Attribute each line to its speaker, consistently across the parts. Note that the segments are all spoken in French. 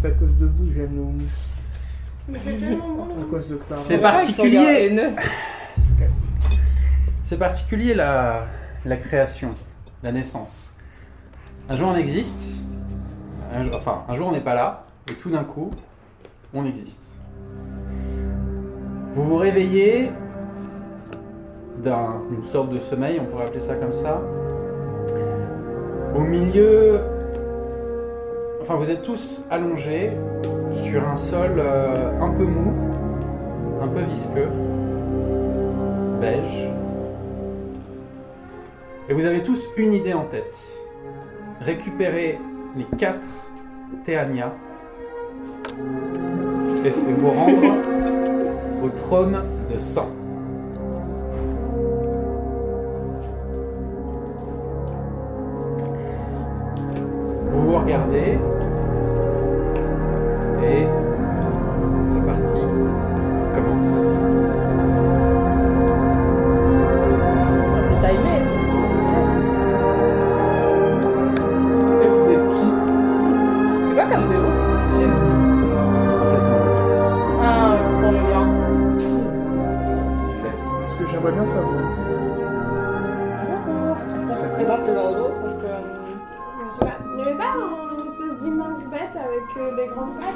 Speaker 1: C'est à cause de vous, j'aime le houmous.
Speaker 2: Mais c'est tellement bon
Speaker 1: À
Speaker 2: le
Speaker 1: cause de Clara.
Speaker 3: C'est
Speaker 4: vrai qu'ils sont gars
Speaker 3: particulier.
Speaker 4: haineux.
Speaker 3: C'est particulier la, la création, la naissance. Un jour on existe, un jour- enfin un jour on n'est pas là, et tout d'un coup on existe. Vous vous réveillez d'un- d'une sorte de sommeil, on pourrait appeler ça comme ça, au milieu, enfin vous êtes tous allongés sur un sol euh, un peu mou, un peu visqueux, beige. Et vous avez tous une idée en tête. Récupérer les quatre Théania et se- vous rendre au trône de sang. Vous vous regardez et la partie commence.
Speaker 4: Enfin, C'est timé. c'est stylé.
Speaker 1: Et vous êtes qui
Speaker 4: C'est pas comme BO.
Speaker 1: Qui êtes-vous
Speaker 3: Princesse Mononoke.
Speaker 4: Ah, on tourne bien.
Speaker 1: Qui êtes-vous Parce que j'aimerais bien savoir.
Speaker 4: Bonjour. Est-ce qu'on se présente les uns aux autres Parce que. euh,
Speaker 2: Je sais pas. Il n'y avait pas un- une espèce d'immense bête avec euh, des grandes pattes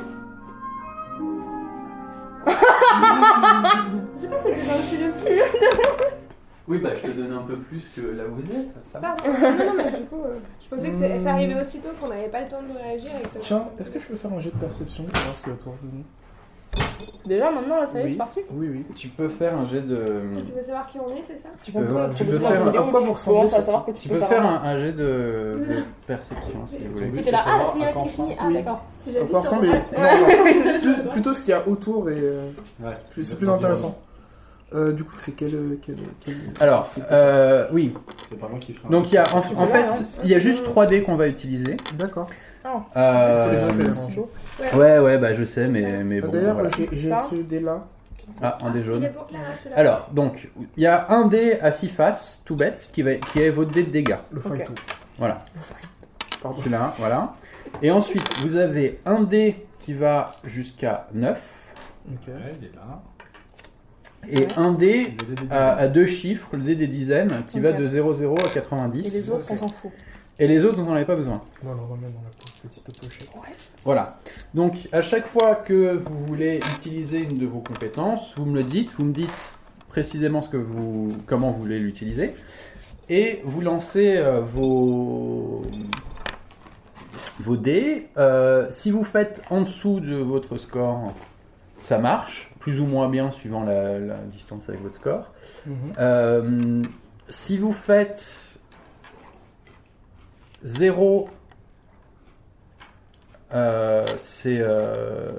Speaker 2: Je sais pas, c'était dans le synopsis.
Speaker 3: Oui, bah je te donne un peu plus que là où vous êtes. Ça va.
Speaker 2: Pardon. Non, non, mais du coup, euh, je pensais que c'est- ça arrivait aussitôt qu'on n'avait pas le temps de réagir. Et que...
Speaker 1: Tiens, est-ce que je peux faire un jet de perception pour voir ce qu'il y a autour de nous
Speaker 4: Déjà maintenant, là, ça y est,
Speaker 1: Oui.
Speaker 4: c'est parti.
Speaker 1: Oui, oui.
Speaker 3: Tu peux faire un jet de.
Speaker 2: Tu veux savoir qui on est, c'est ça
Speaker 4: Tu
Speaker 1: Euh,
Speaker 3: peux voir,
Speaker 4: notre
Speaker 3: tu peux
Speaker 4: décor,
Speaker 3: faire-
Speaker 4: vidéo,
Speaker 1: à quoi
Speaker 4: tu
Speaker 1: vous ressemblez,
Speaker 4: commences à
Speaker 1: surtout.
Speaker 4: savoir que tu,
Speaker 3: Tu
Speaker 4: peux,
Speaker 3: peux faire un, un jet de, de perception si vous
Speaker 4: Tu
Speaker 3: voulez.
Speaker 4: fais là, ah, la
Speaker 1: savoir à
Speaker 4: cinématique
Speaker 1: quoi
Speaker 4: est finie. Ah,
Speaker 1: on-
Speaker 4: d'accord.
Speaker 2: Si
Speaker 1: À
Speaker 2: j'appuie
Speaker 1: quoi
Speaker 2: sur euh,
Speaker 1: ressemble
Speaker 2: droite.
Speaker 1: Plus- Plutôt ce qu'il y a autour et euh,
Speaker 3: Ouais.
Speaker 1: plus- c'est plus intéressant. Euh, du coup, c'est quel, euh, quel, quel-
Speaker 3: Alors, euh, oui.
Speaker 5: C'est pas moi qui ferai. un-
Speaker 3: Donc il y a en, en
Speaker 4: vrai,
Speaker 3: fait,
Speaker 4: hein.
Speaker 3: il y a juste 3D qu'on va utiliser.
Speaker 1: D'accord.
Speaker 3: Euh,
Speaker 1: C'est déjà
Speaker 4: C'est beau.
Speaker 3: ouais, ouais, bah je sais, mais mais
Speaker 1: hein. Ah,
Speaker 3: bon.
Speaker 1: D'ailleurs,
Speaker 3: voilà.
Speaker 1: j'ai j'ai
Speaker 4: Ça.
Speaker 1: ce dé là.
Speaker 3: Ah, un des
Speaker 2: Il est
Speaker 3: jaunes.
Speaker 2: pour Clara, celui-là.
Speaker 3: Alors, donc, il y a un dé à 6 faces, tout bête, qui, va, qui est votre dé de dégâts.
Speaker 1: Le
Speaker 4: Ok.
Speaker 1: fighto.
Speaker 3: Voilà,
Speaker 1: Pardon.
Speaker 3: celui-là, hein, voilà. Et ensuite, vous avez un dé qui va jusqu'à 9,
Speaker 1: Ok.
Speaker 5: Ouais, il est là.
Speaker 3: et un dé
Speaker 5: Il est
Speaker 3: à, à deux chiffres, le dé des dizaines, qui va
Speaker 4: Ok.
Speaker 3: de 00 à 90.
Speaker 4: Et les autres, on s'en fout.
Speaker 3: Et les autres, vous n'en avez pas besoin.
Speaker 1: Non, on le remet dans la petite pochette.
Speaker 3: Voilà. Donc, à chaque fois que vous voulez utiliser une de vos compétences, vous me le dites, vous me dites précisément ce que vous, comment vous voulez l'utiliser, et vous lancez euh, vos, vos dés. Euh, si vous faites en dessous de votre score, ça marche, plus ou moins bien suivant la- la distance avec votre score.
Speaker 1: Mhm.
Speaker 3: Euh, si vous faites 0, euh, c'est euh,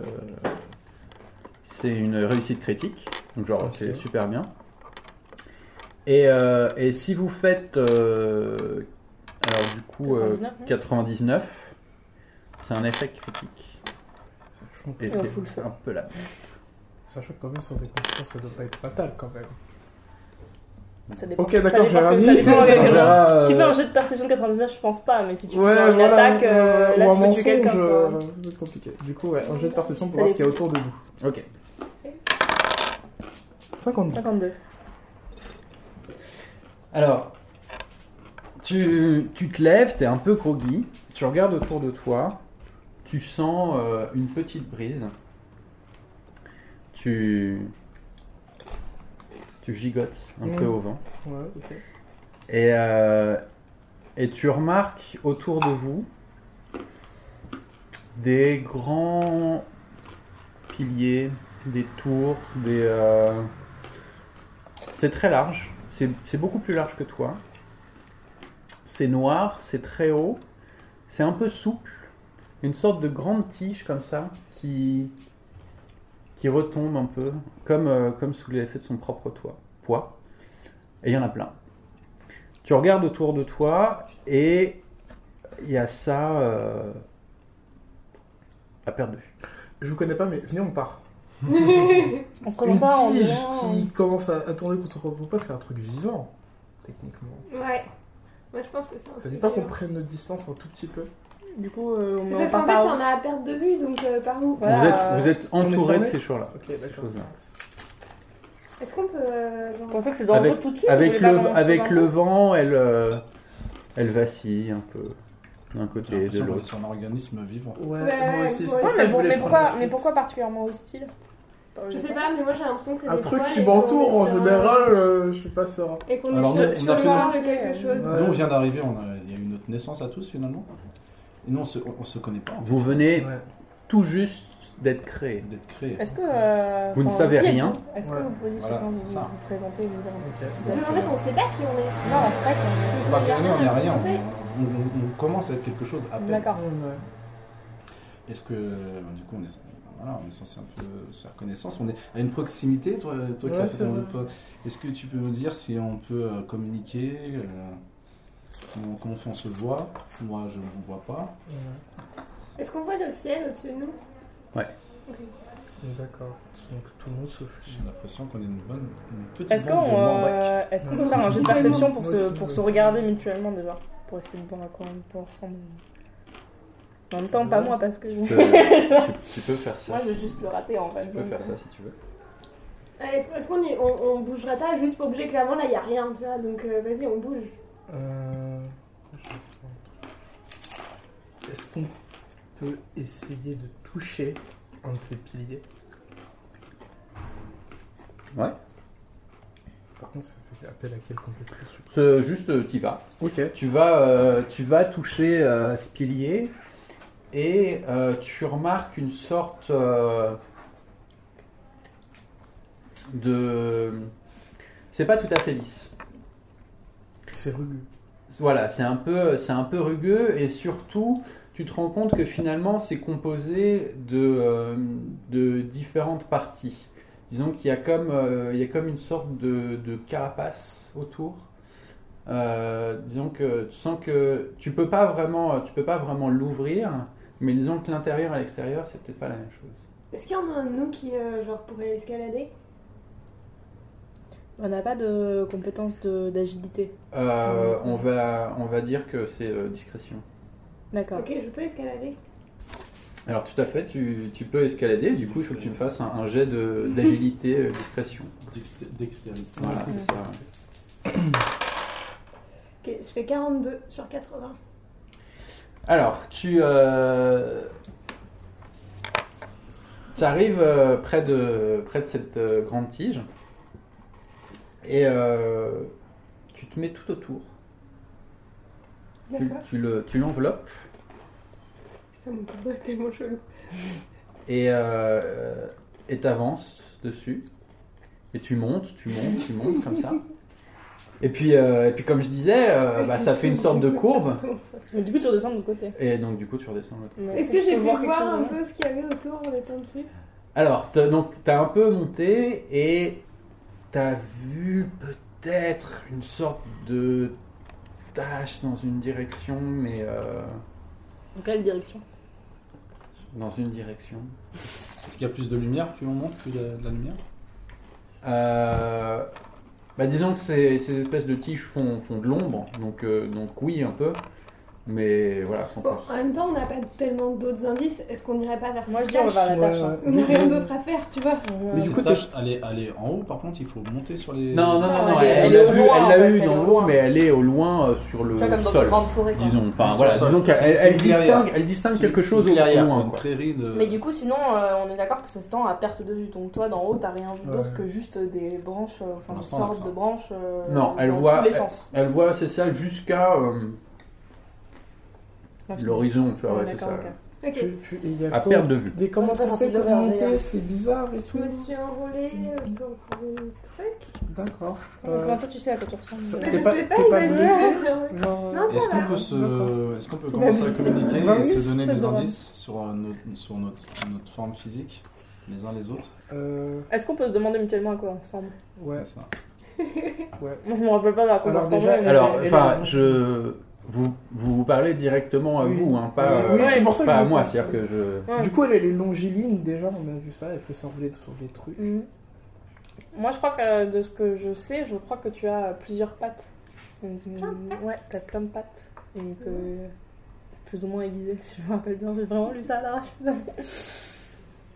Speaker 3: c'est une réussite critique. Donc, genre,
Speaker 1: Ok.
Speaker 3: c'est super bien. Et, euh, et si vous faites. euh, alors, du coup, euh,
Speaker 4: 99, non
Speaker 3: 99, c'est un échec critique.
Speaker 1: Ça choque.
Speaker 3: Et
Speaker 4: Oh, faut le
Speaker 3: c'est
Speaker 4: faire.
Speaker 3: un peu la
Speaker 1: Sachant que quand même sur des compétences, ça doit pas être fatal quand même.
Speaker 4: Ça dépend.
Speaker 1: Ok,
Speaker 4: Ça
Speaker 1: d'accord,
Speaker 4: dépend
Speaker 1: j'ai
Speaker 4: parce que-
Speaker 1: rien
Speaker 4: ça
Speaker 1: dit.
Speaker 4: dépend avec
Speaker 1: On
Speaker 4: quel-
Speaker 3: verra, euh,
Speaker 4: Tu fais un jet de perception de 99, je pense pas, mais si tu fais
Speaker 1: Ouais,
Speaker 4: une
Speaker 1: voilà.
Speaker 4: attaque, euh,
Speaker 1: ouais,
Speaker 4: là,
Speaker 1: ou un
Speaker 4: tu peux tuer
Speaker 1: mensonge,
Speaker 4: quelqu'un.
Speaker 1: euh,
Speaker 4: quoi.
Speaker 1: ça va être compliqué. Du coup, ouais, un jet de perception pour
Speaker 4: Ça
Speaker 1: voir ce qu'il y a autour de vous.
Speaker 3: Ok.
Speaker 1: 52.
Speaker 4: 52.
Speaker 3: Alors, tu, tu te lèves, t'es un peu groggy, tu regardes autour de toi, tu sens euh, une petite brise, tu, tu gigotes un
Speaker 1: Mm.
Speaker 3: peu au vent,
Speaker 1: Ouais, ok.
Speaker 3: et, euh, et tu remarques autour de vous des grands piliers, des tours, des... euh, C'est très large, c'est c'est beaucoup plus large que toi. C'est noir, c'est très haut, c'est un peu souple, une sorte de grande tige comme ça qui, qui retombe un peu, comme, euh, comme sous l'effet de son propre toit, poids. Et il y en a plein. Tu regardes autour de toi et il y a ça euh, à perdre de vue.
Speaker 1: Je vous connais pas, mais venez, on part.
Speaker 4: On se
Speaker 1: Une
Speaker 4: présente pas en
Speaker 1: tige
Speaker 4: disant-
Speaker 1: qui commence à, à tourner contre son propre poids, c'est un truc vivant, techniquement.
Speaker 2: Ouais. Moi, je pense que c'est un
Speaker 1: Ça dit
Speaker 2: truc
Speaker 1: pas
Speaker 2: vivant.
Speaker 1: qu'on prenne notre distance un tout petit peu
Speaker 4: Du coup, euh, on
Speaker 2: Sauf
Speaker 4: on
Speaker 2: qu'en
Speaker 4: part
Speaker 2: fait,
Speaker 4: par
Speaker 2: on a à perte de vue, donc euh, par où
Speaker 4: Voilà.
Speaker 3: Vous êtes, vous êtes
Speaker 1: On est
Speaker 3: entouré de
Speaker 1: cerné
Speaker 3: ces choses-là.
Speaker 1: Ok,
Speaker 3: Ces
Speaker 1: d'accord.
Speaker 3: choses-là.
Speaker 2: Est-ce qu'on peut. euh,
Speaker 4: Vous
Speaker 2: genre-
Speaker 4: pensez que c'est dans
Speaker 3: Avec-
Speaker 4: l'eau tout de suite
Speaker 3: Avec,
Speaker 4: vous voulez pas
Speaker 3: le,
Speaker 4: qu'on rentre
Speaker 3: avec
Speaker 4: dans
Speaker 3: le vent, elle, euh, elle vacille un peu d'un côté et de l'autre.
Speaker 5: C'est un organisme vivant.
Speaker 1: Ouais,
Speaker 2: Ouais,
Speaker 1: moi aussi,
Speaker 2: ouais,
Speaker 1: c'est
Speaker 2: ouais.
Speaker 1: pour
Speaker 4: Ouais,
Speaker 1: ça
Speaker 4: mais,
Speaker 1: que je
Speaker 4: bon,
Speaker 1: voulais prendre
Speaker 4: mais
Speaker 1: la
Speaker 4: pourquoi,
Speaker 1: fuite.
Speaker 4: mais pourquoi particulièrement hostile Enfin,
Speaker 2: Je sais pas, mais moi j'ai l'impression que c'est
Speaker 1: Un
Speaker 2: des
Speaker 1: truc
Speaker 2: toiles
Speaker 1: qui
Speaker 2: et qu'on
Speaker 1: m'entoure, en
Speaker 2: est
Speaker 4: hein
Speaker 2: sur un-
Speaker 1: général, euh, je suis pas serein.
Speaker 2: Et qu'on
Speaker 5: Alors,
Speaker 2: est
Speaker 5: nous,
Speaker 2: sur
Speaker 5: on a
Speaker 2: le
Speaker 5: fait-
Speaker 2: bord de quelque chose.
Speaker 1: Ouais.
Speaker 5: Nous, on vient d'arriver, on a- il y a eu notre naissance à tous finalement. Et nous, on se, on, on se connaît pas, en
Speaker 3: Vous venez
Speaker 1: Ouais.
Speaker 3: tout juste d'être créé.
Speaker 5: fait, d'être créés.
Speaker 4: Est-ce que. euh,
Speaker 3: Vous ne
Speaker 4: enfin,
Speaker 3: savez
Speaker 4: qui
Speaker 3: rien.
Speaker 4: êtes-vous Est-ce que
Speaker 1: Ouais.
Speaker 4: vous pourriez
Speaker 5: Voilà,
Speaker 4: justement, vous,
Speaker 5: c'est ça.
Speaker 4: vous présenter et nous dire un
Speaker 1: Ok.
Speaker 4: peu
Speaker 2: Parce
Speaker 4: qui vous
Speaker 2: qu'en
Speaker 4: êtes
Speaker 2: fait, on sait pas qui on est.
Speaker 4: Non, c'est vrai qu'on
Speaker 5: On va
Speaker 2: Il y a
Speaker 5: gagner, on n'y a rien.
Speaker 2: raconter.
Speaker 5: On, on- on commence à être quelque chose à peine.
Speaker 4: D'accord.
Speaker 1: Ouais.
Speaker 5: Est-ce que, euh, du coup, on est, voilà, on est censé un peu se faire connaissance On est à une proximité, toi, toi qui
Speaker 1: Ouais,
Speaker 5: as
Speaker 1: c'est
Speaker 5: fait ton-
Speaker 1: vrai.
Speaker 5: toi. Est-ce que tu peux nous dire si on peut euh, communiquer euh, comment, comment on fait, on se voit Moi, je ne vous vois pas.
Speaker 1: Ouais.
Speaker 2: Est-ce qu'on voit le ciel au-dessus de nous
Speaker 3: Ouais.
Speaker 2: Ok.
Speaker 1: D'accord. Donc tout le monde sauf lui.
Speaker 5: J'ai l'impression qu'on est une bonne, une petite
Speaker 4: Est-ce
Speaker 5: bande de
Speaker 4: qu'on
Speaker 5: morbacs.
Speaker 4: euh, est-ce qu'on peut
Speaker 1: Ouais.
Speaker 4: faire un jeu de perception pour,
Speaker 1: Moi
Speaker 4: se,
Speaker 1: aussi,
Speaker 4: pour
Speaker 1: ouais.
Speaker 4: se regarder mutuellement déjà Pour essayer de voir à quoi on peut ressembler. En même temps, pas moi parce que je...
Speaker 3: Tu peux, Euh, tu- tu peux faire ça.
Speaker 4: moi je
Speaker 3: si-
Speaker 4: vais juste le rater en fait.
Speaker 3: tu peux
Speaker 4: donc,
Speaker 3: faire
Speaker 4: euh,
Speaker 3: ça si tu veux.
Speaker 2: Euh, Est-ce est-ce qu'on y- on, on bougerait pas juste pour bouger clairement là il y a rien tu vois donc euh, vas-y on bouge.
Speaker 1: Euh, je vais prendre un truc. Est-ce qu'on peut essayer de toucher un de ces piliers
Speaker 3: Ouais.
Speaker 1: Par contre, ça fait appel à quelle complexité je-
Speaker 3: Ce- Juste, euh, t'y vas.
Speaker 1: Ok.
Speaker 3: Tu vas, euh, tu vas toucher euh, ce pilier et euh, tu remarques une sorte euh, de. C'est pas tout à fait lisse.
Speaker 1: C'est rugueux.
Speaker 3: Voilà, c'est un peu, c'est un peu rugueux et surtout, tu te rends compte que finalement, c'est composé de, euh, de différentes parties. Disons qu'il y a comme, euh, il y a comme une sorte de, de carapace autour. Euh, disons que tu sens que tu peux pas vraiment, tu peux pas vraiment l'ouvrir, mais disons que l'intérieur et l'extérieur, c'est peut-être pas la même chose.
Speaker 2: Est-ce qu'il y en a un de nous qui euh, genre pourrait escalader
Speaker 4: On n'a pas de compétences de- d'agilité.
Speaker 3: Euh, on va, on va dire que c'est euh, discrétion.
Speaker 4: D'accord.
Speaker 2: Ok je peux escalader.
Speaker 3: Alors tout à fait, tu, tu peux escalader, du coup il faut que tu me fasses un, un jet de- d'agilité, euh, discrétion.
Speaker 5: Dexté- Dextérité.
Speaker 3: Voilà,
Speaker 4: Ouais.
Speaker 3: c'est ça. ouais.
Speaker 2: Ok je fais 42 sur 80.
Speaker 3: Alors tu euh, arrives euh, près, de, près de cette euh, grande tige et euh, tu te mets tout autour. Tu,
Speaker 2: D'accord.
Speaker 3: tu le- tu l'enveloppes
Speaker 2: Putain mon corps est tellement chelou.
Speaker 3: et euh, et t'avances dessus et tu montes, tu montes, tu montes comme ça. Et puis, euh, et puis comme je disais, euh, bah, ça fait une sorte de courbe.
Speaker 4: Mais du coup, tu redescends de l'autre côté.
Speaker 3: Et donc du coup tu redescends. l'autre.
Speaker 2: Est-ce que j'ai pu voir,
Speaker 4: quelque chose,
Speaker 2: un
Speaker 4: hein
Speaker 2: peu ce qu'il y avait autour en étant dessus
Speaker 3: Alors t'as- donc t'as un peu monté et t'as vu peut-être une sorte de tâche dans une direction, mais euh,
Speaker 4: Dans quelle direction
Speaker 3: dans une direction.
Speaker 5: Est-ce qu'il y a plus de lumière plus on monte, plus de, de la lumière
Speaker 3: Euh, bah, disons que ces, ces espèces de tiges font, font de l'ombre, donc euh, donc oui un peu, mais voilà sans
Speaker 2: Bon
Speaker 3: plus.
Speaker 2: en même temps on n'a pas tellement d'autres indices est-ce qu'on irait pas vers
Speaker 4: Moi, je
Speaker 2: cette
Speaker 4: dis on va vers
Speaker 2: tâche
Speaker 4: la
Speaker 1: Ouais,
Speaker 4: tâche.
Speaker 1: ouais.
Speaker 4: hein.
Speaker 2: On n'a rien d'autre à faire tu vois.
Speaker 4: Ouais.
Speaker 1: Mais du
Speaker 5: Cette
Speaker 1: coup,
Speaker 5: tâche, elle est, elle est en haut, par contre, il faut monter sur les.
Speaker 3: Non, non, non,
Speaker 4: Ah,
Speaker 3: non,
Speaker 4: j'ai-
Speaker 3: elle
Speaker 4: elle est
Speaker 3: l'a
Speaker 4: au
Speaker 3: vu,
Speaker 4: loin, en
Speaker 3: elle l'a
Speaker 4: fait,
Speaker 3: eu
Speaker 4: elle est
Speaker 3: dans
Speaker 4: au
Speaker 3: le loin,
Speaker 4: loin.
Speaker 3: mais elle est au loin euh, sur le
Speaker 4: Tu vois, comme dans une
Speaker 3: sol.
Speaker 4: grande forêt. quoi.
Speaker 3: Disons, enfin
Speaker 5: Sur
Speaker 3: voilà,
Speaker 5: le sol.
Speaker 3: disons qu'elle
Speaker 5: C'est-
Speaker 3: elle,
Speaker 5: c'est une
Speaker 3: elle
Speaker 5: clairière.
Speaker 3: distingue, elle distingue
Speaker 5: C'est
Speaker 3: quelque
Speaker 5: une
Speaker 3: chose au
Speaker 5: clairière,
Speaker 3: loin.
Speaker 5: une
Speaker 3: quoi.
Speaker 5: prairie de.
Speaker 4: Mais du coup, sinon, euh, on est d'accord que ça s'étend à perte de vue. Donc, toi, d'en haut, t'as rien vu d'autre
Speaker 1: Ouais.
Speaker 4: que juste des branches, euh, enfin,
Speaker 5: Pour
Speaker 4: des
Speaker 5: l'instant,
Speaker 4: sortes
Speaker 5: ça.
Speaker 4: de branches. euh,
Speaker 3: Ah, Non, elle
Speaker 4: dans
Speaker 3: voit-
Speaker 4: Tous les sens.
Speaker 3: Elle voit, c'est ça, jusqu'à euh, l'horizon, tu vois, ouais,
Speaker 4: Ouais,
Speaker 3: c'est ça.
Speaker 4: d'accord, ok.
Speaker 2: Ok
Speaker 1: Tu- tu- il y a
Speaker 3: À
Speaker 1: quoi
Speaker 3: perte de vue.
Speaker 1: Mais comment
Speaker 4: On passe
Speaker 1: on
Speaker 4: en
Speaker 1: fait pour
Speaker 4: silver,
Speaker 1: monter
Speaker 4: d'ailleurs.
Speaker 1: C'est bizarre et
Speaker 2: je
Speaker 1: tout.
Speaker 2: me suis envolée autour du truc.
Speaker 1: D'accord.
Speaker 4: Donc,
Speaker 1: Euh,
Speaker 4: Comment toi, tu sais à quoi tu ressembles
Speaker 1: Ça-
Speaker 4: euh,
Speaker 2: Mais
Speaker 1: T'es
Speaker 2: je
Speaker 1: pas-
Speaker 2: sais pas
Speaker 1: t'es
Speaker 2: il
Speaker 1: pas
Speaker 2: m'a dit.
Speaker 1: genre, euh,
Speaker 2: Non
Speaker 5: Est-ce
Speaker 2: ça
Speaker 5: qu'on
Speaker 2: va.
Speaker 5: peut,
Speaker 1: D'accord.
Speaker 5: se... Est-ce qu'on peut
Speaker 4: Bah
Speaker 5: commencer
Speaker 4: oui,
Speaker 5: à
Speaker 4: ça-
Speaker 5: communiquer
Speaker 1: bah
Speaker 5: et
Speaker 1: oui,
Speaker 5: se donner
Speaker 4: ça
Speaker 5: des
Speaker 4: va.
Speaker 5: indices sur, euh, notre, sur notre, notre forme physique, les uns les autres
Speaker 1: euh,
Speaker 4: Est-ce qu'on peut se demander mutuellement à quoi on ressemble
Speaker 1: ouais.
Speaker 5: C'est ça.
Speaker 4: Moi, je me rappelle pas à quoi on
Speaker 1: Alors,
Speaker 4: ressemble.
Speaker 1: déjà, elle-
Speaker 3: Alors,
Speaker 1: elle-
Speaker 3: enfin,
Speaker 1: elle-
Speaker 3: je. Vous, vous vous parlez directement à
Speaker 1: Oui.
Speaker 3: vous, hein, pas,
Speaker 1: Oui, oui,
Speaker 3: euh,
Speaker 1: c'est pour ça que
Speaker 3: pas à
Speaker 1: je
Speaker 3: moi,
Speaker 1: pense.
Speaker 3: c'est-à-dire que je.
Speaker 1: Du coup, elle, elle est longiligne déjà, on a vu ça, elle peut s'envoler sur des trucs.
Speaker 4: Mhm. Moi, je crois que euh, de ce que je sais, je crois que tu as euh, plusieurs pattes. Plein
Speaker 2: de pattes
Speaker 4: Ouais, t'as plein de pattes. Et que plus ou moins aiguisé, si je me rappelle bien. J'ai vraiment lu ça à l'arrache.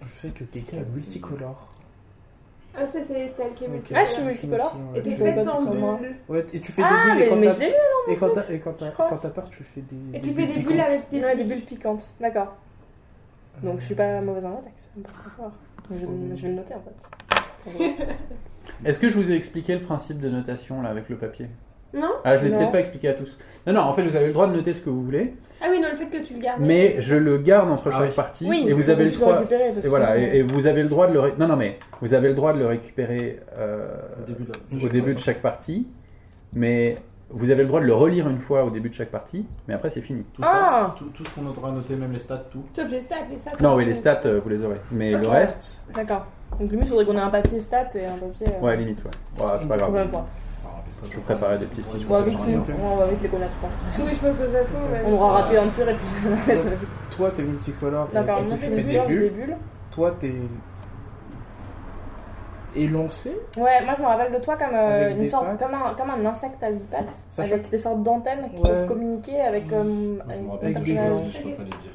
Speaker 1: Je sais que quelqu'un est multicolore.
Speaker 2: Ah, ça, c'est Estelle qui est
Speaker 1: Ok.
Speaker 2: multicolore.
Speaker 4: Ah, je suis multicolore.
Speaker 2: Et t'es
Speaker 1: Ouais,
Speaker 4: Je savais pas
Speaker 2: faite en
Speaker 4: sur moi.
Speaker 2: bulles.
Speaker 1: Ouais, et tu fais des
Speaker 4: Ah,
Speaker 1: bulles et
Speaker 4: mais,
Speaker 1: quand
Speaker 4: mais
Speaker 1: t'as-
Speaker 4: je l'ai lu dans
Speaker 1: et quand t'as- et quand
Speaker 4: je
Speaker 1: t'as
Speaker 4: crois.
Speaker 1: quand t'as peur, tu fais des
Speaker 2: Et tu fais des bulles
Speaker 1: piquantes.
Speaker 2: avec tes
Speaker 4: mon- Ouais, des bulles piquantes. D'accord. Donc je suis pas mauvaise en attaque, c'est important à savoir. Mais Je, vais- je vais le noter en fait.
Speaker 3: Est-ce que je vous ai expliqué le principe de notation là avec le papier
Speaker 2: Non
Speaker 3: Ah, je l'ai
Speaker 4: Non.
Speaker 3: peut-être pas expliqué à tous. Non, non, en fait, vous avez le droit de noter ce que vous voulez,
Speaker 2: Ah oui, non, le fait que tu le gardes.
Speaker 3: mais je le garde entre
Speaker 5: Ah
Speaker 3: chaque
Speaker 5: oui.
Speaker 3: partie
Speaker 4: Oui,
Speaker 3: et vous avez le
Speaker 4: je
Speaker 3: droit.
Speaker 4: récupérer, parce
Speaker 3: Et voilà,
Speaker 4: que-
Speaker 3: et, et vous avez le droit de le. ré- Non, non, mais vous avez le droit de le récupérer euh,
Speaker 5: Au début de la-
Speaker 3: au début de chaque partie, mais vous avez le droit de le relire une fois au début de chaque partie, mais après c'est fini.
Speaker 5: Tout ça,
Speaker 4: Ah
Speaker 5: tout, tout ce qu'on aura noté, même les stats, tout.
Speaker 2: Sauf les stats, les stats.
Speaker 3: Non, oui, les stats, euh, vous les aurez. Mais
Speaker 2: Ok.
Speaker 3: le reste,
Speaker 4: D'accord. Donc le mieux, faudrait qu'on ait un papier stat et un papier. euh,
Speaker 3: ouais, limite, ouais. Ouais, c'est pas
Speaker 4: pour
Speaker 3: grave.
Speaker 4: même pas.
Speaker 5: Ah, les stats,
Speaker 3: Je préparais des petites fiches.
Speaker 4: On va
Speaker 5: Ouais,
Speaker 4: vite
Speaker 5: j'en ai
Speaker 4: les-
Speaker 5: un.
Speaker 4: on va vite les connaître, je pense.
Speaker 2: Oui, je pense que de toute façon, on va-
Speaker 4: On aura raté un tir et puis ça va vite.
Speaker 1: Toi, t'es multicolore
Speaker 4: D'accord,
Speaker 1: et
Speaker 4: on
Speaker 1: tu
Speaker 4: a
Speaker 1: fais
Speaker 4: fait
Speaker 1: des
Speaker 4: des bulles, des
Speaker 1: bulles.
Speaker 4: bulles.
Speaker 1: Toi, t'es élancé
Speaker 4: Ouais, moi je me rappelle de toi comme, euh,
Speaker 1: Avec
Speaker 4: une
Speaker 1: des
Speaker 4: sorte,
Speaker 1: pattes.
Speaker 4: comme, un, comme un insecte à huit pattes,
Speaker 1: Sachant
Speaker 4: avec des sortes d'antennes qui
Speaker 1: Ouais.
Speaker 4: peuvent communiquer avec. euh,
Speaker 5: Je
Speaker 4: avec
Speaker 5: me
Speaker 4: mon
Speaker 5: rappelle
Speaker 1: Avec
Speaker 5: de
Speaker 1: des
Speaker 5: choses,
Speaker 4: personnage.
Speaker 5: mais je peux pas les dire.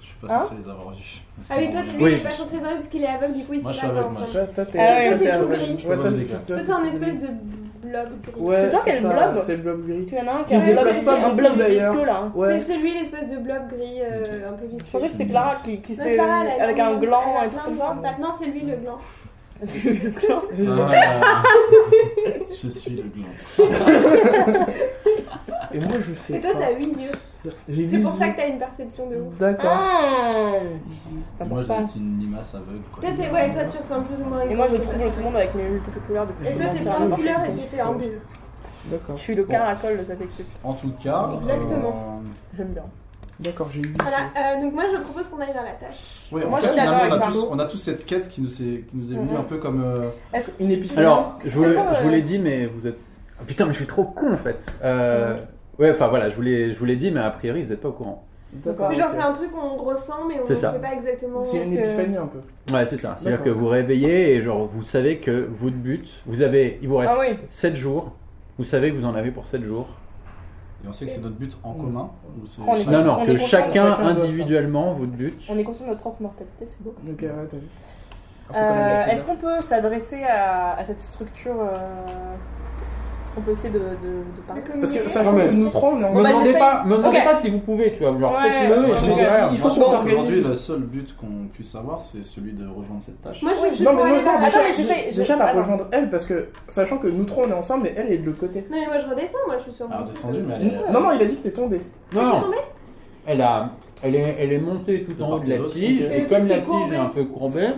Speaker 5: Je suis pas
Speaker 4: Hein
Speaker 5: censé les avoir vus.
Speaker 2: Ah oui, toi, tu
Speaker 3: Oui.
Speaker 2: lui, il est pas censé dans parce qu'il est aveugle, du coup, il
Speaker 5: Moi,
Speaker 2: sait
Speaker 5: je
Speaker 2: pas
Speaker 5: suis
Speaker 2: voir
Speaker 5: aveugle, moi.
Speaker 2: ensemble.
Speaker 1: Toi, toi, t'es
Speaker 4: Ah ouais,
Speaker 1: toi,
Speaker 2: toi, t'es
Speaker 1: t'es
Speaker 2: tout
Speaker 1: aveugle.
Speaker 2: gris.
Speaker 1: Ouais, toi,
Speaker 5: Ouais,
Speaker 1: t'es-
Speaker 5: des gars.
Speaker 1: toi,
Speaker 2: Toi,
Speaker 1: t'es
Speaker 2: t'es un
Speaker 1: tout
Speaker 2: espèce
Speaker 1: gris.
Speaker 2: de blob gris.
Speaker 1: Ouais,
Speaker 4: C'est toi qui as
Speaker 1: c'est
Speaker 4: le
Speaker 1: ça,
Speaker 4: blob.
Speaker 1: C'est le blob gris.
Speaker 4: Il y en a un qui
Speaker 1: Qui
Speaker 4: a
Speaker 1: se
Speaker 4: un blob,
Speaker 1: déplace pas
Speaker 4: un
Speaker 1: beaucoup,
Speaker 4: blob
Speaker 1: d'ailleurs.
Speaker 4: visqueux là. hein.
Speaker 2: C'est-
Speaker 1: Ouais.
Speaker 2: C'est lui l'espèce de blob gris euh, un peu vicieux.
Speaker 4: Je pensais que c'était Clara qui, qui
Speaker 2: Non,
Speaker 4: fait
Speaker 2: Clara, elle a
Speaker 4: avec
Speaker 2: plein
Speaker 4: un
Speaker 2: de- elle
Speaker 4: gland
Speaker 2: a
Speaker 4: et tout
Speaker 2: plein
Speaker 4: comme
Speaker 2: de
Speaker 4: ça.
Speaker 2: glands. Maintenant, c'est lui le gland.
Speaker 4: C'est le gland.
Speaker 5: Ah, je suis le gland.
Speaker 1: Ah. Et moi, je sais
Speaker 2: Et toi,
Speaker 1: pas.
Speaker 2: t'as 8 yeux.
Speaker 1: J'ai
Speaker 2: C'est
Speaker 1: huit
Speaker 2: pour ça
Speaker 1: yeux.
Speaker 2: que t'as une perception de ouf.
Speaker 1: D'accord.
Speaker 4: Ah
Speaker 5: Et Moi, j'ai une limace aveugle. quoi.
Speaker 2: Toi, t'es- ouais, toi, tu ressembles plus ou moins à une
Speaker 4: Et moi je
Speaker 2: grosse
Speaker 4: trouble tout
Speaker 2: personne.
Speaker 4: le monde avec mes multiples couleurs depuis
Speaker 2: Et
Speaker 4: que
Speaker 2: toi,
Speaker 4: je
Speaker 2: t'es
Speaker 4: suis
Speaker 2: pas en
Speaker 4: en
Speaker 2: couleur et t'étais en bulle.
Speaker 4: Je
Speaker 1: D'accord.
Speaker 4: suis le caracol de cette équipe.
Speaker 5: En tout cas,
Speaker 2: Exactement.
Speaker 5: euh,
Speaker 4: J'aime bien.
Speaker 1: D'accord, j'ai 8 yeux.
Speaker 2: Voilà, euh, donc moi, je propose qu'on aille vers la tâche.
Speaker 5: euh, ouais, en
Speaker 4: Moi, je
Speaker 5: fait,
Speaker 4: suis d'accord
Speaker 5: finalement, on a
Speaker 4: avec ça.
Speaker 5: tous- on a tous cette quête qui nous est, qui nous est venue
Speaker 4: Mhm.
Speaker 5: un peu comme. euh,
Speaker 4: Est-ce
Speaker 1: Une épiphanie.
Speaker 3: Alors, je vous,
Speaker 4: Est-ce qu'on,
Speaker 3: je vous
Speaker 4: euh,
Speaker 3: l'ai dit, mais vous êtes. Ah, putain, mais je suis trop con en fait. Euh, ouais, enfin voilà, je vous l'ai je vous l'ai dit, mais a priori, vous n'êtes pas au courant.
Speaker 1: D'accord.
Speaker 2: Mais genre,
Speaker 1: ok.
Speaker 2: c'est un truc qu'on ressent, mais on
Speaker 3: C'est
Speaker 2: ne
Speaker 3: ça.
Speaker 2: sait pas exactement.
Speaker 1: C'est une
Speaker 4: Parce que-
Speaker 1: épiphanie un peu.
Speaker 3: Ouais, c'est ça. C'est-à-dire
Speaker 1: D'accord.
Speaker 3: que vous réveillez et genre vous savez que votre but, vous avez, il vous reste
Speaker 4: Ah oui.
Speaker 3: 7 jours. Vous savez que vous en avez pour 7 jours.
Speaker 5: Et on sait que c'est notre but en commun. ou c'est-
Speaker 4: On est-
Speaker 3: Non, non,
Speaker 4: on
Speaker 3: que
Speaker 4: conscient que
Speaker 1: chacun
Speaker 3: chacun
Speaker 1: doit le faire.
Speaker 3: individuellement, votre but.
Speaker 4: On est conscient de notre propre mortalité, c'est beau.
Speaker 1: Ok, ouais, t'as vu. Un peu comme
Speaker 4: Euh,
Speaker 1: la
Speaker 4: Est-ce qu'on peut s'adresser à, à cette structure euh, Est-ce qu'on peut essayer de, de, de parler
Speaker 1: Parce que
Speaker 2: ça.
Speaker 1: sachant
Speaker 3: mais-
Speaker 1: que nous trois, on est
Speaker 3: Me
Speaker 4: Bah,
Speaker 1: ensemble.
Speaker 3: demandez
Speaker 4: j'essaye.
Speaker 3: pas, me demandez
Speaker 4: Ok.
Speaker 3: pas si vous pouvez, tu vois. Genre,
Speaker 4: Ouais.
Speaker 3: faites-le. et
Speaker 5: Ouais,
Speaker 3: je
Speaker 5: je
Speaker 3: m'en
Speaker 5: pense
Speaker 3: dirai.
Speaker 1: Il faut
Speaker 5: que-
Speaker 1: qu'on
Speaker 5: je pense
Speaker 1: s'organise.
Speaker 5: qu'aujourd'hui, le seul but qu'on puisse avoir, c'est celui de rejoindre cette tâche.
Speaker 2: Moi, je
Speaker 4: Oui.
Speaker 2: je
Speaker 1: Non, mais
Speaker 2: prends
Speaker 1: moi,
Speaker 2: aller
Speaker 1: je
Speaker 2: vers
Speaker 1: pars
Speaker 2: la
Speaker 4: Attends,
Speaker 1: déjà,
Speaker 4: mais j'essaie, je-
Speaker 1: déjà la
Speaker 4: attends.
Speaker 1: rejoindre elle, parce que sachant que nous trois, on est ensemble, mais elle est de l'autre côté.
Speaker 2: Non, mais moi, je redescends, moi, je suis sur mon.
Speaker 5: Ah, descendu, mais elle est.
Speaker 1: Non, non, il a dit que t'es tombé.
Speaker 3: Non,
Speaker 2: Je suis
Speaker 3: non.
Speaker 2: tombée
Speaker 3: Elle, a, elle, est, elle est montée tout
Speaker 5: De
Speaker 3: en haut
Speaker 5: part
Speaker 3: de
Speaker 5: et
Speaker 3: la
Speaker 5: d'autre,
Speaker 3: tige,
Speaker 5: ok.
Speaker 2: Et
Speaker 3: et
Speaker 2: le
Speaker 3: comme
Speaker 2: truc,
Speaker 3: la
Speaker 2: c'est courbé.
Speaker 3: tige est un peu courbée,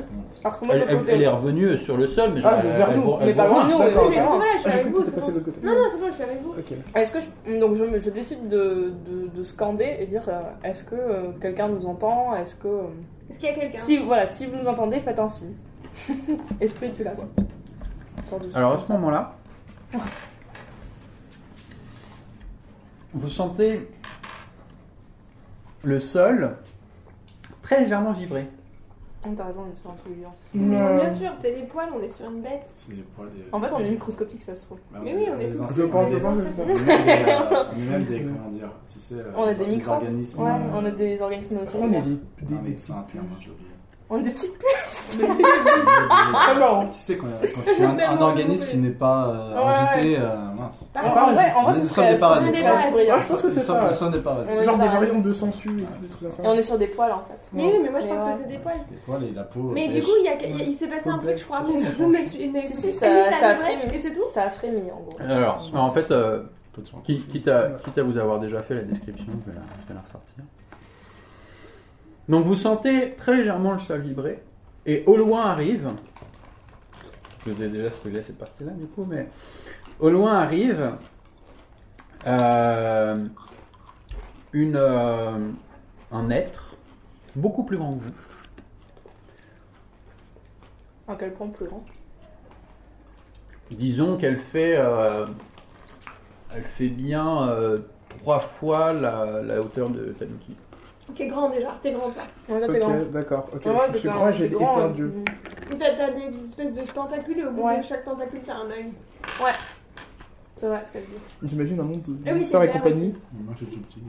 Speaker 4: Parce que moi, de
Speaker 3: elle,
Speaker 4: l'autre
Speaker 3: elle-
Speaker 4: côté-
Speaker 3: elle est revenue sur le sol, mais genre,
Speaker 1: Ah,
Speaker 3: elle,
Speaker 1: vers
Speaker 3: elle
Speaker 1: nous.
Speaker 3: vous- elle
Speaker 4: Mais
Speaker 3: vous
Speaker 4: pas loin
Speaker 3: rejoint.
Speaker 4: de nous.
Speaker 1: D'accord,
Speaker 4: oui,
Speaker 1: ok.
Speaker 4: mais
Speaker 2: Mais
Speaker 4: non.
Speaker 2: voilà, je suis
Speaker 1: Ah, j'ai
Speaker 2: avec
Speaker 1: cru que
Speaker 2: vous.
Speaker 1: t'étais
Speaker 2: c'est
Speaker 1: passé de
Speaker 2: bon.
Speaker 1: l'autre côté.
Speaker 2: Non, non, c'est bon, je suis avec vous.
Speaker 1: Ok.
Speaker 4: Est-ce que je, donc je, me- je décide de, de, de scander et dire euh, est-ce que euh, quelqu'un nous entend Est-ce que euh,
Speaker 2: Est-ce qu'il y a quelqu'un
Speaker 4: si voilà si vous nous entendez faites un signe. Esprit tu là quoi. Sors de-
Speaker 3: Alors à ce moment-là, vous sentez le sol très légèrement vibrer.
Speaker 4: Oh, T'as raison, on est sur un truc vivant.
Speaker 2: Mais
Speaker 1: Non.
Speaker 2: Bien sûr, c'est des poils, on est sur une bête.
Speaker 5: C'est les poils des-
Speaker 4: En fait on est microscopique ça se trouve.
Speaker 5: Bah,
Speaker 2: Mais oui, on est
Speaker 5: des
Speaker 2: tous-
Speaker 5: insectes,
Speaker 1: Je pense, je
Speaker 5: des-
Speaker 1: pense que c'est ça.
Speaker 5: On est même des, euh, on est même des, comment dire, tu sais, euh,
Speaker 4: On est des
Speaker 5: des
Speaker 4: microbes.
Speaker 5: organismes.
Speaker 4: Ouais,
Speaker 5: euh,
Speaker 4: on a des organismes aussi.
Speaker 1: Ah, On est des- des-
Speaker 5: Non,
Speaker 1: des
Speaker 5: mais
Speaker 1: petits
Speaker 5: c'est un terme, j'ai oublié.
Speaker 4: On est des petites puces.
Speaker 1: marrant.
Speaker 5: Tu sais, quand euh, quand tu as
Speaker 4: J'aime
Speaker 5: un,
Speaker 4: Ah tellement
Speaker 5: un organisme
Speaker 4: vous
Speaker 5: qui n'est pas euh,
Speaker 4: Ouais,
Speaker 5: invité, euh, mince.
Speaker 4: En,
Speaker 2: Par
Speaker 4: en
Speaker 2: contre,
Speaker 4: vrai, en vrai, ce
Speaker 5: Nous
Speaker 4: serait
Speaker 5: sommes des parasites.
Speaker 4: ce serait brillant.
Speaker 1: Ah, je pense que c'est
Speaker 5: Nous sommes-
Speaker 1: ça,
Speaker 5: Nous sommes des parasites.
Speaker 4: Ouais.
Speaker 1: Genre des
Speaker 4: Pareil.
Speaker 1: variantes de sensu et tout, des trucs comme
Speaker 4: Et on
Speaker 1: ça.
Speaker 4: est sur des poils en fait.
Speaker 2: Mais oui, mais moi, je
Speaker 4: Mais
Speaker 2: pense
Speaker 4: ouais.
Speaker 2: que c'est des poils.
Speaker 5: Les poils et la peau. euh,
Speaker 2: Mais
Speaker 5: pêche.
Speaker 2: du coup, il, y a- il y a- il s'est passé un
Speaker 1: Faut
Speaker 2: truc,
Speaker 1: pas-
Speaker 2: je crois,
Speaker 1: faut
Speaker 2: mais
Speaker 1: pas-
Speaker 2: personne n'a su. n'a
Speaker 4: Si,
Speaker 2: écouté.
Speaker 4: si,
Speaker 2: Ah,
Speaker 4: ça, ça a
Speaker 2: devrait-
Speaker 4: frémi.
Speaker 2: Et c'est tout
Speaker 4: Ça a frémi en gros.
Speaker 3: Alors en fait, euh,
Speaker 5: Peu de soin.
Speaker 3: qui- quitte, à, quitte à vous avoir déjà fait la description, je vais la, je vais la ressortir. Donc vous sentez très légèrement le sol vibrer, et au loin arrive, je vous ai déjà spoilé cette partie-là du coup, mais au loin arrive euh, une, euh, un être beaucoup plus grand que vous.
Speaker 4: À quel point plus grand
Speaker 3: Disons qu'elle fait, euh, elle fait bien euh, trois fois la, la hauteur de Tanuki.
Speaker 2: T'es grand déjà, t'es grand toi.
Speaker 4: Ouais, toi, t'es grand.
Speaker 1: Ok, d'accord. Ok,
Speaker 4: Ouais,
Speaker 1: je- je
Speaker 4: t'es
Speaker 1: suis grand, j'ai
Speaker 4: t'es
Speaker 1: des
Speaker 4: grand,
Speaker 1: plein
Speaker 4: hein.
Speaker 1: d'yeux.
Speaker 2: Et T'as t'as des espèces de tentacules et au bout
Speaker 4: Ouais.
Speaker 2: de chaque tentacule, t'as un œil.
Speaker 4: C'est vrai ce que je dis.
Speaker 1: J'imagine un monde où
Speaker 2: Ah oui,
Speaker 1: sœur
Speaker 2: j'ai
Speaker 1: et
Speaker 2: peur
Speaker 1: compagnie.
Speaker 5: Moi, je suis tout petit.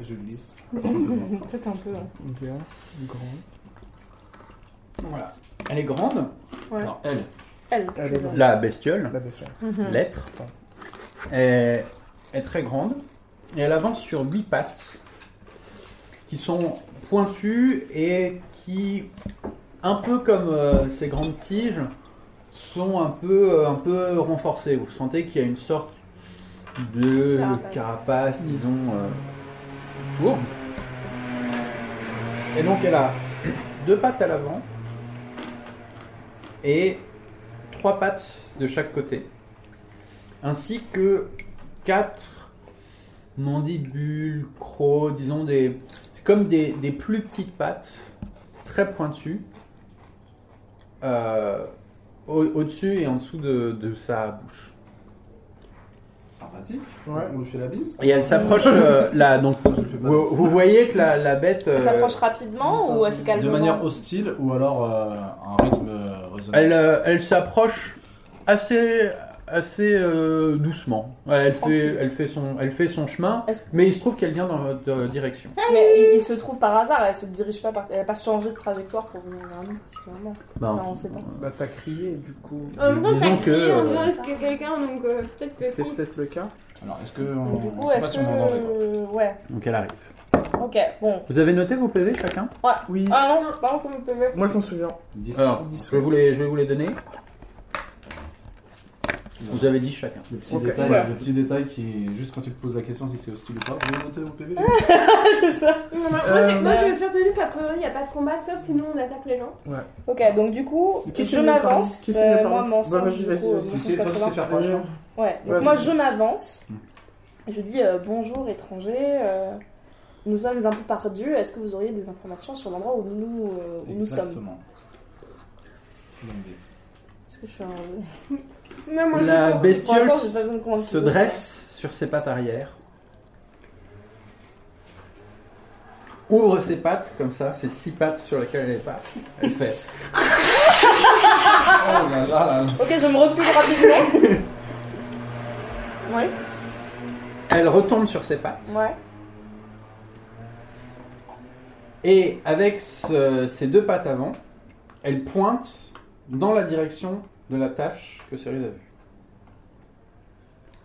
Speaker 1: Et Je glisse.
Speaker 4: Peut-être un peu. hein.
Speaker 1: Ok, grand.
Speaker 3: Voilà. Elle est grande.
Speaker 4: Ouais.
Speaker 5: Alors, elle,
Speaker 4: Elle.
Speaker 1: Elle est
Speaker 3: La bestiole,
Speaker 1: La bestiole.
Speaker 4: Mhm.
Speaker 3: l'être, est, est très grande. Et elle avance sur huit pattes qui sont pointues et qui, un peu comme euh, ces grandes tiges, sont un peu, euh, un peu renforcées. Vous sentez qu'il y a une sorte de
Speaker 4: Carapace.
Speaker 3: carapace, disons, euh, autour. Et donc elle a deux pattes à l'avant et trois pattes de chaque côté, ainsi que quatre mandibules, crocs, disons des, c'est comme des, des plus petites pattes très pointues euh, au- au-dessus et en dessous de, de sa bouche.
Speaker 5: sympathique.
Speaker 1: Ouais.
Speaker 5: On lui fait la bise.
Speaker 3: Et elle s'approche euh, là, donc
Speaker 5: Je le fais pas
Speaker 3: vous, vous voyez que la, la bête, euh,
Speaker 4: Elle s'approche rapidement ou assez calmement
Speaker 5: De manière hostile ou alors euh, un rythme euh, raisonnable.
Speaker 3: elle, euh, elle s'approche assez, assez euh, doucement. Ouais, Elle fait,
Speaker 4: Tranquille.
Speaker 3: elle fait son, elle fait son chemin,
Speaker 4: Est-ce-
Speaker 3: mais il se trouve qu'elle vient dans votre euh, direction.
Speaker 4: Ah Mais il, il se trouve par hasard, elle se dirige pas, par... elle a pas changé de trajectoire pour venir vers nous. sûrement.
Speaker 3: Bah,
Speaker 4: Ça, on sait pas.
Speaker 1: Bah t'as crié du coup.
Speaker 2: En même temps,
Speaker 3: Disons
Speaker 2: t'as
Speaker 3: que,
Speaker 2: crié en
Speaker 3: euh,
Speaker 2: disant est-ce que quelqu'un, donc euh, peut-être que
Speaker 1: C'est
Speaker 2: si.
Speaker 1: peut-être le cas.
Speaker 5: Alors, est-ce que.
Speaker 4: Donc, du
Speaker 5: on- on
Speaker 4: coup,
Speaker 5: sait
Speaker 4: est-ce
Speaker 5: pas
Speaker 4: que.
Speaker 5: si on est en danger quoi.
Speaker 4: ouais,
Speaker 3: Donc elle arrive.
Speaker 4: ok, bon.
Speaker 3: Vous avez noté vos PV chacun
Speaker 1: Oui.
Speaker 4: Ah non, par contre, vous pouvez.
Speaker 1: Moi je m'en souviens.
Speaker 5: Dix.
Speaker 3: Alors,
Speaker 1: Dix.
Speaker 3: je vais, vous les, je vais vous les donner. Vous avez 10 chacun.
Speaker 5: Le petit,
Speaker 1: Ok.
Speaker 5: détail,
Speaker 4: Voilà.
Speaker 5: le petit détail qui est juste quand tu te poses la question si c'est hostile ou pas, vous le notez au PV les gars
Speaker 4: C'est ça.
Speaker 2: Non, non, moi,
Speaker 1: Euh,
Speaker 2: j'ai- moi, je
Speaker 4: merde.
Speaker 2: me suis retenu qu'a priori, il n'y a pas de combat, sauf sinon on attaque les gens.
Speaker 4: Ok, donc du coup,
Speaker 1: Qui c'est
Speaker 4: je
Speaker 1: mieux,
Speaker 4: m'avance.
Speaker 1: pardon Qui c'est mieux,
Speaker 4: Euh,
Speaker 1: pardon
Speaker 4: moi, mensonge.
Speaker 1: Bah, vas-y,
Speaker 4: du
Speaker 1: vas-y,
Speaker 4: coup, euh,
Speaker 1: vas-y.
Speaker 4: mensonge
Speaker 5: Tu sais, toi, tu
Speaker 4: 80.
Speaker 5: sais faire proche. hein.
Speaker 4: Ouais, donc
Speaker 1: Ouais,
Speaker 4: moi
Speaker 1: vas-y.
Speaker 4: je m'avance.
Speaker 5: Mm.
Speaker 4: Je dis euh, bonjour étranger, euh, nous sommes un peu perdus, est-ce que vous auriez des informations sur l'endroit où nous, euh, où nous sommes
Speaker 5: Exactement. Bonne idée.
Speaker 4: Est-ce que je suis un...
Speaker 2: Non, moi,
Speaker 3: La
Speaker 2: je
Speaker 4: Pour
Speaker 3: bestiole
Speaker 4: l'instant, j'ai pas besoin de convaincre
Speaker 3: se
Speaker 4: les autres.
Speaker 3: dresse sur ses pattes arrière. Ouvre ses pattes comme ça, ses six pattes sur lesquelles elle est pas. Elle fait.
Speaker 5: Oh là là là
Speaker 4: Ok, je me repule rapidement. ouais,
Speaker 3: Elle retombe sur ses pattes.
Speaker 4: ouais.
Speaker 3: Et avec ce- ses deux pattes avant, elle pointe dans la direction de la tâche que Cerise a vue.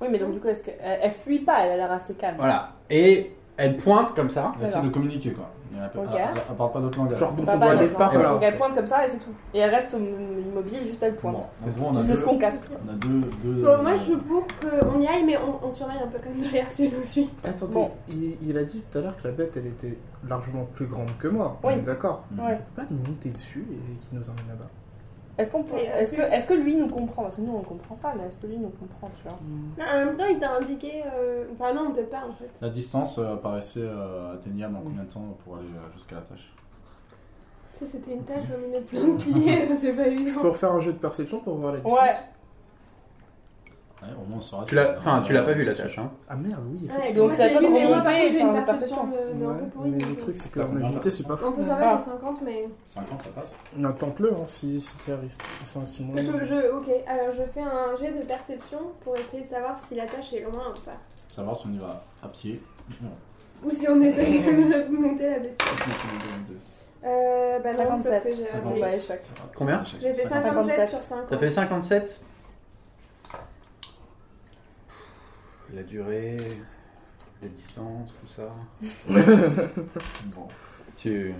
Speaker 4: Oui, mais donc du coup, est-ce que... elle, elle fuit pas, elle a l'air assez calme.
Speaker 3: Voilà. Et elle pointe comme ça.
Speaker 5: Elle essaie de communiquer quoi. Mais Elle,
Speaker 4: Ok.
Speaker 5: elle- ah, elle parle pas d'autre langage.
Speaker 1: Genre donc
Speaker 4: Pas
Speaker 1: on voit
Speaker 4: mal,
Speaker 1: des
Speaker 4: genre.
Speaker 1: parts
Speaker 3: Et
Speaker 1: là.
Speaker 4: Donc elle pointe comme ça et c'est tout. Et elle reste immobile, juste elle
Speaker 5: Bon,
Speaker 4: pointe.
Speaker 5: en gros, on a
Speaker 4: C'est
Speaker 5: deux.
Speaker 4: ce qu'on capte.
Speaker 5: On a deux. deux-
Speaker 2: Bon, moi, je suis pour qu'on y aille, mais on, on surveille un peu comme derrière si je nous suit.
Speaker 1: Attendez,
Speaker 4: Bon.
Speaker 1: il, il a dit tout à l'heure que la bête elle était largement plus grande que moi.
Speaker 4: Oui.
Speaker 1: On est d'accord.
Speaker 5: Mm.
Speaker 4: Ouais.
Speaker 1: On peut pas nous monter dessus et qui nous emmène là-bas.
Speaker 4: Est-ce qu'on peut...
Speaker 2: C'est, euh,
Speaker 4: est-ce que...
Speaker 2: plus-
Speaker 4: est-ce que lui nous comprend Parce que nous, on comprend pas, mais est-ce que lui nous comprend, tu vois
Speaker 2: Non, en même temps, il t'a indiqué. euh, Enfin, non, peut-être pas en fait.
Speaker 5: La distance euh, paraissait euh, atteignable en combien de temps pour aller euh, jusqu'à la tâche
Speaker 2: Ça, c'était une tâche, on mettre plein de piliers, c'est pas
Speaker 1: Je
Speaker 2: évident.
Speaker 1: peux refaire un jeu de perception pour voir la distance.
Speaker 4: Ouais.
Speaker 5: Ouais, au moins on saura.
Speaker 3: Tu
Speaker 5: si-
Speaker 3: l'as, enfin, tu l'as pas vu la
Speaker 5: si-
Speaker 3: tâche, hein.
Speaker 1: Ah merde, oui.
Speaker 2: Ouais,
Speaker 4: donc, c'est à toi de
Speaker 2: mais moi, par
Speaker 4: remonter et
Speaker 2: contre, j'ai
Speaker 4: faire
Speaker 2: une
Speaker 4: des
Speaker 2: perception de- de un peu
Speaker 1: Ouais,
Speaker 2: pourrie,
Speaker 1: mais le
Speaker 2: donc, euh,
Speaker 1: truc c'est que la
Speaker 5: T'as combien
Speaker 1: agilité c'est pas
Speaker 2: On
Speaker 1: fou.
Speaker 2: peut
Speaker 4: Ah.
Speaker 2: savoir, j'ai 50, mais.
Speaker 5: 50, ça passe.
Speaker 1: Non, Tente-le hein, si, si ça arrive. Enfin, si mon-
Speaker 2: Je, je- ok, alors je fais un jet de perception pour essayer de savoir si la tâche est loin ou pas.
Speaker 5: Savoir si on y va à pied. Non.
Speaker 2: Ou si on essaye de monter la baisse.
Speaker 5: Si, si, si, si, si, si.
Speaker 2: Euh, bah non, sauf que
Speaker 4: 57.
Speaker 2: j'ai
Speaker 5: raté.
Speaker 4: Ouais,
Speaker 2: raté.
Speaker 4: échec.
Speaker 5: Ça va,
Speaker 3: Combien
Speaker 5: ça va,
Speaker 2: J'ai fait
Speaker 5: 50.
Speaker 2: 57 sur
Speaker 4: 57.
Speaker 2: 50.
Speaker 3: Ça fait 57. La durée, la distance, tout ça.
Speaker 5: Bon.
Speaker 3: Tu,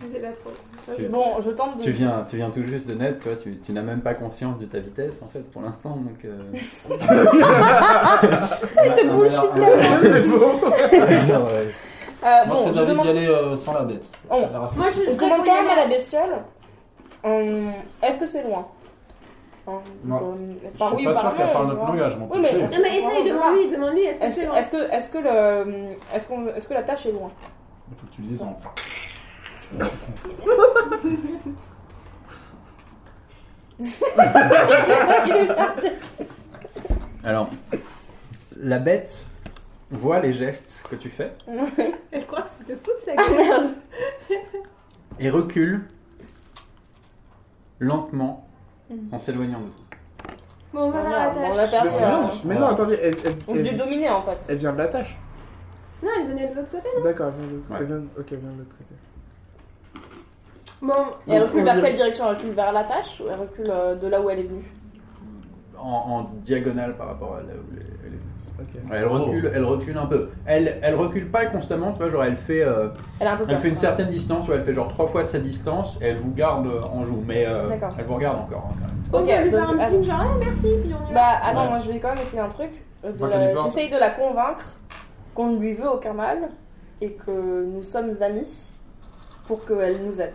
Speaker 2: Je sais pas trop. Moi, je-
Speaker 4: Bon, je tente de...
Speaker 3: tu viens, tu viens tout juste de naître, toi, tu, tu n'as même pas conscience de ta vitesse en fait pour l'instant. Donc, euh,
Speaker 5: Ah,
Speaker 4: bullshit,
Speaker 5: voilà.
Speaker 1: C'est bon.
Speaker 3: genre, euh,
Speaker 4: Euh,
Speaker 5: Moi, je
Speaker 4: bon, je
Speaker 5: serais d'avis
Speaker 4: demande...
Speaker 5: d'y aller euh, sans la bête.
Speaker 4: Oh.
Speaker 5: La race-
Speaker 2: Moi, je,
Speaker 4: Je
Speaker 2: serais
Speaker 4: demande
Speaker 2: pour y
Speaker 4: quand même à
Speaker 2: aller.
Speaker 4: la bestiole. Hum, Est-ce que c'est loin Hum,
Speaker 5: Non.
Speaker 4: hum,
Speaker 5: Je
Speaker 4: Par
Speaker 5: suis
Speaker 4: oui ou
Speaker 5: pas
Speaker 4: par
Speaker 5: sûr
Speaker 4: non,
Speaker 5: qu'elle parle
Speaker 4: tu
Speaker 5: notre
Speaker 4: vois.
Speaker 5: langage, mon
Speaker 4: Oui, mais-
Speaker 5: petit.
Speaker 2: Non, hein, mais essaye, demande-lui, demande-lui, est-ce que
Speaker 4: Est-ce
Speaker 2: c'est
Speaker 4: que,
Speaker 2: loin
Speaker 4: est-ce que, est-ce que le, est-ce qu'on, est-ce que la tâche est loin
Speaker 5: Il faut que tu le dises en.
Speaker 2: Ah,
Speaker 4: Il est parti.
Speaker 3: alors, la bête voit les gestes que tu fais
Speaker 2: Elle croit que tu te fous de sa
Speaker 4: Ah
Speaker 2: gueule.
Speaker 4: merde
Speaker 3: et recule lentement en s'éloignant de vous.
Speaker 2: Bon, on va vers la
Speaker 4: Voilà, bon, on a
Speaker 2: tâche.
Speaker 4: perdu.
Speaker 1: Mais,
Speaker 4: euh,
Speaker 1: non, mais non, attendez, elle, elle-
Speaker 4: On
Speaker 1: elle-
Speaker 4: les dominait en fait.
Speaker 1: elle vient de la tâche.
Speaker 2: Non, elle venait de l'autre côté.
Speaker 1: D'accord, elle vient de l'autre
Speaker 5: Ouais.
Speaker 1: elle vient de- Ok, elle vient de l'autre côté.
Speaker 2: Bon,
Speaker 4: Et elle
Speaker 1: On-
Speaker 4: recule
Speaker 1: on
Speaker 4: vers
Speaker 1: dirait-
Speaker 4: quelle direction Elle recule vers la tâche ou elle recule euh, de là où elle est venue
Speaker 3: En, en diagonale par rapport à là où elle- elle est.
Speaker 1: Ok.
Speaker 3: Elle recule, elle recule un peu. Elle, elle recule pas constamment, tu vois, genre elle fait, euh,
Speaker 4: Elle a un peu
Speaker 3: elle
Speaker 4: peur,
Speaker 3: fait une
Speaker 4: hein.
Speaker 3: certaine distance, ou elle fait genre trois fois sa distance, et elle vous garde euh, en joue, mais euh,
Speaker 4: D'accord.
Speaker 3: elle vous regarde encore. hein, quand même.
Speaker 2: on
Speaker 4: Ok,
Speaker 2: va lui
Speaker 4: donc,
Speaker 2: faire un
Speaker 4: ah,
Speaker 2: petit signe, genre, Eh, merci, puis on y va.
Speaker 4: Bah attends,
Speaker 5: Ouais.
Speaker 4: moi je vais quand même essayer un truc. euh, de
Speaker 5: Moi,
Speaker 4: la-
Speaker 5: t'as du peur.
Speaker 4: J'essaye de la convaincre qu'on ne lui veut aucun mal et que nous sommes amis pour qu'elle nous aide.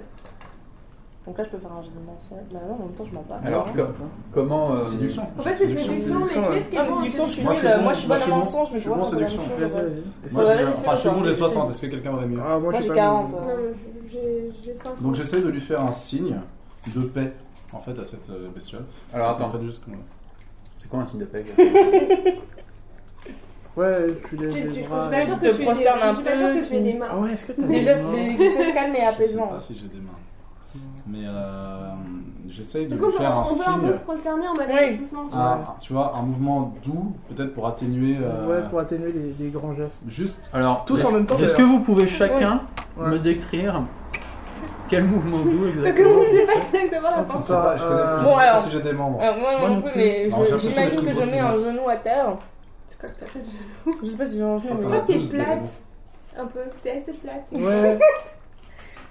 Speaker 4: Donc là, je peux faire un jeu de mensonge. Bah non, en même temps, je mens pas.
Speaker 3: Alors,
Speaker 4: Non.
Speaker 3: co- comment. euh,
Speaker 5: Séduction.
Speaker 2: En fait, c'est
Speaker 5: Séduction.
Speaker 2: séduction, mais
Speaker 1: séduction,
Speaker 2: qui est-ce qui
Speaker 4: Ah,
Speaker 2: est
Speaker 4: mais
Speaker 2: bon en
Speaker 4: séduction, je suis
Speaker 5: Moi, je suis
Speaker 4: nulle.
Speaker 5: bon,
Speaker 4: Moi, je suis
Speaker 5: moi,
Speaker 4: bonne
Speaker 5: je
Speaker 4: en
Speaker 5: suis bon.
Speaker 4: mensonge, mais
Speaker 5: Je suis
Speaker 4: pour
Speaker 5: bon en
Speaker 4: moi, c'est pas la
Speaker 5: séduction.
Speaker 4: même chose,
Speaker 1: Vas-y,
Speaker 4: en fait.
Speaker 1: vas-y. Essaye.
Speaker 5: bah,
Speaker 4: Ouais, vas-y,
Speaker 5: Enfin,
Speaker 4: fais-le,
Speaker 5: chez vous,
Speaker 4: genre,
Speaker 5: les
Speaker 4: c'est-
Speaker 5: 60, est-ce que quelqu'un va mieux
Speaker 1: Ah, moi,
Speaker 4: Moi,
Speaker 1: j'ai
Speaker 4: j'ai
Speaker 1: pas
Speaker 4: 40.
Speaker 1: mis-
Speaker 4: euh.
Speaker 2: Non, mais j'ai- j'ai 5
Speaker 5: Donc j'essaie de lui faire un signe de paix, en fait, à cette euh, bestiole.
Speaker 3: Alors attends,
Speaker 5: Pas juste comme-
Speaker 3: c'est quoi un signe de paix
Speaker 1: hein. Ouais, tu
Speaker 2: Tu- tu-
Speaker 1: les
Speaker 2: Je suis
Speaker 1: les bras.
Speaker 2: pas
Speaker 1: et-
Speaker 2: sûre
Speaker 4: te
Speaker 2: que tu aies des-
Speaker 4: prosterne
Speaker 2: je
Speaker 4: un
Speaker 2: suis pas
Speaker 4: peu,
Speaker 2: sûre que tu aies
Speaker 4: tu-
Speaker 2: des mains.
Speaker 1: Ah ouais, est-ce que t'as
Speaker 4: Des
Speaker 1: des
Speaker 4: gestes,
Speaker 1: mains
Speaker 4: des, des gestes calmes et
Speaker 5: Je sais
Speaker 4: apaisants.
Speaker 5: pas si j'ai des mains. Mais euh, j'essaie de
Speaker 2: Parce
Speaker 5: lui
Speaker 2: qu'on peut,
Speaker 5: faire un
Speaker 2: on peut un peu
Speaker 5: signe,
Speaker 2: se prosterner en mode
Speaker 4: Oui.
Speaker 2: doucement.
Speaker 5: un- tu vois, un mouvement doux, peut-être pour atténuer. euh,
Speaker 1: Ouais, pour atténuer les, les grands gestes.
Speaker 5: Juste.
Speaker 3: Alors,
Speaker 1: Tous en même temps,
Speaker 3: Est-ce que
Speaker 1: d'ailleurs.
Speaker 3: vous pouvez chacun
Speaker 1: Ouais.
Speaker 3: me décrire quel mouvement doux
Speaker 2: Donc, comme
Speaker 3: exactement
Speaker 2: on sait pas exactement la
Speaker 5: Je
Speaker 2: pensée.
Speaker 5: sais pas, je connais
Speaker 1: Euh,
Speaker 5: plus, je
Speaker 4: Bon,
Speaker 5: sais pas
Speaker 4: alors.
Speaker 5: si j'ai des membres.
Speaker 4: Euh, moi,
Speaker 1: Moi
Speaker 4: non
Speaker 1: non
Speaker 4: plus,
Speaker 1: plus.
Speaker 4: mais
Speaker 5: Non,
Speaker 4: je-
Speaker 5: j'ai l'impression
Speaker 4: j'imagine
Speaker 5: d'être
Speaker 4: que
Speaker 5: une
Speaker 4: je mets un
Speaker 5: grosse
Speaker 4: genou à terre.
Speaker 2: C'est quoi que t'as fait de jeu
Speaker 4: Je sais pas si j'ai envie,
Speaker 5: Attends.
Speaker 4: mais.
Speaker 2: Pourquoi t'es
Speaker 5: douze,
Speaker 2: plate Un peu, t'es assez plate.
Speaker 1: Ouais,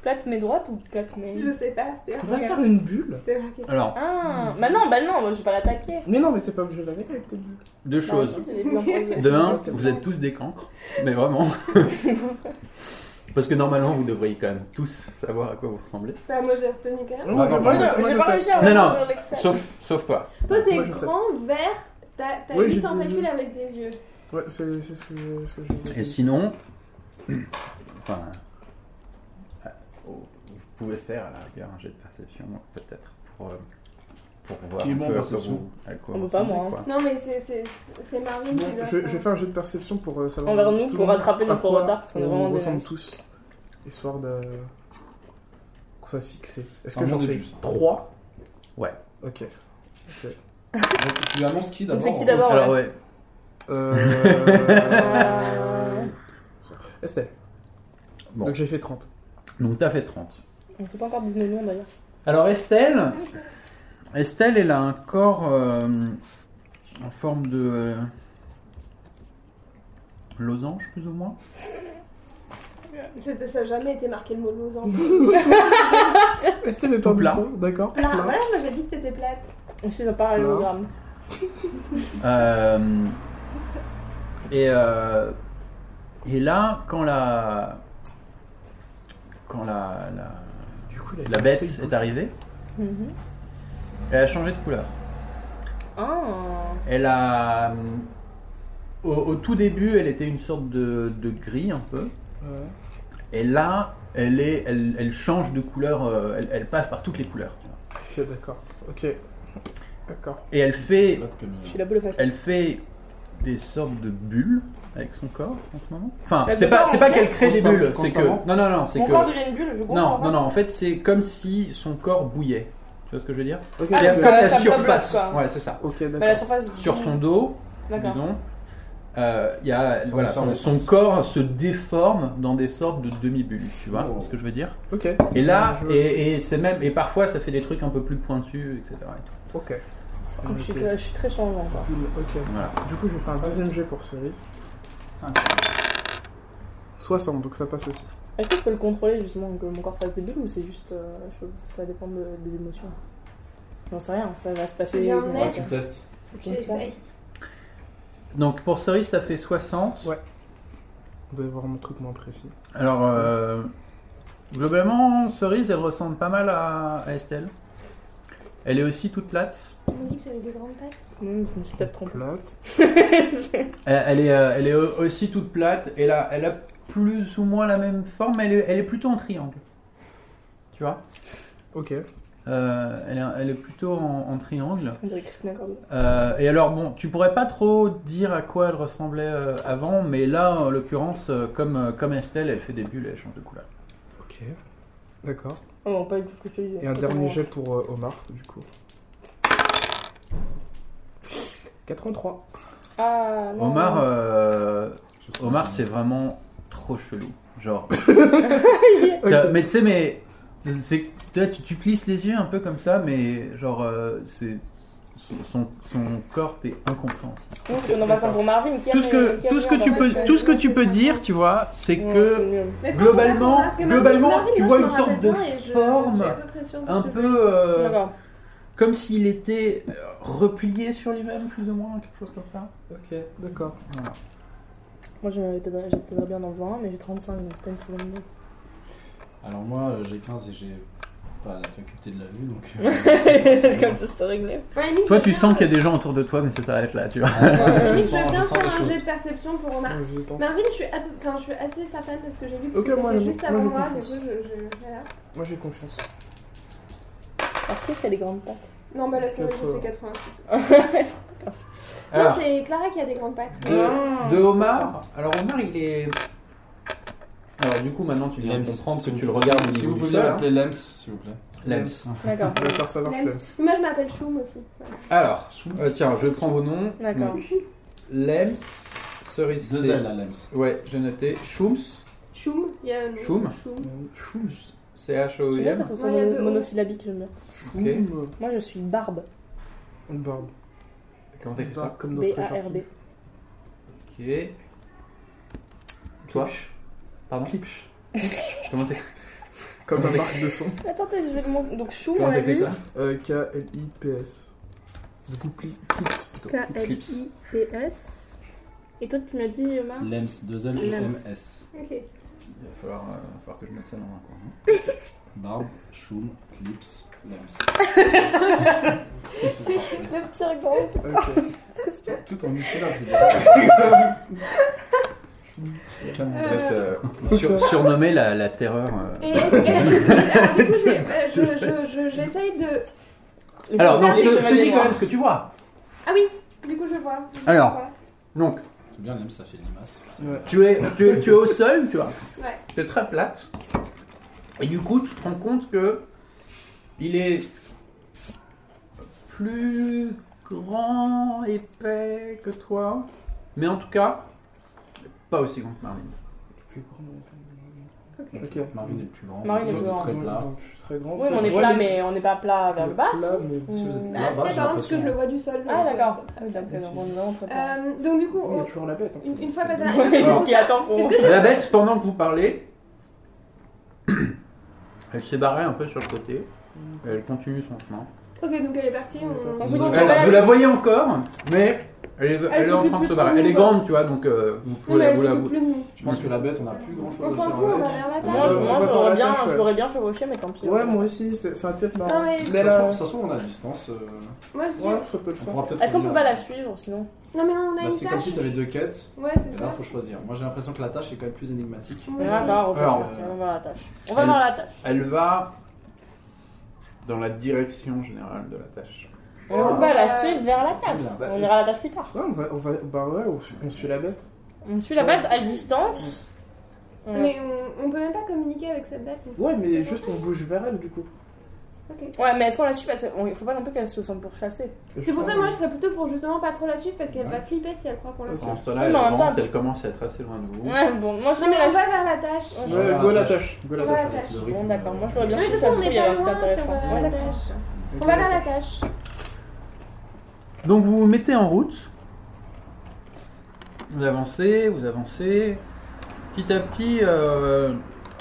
Speaker 4: Plate mais droite ou plate mais.
Speaker 2: Je sais pas, c'était
Speaker 1: on va faire une bulle.
Speaker 2: c'était marqué.
Speaker 3: Alors,
Speaker 4: Ah, bah non, bah non, bah, je vais pas l'attaquer.
Speaker 1: Mais non, mais t'es pas obligé de l'attaquer avec tes bulles.
Speaker 3: deux
Speaker 4: Non,
Speaker 3: choses.
Speaker 4: si, c'est des plans pour se-
Speaker 3: De un,
Speaker 1: c'est-
Speaker 3: vous êtes tous des cancres, mais vraiment. Parce que normalement, vous devriez quand même tous savoir à quoi vous ressemblez.
Speaker 2: Enfin, moi j'ai retenu quand même.
Speaker 5: Moi,
Speaker 1: je-
Speaker 5: non,
Speaker 1: moi,
Speaker 4: Moi,
Speaker 1: je-
Speaker 4: j'ai
Speaker 1: moi,
Speaker 4: j'ai
Speaker 1: je
Speaker 4: pas
Speaker 1: sais.
Speaker 4: réussi à
Speaker 3: Non,
Speaker 4: rejoindre
Speaker 3: non.
Speaker 4: sur l'Excel.
Speaker 3: Sauf, sauf toi.
Speaker 2: Toi t'es
Speaker 1: Moi, je sais.
Speaker 2: grand, vert, t'as t'as
Speaker 1: Oui,
Speaker 2: huit
Speaker 1: j'ai des
Speaker 2: tentacules
Speaker 1: yeux.
Speaker 2: avec des yeux.
Speaker 1: Ouais, c'est c'est ce que je ce que je voulais
Speaker 3: Et
Speaker 1: dire.
Speaker 3: sinon, enfin, euh, vous pouvez faire à la rigueur un jet de perception, peut-être, pour, euh, pour voir
Speaker 5: Qui est
Speaker 3: un
Speaker 5: bon
Speaker 3: peu à quoi
Speaker 5: perception
Speaker 3: vous, à quoi
Speaker 4: On
Speaker 3: vous
Speaker 4: peut pas, moi,
Speaker 3: ressemblez,
Speaker 4: hein.
Speaker 3: quoi.
Speaker 2: Non mais c'est- c'est c'est Marvin qui doit
Speaker 1: Je, je
Speaker 2: faire.
Speaker 1: fais un jeu de perception pour euh, savoir.
Speaker 4: Envers nous,
Speaker 1: tout
Speaker 4: pour
Speaker 1: le monde
Speaker 4: rattraper
Speaker 1: à
Speaker 4: notre
Speaker 1: quoi
Speaker 4: retard, parce qu'on est
Speaker 1: on
Speaker 4: vraiment des
Speaker 1: ressemble
Speaker 4: nazes.
Speaker 1: tous. Histoire de. qu'on soit fixé. Est-ce
Speaker 5: Un
Speaker 1: que j'en
Speaker 5: bon
Speaker 1: fais
Speaker 5: début, ça.
Speaker 1: 3
Speaker 3: Ouais.
Speaker 1: Ok.
Speaker 5: Donc, tu lui annonces qui d'abord
Speaker 4: c'est qui d'abord
Speaker 3: Alors
Speaker 4: ouais.
Speaker 3: ouais,
Speaker 1: Euh... Estelle.
Speaker 3: Bon.
Speaker 1: Donc j'ai fait 30.
Speaker 3: donc t'as fait 30.
Speaker 4: On sait pas encore dit nos noms d'ailleurs.
Speaker 3: Alors Estelle, Estelle, elle a un corps euh, en forme de euh, losange, plus ou moins.
Speaker 2: C'était- Ça a jamais été marqué le mot losange.
Speaker 1: Estelle est
Speaker 3: Tout
Speaker 1: en
Speaker 3: plat.
Speaker 1: buisson, d'accord
Speaker 2: Plat,
Speaker 1: plat.
Speaker 2: voilà, moi j'ai dit que t'étais plate.
Speaker 4: On suit un parallélogramme.
Speaker 3: Euh, et, euh, et là, quand la... Quand la- la,
Speaker 1: Du coup, là,
Speaker 3: La
Speaker 1: il
Speaker 3: bête
Speaker 1: fait-
Speaker 3: est arrivée.
Speaker 4: Mhm.
Speaker 3: Elle a changé de couleur.
Speaker 4: Ah,
Speaker 3: Elle a. euh, Au, au tout début, elle était une sorte de, de gris un peu.
Speaker 1: Ouais.
Speaker 3: Et là, elle, est, elle, elle change de couleur. euh, Elle, elle passe par toutes les couleurs. tu vois.
Speaker 1: Ok, d'accord. Ok. D'accord.
Speaker 3: Et elle fait,
Speaker 5: Plate comme, euh,
Speaker 4: je suis la boule de face.
Speaker 3: elle fait des sortes de bulles avec son corps en ce moment. Enfin,
Speaker 4: Elle
Speaker 3: c'est
Speaker 4: peut
Speaker 3: pas,
Speaker 4: pas
Speaker 3: c'est pas
Speaker 4: manger
Speaker 3: qu'elle crée des
Speaker 5: constamment-
Speaker 3: bulles. C'est que.
Speaker 5: constamment
Speaker 3: Non, non, non. C'est
Speaker 4: Mon
Speaker 3: que.
Speaker 4: corps devient une bulle, je comprends.
Speaker 3: Non,
Speaker 4: pas.
Speaker 3: non, non. En fait, c'est comme si son corps bouillait. Tu vois ce que je veux dire
Speaker 1: Ok,
Speaker 4: Ah,
Speaker 3: C'est-à-dire
Speaker 4: donc
Speaker 1: d'accord.
Speaker 4: ça-
Speaker 3: que la
Speaker 4: ça me tablote,
Speaker 3: surface.
Speaker 4: quoi.
Speaker 3: Ouais, c'est ça.
Speaker 1: Ok,
Speaker 4: Bah, la
Speaker 1: d'accord.
Speaker 4: surface.
Speaker 3: Sur son dos,
Speaker 4: D'accord.
Speaker 3: disons, euh, il y a,
Speaker 5: Son
Speaker 3: voilà, son, son
Speaker 5: effervescence.
Speaker 3: corps se déforme dans des sortes de demi-bulles, tu vois
Speaker 5: Oh.
Speaker 3: ce que je veux dire
Speaker 1: Ok.
Speaker 3: Et
Speaker 1: Ouais,
Speaker 3: là,
Speaker 1: Ah, je-
Speaker 3: et, et c'est même, et parfois ça fait des trucs un peu plus pointus, etc. et tout.
Speaker 1: Ok.
Speaker 4: Donc, je, suis,
Speaker 1: Ok.
Speaker 4: euh, je suis très changeant quoi.
Speaker 1: Cool, Ok.
Speaker 3: Voilà.
Speaker 1: Du coup, je vais faire un deuxième jet pour cerise.
Speaker 5: Ah.
Speaker 1: 60, donc ça passe aussi.
Speaker 4: Est-ce que je peux le contrôler justement que mon corps fasse des bulles ou c'est juste. euh, je- ça dépend de- des émotions J'en sais rien, ça va se passer.
Speaker 2: Tu viens de
Speaker 4: bon,
Speaker 5: Ouais,
Speaker 2: naître.
Speaker 5: tu testes.
Speaker 2: J'essaye.
Speaker 3: Donc pour Cerise, ça fait 60.
Speaker 1: Ouais. Vous devez voir mon truc moins précis.
Speaker 3: Alors, euh, globalement, Cerise, elle ressemble pas mal à, à Estelle. Elle est aussi toute plate.
Speaker 2: On me dit que j'avais des grandes pattes.
Speaker 4: Mmh, je me suis peut-être trompée.
Speaker 1: Plate.
Speaker 3: Elle, elle est, euh, elle est au- aussi toute plate. Et là, elle a plus ou moins la même forme. mais Elle est, elle est plutôt en triangle. Tu vois
Speaker 1: Ok.
Speaker 3: Euh, elle, est, elle est plutôt en, en triangle.
Speaker 4: On dirait Christina Cordon.
Speaker 3: Euh, et alors, bon, tu pourrais pas trop dire à quoi elle ressemblait euh, avant, mais là, en l'occurrence, euh, comme, euh, comme Estelle, elle fait des bulles et elle change de couleur.
Speaker 1: Ok. D'accord.
Speaker 4: Oh non, pas du tout ce que je te dis.
Speaker 1: Et un dernier jet pour euh, Omar, du coup. 83.
Speaker 4: Ah non.
Speaker 3: Omar, euh,
Speaker 5: Je sais
Speaker 3: Omar
Speaker 5: pas.
Speaker 3: c'est vraiment trop chelou. Genre,
Speaker 1: Ok.
Speaker 3: t'as- mais tu sais, mais c'est- toi, tu, tu plisses les yeux un peu comme ça, mais genre, euh, c'est son, son- son corps t'es incompréhensible.
Speaker 4: Nous, on en passe un pour Marvin qui
Speaker 3: Tout
Speaker 4: a
Speaker 3: ce
Speaker 4: les-
Speaker 3: que
Speaker 4: qui a
Speaker 3: tout
Speaker 4: les
Speaker 3: ce que
Speaker 4: gens
Speaker 3: tu
Speaker 4: dans
Speaker 3: peux
Speaker 4: la chaîne.
Speaker 3: tout ce que tu peux dire, tu vois, c'est
Speaker 4: Non,
Speaker 3: que
Speaker 4: c'est nul.
Speaker 2: Est-ce qu'on
Speaker 3: Globalement-
Speaker 2: peut faire, parce que maintenant,
Speaker 3: globalement,
Speaker 2: Marvin,
Speaker 3: tu
Speaker 2: moi,
Speaker 3: vois
Speaker 2: je
Speaker 3: une
Speaker 2: me
Speaker 3: sorte
Speaker 2: rappelle
Speaker 3: de
Speaker 2: bien et je- je suis
Speaker 3: forme
Speaker 2: à peu près sûre de
Speaker 3: un
Speaker 2: ce que
Speaker 3: peu euh,
Speaker 4: D'accord.
Speaker 3: comme s'il était euh, replié sur lui-même, plus ou moins, quelque chose comme ça.
Speaker 1: Ok, d'accord.
Speaker 4: Moi, j'ai- j'étais j'étais bien en faisant un, mais j'ai 35, donc c'est pas une très bonne idée.
Speaker 5: Alors moi, euh, j'ai 15 et j'ai pas la faculté de la vue, donc... euh,
Speaker 4: c'est comme ça, c'est réglé.
Speaker 2: je- Ouais, limite,
Speaker 3: Toi,
Speaker 2: je
Speaker 3: tu
Speaker 2: veux
Speaker 3: sens
Speaker 2: bien-
Speaker 3: qu'il y a des gens autour de toi, mais ça s'arrête là, tu vois.
Speaker 2: Limite,
Speaker 5: Je
Speaker 2: je veux bien faire un jet de perception pour Omar.
Speaker 1: Vas-y, tente.
Speaker 2: Marvin, je suis, ab- enfin, je suis assez certaine de ce que j'ai lu, parce
Speaker 1: Ok,
Speaker 2: que
Speaker 1: moi,
Speaker 2: t'étais
Speaker 1: je-
Speaker 2: juste
Speaker 1: moi,
Speaker 2: avant
Speaker 1: j'ai
Speaker 2: moi, du coup,
Speaker 1: confiance.
Speaker 2: je... je- voilà.
Speaker 1: Moi j'ai confiance.
Speaker 4: Alors, qui est-ce qui a des grandes pattes
Speaker 2: Non, bah laisse tomber, j'ai fait 86. Non,
Speaker 3: Alors,
Speaker 2: c'est Clara qui a des grandes pattes.
Speaker 3: de, de Omar, alors Omar, il est. Alors, du coup, maintenant, tu viens de comprendre que tu le regardes au
Speaker 5: Si
Speaker 3: niveau
Speaker 5: vous
Speaker 3: du
Speaker 5: pouvez
Speaker 3: sol. hein.
Speaker 5: m'appeler Lems, s'il vous plaît.
Speaker 3: Lems.
Speaker 4: D'accord.
Speaker 1: Le personnage
Speaker 2: Lems.
Speaker 1: Lems.
Speaker 2: Moi, je m'appelle Choum aussi.
Speaker 3: Alors, euh, tiens, je prends vos noms.
Speaker 4: D'accord.
Speaker 3: Donc, Lems, Cerise.
Speaker 5: Deux
Speaker 3: c'est-
Speaker 5: ailes à Lems.
Speaker 3: Ouais, j'ai noté. Shums.
Speaker 2: Choum, il y a un nom.
Speaker 3: Choum. Shums.
Speaker 4: J'aime bien parce
Speaker 3: C-H-O-U-M.
Speaker 4: qu'on
Speaker 2: Ouais, il y a
Speaker 4: sent
Speaker 2: deux O.
Speaker 4: monosyllabique, j'aime bien.
Speaker 3: Ok.
Speaker 1: Choum.
Speaker 4: Moi, je suis Barbe.
Speaker 1: Une barbe.
Speaker 3: Comment t'écris ça
Speaker 1: Barbe Comme dans Stranger
Speaker 4: B-A-R-B.
Speaker 1: Things.
Speaker 3: Ok. Toi Pardon Clipch. Comment t'écris
Speaker 1: Comme
Speaker 3: Comment
Speaker 1: la marque de son.
Speaker 4: Attends, attends, je vais le montrer. Donc, Chou, on
Speaker 3: comment
Speaker 4: a
Speaker 3: t'écris
Speaker 4: dit.
Speaker 3: ça
Speaker 1: Euh, K-L-I-P-S. Du coup, pli- clips plutôt.
Speaker 4: K-L-I-P-S.
Speaker 2: Et toi, tu m'as dit, Omar
Speaker 5: Lems, deux ailes et
Speaker 4: Lems.
Speaker 5: MS.
Speaker 2: Ok.
Speaker 3: Il va falloir, euh, il va falloir que je mette ça dans un coin. hein.
Speaker 5: Barbe, Choum, Clips, Lems.
Speaker 4: Le petit rectangle.
Speaker 1: Ok.
Speaker 5: Tout en multisyllabe, c'est bien.
Speaker 4: Euh.
Speaker 5: Comme
Speaker 3: Vous êtes,
Speaker 5: vous
Speaker 3: euh, sur- surnommé la, la terreur. euh.
Speaker 2: Et, et- et- alors, du coup, j'ai- euh, je- je- je- j'essaye de.
Speaker 3: Alors,
Speaker 2: non,
Speaker 3: donc, je,
Speaker 2: je-
Speaker 3: te- je te dis quand
Speaker 4: quoi
Speaker 3: même ce que tu vois.
Speaker 2: Ah oui, du coup, je vois.
Speaker 3: Alors. Donc,
Speaker 5: C'est bien, Lems, ça fait limace.
Speaker 1: Ouais.
Speaker 3: tu es, tu, es- tu es au sol, tu vois.
Speaker 2: Ouais.
Speaker 3: Tu es très plate. Et du coup, tu te rends compte que il est plus grand, épais que toi. Mais en tout cas, pas aussi grand que Marvin.
Speaker 1: Plus grand.
Speaker 2: Ok.
Speaker 1: Ok.
Speaker 5: Marvin est le plus grand.
Speaker 4: Marvin est le plus
Speaker 5: Claude
Speaker 4: grand.
Speaker 5: Très plat.
Speaker 1: Je suis très grand.
Speaker 4: Oui, mais on est
Speaker 1: Ouais,
Speaker 4: plat, mais on n'est pas plat vers le bas.
Speaker 1: Là, mais si vous êtes-
Speaker 4: Mmh.
Speaker 2: Bah,
Speaker 5: Là-bas,
Speaker 2: si, apparemment,
Speaker 5: j'ai
Speaker 2: parce que
Speaker 5: l'impression.
Speaker 2: je le vois du sol.
Speaker 4: Ah,
Speaker 2: donc,
Speaker 4: d'accord.
Speaker 2: euh,
Speaker 4: Ah oui, d'accord, donc on est vraiment très plat.
Speaker 2: Euh, donc, du coup,
Speaker 1: Il y a
Speaker 2: on-
Speaker 1: toujours la bête. hein.
Speaker 2: une, une fois passé à
Speaker 4: Ouais,
Speaker 2: la.
Speaker 4: donc il attend pour.
Speaker 2: Est-ce que
Speaker 3: La bête, pendant que vous parlez, elle s'est barrée un peu sur le côté. Elle continue son chemin.
Speaker 2: Ok, donc elle est partie. On...
Speaker 4: Donc, on peut
Speaker 3: Elle-
Speaker 4: la-
Speaker 3: bah, vous la voyez encore, mais elle est, elle est en train
Speaker 2: s'occupe
Speaker 3: de
Speaker 2: plus
Speaker 3: se
Speaker 2: de
Speaker 3: barrer.
Speaker 2: nous,
Speaker 3: Elle est
Speaker 2: quoi.
Speaker 3: grande, tu vois, donc euh, vous
Speaker 2: Non,
Speaker 3: pouvez
Speaker 2: mais
Speaker 3: la-
Speaker 2: elle
Speaker 3: vous la-
Speaker 2: s'occupe plus de nous.
Speaker 5: Je pense que la bête, on a plus grand chose
Speaker 2: On
Speaker 5: à
Speaker 2: s'en
Speaker 5: faire
Speaker 2: fout, on va
Speaker 5: avec.
Speaker 2: vers
Speaker 1: Ouais,
Speaker 4: Moi, je-
Speaker 2: la table.
Speaker 4: moi,
Speaker 1: ouais,
Speaker 4: je
Speaker 1: ouais,
Speaker 4: l'aurais
Speaker 1: ouais,
Speaker 4: bien,
Speaker 1: ouais.
Speaker 4: je l'aurais bien chevauché, mais tant pis.
Speaker 1: Ouais, moi aussi, c'est- ça va peut être marrant.
Speaker 2: Ah ouais.
Speaker 5: Ça
Speaker 1: Mais
Speaker 5: se trouve-
Speaker 1: là.
Speaker 5: De toute façon, on a la distance. euh,
Speaker 2: Moi, je dis-
Speaker 1: Ouais, ça peut le
Speaker 5: On
Speaker 1: faire.
Speaker 5: pourra peut-être.
Speaker 4: Est-ce qu'on peut
Speaker 5: revenir.
Speaker 4: pas la suivre sinon
Speaker 2: Non, mais on a
Speaker 5: Bah,
Speaker 2: une
Speaker 5: C'est comme si
Speaker 2: tâche.
Speaker 5: tu avais deux quêtes.
Speaker 2: Ouais, c'est
Speaker 5: Et là,
Speaker 2: ça.
Speaker 5: faut choisir. Moi, j'ai l'impression que la tâche est quand même plus énigmatique.
Speaker 2: Moi, je-
Speaker 4: D'accord, on peut
Speaker 3: Alors,
Speaker 4: sortir, on va voir la tâche. On
Speaker 3: elle-
Speaker 4: va voir la tâche.
Speaker 3: Elle va dans la direction générale de la tâche.
Speaker 4: On peut pas la suivre vers la table.
Speaker 5: Bien.
Speaker 4: On ira à la tâche plus tard.
Speaker 1: Ouais, on va, on va, bah ouais, on, suit- on suit la bête.
Speaker 4: On suit la balle à distance. On la-
Speaker 2: Mais on, on peut même pas communiquer avec cette bête.
Speaker 1: Ouais, mais juste on bouge vers elle du coup.
Speaker 2: Ok.
Speaker 4: Ouais, mais est-ce qu'on la suit Parce qu'il faut pas non plus qu'elle se sente pourchassée.
Speaker 2: C'est pour ça, moi, je serais plutôt pour justement pas trop la suivre parce qu'elle va flipper si elle croit qu'on la suit.
Speaker 3: Pendant ce temps-là,
Speaker 4: Oui,
Speaker 3: elle
Speaker 4: mais en même
Speaker 3: avance,
Speaker 4: temps-
Speaker 3: elle commence à être assez loin de vous.
Speaker 4: Ouais, bon, moi je
Speaker 2: Non,
Speaker 4: suis
Speaker 2: mais
Speaker 4: la
Speaker 2: on va vers la tâche.
Speaker 4: Ouais,
Speaker 1: Ouais, go la tâche. Go la
Speaker 2: Ouais.
Speaker 1: tâche.
Speaker 2: tâche.
Speaker 5: Le rythme,
Speaker 4: Bon, d'accord,
Speaker 5: euh,
Speaker 4: moi je l'aurais bien
Speaker 2: Mais de
Speaker 4: su,
Speaker 2: toute
Speaker 4: ça
Speaker 2: façon,
Speaker 4: se
Speaker 2: on
Speaker 4: trouve, il y
Speaker 2: est
Speaker 4: avait
Speaker 2: pas
Speaker 4: un truc
Speaker 2: loin si on
Speaker 4: intéressant.
Speaker 2: va vers
Speaker 4: Ouais,
Speaker 2: la
Speaker 4: d'accord.
Speaker 2: tâche.
Speaker 1: Ok,
Speaker 2: On va vers
Speaker 1: go
Speaker 2: la tâche.
Speaker 3: Donc vous vous mettez en route. Vous avancez, vous avancez. Petit à petit, euh,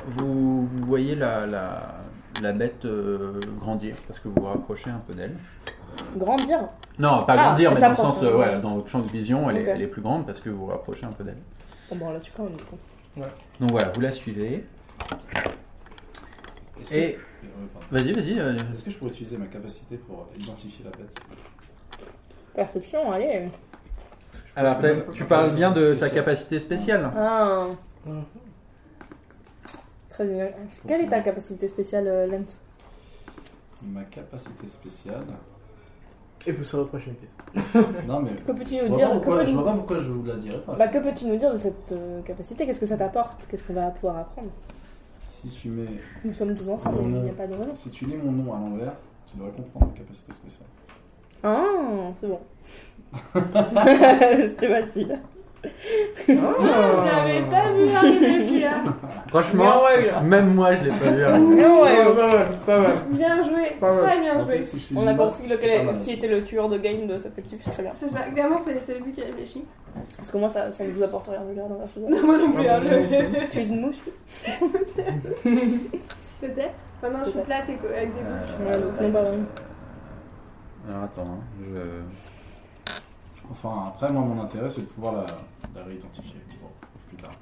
Speaker 3: vous, vous voyez la, la, la bête euh, grandir parce que vous vous rapprochez un peu d'elle.
Speaker 4: Grandir
Speaker 3: Non, pas
Speaker 4: Ah,
Speaker 3: grandir,
Speaker 4: elle
Speaker 3: mais dans le
Speaker 4: s'approche,
Speaker 3: sens, euh,
Speaker 4: ouais.
Speaker 3: ouais, dans votre champ de vision, elle,
Speaker 4: Ok.
Speaker 3: est, elle est plus grande parce que vous vous rapprochez un peu d'elle.
Speaker 4: Oh, bon, là, tu quand même. du coup.
Speaker 3: Donc voilà, vous la suivez.
Speaker 5: est-ce que-
Speaker 3: Et
Speaker 5: Euh, pardon.
Speaker 3: vas-y, vas-y. euh,
Speaker 5: Est-ce que je pourrais utiliser ma capacité pour identifier la bête
Speaker 4: Perception, allez.
Speaker 3: Alors, t'as- tu parles bien de ta capacité spéciale.
Speaker 4: Ah.
Speaker 1: Mhm.
Speaker 4: Très bien. Quelle est ta capacité spéciale, euh, Lems
Speaker 5: Ma capacité spéciale.
Speaker 1: Et vous serez au prochain épisode.
Speaker 5: Non, mais.
Speaker 4: Que peux-tu
Speaker 5: Je
Speaker 4: nous
Speaker 5: vois, pas
Speaker 4: dire
Speaker 5: pourquoi,
Speaker 4: que
Speaker 5: je
Speaker 4: peux-tu-
Speaker 5: vois pas pourquoi je vous la dirais pas.
Speaker 4: bah, que peux-tu nous dire de cette euh, capacité Qu'est-ce que ça t'apporte Qu'est-ce qu'on va pouvoir apprendre
Speaker 5: Si tu mets,
Speaker 4: Nous sommes tous ensemble,
Speaker 5: Mhm.
Speaker 4: il n'y a pas de raison.
Speaker 5: si tu lis mon nom à l'envers, tu devrais comprendre ma capacité spéciale.
Speaker 4: Ah, c'est bon. C'était facile.
Speaker 2: Ah, Je l'avais pas hein, vu arriver, Pia.
Speaker 4: Ah.
Speaker 3: Franchement, même moi je l'ai pas hein. vu. arriver.
Speaker 4: Non,
Speaker 1: Ah, Pas mal, pas mal.
Speaker 2: Bien joué.
Speaker 1: Pas mal.
Speaker 2: Très bien
Speaker 5: Après,
Speaker 2: joué.
Speaker 5: si je suis
Speaker 4: Ah, On a
Speaker 5: une
Speaker 4: compris
Speaker 5: masse,
Speaker 4: lequel
Speaker 5: Bah, c'est pas
Speaker 4: est-
Speaker 5: mal.
Speaker 4: qui était le tueur de game de cette équipe, c'est très bien.
Speaker 2: C'est ça. Clairement, c'est c'est lui qui réfléchit.
Speaker 4: Parce que moi, ça, ça ne vous apporte rien de lire la chose.
Speaker 2: Non, moi non plus. hein, le-
Speaker 4: Tu es une mouche
Speaker 2: Peut-être. Maintenant, je suis plate et co- avec des Euh, boucles.
Speaker 4: Euh, bah, Ouais, donc, non, pas vraiment.
Speaker 3: Alors attends, hein, je...
Speaker 5: Enfin, après, moi, mon intérêt, c'est de pouvoir la, la réidentifier pour plus tard.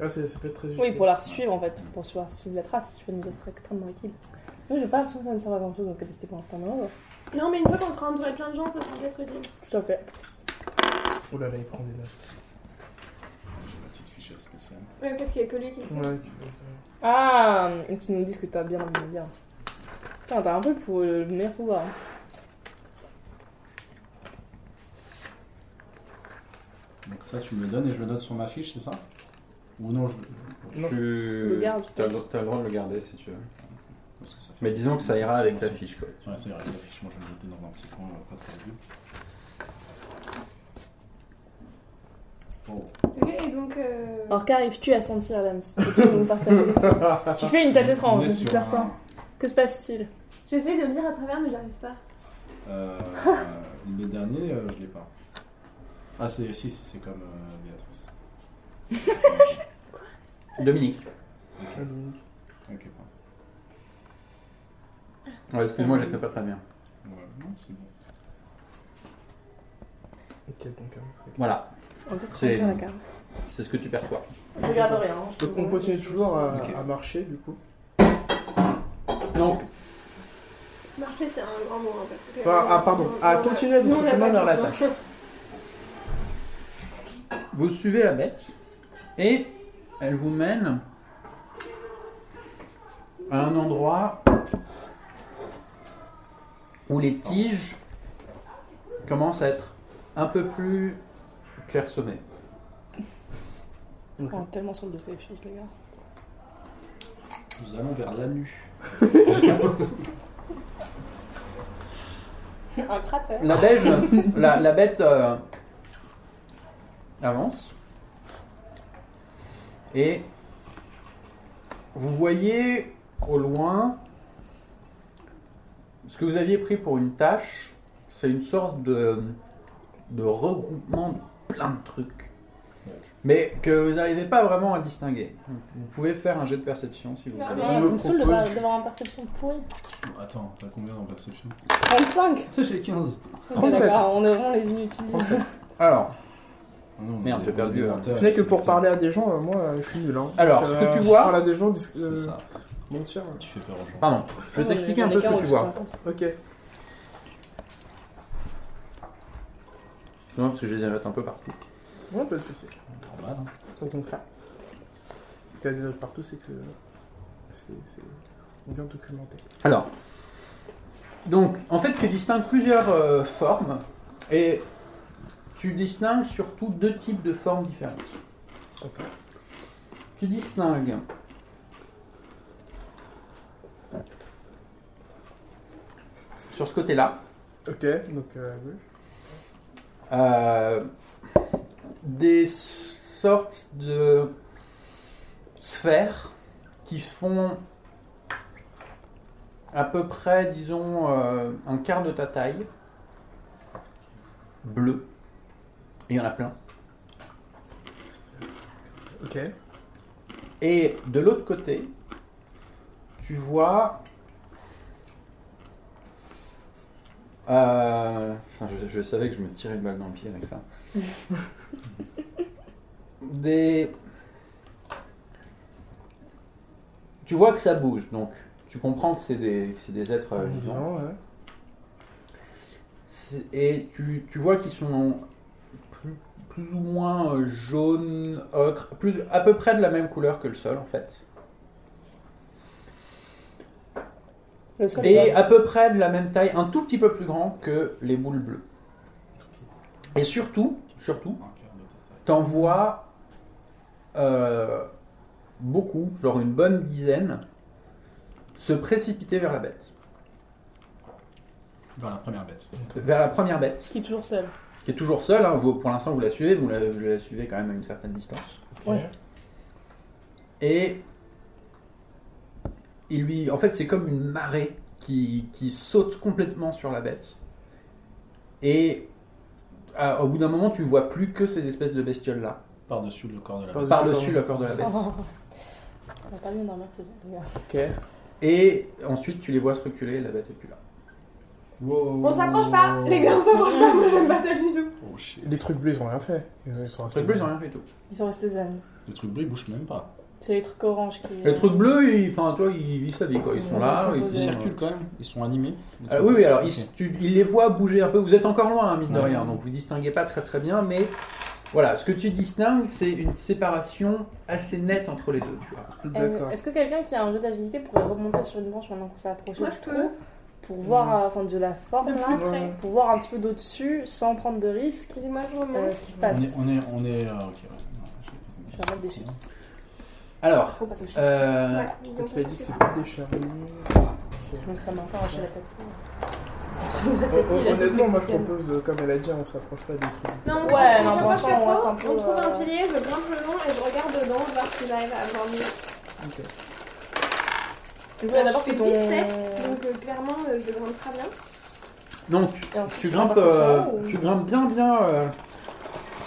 Speaker 1: Ah, c'est- ça peut être très utile.
Speaker 4: Oui, pour la suivre en fait, pour suivre, suivre la trace, tu vas nous être extrêmement utile. Moi, j'ai pas l'impression que ça ne sert à grand chose, donc capacité pour l'instant, mais ouais, ouais,
Speaker 2: Non, mais une fois qu'on sera entouré de plein de gens, ça sera peut-être utile.
Speaker 4: tout à fait.
Speaker 1: Oh là là, il prend des notes.
Speaker 5: J'ai la petite fichette spéciale.
Speaker 2: Ouais, parce qu'il y a que lui qui le fait.
Speaker 1: Ouais, tu peux-
Speaker 4: Ah, et qui nous disent que t'as bien envie de bien. Putain, t'as un peu pour le meilleur pouvoir. hein.
Speaker 5: Donc, ça, tu me le donnes et je le note sur ma fiche, c'est ça Ou non, je.
Speaker 1: Non.
Speaker 3: Tu...
Speaker 4: Le garde, je
Speaker 3: T'as
Speaker 4: pense.
Speaker 3: t'as le droit de le garder si tu veux.
Speaker 5: Parce que ça fait-
Speaker 3: Mais disons que ça ira avec la
Speaker 5: Ouais,
Speaker 3: fiche quoi.
Speaker 5: ça ira avec la fiche. Moi, je vais le noter dans un petit coin, euh, pas trop visible. Oh.
Speaker 2: Ok, et donc. euh,
Speaker 4: Alors, qu'arrives-tu à sentir, Lams Peux-tu nous partager quelque chose Tu fais une tête
Speaker 5: On
Speaker 4: étrange,
Speaker 5: est
Speaker 4: je suis
Speaker 5: sur un-
Speaker 4: certain. Que se passe-t-il
Speaker 2: J'essaie de lire à travers, mais j'arrive pas.
Speaker 5: Euh, les derniers, euh, je l'ai pas. Ah, c'est si, si, c'est comme euh, Béatrice.
Speaker 3: Dominique.
Speaker 1: Ah, Dominique.
Speaker 5: ok, pardon.
Speaker 3: Ouais, excuse-moi, j'étais pas très bien.
Speaker 5: Ouais, non, c'est bon.
Speaker 1: Ok, donc. hein, c'est-
Speaker 3: Voilà,
Speaker 4: On va peut-être
Speaker 3: C'est-
Speaker 4: remplir la carte.
Speaker 3: c'est ce que tu perçois.
Speaker 4: Je regarde rien. hein.
Speaker 1: Donc on continue toujours à,
Speaker 5: Ok.
Speaker 1: à marcher du coup.
Speaker 3: Donc,
Speaker 2: Marcher, c'est un grand mot. hein, parce que,
Speaker 1: Ah, ah, pardon. Ah, continuez à
Speaker 2: Nous, on
Speaker 1: dire
Speaker 2: n'a
Speaker 1: chemin
Speaker 2: pas
Speaker 1: vers la
Speaker 2: le temps.
Speaker 1: tâche.
Speaker 3: vous suivez la bête et elle vous mène à un endroit où les tiges commencent à être un peu plus clairsemées.
Speaker 1: Ok.
Speaker 4: On est tellement sur le dos les choses, les gars.
Speaker 5: Nous allons vers la nu.
Speaker 4: Un cratère.
Speaker 3: La, beige, la, la bête euh, avance. Et vous voyez au loin ce que vous aviez pris pour une tâche. C'est une sorte de, de regroupement de plein de trucs. Mais que vous n'arrivez pas vraiment à distinguer. Vous pouvez faire un jet de perception si vous
Speaker 2: Non,
Speaker 3: voulez.
Speaker 2: mais-
Speaker 4: Ah, Ça
Speaker 1: me
Speaker 4: me saoule de
Speaker 1: propose-
Speaker 4: voir- d'avoir une perception pourrie.
Speaker 5: Attends, t'as combien en perception
Speaker 4: 35
Speaker 5: J'ai 15.
Speaker 1: Trente-sept.
Speaker 4: D'accord, On est vraiment les inutiles.
Speaker 3: Alors,
Speaker 5: Ah non,
Speaker 3: Merde,
Speaker 5: on est-
Speaker 3: j'ai perdu,
Speaker 5: on est
Speaker 3: hein.
Speaker 5: vingt heures,
Speaker 1: Ce n'est que
Speaker 5: c'est
Speaker 1: pour
Speaker 5: vingt
Speaker 1: parler à des gens, euh, moi euh, je suis nul. Hein.
Speaker 3: Alors,
Speaker 1: Donc,
Speaker 3: ce que
Speaker 1: euh,
Speaker 3: tu vois-
Speaker 1: je parle à des gens, dis-
Speaker 5: heures.
Speaker 1: euh,
Speaker 5: C'est ça,
Speaker 1: mentir. hein.
Speaker 5: tu fais peur aux gens.
Speaker 3: pardon, je vais
Speaker 4: Ah,
Speaker 3: t'expliquer un peu ce que tu vois.
Speaker 1: Ok.
Speaker 3: Non, parce que je les ai notes un peu partout.
Speaker 1: Ouais, pas de soucis.
Speaker 5: Normal, hein.
Speaker 1: Au contraire. Il y a des notes partout, c'est que c'est c'est bien documenté.
Speaker 3: Alors, donc, en fait, tu distingues plusieurs euh, formes et tu distingues surtout deux types de formes différentes.
Speaker 1: D'accord.
Speaker 3: Tu distingues sur ce côté-là
Speaker 1: Ok, donc euh, oui.
Speaker 3: euh, des sortes de sphères qui font à peu près, disons, euh, un quart de ta taille, bleu. Et il y en a plein.
Speaker 1: Ok.
Speaker 3: Et de l'autre côté, tu vois. euh, enfin, je, je savais que je me tirais une balle dans le pied avec ça. Des. Tu vois que ça bouge, donc tu comprends que c'est des, que c'est des êtres euh, vivants.
Speaker 1: Vivant, ouais.
Speaker 3: C'est- Et tu, tu vois qu'ils sont plus, plus ou moins euh, jaunes, ocre, plus, à peu près de la même couleur que le sol en fait. Et à peu près de la même taille, un tout petit peu plus grand que les boules bleues. Et surtout, surtout,
Speaker 5: Un quart de ta taille.
Speaker 3: t'en vois euh, beaucoup, genre une bonne dizaine, se précipiter vers la bête,
Speaker 5: Vers la première bête.
Speaker 3: vers la première bête.
Speaker 4: Qui est toujours seul.
Speaker 3: qui est toujours seule. hein. Vous- pour l'instant, vous la suivez, vous la, vous la suivez quand même à une certaine distance.
Speaker 1: Ok.
Speaker 4: Ouais.
Speaker 3: Et il lui, en fait, c'est comme une marée qui, qui saute complètement sur la bête. Et à- au bout d'un moment, tu vois plus que ces espèces de bestioles là,
Speaker 5: Ah, Par-dessus le corps de la
Speaker 1: Par-
Speaker 3: par-dessus le corps de la bête.
Speaker 4: On a pas bien dormir, c'est- les gars.
Speaker 1: Ok.
Speaker 3: Et ensuite, tu les vois se reculer, la bête est plus là.
Speaker 5: Wow.
Speaker 2: On s'approche pas, les gars, on s'approche pas, moi j'aime pas ça du tout.
Speaker 5: Oh shit.
Speaker 1: Les trucs bleus, ils ont rien fait. Ils ils sont
Speaker 3: Les trucs bleus, ils ont rien fait du tout.
Speaker 4: Ils sont restés zen.
Speaker 5: Le truc bleu, il bouge même pas.
Speaker 4: C'est les trucs oranges qui.
Speaker 3: Les trucs bleus, ils, enfin, toi, ils, ils savent quoi. Ils sont là, ils, euh,
Speaker 4: Ils
Speaker 5: Ils
Speaker 4: Ouais.
Speaker 5: circulent quand même, ils sont animés.
Speaker 3: Ah oui, oui, alors
Speaker 5: Ok.
Speaker 3: ils, tu- ils les voient bouger un peu. Vous êtes encore loin, hein, mine de
Speaker 5: Ouais.
Speaker 3: rien, donc vous distinguez pas très très bien, mais voilà, ce que tu distingues, c'est une séparation assez nette entre les deux. Tu vois.
Speaker 4: Euh,
Speaker 1: D'accord.
Speaker 4: Est-ce que quelqu'un qui a un jeu d'agilité pourrait remonter sur une branche maintenant qu'on s'est approché
Speaker 2: Moi
Speaker 4: du
Speaker 2: je
Speaker 4: trou
Speaker 2: peux,
Speaker 4: pour voir, euh, enfin, de la forme
Speaker 2: de
Speaker 4: là,
Speaker 2: plus près.
Speaker 4: pour voir un petit peu d'au-dessus sans prendre de risque
Speaker 2: Dis-moi, je
Speaker 4: euh,
Speaker 2: remonte.
Speaker 4: ce qui se
Speaker 5: On
Speaker 4: passe.
Speaker 5: est. On est, on est euh, ok, ouais. Non, j'ai-
Speaker 4: Je vais remettre des chips. Est-ce
Speaker 3: Alors,
Speaker 4: qu'on passe aux chips
Speaker 3: euh,
Speaker 2: Ouais,
Speaker 1: Donc
Speaker 2: donc
Speaker 1: Ah, tu as
Speaker 2: on
Speaker 1: dit que
Speaker 2: s'occupe.
Speaker 1: c'est pas des charnues.
Speaker 4: Je pense que ça m'a encore arraché la tête. ça.
Speaker 1: Hon-
Speaker 4: C'est qui la sauce
Speaker 1: Honnêtement, moi je
Speaker 4: mexicaine
Speaker 1: propose, de- comme elle a dit, on s'approche pas des trucs.
Speaker 2: Non, on
Speaker 4: Ouais,
Speaker 2: on
Speaker 4: non,
Speaker 2: se
Speaker 4: pour
Speaker 2: rapproche
Speaker 4: l'instant,
Speaker 2: pas
Speaker 4: on reste un
Speaker 2: trop,
Speaker 4: peu,
Speaker 2: On trouve un
Speaker 4: euh,
Speaker 2: pilier, je grimpe le long et je regarde dedans, voir si j'arrive à avoir mieux.
Speaker 1: Ok.
Speaker 4: Du coup, là, d'abord,
Speaker 2: Je fais
Speaker 4: c'est ton.
Speaker 2: 17, donc euh, clairement, euh, je grimpe très bien.
Speaker 3: donc tu,
Speaker 4: Et ensuite,
Speaker 3: tu
Speaker 4: on
Speaker 3: grimpes,
Speaker 4: passe au
Speaker 3: euh,
Speaker 4: fond, ou-
Speaker 3: tu grimpes bien bien euh,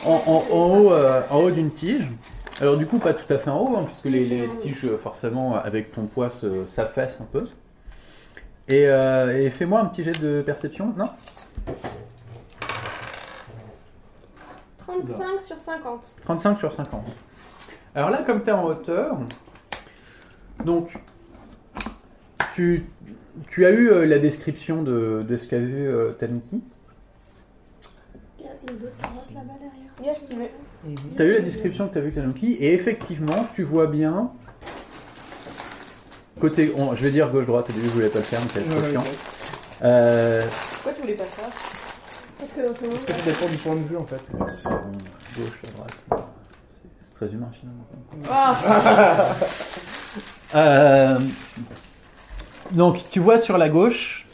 Speaker 3: en, en- en haut, euh, en haut d'une tige. Alors du coup, pas tout à fait en haut, hein, puisque les, les tiges euh, forcément avec ton poids se- s'affaissent un peu. Et, euh, et fais-moi un petit jet de perception maintenant.
Speaker 2: 35 sur 50.
Speaker 3: 35 sur 50. Alors là, comme tu es en hauteur, donc tu, tu as eu euh, la description de, de ce qu'a vu euh, Tanuki.
Speaker 2: Il y a une autre carotte là-bas derrière.
Speaker 4: Yes, mais-
Speaker 3: Tu as eu la description que tu as vu Tanuki, et effectivement, tu vois bien. Côté, on- je vais dire gauche-droite, au début je voulais pas le faire, mais c'est
Speaker 1: Ouais,
Speaker 3: trop chiant.
Speaker 1: ouais.
Speaker 3: Euh,
Speaker 4: Pourquoi tu voulais pas faire
Speaker 2: Parce que dans tout le
Speaker 1: Parce
Speaker 2: monde,
Speaker 1: que ça dépend du point de vue en fait.
Speaker 5: Merci.
Speaker 3: gauche, droite, c'est- c'est très humain finalement.
Speaker 4: Ah
Speaker 3: Euh, donc tu vois sur la gauche,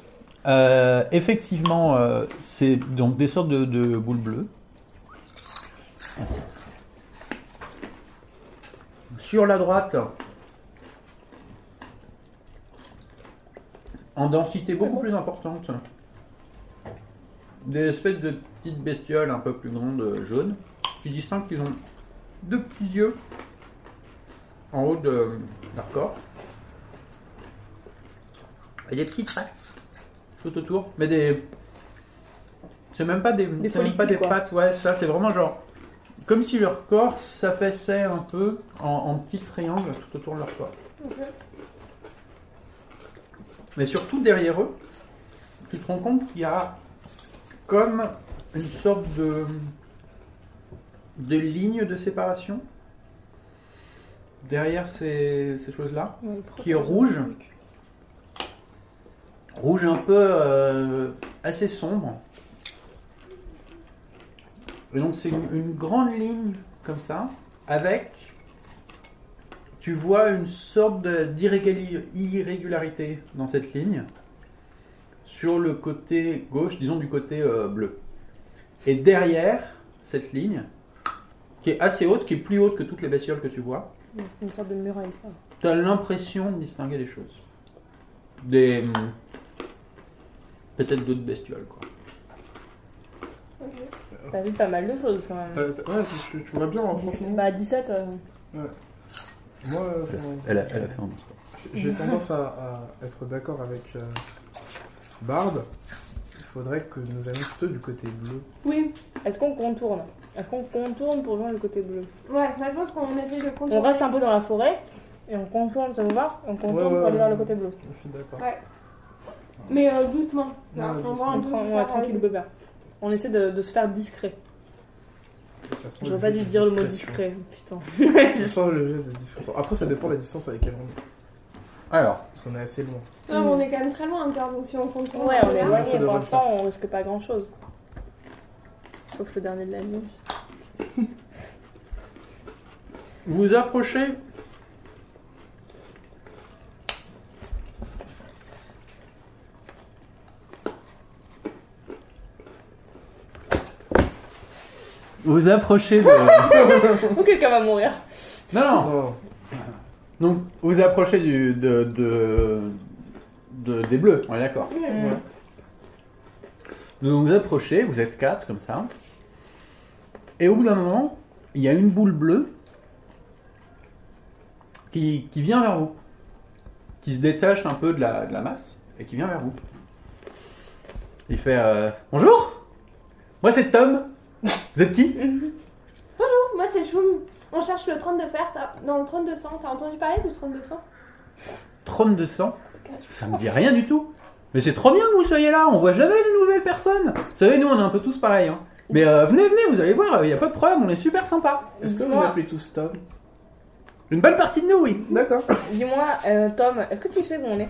Speaker 3: euh, effectivement, euh, c'est donc des sortes de, de boules bleues. Ainsi. Sur la droite, en densité
Speaker 4: Ah
Speaker 3: beaucoup plus importante, des espèces de petites bestioles un peu plus grandes, euh, jaunes. Tu distingues qu'ils ont deux petits yeux en haut de euh, leur corps. Et des petites pattes tout autour, mais des. C'est même pas des. c'est même
Speaker 4: follicules,
Speaker 3: pas des
Speaker 4: quoi.
Speaker 3: pattes, ouais, ça c'est vraiment genre. Comme si leur corps s'affaissait un peu en, en petits triangles tout autour de leur corps. Mais surtout derrière eux, tu te rends compte qu'il y a comme une sorte de, de ligne de séparation derrière ces, ces choses-là, qui est rouge, rouge un peu euh, assez sombre. Et donc c'est une, une grande ligne comme ça, avec, tu vois une sorte de- d'irrégali- d'irrégularité dans cette ligne, sur le côté gauche, disons du côté euh, bleu. Et derrière cette ligne, qui est assez haute, qui est plus haute que toutes les bestioles que tu vois,
Speaker 4: Une sorte de muraille. quoi.
Speaker 3: T'as l'impression de distinguer les choses. Des. hum, Peut-être d'autres bestioles, quoi.
Speaker 4: T'as vu pas mal de choses quand même.
Speaker 1: T'as- t'as- Euh, Ouais, tu, tu vois bien en fait.
Speaker 4: 17 bah, à 17. euh,
Speaker 1: Moi, euh, enfin,
Speaker 3: Elle a, elle a fait un monstre.
Speaker 1: j'ai tendance à, à être d'accord avec euh, Barbe. Il faudrait que nous allions plutôt du côté bleu.
Speaker 2: Oui,
Speaker 4: Est-ce qu'on contourne Est-ce qu'on contourne pour joindre le côté bleu
Speaker 2: ouais, bah, je pense qu'on essaye de contourner.
Speaker 4: On reste un peu dans la forêt et on contourne, ça vous va On contourne
Speaker 1: Ouais, ouais,
Speaker 4: pour aller vers
Speaker 1: ouais.
Speaker 4: le côté bleu.
Speaker 1: Je suis d'accord.
Speaker 2: Ouais. Mais euh, doucement.
Speaker 1: Ouais,
Speaker 2: Là, on
Speaker 1: doucement.
Speaker 2: va
Speaker 4: On
Speaker 2: un peu
Speaker 4: prend
Speaker 2: se
Speaker 4: on va
Speaker 2: faire,
Speaker 4: tranquille
Speaker 2: euh,
Speaker 4: le bébé. On essaie de, de se faire discret.
Speaker 1: Ça sent
Speaker 4: Je
Speaker 1: le
Speaker 4: veux pas
Speaker 1: jeu
Speaker 4: lui
Speaker 1: de
Speaker 4: dire le mot
Speaker 1: discrétion.
Speaker 4: discret, putain.
Speaker 1: Ça sent le jeu de discrétion. Après, ça dépend de la distance avec laquelle on est.
Speaker 3: Alors,
Speaker 1: Parce qu'on est assez loin.
Speaker 2: Non, mais on est quand même très loin encore, donc si on contourne.
Speaker 4: Ouais, on est
Speaker 2: loin.
Speaker 1: ça
Speaker 4: éloigné pour
Speaker 1: devrait le
Speaker 4: l'instant, on risque pas grand chose. Sauf le dernier de la nuit.
Speaker 3: vous approchez. Vous approchez de...
Speaker 4: Ou quelqu'un va mourir.
Speaker 3: non, non,
Speaker 1: Oh,
Speaker 3: Donc, vous approchez du, de, de, de- des bleus, on est d'accord.
Speaker 1: ouais.
Speaker 4: Euh,
Speaker 3: Donc, vous approchez, vous êtes quatre comme ça. Et au bout d'un moment, il y a une boule bleue qui, qui vient vers vous, qui se détache un peu de la, de la masse et qui vient vers vous. Il fait euh, Bonjour Moi, c'est Tom. Vous êtes qui
Speaker 2: Moi, c'est Choum. On cherche le 30 de fer t'as- dans le 30 de sang. T'as entendu parler du 30 de sang
Speaker 3: 3200 Ça me dit rien du tout. Mais c'est trop bien que vous soyez là, on voit jamais de nouvelles personnes. Vous savez, nous on est un peu tous pareils. Hein. Mais euh, venez, venez, vous allez voir, il y a pas de problème, on est super sympa.
Speaker 1: Est-ce que vous
Speaker 4: Moi.
Speaker 1: appelez tous Tom
Speaker 3: Une bonne partie de nous, oui.
Speaker 1: D'accord.
Speaker 4: Dis-moi, euh, Tom, est-ce que tu sais où on est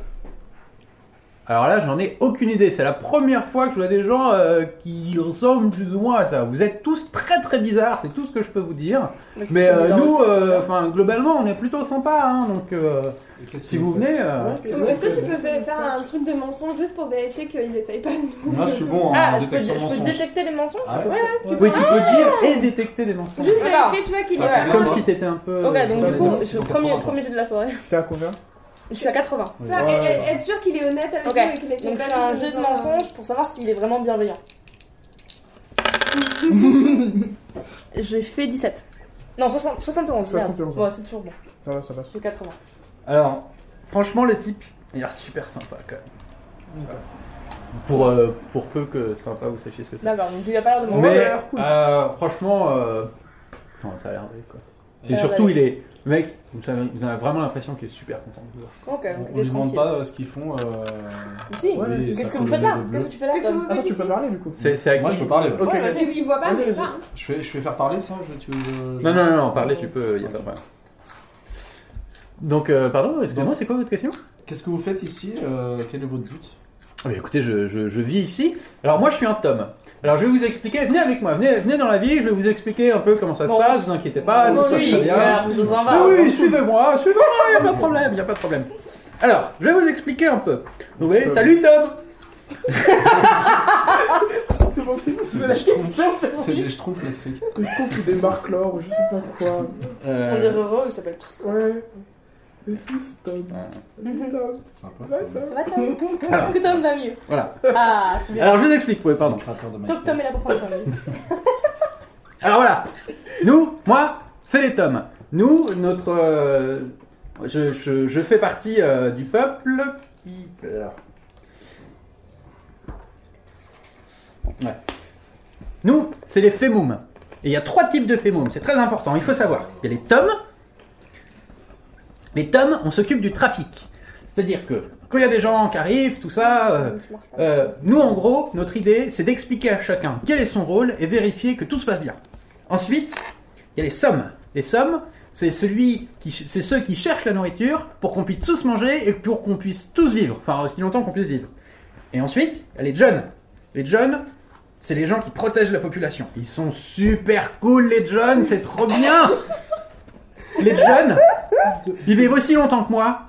Speaker 3: Alors là, j'en ai aucune idée. C'est la première fois que je vois des gens euh, qui ressemblent plus ou moins à ça. Vous êtes tous très très bizarres, c'est tout ce que je peux vous dire. Mais
Speaker 4: tu sais,
Speaker 3: euh,
Speaker 4: bizarre
Speaker 3: nous,
Speaker 4: aussi.
Speaker 3: euh, enfin globalement, on est plutôt sympas. hein, donc euh,
Speaker 5: Et qu'est-ce
Speaker 3: si
Speaker 5: que
Speaker 3: vous venez,
Speaker 5: faites
Speaker 3: euh,
Speaker 2: Est-ce que tu peux
Speaker 6: Qu'est-ce que vous
Speaker 2: faire un
Speaker 6: faites
Speaker 2: truc de mensonge juste pour vérifier qu'il n'essaye pas de nous
Speaker 5: Moi, je suis bon en
Speaker 4: Ah, je peux,
Speaker 5: détection
Speaker 4: je peux
Speaker 5: mensonge.
Speaker 4: détecter les mensonges
Speaker 5: Ah, ouais.
Speaker 3: oui, tu peux dire et détecter des mensonges.
Speaker 2: Juste
Speaker 4: Ah, D'accord.
Speaker 2: vérifier, tu vois, qu'il
Speaker 5: Ouais.
Speaker 2: est.
Speaker 3: Comme si t'étais un peu. euh,
Speaker 4: Ok, donc
Speaker 1: Ouais,
Speaker 4: du
Speaker 1: non,
Speaker 4: coup,
Speaker 1: c'est
Speaker 4: je suis
Speaker 5: sur
Speaker 4: premier,
Speaker 5: 80.
Speaker 4: premier jet de la soirée.
Speaker 1: T'es à combien
Speaker 4: Je suis à 80.
Speaker 5: Ouais.
Speaker 2: Enfin,
Speaker 1: Ouais.
Speaker 2: et- et- Être sûr qu'il est honnête avec
Speaker 4: Ok.
Speaker 2: nous et qu'il essaye
Speaker 4: Donc
Speaker 2: pas
Speaker 4: je fais un
Speaker 2: nous euh,
Speaker 4: jeu de
Speaker 2: avoir-
Speaker 4: mensonge pour savoir s'il est vraiment bienveillant. J'ai fait 17. Non, 60, 71. merde.
Speaker 1: 71.
Speaker 4: Ouais, c'est toujours bon.
Speaker 1: Ah ouais, ça passe.
Speaker 4: Je fais 80.
Speaker 3: Alors, franchement, le type, il a l'air super sympa quand même. Pour, euh, pour peu que sympa, vous sachiez ce que c'est.
Speaker 4: D'accord, donc il a pas l'air de
Speaker 1: Ouais,
Speaker 4: mentir.
Speaker 1: il a
Speaker 3: Mais
Speaker 1: l'air cool.
Speaker 3: euh, franchement, euh, non, ça a l'air d'aller quoi. Et
Speaker 4: Ouais,
Speaker 3: surtout,
Speaker 4: ouais.
Speaker 3: il est. Le mec, vous avez, vous avez vraiment l'impression qu'il est super content de vous voir.
Speaker 4: Ok, donc
Speaker 5: On
Speaker 4: il est
Speaker 5: lui demande
Speaker 4: tranquille.
Speaker 5: pas euh, ce qu'ils font. euh,
Speaker 4: Si,
Speaker 1: Ouais,
Speaker 5: les-
Speaker 4: qu'est-ce
Speaker 5: sa
Speaker 4: que vous faites
Speaker 5: colonie
Speaker 4: là
Speaker 5: de
Speaker 4: Qu'est-ce
Speaker 5: bleu.
Speaker 4: que tu fais là,
Speaker 2: Qu'est-ce que
Speaker 4: Tom
Speaker 2: vous-
Speaker 1: Attends, tu peux parler du coup
Speaker 3: C'est c'est avec
Speaker 5: Moi,
Speaker 3: qui
Speaker 5: je peux parler. ouais.
Speaker 1: Ok,
Speaker 4: Ouais,
Speaker 1: vas-y.
Speaker 4: vas-y.
Speaker 2: Ah, Il il voit pas,
Speaker 1: Vas-y,
Speaker 2: c'est
Speaker 1: vas-y.
Speaker 2: ça.
Speaker 5: Je fais, je fais faire parler ça je, tu, veux-
Speaker 3: Non, non, non, non, parler, tu peux, il a pas de problème. Donc, euh, pardon, excusez-moi, c'est quoi votre question
Speaker 5: Qu'est-ce que vous faites ici euh, Quel est votre but
Speaker 3: Ah, mais écoutez, je, je- je vis ici. Alors, moi, je suis un tome. Alors, je vais vous expliquer, venez avec moi, venez, venez dans la ville, je vais vous expliquer un peu comment ça se
Speaker 4: Bon,
Speaker 3: passe, vous inquiétez pas, tout
Speaker 4: Bon,
Speaker 3: se passe
Speaker 4: oui,
Speaker 3: très bien.
Speaker 4: voilà, vous nous en
Speaker 3: Ah
Speaker 4: va.
Speaker 3: oui, suivez-moi, suivez-moi, il a pas de problème, il a pas de problème. Alors, je vais vous expliquer un peu. Vous voyez,
Speaker 1: Tom.
Speaker 3: salut Tom
Speaker 1: C'est bon, c'est c'est
Speaker 5: des
Speaker 1: la
Speaker 5: schtroumpfs.
Speaker 1: question.
Speaker 5: C'est des schtroumpfs, les trucs.
Speaker 1: Je trouve que des marques l'or ou je sais pas quoi.
Speaker 3: Euh,
Speaker 4: On dirait heureux, ils s'appellent tous.
Speaker 1: Ouais. Mais c'est Tom. Tom.
Speaker 5: C'est un peu.
Speaker 1: Ouais,
Speaker 5: comme-
Speaker 1: Tom.
Speaker 4: Ça va Tom
Speaker 3: Alors.
Speaker 4: Est-ce que Tom va mieux
Speaker 3: Voilà.
Speaker 4: Ah, c'est bien.
Speaker 3: Alors, je vous explique, ouais, pardon.
Speaker 5: le créateur de
Speaker 4: Tom,
Speaker 5: MySpace.
Speaker 4: Tom est là pour prendre son avis.
Speaker 3: Alors voilà, nous, moi, c'est les tomes. Nous, notre... euh, je, je- je fais partie euh, du peuple qui... euh, alors. Ouais. Nous, c'est les fémoums. Et il y a trois types de fémoums, c'est très important, il faut savoir. Il y a les tomes. Les tomes, on s'occupe du trafic. C'est-à-dire que quand il y a des gens qui arrivent, tout ça, euh,
Speaker 4: Ah, Je marche pas.
Speaker 3: euh, nous, en gros, notre idée, c'est d'expliquer à chacun quel est son rôle et vérifier que tout se passe bien. Ensuite, il y a les sommes. Les sommes, c'est celui qui, ch- c'est ceux qui cherchent la nourriture pour qu'on puisse tous manger et pour qu'on puisse tous vivre, enfin aussi longtemps qu'on puisse vivre. Et ensuite, il y a les jeunes. Les jeunes, c'est les gens qui protègent la population. Ils sont super cool, les jeunes, c'est trop bien. Les jeunes, ils vivent aussi longtemps que moi,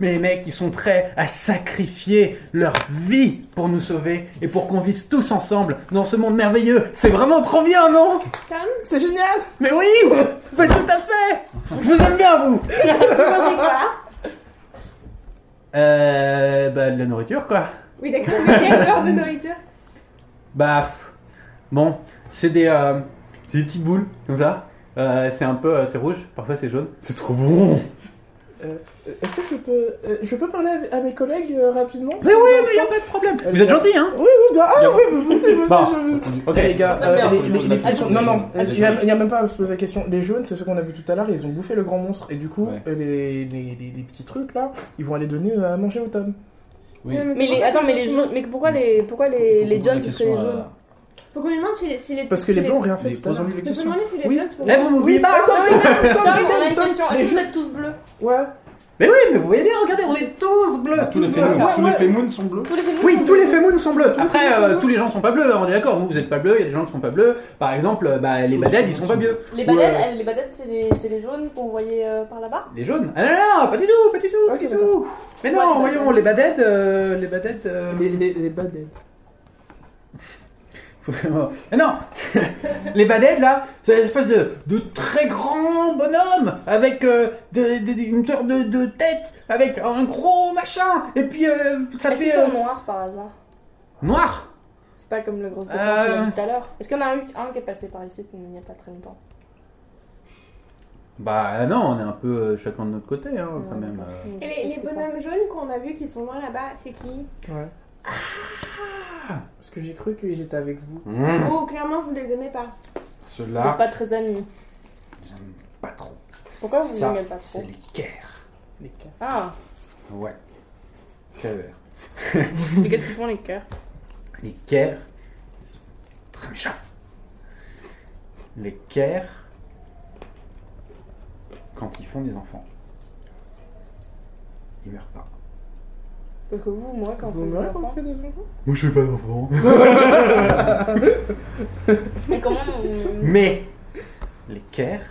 Speaker 3: mais les mecs, ils sont prêts à sacrifier leur vie pour nous sauver et pour qu'on vive tous ensemble dans ce monde merveilleux. C'est vraiment trop bien, non
Speaker 2: Tom,
Speaker 1: C'est génial
Speaker 3: Mais oui Mais tout à fait Je vous aime bien, vous
Speaker 2: tu manges quoi
Speaker 3: Euh... Bah, de la nourriture, quoi.
Speaker 2: Oui, d'accord. Mais Quel genre de nourriture
Speaker 3: Bah... pff, Bon, c'est des... euh, c'est des petites boules, comme ça. Euh, c'est un peu... euh, c'est rouge, parfois c'est jaune. C'est trop bon
Speaker 1: Est-ce que je peux, euh, je peux parler à, à mes collègues euh, rapidement
Speaker 3: Mais oui, mais y a pas de problème Vous êtes gentils, hein
Speaker 1: Oui, oui, bah, ah,
Speaker 3: Y'a-
Speaker 1: oui, bah, c'est possible,
Speaker 3: Bah.
Speaker 1: je-
Speaker 3: Ok,
Speaker 1: Eh, les gars,
Speaker 4: Ça,
Speaker 1: euh,
Speaker 4: merde,
Speaker 1: les-
Speaker 5: faut lui
Speaker 1: les- les
Speaker 5: poser la
Speaker 1: petits
Speaker 5: question,
Speaker 1: sont- non, non,
Speaker 5: c'est-
Speaker 1: il n'y a, il y a même pas à se poser la question. Les jaunes, c'est ceux qu'on a vu tout à l'heure, ils ont bouffé le grand monstre. Et du coup,
Speaker 5: Ouais.
Speaker 1: euh, les, les, les- les petits trucs là, ils vont aller donner euh, à manger au tome.
Speaker 5: Oui.
Speaker 4: Mais les, attends, mais les jaunes, mais pourquoi les, pourquoi les, les jaunes qui seraient les jaunes
Speaker 2: Faut qu'on lui demande si les- si les.
Speaker 1: Parce que les blancs ont rien fait
Speaker 5: Mais
Speaker 1: tout à l'heure.
Speaker 5: posons-lui
Speaker 2: Je peux demander si les
Speaker 1: Oui.
Speaker 2: autres sont-
Speaker 3: Là, vous m'oubliez pas
Speaker 1: attends, attends,
Speaker 4: Ah Tom,
Speaker 1: attends,
Speaker 4: on a une
Speaker 1: attends,
Speaker 4: question. Est-ce
Speaker 1: les
Speaker 4: que vous êtes tous bleus
Speaker 1: Ouais,
Speaker 3: Mais oui, mais vous voyez bien, regardez, on est tous bleus
Speaker 5: Bah, Tous les
Speaker 3: tous
Speaker 5: fémounes
Speaker 3: bleus.
Speaker 1: ouais, ouais.
Speaker 5: sont bleus.
Speaker 4: Tous les féminins
Speaker 3: Oui,
Speaker 4: sont
Speaker 3: tous les
Speaker 4: bleus
Speaker 3: fémounes sont bleus.
Speaker 1: Tous les
Speaker 3: Après,
Speaker 1: fémounes sont
Speaker 3: euh,
Speaker 1: bleus.
Speaker 3: tous les gens sont pas bleus, on est d'accord. Vous, vous êtes pas bleus, il y a des gens qui sont pas bleus. Par exemple, euh, bah, les
Speaker 5: les
Speaker 3: badades, ils
Speaker 5: fémounes
Speaker 3: sont pas
Speaker 5: sont
Speaker 3: bleus.
Speaker 4: Les
Speaker 3: Ou,
Speaker 4: badettes,
Speaker 3: euh,
Speaker 4: elles- les badettes, c'est les, c'est les jaunes qu'on voyait euh, par là-bas
Speaker 3: Les jaunes Ah non, non, non, pas du tout, pas du tout,
Speaker 1: Ok,
Speaker 3: pas du
Speaker 1: d'accord.
Speaker 3: tout. Mais
Speaker 4: C'est quoi,
Speaker 3: non,
Speaker 4: les
Speaker 3: voyons,
Speaker 4: badades
Speaker 3: les badades, euh, les badades. euh,
Speaker 1: les, les, les badades.
Speaker 3: Faut vraiment- Ah non Les badettes là, c'est une espèce de, de très grand bonhomme avec euh, de- de- de- une sorte de, de tête, avec un gros machin, et puis euh, ça
Speaker 4: Est-ce qu'ils
Speaker 3: fait
Speaker 4: sont
Speaker 3: euh,
Speaker 4: noirs par hasard
Speaker 3: noir
Speaker 4: C'est pas comme le gros décor
Speaker 3: Euh.
Speaker 4: qu'on a vu tout à l'heure. Est-ce qu'on a eu un qui est passé par ici il n'y a pas très longtemps
Speaker 3: Bah non, on est un peu euh, chacun de notre côté hein, quand
Speaker 4: Ouais,
Speaker 3: même.
Speaker 4: d'accord.
Speaker 3: euh.
Speaker 4: Donc,
Speaker 2: Et
Speaker 4: c'est-
Speaker 2: les, les
Speaker 4: c'est ça.
Speaker 2: bonhommes jaunes qu'on a vus qui sont loin là-bas, c'est qui
Speaker 1: Ouais. Parce que j'ai cru qu'ils étaient avec vous.
Speaker 3: euh. Hmm.
Speaker 2: Oh, clairement, vous les aimez pas.
Speaker 4: Vous
Speaker 5: Ceux-là,
Speaker 4: êtes pas très amis.
Speaker 3: J'aime pas trop.
Speaker 4: Pourquoi vous vous
Speaker 3: Ça,
Speaker 4: aimez pas trop
Speaker 3: c'est les guerres.
Speaker 1: Les cas.
Speaker 4: Ah,
Speaker 3: Ouais. Calvaire.
Speaker 4: mais qu'est-ce qu'ils font les cœurs
Speaker 3: Les Caire. Très méchants. Les Caire. Quand ils font des enfants, ils meurent pas.
Speaker 4: Parce que vous, moi, quand
Speaker 1: Vous
Speaker 4: vous
Speaker 1: meurez quand on fait des enfants
Speaker 3: Moi je fais pas d'enfants.
Speaker 4: Mais comment on...
Speaker 3: Mais les Caire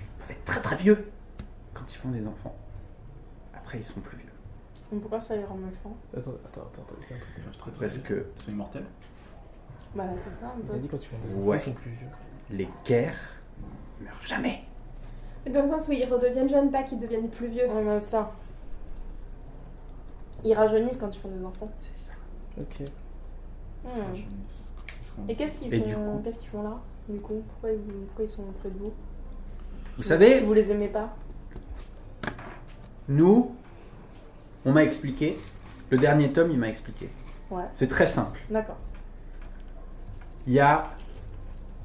Speaker 3: ils peuvent être très très vieux quand ils font des enfants. Après ils sont plus vieux.
Speaker 4: on- Pourquoi ça les rend méchants
Speaker 1: Attends, attends, attends, attends, il y a un truc.
Speaker 5: très très
Speaker 3: Parce
Speaker 5: bien.
Speaker 3: que
Speaker 5: Ils sont immortels.
Speaker 4: Bah c'est ça un
Speaker 1: Il a
Speaker 4: peu.
Speaker 1: dit quand tu fais des enfants,
Speaker 3: Ouais.
Speaker 1: ils sont plus vieux.
Speaker 3: les Caire meurent jamais.
Speaker 2: C'est Dans le sens où ils redeviennent jeunes, pas qu'ils deviennent plus vieux.
Speaker 4: On a bah, ça. Ils rajeunissent quand ils font des enfants.
Speaker 3: C'est ça.
Speaker 1: Ok.
Speaker 5: Ah,
Speaker 4: Hmm.
Speaker 5: je- ils font-
Speaker 4: Et qu'est-ce qu'ils
Speaker 3: Et du
Speaker 4: font
Speaker 3: coup-
Speaker 4: Qu'est-ce qu'ils font là Du coup, pourquoi ils, pourquoi ils sont près de vous
Speaker 3: Vous
Speaker 4: Si
Speaker 3: savez,
Speaker 4: vous les aimez pas.
Speaker 3: nous, on m'a expliqué. Le dernier tome, il m'a expliqué.
Speaker 4: Ouais.
Speaker 3: C'est très simple.
Speaker 4: D'accord.
Speaker 3: Il y a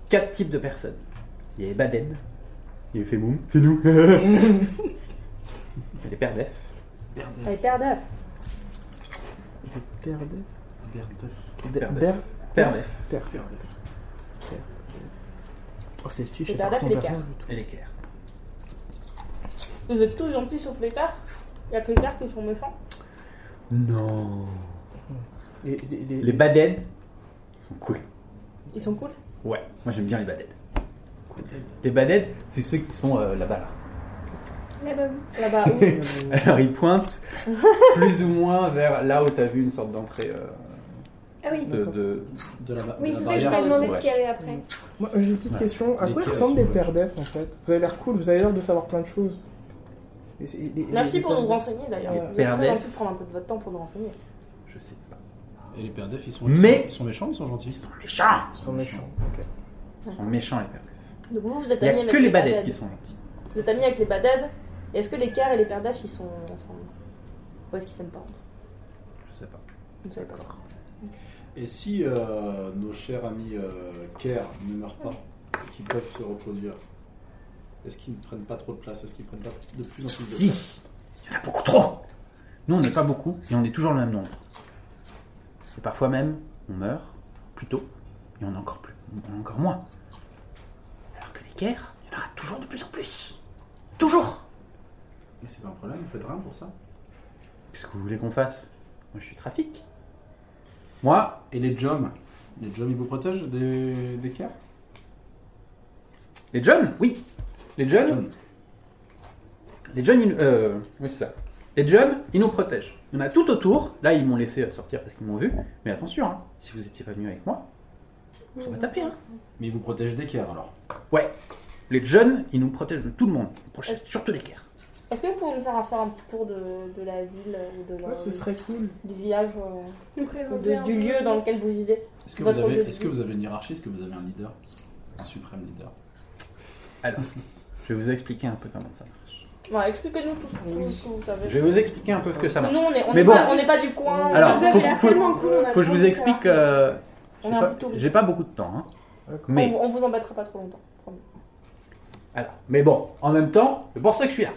Speaker 3: quatre types de personnes. Il y a les baden. Il y a les fémoum. C'est nous. Il y a les perdefs. Hmm.
Speaker 4: Ça a été ardable.
Speaker 1: Des pères d'œufs Des
Speaker 3: Pères
Speaker 1: pères
Speaker 3: Perdefs
Speaker 1: Père. Oh, c'est stylé,
Speaker 4: Et
Speaker 1: je sais
Speaker 4: t'as
Speaker 1: pas
Speaker 4: la
Speaker 1: ressemble à
Speaker 4: flécart.
Speaker 1: rien du tout.
Speaker 3: et les caires.
Speaker 4: Vous êtes tous gentils sauf les cartes. Il y a que les cartes qui sont méchants.
Speaker 3: Non.
Speaker 1: Les, les, les-
Speaker 3: Les baden sont cool.
Speaker 4: Ils sont cool.
Speaker 3: Ouais, moi j'aime bien les baden. Les baden, c'est ceux qui sont euh, là-bas là.
Speaker 2: Là-bas.
Speaker 4: Là-bas, où
Speaker 1: Euh,
Speaker 3: Alors ils pointent plus ou moins vers là où t'as vu une sorte d'entrée euh,
Speaker 2: Ah oui.
Speaker 3: de, de-
Speaker 5: De la, ba-
Speaker 2: Oui,
Speaker 5: de la
Speaker 2: c'est ça que je
Speaker 5: barrière.
Speaker 2: voulais demander
Speaker 3: ouais.
Speaker 2: ce qu'il y avait après.
Speaker 1: Moi, j'ai une petite
Speaker 3: Ouais.
Speaker 1: question. À
Speaker 5: Les
Speaker 1: quoi ils
Speaker 5: terres
Speaker 1: ressemblent les
Speaker 5: sont
Speaker 1: pères d'œufs en fait Vous avez l'air cool, vous avez l'air de savoir plein de choses. Et c'est- et- et-
Speaker 4: Merci
Speaker 1: les-
Speaker 4: pour
Speaker 1: les-
Speaker 4: nous renseigner d'ailleurs.
Speaker 1: Les
Speaker 4: Vous êtes très
Speaker 3: perdefs.
Speaker 4: gentil de prendre un peu de votre temps pour nous renseigner.
Speaker 3: Je sais pas.
Speaker 5: Et les pères d'œufs, ils sont,
Speaker 3: Mais-
Speaker 5: ils sont méchants ou ils sont gentils
Speaker 3: Ils sont méchants
Speaker 1: Ils sont méchants. ok.
Speaker 3: Ils sont méchants les perdefs.
Speaker 4: Donc vous, vous êtes
Speaker 3: Il
Speaker 4: amis
Speaker 3: n'y a
Speaker 4: avec
Speaker 3: que les badettes
Speaker 4: badades.
Speaker 3: qui sont gentils.
Speaker 4: Vous êtes amis avec les badades. Et Est-ce que les cars et les perdafs ils sont ensemble Ou est-ce qu'ils s'aiment pas
Speaker 3: Je sais pas.
Speaker 4: Vous savez pas.
Speaker 5: Et si euh, nos chers amis euh, Kerr ne meurent pas, qu'ils peuvent se reproduire, est-ce qu'ils ne prennent pas trop de place Est-ce qu'ils prennent pas de plus en plus de place
Speaker 3: Si Il y en a beaucoup trop Nous, on n'est pas beaucoup et on est toujours le même nombre. Et parfois même, on meurt plus tôt et on a encore, plus, on a encore moins. Alors que les guerres, il y en aura toujours de plus en plus. Toujours
Speaker 5: Mais c'est pas un problème, vous faites rien pour ça.
Speaker 3: Qu'est-ce que vous voulez qu'on fasse Moi, je suis trafic. Moi,
Speaker 5: Et les Joms Les Joms, ils vous protègent des, des Kerr
Speaker 3: les jeunes, oui. Les jeunes,
Speaker 5: Joms.
Speaker 3: les jeunes, ils- euh, oui, c'est ça. Les jeunes, ils nous protègent. Il y en a tout autour. Là, ils m'ont laissé sortir parce qu'ils m'ont vu. Mais attention, hein, si vous étiez pas venu avec moi,
Speaker 2: Mmh.
Speaker 3: ça va taper. Hein.
Speaker 5: Mais ils vous protègent des Kerr alors.
Speaker 3: Les jeunes, ils nous protègent de tout le monde, Protègent
Speaker 4: Est-ce-
Speaker 3: surtout les guerres.
Speaker 4: Est-ce que vous pouvez nous faire faire un petit tour de, de la ville euh, ou de la-
Speaker 1: Ouais, ce serait cool.
Speaker 4: du village euh,
Speaker 2: Nous
Speaker 4: ou
Speaker 2: présenter
Speaker 4: de-
Speaker 2: un
Speaker 4: du
Speaker 2: peu.
Speaker 4: lieu dans lequel vous vivez
Speaker 5: Est-ce que,
Speaker 4: Votre
Speaker 5: vous avez-
Speaker 4: lieu de
Speaker 5: est-ce
Speaker 4: vie.
Speaker 5: que vous avez une hiérarchie Est-ce que vous avez un leader Un suprême leader
Speaker 3: Je vais vous expliquer un peu comment ça marche.
Speaker 4: Ouais, expliquez-nous tout ce que,
Speaker 1: Oui.
Speaker 4: tout ce que vous savez.
Speaker 3: Je vais vous expliquer un peu ce que ça
Speaker 4: Nous,
Speaker 3: marche.
Speaker 4: on n'est on
Speaker 3: Mais
Speaker 4: est
Speaker 3: bon.
Speaker 4: pas, on est pas du coin. on
Speaker 3: Alors,
Speaker 2: vous
Speaker 4: est-
Speaker 2: avez
Speaker 3: faut-
Speaker 2: l'air
Speaker 3: faut-
Speaker 2: tellement cool. on a
Speaker 3: faut que je
Speaker 2: trop
Speaker 3: vous
Speaker 2: envie de savoir
Speaker 3: explique,
Speaker 2: comment ça
Speaker 3: euh,
Speaker 2: se passe.
Speaker 4: on
Speaker 3: J'ai
Speaker 4: est un
Speaker 3: pas,
Speaker 4: peu touriste.
Speaker 3: j'ai pas beaucoup de temps, hein.
Speaker 1: D'accord.
Speaker 4: on,
Speaker 3: mais
Speaker 4: vous- on vous embêtera pas trop longtemps. promis.
Speaker 3: alors, mais bon, en même temps, c'est pour ça que je suis là.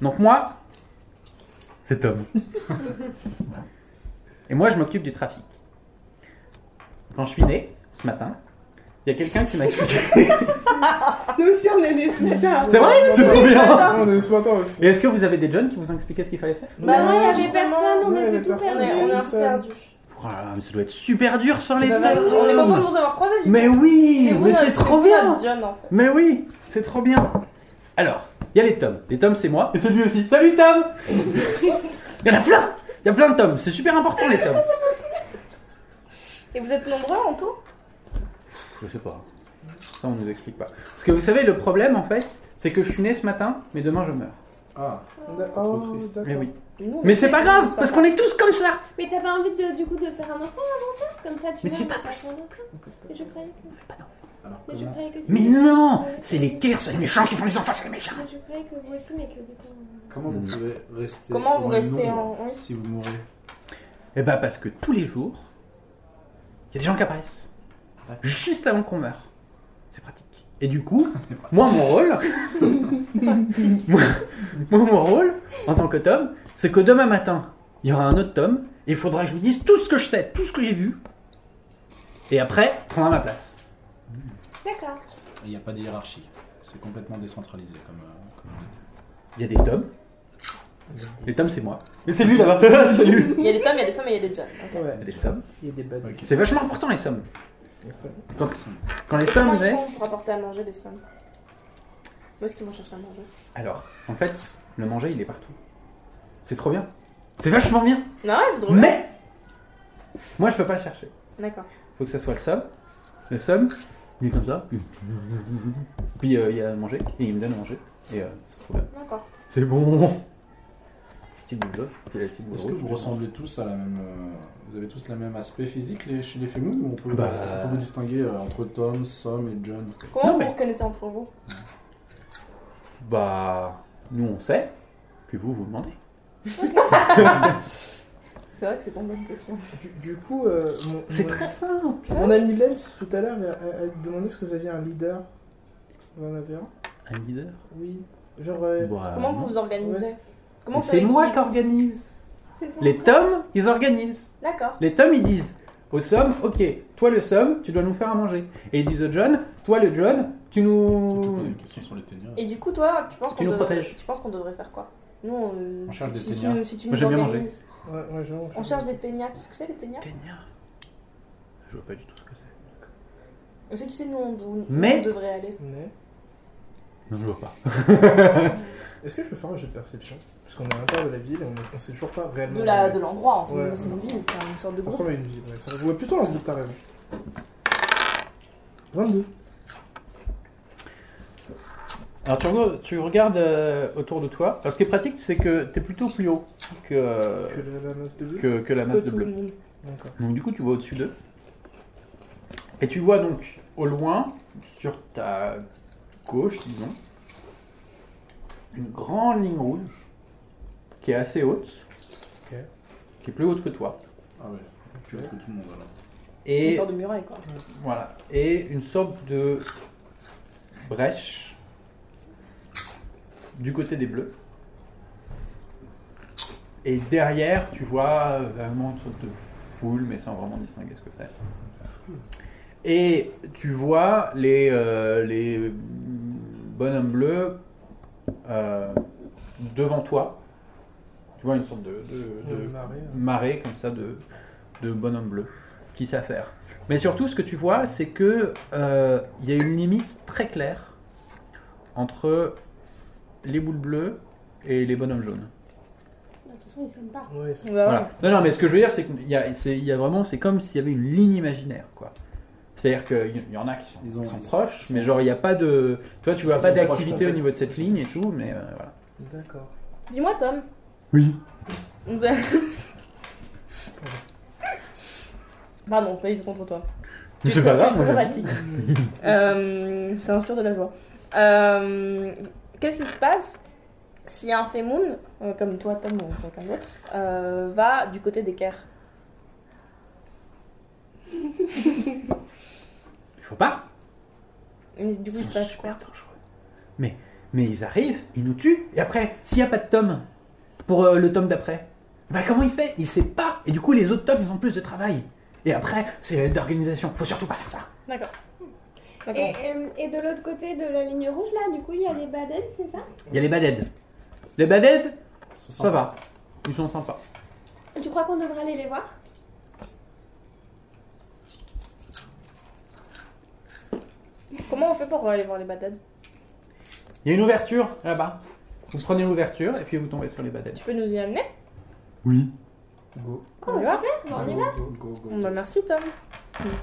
Speaker 3: Donc moi, c'est Tom. Et moi, je m'occupe du trafic. Quand je suis né, ce matin, il y a quelqu'un qui m'a expliqué.
Speaker 2: Nous aussi, on est des snédards.
Speaker 3: C'est vrai, c'est trop bien.
Speaker 1: Ah, On est ce matin aussi.
Speaker 3: Et est-ce que vous avez des jeunes qui vous ont expliqué ce qu'il fallait faire
Speaker 4: Bah non, il y avait
Speaker 2: Justement,
Speaker 4: personne,
Speaker 2: on
Speaker 1: ouais, il y
Speaker 2: était
Speaker 1: avait
Speaker 2: tout
Speaker 1: personne.
Speaker 4: On est,
Speaker 2: perdus.
Speaker 4: on est
Speaker 1: tout
Speaker 4: un peu
Speaker 1: seul.
Speaker 4: perdu.
Speaker 3: Oh là là, mais ça doit être super dur sans les
Speaker 1: C'est
Speaker 3: deux.
Speaker 1: pas
Speaker 4: On est content de vous avoir croisé.
Speaker 3: Mais oui,
Speaker 4: c'est vous
Speaker 3: mais c'est
Speaker 4: notre-
Speaker 3: trop
Speaker 4: vous
Speaker 3: bien.
Speaker 4: notre John, en fait.
Speaker 3: Mais oui, c'est trop bien. Alors, il y a les tomes. Les tomes, c'est moi. Et c'est lui aussi. Salut Tom Il y en a plein Il y a plein de tomes. C'est super important les tomes.
Speaker 4: Et vous êtes nombreux en tout
Speaker 3: Je sais pas. Ça, on nous explique pas. Parce que vous savez, le problème, en fait, c'est que je suis né ce matin, mais demain je meurs.
Speaker 5: Ah,
Speaker 1: Oh,
Speaker 5: Trop triste.
Speaker 1: d'accord.
Speaker 3: Eh oui.
Speaker 4: Nous, on
Speaker 3: Mais
Speaker 4: sait
Speaker 3: c'est pas
Speaker 4: que
Speaker 3: grave,
Speaker 4: c'est
Speaker 3: parce qu'on est tous comme ça
Speaker 2: Mais t'as pas envie de, du coup de faire un enfant avant ça Comme ça tu
Speaker 3: Mais
Speaker 2: meurs,
Speaker 3: c'est pas
Speaker 2: t'as un enfant. Mais je croyais que.
Speaker 5: alors
Speaker 2: Mais je
Speaker 5: comment
Speaker 2: croyais que si.
Speaker 3: Mais non C'est les guerres, c'est les méchants qui font les enfants, c'est les méchants
Speaker 2: Mais je croyais que vous aussi, mais que du coup. euh,
Speaker 5: Comment vous pouvez rester
Speaker 4: Comment
Speaker 5: au
Speaker 4: vous
Speaker 5: même
Speaker 4: restez
Speaker 5: nombre
Speaker 4: en- oui.
Speaker 5: Si vous mourrez.
Speaker 3: Eh ben parce que tous les jours, il y a des gens qui apparaissent. Juste avant qu'on meure. C'est pratique. Et du coup, moi mon rôle. moi, moi, mon rôle, en tant que Tom, c'est que demain matin, il y aura un autre Tom, et il faudra que je lui dise tout ce que je sais, tout ce que j'ai vu. Et après, prendra ma place.
Speaker 2: D'accord.
Speaker 5: Il n'y a pas de hiérarchie. C'est complètement décentralisé comme, euh, comme vous dites.
Speaker 3: Il y a des Toms. Les Toms, c'est moi. Et c'est lui là-bas. Salut
Speaker 4: Il y a des tomes, il y a des sommes, il y a des jobs. Ok.
Speaker 1: Ouais,
Speaker 3: Il y a des sommes.
Speaker 1: il y a des bad.
Speaker 5: Ok.
Speaker 3: C'est vachement important les sommes. Quand, quand les
Speaker 4: Comment
Speaker 3: sommes
Speaker 4: ils
Speaker 3: naissent.
Speaker 4: font pour apporter à manger les sommes Où est-ce qu'ils vont chercher à manger
Speaker 3: Alors, en fait, le manger, il est partout. C'est trop bien. C'est vachement bien.
Speaker 4: Non, ouais, c'est drôle.
Speaker 3: Mais Moi, je peux pas le chercher.
Speaker 4: D'accord.
Speaker 3: Faut que ça soit le somme. Le somme, il est comme ça. Puis euh, il y a à manger. Et il me donne à manger. Et euh, c'est trop bien.
Speaker 4: D'accord.
Speaker 3: C'est bon. Petite boule bleue, puis la petite boule
Speaker 5: Est-ce que
Speaker 3: rouge.
Speaker 5: vous ressemblez tous à la même. euh, vous avez tous le même aspect physique les- chez les Femoun ou on peut,
Speaker 3: Bah.
Speaker 5: on peut vous distinguer euh, entre Tom, Sam et John
Speaker 4: Comment vous
Speaker 3: Non, mais-
Speaker 4: vous reconnaissez entre vous
Speaker 3: Bah, nous on sait. Puis vous, vous demandez.
Speaker 4: C'est vrai que c'est pas une bonne question.
Speaker 1: Du, du coup, euh, mon,
Speaker 3: C'est
Speaker 1: mon-
Speaker 3: très simple.
Speaker 1: mon ami Lems tout à l'heure a, a- a demandé ce que vous aviez un leader. Vous en avez un
Speaker 3: Un leader
Speaker 1: Oui. Genre, euh,
Speaker 3: Bah,
Speaker 4: Comment
Speaker 3: non.
Speaker 4: vous vous organisez Comment
Speaker 3: Mais
Speaker 4: vous
Speaker 3: C'est
Speaker 4: savez
Speaker 3: moi
Speaker 4: qui-
Speaker 3: qui organise.
Speaker 2: C'est son
Speaker 3: Les tomes, ils organisent.
Speaker 4: D'accord.
Speaker 3: Les tomes, ils disent au somme, ok, toi le somme, tu dois nous faire à manger. Et ils disent au John, toi le John, tu
Speaker 5: Je te
Speaker 3: nous.
Speaker 5: pose une question sur les ténias.
Speaker 4: Et du coup, toi, tu penses
Speaker 3: Tu
Speaker 4: qu'on
Speaker 3: nous
Speaker 4: devrait...
Speaker 3: protèges.
Speaker 4: Tu penses qu'on devrait faire quoi Nous, on...
Speaker 5: On cherche
Speaker 4: si,
Speaker 5: des
Speaker 4: si tu,
Speaker 5: ténias.
Speaker 4: nous- si tu
Speaker 3: Moi,
Speaker 4: nous
Speaker 3: j'aime bien
Speaker 4: organises...
Speaker 1: ouais, ouais, genre,
Speaker 4: On cherche des ténias. Tu sais ce que c'est, les ténias
Speaker 3: Ténia. Je vois pas du tout ce que c'est.
Speaker 4: Est-ce que tu sais nous, on- où
Speaker 3: Mais-
Speaker 4: on devrait aller
Speaker 1: Mais,
Speaker 3: Non, je vois pas.
Speaker 1: Est-ce que je peux faire un jeu de perception Parce qu'on est à l'intérieur de la ville et on ne sait toujours pas réellement.
Speaker 4: De
Speaker 1: où on
Speaker 4: la-
Speaker 1: est.
Speaker 4: de l'endroit, en ce
Speaker 1: Ouais.
Speaker 4: moment, c'est une ville, c'est une sorte
Speaker 1: Ça
Speaker 4: de groupe.
Speaker 1: ressemble à une ville, ouais. Ça ressemble- ouais, plutôt à un groupe, t'as raison. 22.
Speaker 3: Alors tu, re- tu regardes euh, autour de toi. Alors ce qui est pratique, c'est que t'es plutôt plus haut que, euh,
Speaker 1: Que la, la masse de bleu
Speaker 3: que, que la
Speaker 4: Que
Speaker 3: masse de
Speaker 4: tout le
Speaker 3: bleu.
Speaker 4: monde.
Speaker 1: D'accord.
Speaker 3: Donc du coup, tu vois au-dessus d'eux. Et tu vois donc au loin, sur ta gauche, disons, une grande ligne rouge qui est assez haute,
Speaker 1: Ok.
Speaker 3: qui est plus haute que toi.
Speaker 5: Ah ouais, tu vas que tout le monde alors.
Speaker 4: Une
Speaker 3: Et
Speaker 4: sorte de muraille, quoi.
Speaker 3: voilà, et une sorte de brèche du côté des bleus. Et derrière, tu vois euh, vraiment une sorte de foule, mais sans vraiment distinguer ce que c'est. Et tu vois les, euh, les bonhommes bleus euh, devant toi. Tu vois une sorte de, de- de-
Speaker 1: Le marais, euh.
Speaker 3: marée comme ça de, de bonhommes bleus qui s'affairent. Mais surtout, ce que tu vois, c'est que euh, il y a une limite très claire entre les boules bleues et les bonhommes jaunes.
Speaker 2: De toute façon, ils s'aiment pas.
Speaker 1: Ouais, c'est-
Speaker 3: Voilà. Non, non, mais ce que je veux dire, c'est qu'il y a, c'est- il y a vraiment, c'est comme s'il y avait une ligne imaginaire, quoi. C'est-à-dire qu'il y en a qui sont,
Speaker 5: Ils ont-
Speaker 3: qui sont
Speaker 5: ils sont-
Speaker 3: proches, mais genre il n'y a pas de, toi tu vois
Speaker 5: Ils
Speaker 3: pas
Speaker 5: sont proches,
Speaker 3: d'activité
Speaker 5: en
Speaker 3: au
Speaker 5: fait.
Speaker 3: niveau de cette ligne et tout, mais euh, voilà.
Speaker 1: D'accord.
Speaker 4: Dis-moi, Tom.
Speaker 3: Oui.
Speaker 4: on nous a- Pardon, c'est pas du tout contre toi. Tu
Speaker 3: C'est
Speaker 4: es
Speaker 3: pas
Speaker 4: très-
Speaker 3: grave,
Speaker 4: tu
Speaker 3: moi
Speaker 4: es très
Speaker 3: j'aime
Speaker 4: sympathique.
Speaker 1: Mm.
Speaker 4: Euh, ça inspire de la joie. Euh, Qu'est-ce qui se passe si un Femoun, euh, comme toi, Tom, ou quelqu'un d'autre, euh, va du côté des Caire
Speaker 3: Il faut pas.
Speaker 4: Mais du coup, il
Speaker 3: Ils
Speaker 4: se
Speaker 3: sont
Speaker 4: passe quoi
Speaker 3: super dangereux. Mais, mais ils arrivent, ils nous tuent, et après, s'il n'y a pas de tome pour euh, le tome d'après, bah comment il fait Il sait pas, et du coup les autres tomes, ils ont plus de travail. Et après, c'est l'aide d'organisation, faut surtout pas faire ça.
Speaker 4: D'accord.
Speaker 2: Et,
Speaker 4: D'accord.
Speaker 2: euh, et de l'autre côté de la ligne rouge, là, du coup, il y a les badens, c'est ça
Speaker 3: Il y a les badheads. Les badheads,
Speaker 5: Ils sont
Speaker 3: ça
Speaker 5: sympas.
Speaker 3: va, ils sont sympas.
Speaker 2: Tu crois qu'on devrait aller les voir
Speaker 4: Comment on fait pour aller voir les badades
Speaker 3: Il y a une ouverture là-bas. Vous prenez l'ouverture et puis vous tombez sur les badheads.
Speaker 4: Tu peux nous y amener
Speaker 3: Oui.
Speaker 1: Go.
Speaker 4: On y va
Speaker 2: Oh, Bon, on y va
Speaker 5: Go, go, go.
Speaker 4: Bon, bah, Merci Tom.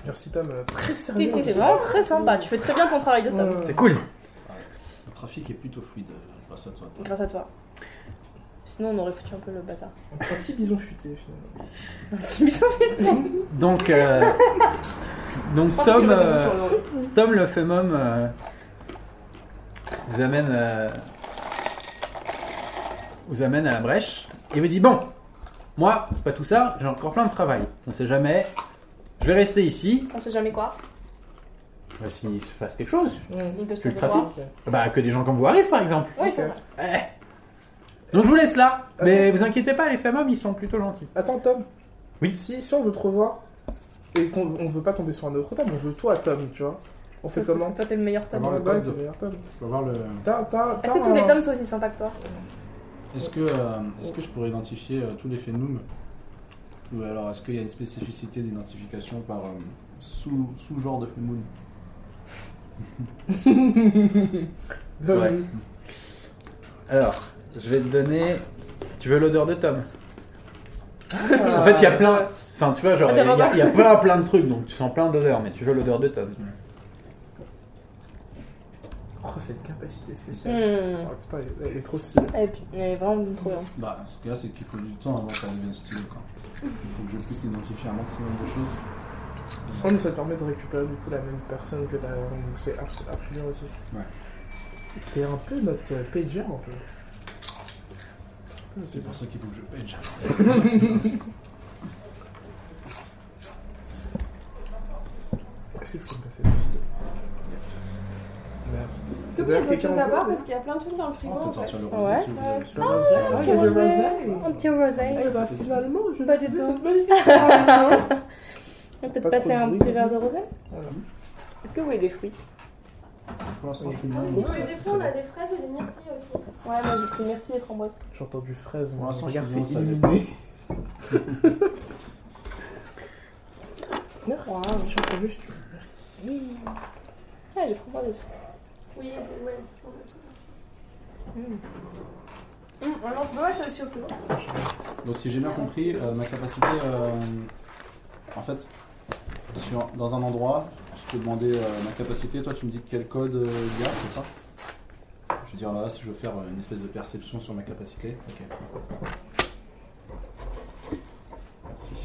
Speaker 1: Merci Tom, euh, très
Speaker 4: T'es
Speaker 1: sérieux.
Speaker 4: t'es vraiment très sympa. Tu fais très bien ton travail de Tom.
Speaker 1: Ouais.
Speaker 3: C'est cool.
Speaker 5: Le trafic est plutôt fluide euh, grâce à toi.
Speaker 4: Grâce à toi. Sinon, on aurait foutu un peu le bazar.
Speaker 1: Un petit bison futé finalement.
Speaker 4: Un petit bisou.
Speaker 3: Donc, euh, donc Tom, euh, Tom le Femum euh, vous amène, euh, vous amène à la brèche et vous dit bon, moi c'est pas tout ça, j'ai encore plein de travail. On sait jamais. Je vais rester ici.
Speaker 4: On sait jamais quoi.
Speaker 3: Bah, S'il se passe quelque chose,
Speaker 4: Il peut se
Speaker 3: Tu le
Speaker 4: passer quoi.
Speaker 1: Ok.
Speaker 3: bah, que des gens comme vous arrivent par exemple.
Speaker 4: Ouais, il faut
Speaker 1: Ok.
Speaker 4: voir.
Speaker 3: Eh. Donc je vous laisse là, mais vous inquiétez pas, les Femum ils sont plutôt gentils.
Speaker 1: Attends Tom.
Speaker 3: Oui.
Speaker 1: Si, si on veut te revoir et qu'on on veut pas tomber sur un autre Tom, on veut toi Tom, tu vois. On fait
Speaker 4: Toi,
Speaker 1: comment
Speaker 4: Toi, t'es le meilleur Tom.
Speaker 5: Comment
Speaker 1: Ouais,
Speaker 5: le Tom
Speaker 1: t'es le meilleur Tom.
Speaker 5: Je peux avoir le.
Speaker 1: T'as- t'as-
Speaker 4: Est-ce
Speaker 1: t'as
Speaker 4: que tous
Speaker 1: un-
Speaker 4: les Toms sont aussi sympas que toi
Speaker 5: Est-ce que, euh, est-ce que je pourrais identifier euh, tous les phénomènes Ou alors est-ce qu'il y a une spécificité d'identification par euh, sous, sous-genre de phénomène
Speaker 1: Tom,
Speaker 3: Ouais. Alors, je vais te donner. Tu veux l'odeur de Tom En fait, il y a plein. Enfin, tu vois, genre, il y, a- il y a- il y a plein, plein de trucs, donc tu sens plein d'odeurs, mais tu veux l'odeur de Tom.
Speaker 1: Oh, cette capacité spéciale.
Speaker 4: Hmm.
Speaker 1: Ah, putain, elle- elle est trop stylée.
Speaker 4: Elle est pu- elle est vraiment trop bien.
Speaker 5: Bah, ce qu'il y a, c'est qu'il faut du temps avant que ça devienne stylé. Quoi. Il faut que je puisse identifier un maximum de choses.
Speaker 1: Oh, mais ça te permet de récupérer du coup la même personne que t'as avant, donc c'est archi, archi bien aussi.
Speaker 5: Ouais.
Speaker 1: T'es un peu notre euh, pager en fait.
Speaker 5: C'est pour ça qu'il faut que je page.
Speaker 1: Est-ce que tu peux me passer le site Merci.
Speaker 4: Eh
Speaker 2: Est-ce que vous avez d'autres choses à boire Parce qu'il y a plein de trucs dans le frigo
Speaker 5: On
Speaker 2: en
Speaker 5: peut
Speaker 2: fait. Ah,
Speaker 5: sortir le
Speaker 4: Oh, Ouais.
Speaker 5: rosé si vous voulez.
Speaker 1: Super rosé. Ah, il y a des rosés.
Speaker 4: Un petit rosé.
Speaker 1: Eh bah finalement, je
Speaker 4: Pas
Speaker 1: vais
Speaker 4: du
Speaker 1: utiliser
Speaker 4: tout.
Speaker 1: cette magnifique soirée.
Speaker 4: On va peut-être
Speaker 1: Pas
Speaker 4: passer
Speaker 1: trop de
Speaker 4: un
Speaker 1: bruit,
Speaker 4: petit
Speaker 1: hein.
Speaker 4: verre de rosé.
Speaker 1: Voilà.
Speaker 4: Est-ce que vous voulez des fruits
Speaker 5: Pour l'instant, je suis
Speaker 2: Ah,
Speaker 5: bien.
Speaker 2: si vous voulez des fruits, on a des fraises et des myrtilles aussi.
Speaker 4: Ouais, moi j'ai pris myrtille et framboise.
Speaker 1: J'ai entendu fraise,
Speaker 5: Pour
Speaker 1: mon
Speaker 5: l'instant,
Speaker 1: regard
Speaker 5: je
Speaker 1: s'est
Speaker 5: suis bien, ça
Speaker 1: illuminé. Merci.
Speaker 4: Waouh.
Speaker 1: J'ai entendu, je-
Speaker 4: Ah, les framboises aussi.
Speaker 2: Oui, des- ouais, on a tout.
Speaker 4: Hum, alors, ouais, c'est sûr que.
Speaker 5: Donc si j'ai bien compris, euh, ma capacité, euh, en fait, sur- dans un endroit, je peux demander euh, ma capacité, toi tu me dis quel code euh, il y a, c'est ça Je veux dire là, si je veux faire euh, une espèce de perception sur ma capacité, ok.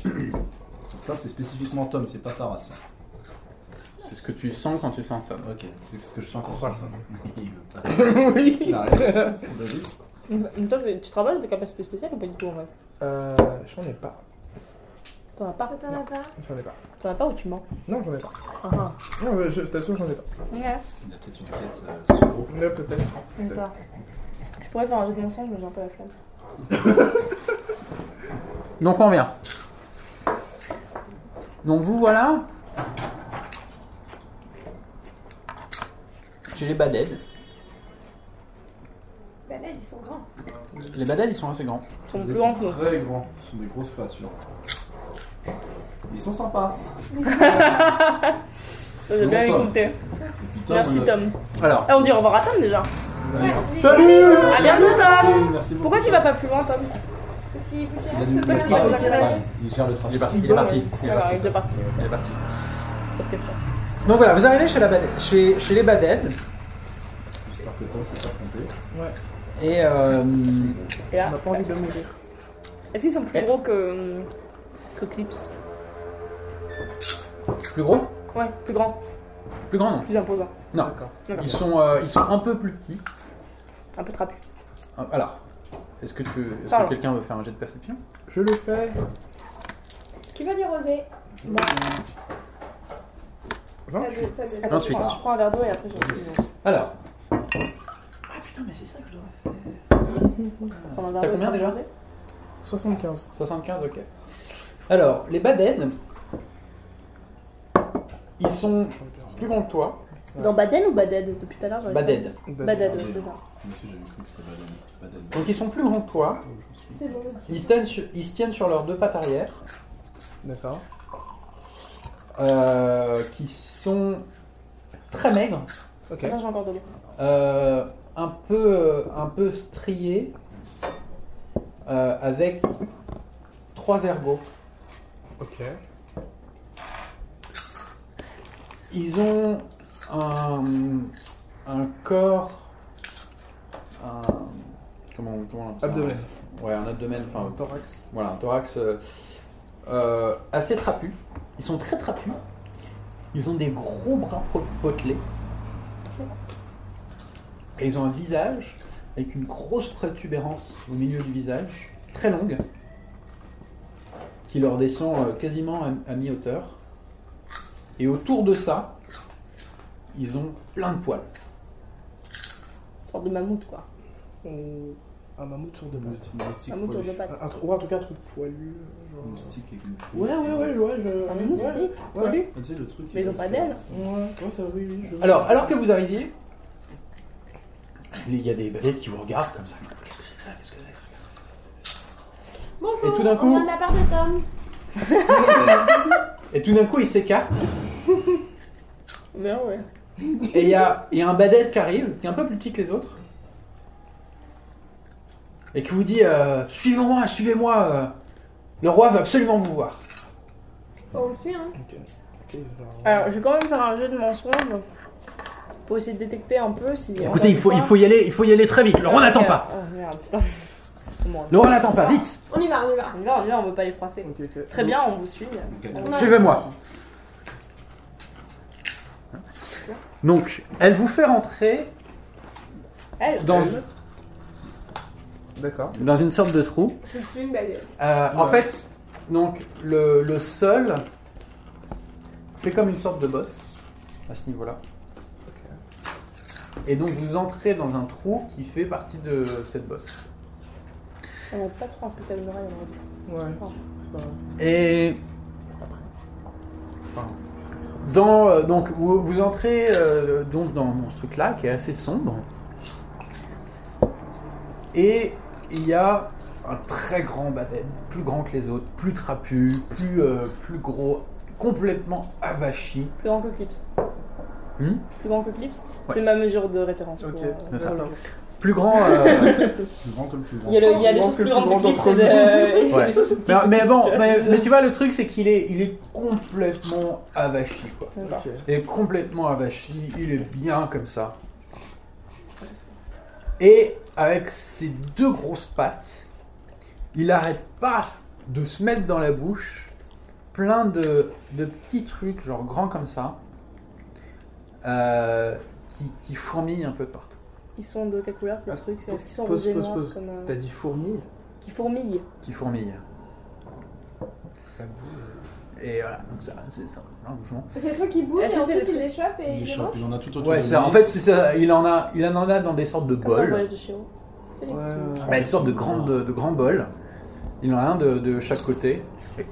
Speaker 5: Merci. Donc ça c'est spécifiquement Tom, c'est pas sa race. ça.
Speaker 3: C'est ce que tu sens quand tu sens ça.
Speaker 5: Ok, c'est ce que je sens qu'on
Speaker 1: Voilà.
Speaker 5: ça. Il veut pas.
Speaker 1: Oui.
Speaker 5: Il arrête. C'est David.
Speaker 4: Hum, Toi, c'est- tu travailles tes capacités spéciales ou pas du tout en fait
Speaker 1: Euh, j'en ai pas.
Speaker 4: T'en as pas.
Speaker 2: Ah, Ça t'en a pas
Speaker 1: J'en ai pas.
Speaker 4: T'en as pas ou tu mens
Speaker 1: Non, j'en ai pas.
Speaker 4: Ah ah.
Speaker 1: Non, mais je je t'assure, j'en ai pas.
Speaker 4: Ouais.
Speaker 5: Il a peut-être une tête euh, sur le gros.
Speaker 1: Ouais, peut-être.
Speaker 4: Comme ça. Je pourrais faire un jeu de mensonge, mais j'ai un peu la flemme.
Speaker 3: Donc on vient. Donc vous voilà. J'ai les badades.
Speaker 2: Bah là, ils sont grands.
Speaker 3: Les badades ils sont assez grands.
Speaker 4: Ils sont
Speaker 5: Ils
Speaker 4: plus grands que
Speaker 5: sont
Speaker 4: nous.
Speaker 5: Très grands, ce sont des grosses créatures. Ils sont sympas.
Speaker 4: Ça, J'ai bien
Speaker 5: Longtemps.
Speaker 4: écouté.
Speaker 5: Et puis Tom, euh,
Speaker 4: Merci
Speaker 5: on a-
Speaker 4: Tom.
Speaker 3: Alors,
Speaker 4: Ah, on dit au revoir à Tom déjà.
Speaker 1: Salut
Speaker 2: euh,
Speaker 4: À bientôt Tom
Speaker 5: Merci beaucoup.
Speaker 4: Pourquoi tu vas pas plus loin Tom
Speaker 2: Parce qu'il faut
Speaker 5: Il a
Speaker 2: qu'il
Speaker 5: dit-
Speaker 2: reste
Speaker 4: qu'il
Speaker 2: pas
Speaker 4: faut qu'il reste.
Speaker 2: mal.
Speaker 5: Ouais, Il gère le
Speaker 3: il est
Speaker 5: trafic.
Speaker 3: parti. Il est parti. Il est
Speaker 4: Alors,
Speaker 3: parti.
Speaker 4: il doit partir.
Speaker 3: Il est parti.
Speaker 4: Pas de question.
Speaker 3: Donc voilà, vous arrivez chez, la badade- chez, chez les badades
Speaker 5: J'espère que Tom s'est pas trompé.
Speaker 1: Ouais,
Speaker 3: et euh,
Speaker 4: Et
Speaker 1: on
Speaker 4: là,
Speaker 1: n'a pas envie de mourir.
Speaker 4: est-ce qu'ils sont plus
Speaker 3: Eh.
Speaker 4: gros que. que Clips
Speaker 3: plus gros,
Speaker 4: Ouais, plus grand,
Speaker 3: plus grand non.
Speaker 4: plus imposant.
Speaker 3: Non.
Speaker 1: D'accord.
Speaker 3: Ils sont, euh, ils sont un peu plus petits.
Speaker 4: Un peu trapu.
Speaker 3: Ah, Alors, est-ce que, tu, est-ce que
Speaker 4: Pardon.
Speaker 3: quelqu'un veut faire un jet de perception
Speaker 1: Je le fais.
Speaker 2: Qui veut du rosé T'as
Speaker 1: Vingt-huit.
Speaker 2: des- t'as des-
Speaker 4: Attends,
Speaker 3: Ensuite.
Speaker 4: Je, prends, je prends un verre d'eau et après je vais
Speaker 3: Alors. Ah putain, mais c'est ça que je dois faire.
Speaker 4: prendre un verre
Speaker 3: T'as
Speaker 4: d'eau et
Speaker 3: combien
Speaker 4: prendre
Speaker 3: déjà
Speaker 4: un rosé.
Speaker 1: 75.
Speaker 3: 75, ok. Alors, les badènes, ils sont plus grands que toi.
Speaker 4: Dans Baden ou Baded Depuis tout à l'heure, j'aurais
Speaker 3: Badèdes.
Speaker 4: pas- Baded,
Speaker 5: Baded.
Speaker 4: c'est ça.
Speaker 5: Moi aussi j'avais cru que c'était Baden. Baden.
Speaker 3: Donc ils sont plus grands que toi.
Speaker 2: C'est bon.
Speaker 3: Ils se tiennent sur, ils se tiennent sur leurs deux pattes arrière,
Speaker 1: D'accord.
Speaker 3: euh, qui sont très maigres,
Speaker 1: Ok.
Speaker 4: Attends, j'ai encore de l'eau.
Speaker 3: euh, un peu, un peu striés, euh, avec trois ergots.
Speaker 1: Ok.
Speaker 3: Ils ont un, un corps. un- comment, comment on appelle ça
Speaker 1: Abdomen.
Speaker 3: Ouais, Ah, un abdomen.
Speaker 1: Enfin,
Speaker 3: Enfin,
Speaker 1: thorax.
Speaker 3: voilà, un thorax euh, euh, assez trapu. Ils sont très trapus. Ils ont des gros bras po- potelés. Et ils ont un visage avec une grosse protubérance au milieu du visage, très longue, qui leur descend euh, quasiment à, à mi-hauteur. Et autour de ça, ils ont plein de poils.
Speaker 4: Une sorte de mammouth, quoi.
Speaker 1: Euh, un mammouth sur deux
Speaker 5: Un
Speaker 1: pattes.
Speaker 5: moustique- un moustique
Speaker 4: Un mammouth sur
Speaker 5: poilu.
Speaker 4: deux pattes.
Speaker 1: Un- un tr- ou en tout cas un truc poilu.
Speaker 5: Un
Speaker 1: genre-
Speaker 5: moustique avec une queue.
Speaker 1: Ouais, ouais, ouais, ouais. Je...
Speaker 4: Un
Speaker 1: ouais.
Speaker 4: moustique
Speaker 1: ouais.
Speaker 4: poilu.
Speaker 5: Ah, Tu sais, le truc.
Speaker 4: Mais ils ont pas d'ailes.
Speaker 1: Ouais, ouais, ça, oui, oui. je-
Speaker 3: Alors, alors que vous arriviez, il y a des bêtes qui vous regardent comme ça. Qu'est-ce que c'est que ça Qu'est-ce que c'est que ça
Speaker 2: Bonjour,
Speaker 3: Et tout d'un coup-
Speaker 2: on vient de la part de Tom.
Speaker 3: Et tout d'un coup, il s'écarte.
Speaker 4: Mais ouais.
Speaker 3: Et il y a, il y a un badette qui arrive, qui est un peu plus petit que les autres. Et qui vous dit euh, Suivez-moi, suivez-moi. euh, le roi veut absolument vous voir.
Speaker 2: On le suit, hein.
Speaker 1: Ok. Ok, alors-
Speaker 4: Alors, je vais quand même faire un jeu de mensonge pour essayer de détecter un peu si.
Speaker 3: Écoutez, il faut, il faut y aller, il faut y aller très vite. Le roi n'attend pas.
Speaker 4: Oh merde, putain. Comment
Speaker 3: Le roi n'attend pas. Vite,
Speaker 2: On y va, on y va.
Speaker 4: On y va, on y va, on veut pas les froisser.
Speaker 1: Ok, ok.
Speaker 4: Très bien, on vous suit.
Speaker 3: suivez-moi. Donc, elle vous fait rentrer
Speaker 4: Elle,
Speaker 3: Dans-
Speaker 4: elle,
Speaker 1: D'accord.
Speaker 3: dans une sorte de trou.
Speaker 2: Je suis une baguette.
Speaker 3: Euh, En
Speaker 5: Ouais.
Speaker 3: fait, donc le, le sol fait comme une sorte de bosse à ce niveau-là. Et donc vous entrez dans un trou qui fait partie de cette bosse.
Speaker 4: on a pas trop un spectacle d'oreille aujourd'hui.
Speaker 1: Ouais.
Speaker 4: Oh.
Speaker 1: C'est pas grave.
Speaker 3: Et
Speaker 1: Après.
Speaker 3: dans euh, donc vous, vous entrez euh, donc dans, dans ce truc-là qui est assez sombre. Et il y a un très grand baptême, plus grand que les autres, plus trapu, plus euh, plus gros, complètement avachi.
Speaker 4: Plus grand que Clips.
Speaker 3: Hmm
Speaker 4: Plus grand que Clips,
Speaker 3: Ouais.
Speaker 4: c'est ma mesure de référence.
Speaker 1: Ok.
Speaker 4: pour, euh,
Speaker 3: C'est ça.
Speaker 4: pour le-
Speaker 3: Plus grand. euh,
Speaker 5: Plus grand que le plus grand.
Speaker 4: Il y a, le, il y a des
Speaker 1: Grand
Speaker 4: choses
Speaker 1: que
Speaker 4: plus
Speaker 1: le plus
Speaker 4: grandes que
Speaker 1: grand
Speaker 4: Clips
Speaker 1: d'entre
Speaker 4: et des- et
Speaker 3: Ouais.
Speaker 4: des choses plus petites.
Speaker 3: Mais, mais bon,
Speaker 4: Tu vois,
Speaker 3: mais,
Speaker 4: c'est-
Speaker 3: mais tu vois, le truc, c'est qu'il est, il est complètement avachi, quoi.
Speaker 4: D'accord.
Speaker 1: Ok.
Speaker 3: Il est complètement avachi, il est bien comme ça. Et avec ses deux grosses pattes, il arrête pas de se mettre dans la bouche plein de, de petits trucs, genre grands comme ça, euh, qui, qui fourmillent un peu de partout.
Speaker 4: Ils sont de quelle couleur ces
Speaker 1: Ah,
Speaker 4: trucs Est-ce qu'ils sont
Speaker 1: pose,
Speaker 4: rouges et
Speaker 1: pose,
Speaker 4: noirs
Speaker 1: pose.
Speaker 4: comme, euh,
Speaker 1: T'as dit fourmi
Speaker 4: Qui fourmillent.
Speaker 3: Qui fourmillent.
Speaker 1: Ça bouge.
Speaker 3: Et voilà, donc ça, c'est ça, l'engouement.
Speaker 2: C'est le truc qui bouge
Speaker 4: Est-ce
Speaker 2: et
Speaker 4: que c'est
Speaker 2: ensuite
Speaker 4: le
Speaker 2: il les chope et
Speaker 5: Il
Speaker 2: il les
Speaker 5: chope,
Speaker 2: mange.
Speaker 5: il en a tout autour
Speaker 3: Ouais,
Speaker 5: de
Speaker 3: ça,
Speaker 5: lui.
Speaker 3: en fait, c'est ça. Il en a, il en a dans des sortes de
Speaker 4: Comme dans le
Speaker 3: bols,
Speaker 4: voyage de Chéro. C'est les-
Speaker 1: Bah Ouais.
Speaker 3: Bah, des sortes de grands, de, de grands bols. Il en a un de, de chaque côté. Et-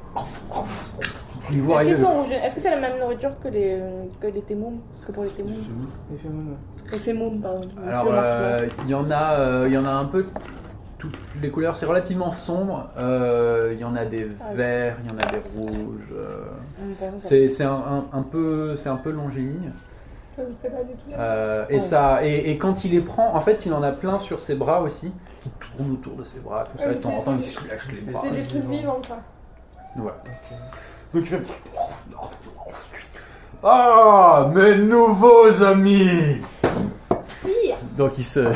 Speaker 3: Il vous
Speaker 4: Est-ce
Speaker 3: arrivez.
Speaker 4: qu'ils sont rouges et- Est-ce que c'est la même nourriture que les, que les témoums Que pour les
Speaker 5: Il
Speaker 4: témoums
Speaker 5: fume.
Speaker 1: Effet mono.
Speaker 4: Les fémoums, pardon.
Speaker 3: Alors,
Speaker 4: Monsieur
Speaker 3: euh, il y en a, euh, il y en a un peu toutes les couleurs. C'est relativement sombre. Euh, il y en a des
Speaker 4: Ah oui.
Speaker 3: verts, il y en a des rouges. euh.
Speaker 4: Marc.
Speaker 3: C'est c'est un, un- un peu, c'est un peu longiligne.
Speaker 2: Je ne sais pas du tout.
Speaker 3: Euh, et
Speaker 4: Oh.
Speaker 3: ça, et, et quand il les prend, en fait, il en a plein sur ses bras aussi. Il tourne autour de ses bras, tout ça. De
Speaker 2: Ah,
Speaker 3: temps en
Speaker 2: c'est-
Speaker 3: temps, il se lâche les bras.
Speaker 2: C'est des trucs vivants, quoi.
Speaker 3: Voilà.
Speaker 1: Ok.
Speaker 3: Donc il fait- Ah, mes nouveaux amis
Speaker 2: Si
Speaker 3: Donc il se,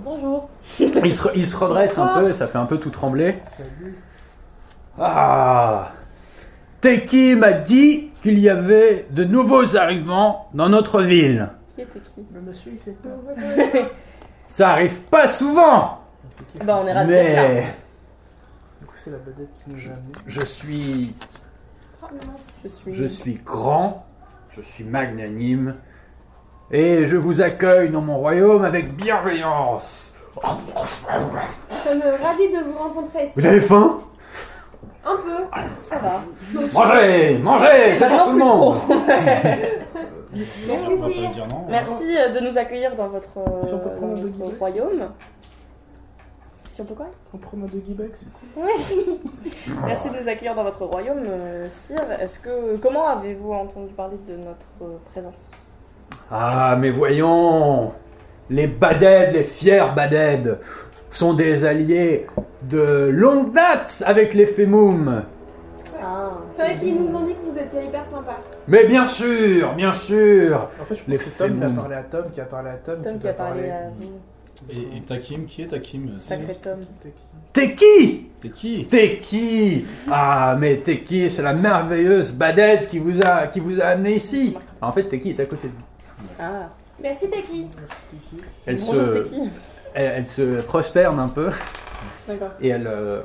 Speaker 4: Bonjour.
Speaker 3: il se, il se redresse un peu, ça fait un peu tout trembler.
Speaker 1: Salut.
Speaker 3: Ah Teki m'a dit qu'il y avait de nouveaux arrivants dans notre ville.
Speaker 4: Qui était qui
Speaker 1: Le monsieur, il fait peur.
Speaker 3: Ça arrive pas souvent,
Speaker 4: Bah, on est ravis d'être là.
Speaker 3: mais
Speaker 1: Du coup, c'est la badette qui nous a amenés.
Speaker 3: je suis,
Speaker 2: Oh, non.
Speaker 4: Je suis.
Speaker 3: je suis grand, je suis magnanime, et je vous accueille dans mon royaume avec bienveillance.
Speaker 2: Nous sommes ravis de vous rencontrer ici.
Speaker 3: Vous avez faim
Speaker 2: Un peu.
Speaker 4: Ça va.
Speaker 3: Mangez Mangez C'est
Speaker 4: Ah,
Speaker 3: pour
Speaker 4: non,
Speaker 3: tout
Speaker 4: plus
Speaker 3: le monde
Speaker 4: trop.
Speaker 5: On
Speaker 2: Merci,
Speaker 5: va pas
Speaker 2: Sire.
Speaker 5: dire non.
Speaker 4: Merci euh, de nous accueillir dans votre, euh,
Speaker 1: Si on peut
Speaker 4: dans
Speaker 1: prendre un
Speaker 4: votre
Speaker 1: doggy-bag.
Speaker 4: royaume. Si on peut quoi
Speaker 1: On prend ma doggy bag, c'est cool.
Speaker 4: Oui. Merci de nous accueillir dans votre royaume, euh, Sire. Est-ce que comment avez-vous entendu parler de notre euh, présence
Speaker 3: Ah, mais voyons Les badèdes, les fiers badèdes sont des alliés de longue date avec les Femoum.
Speaker 4: Ah.
Speaker 2: C'est vrai qu'ils nous ont dit que vous étiez hyper sympa.
Speaker 3: Mais bien sûr, bien sûr.
Speaker 1: En fait, je
Speaker 3: Les
Speaker 1: pense que Tom
Speaker 3: fémons.
Speaker 1: qui a parlé à Tom, qui a parlé à Tom,
Speaker 4: Tom qui a parlé à vous.
Speaker 5: Et, et Takim, qui est Takim c'est-
Speaker 4: Sacré Tom.
Speaker 3: T'es qui
Speaker 5: C'est qui
Speaker 3: T'es qui Ah, mais t'es qui C'est la merveilleuse Badette qui vous a qui vous a amené ici. En fait, t'es qui est à côté de vous.
Speaker 4: Ah.
Speaker 2: Merci Teki.
Speaker 3: Elle
Speaker 4: Bonjour, t'es
Speaker 3: se
Speaker 4: qui
Speaker 3: elle, elle se prosterne un peu
Speaker 4: D'accord.
Speaker 3: et elle euh,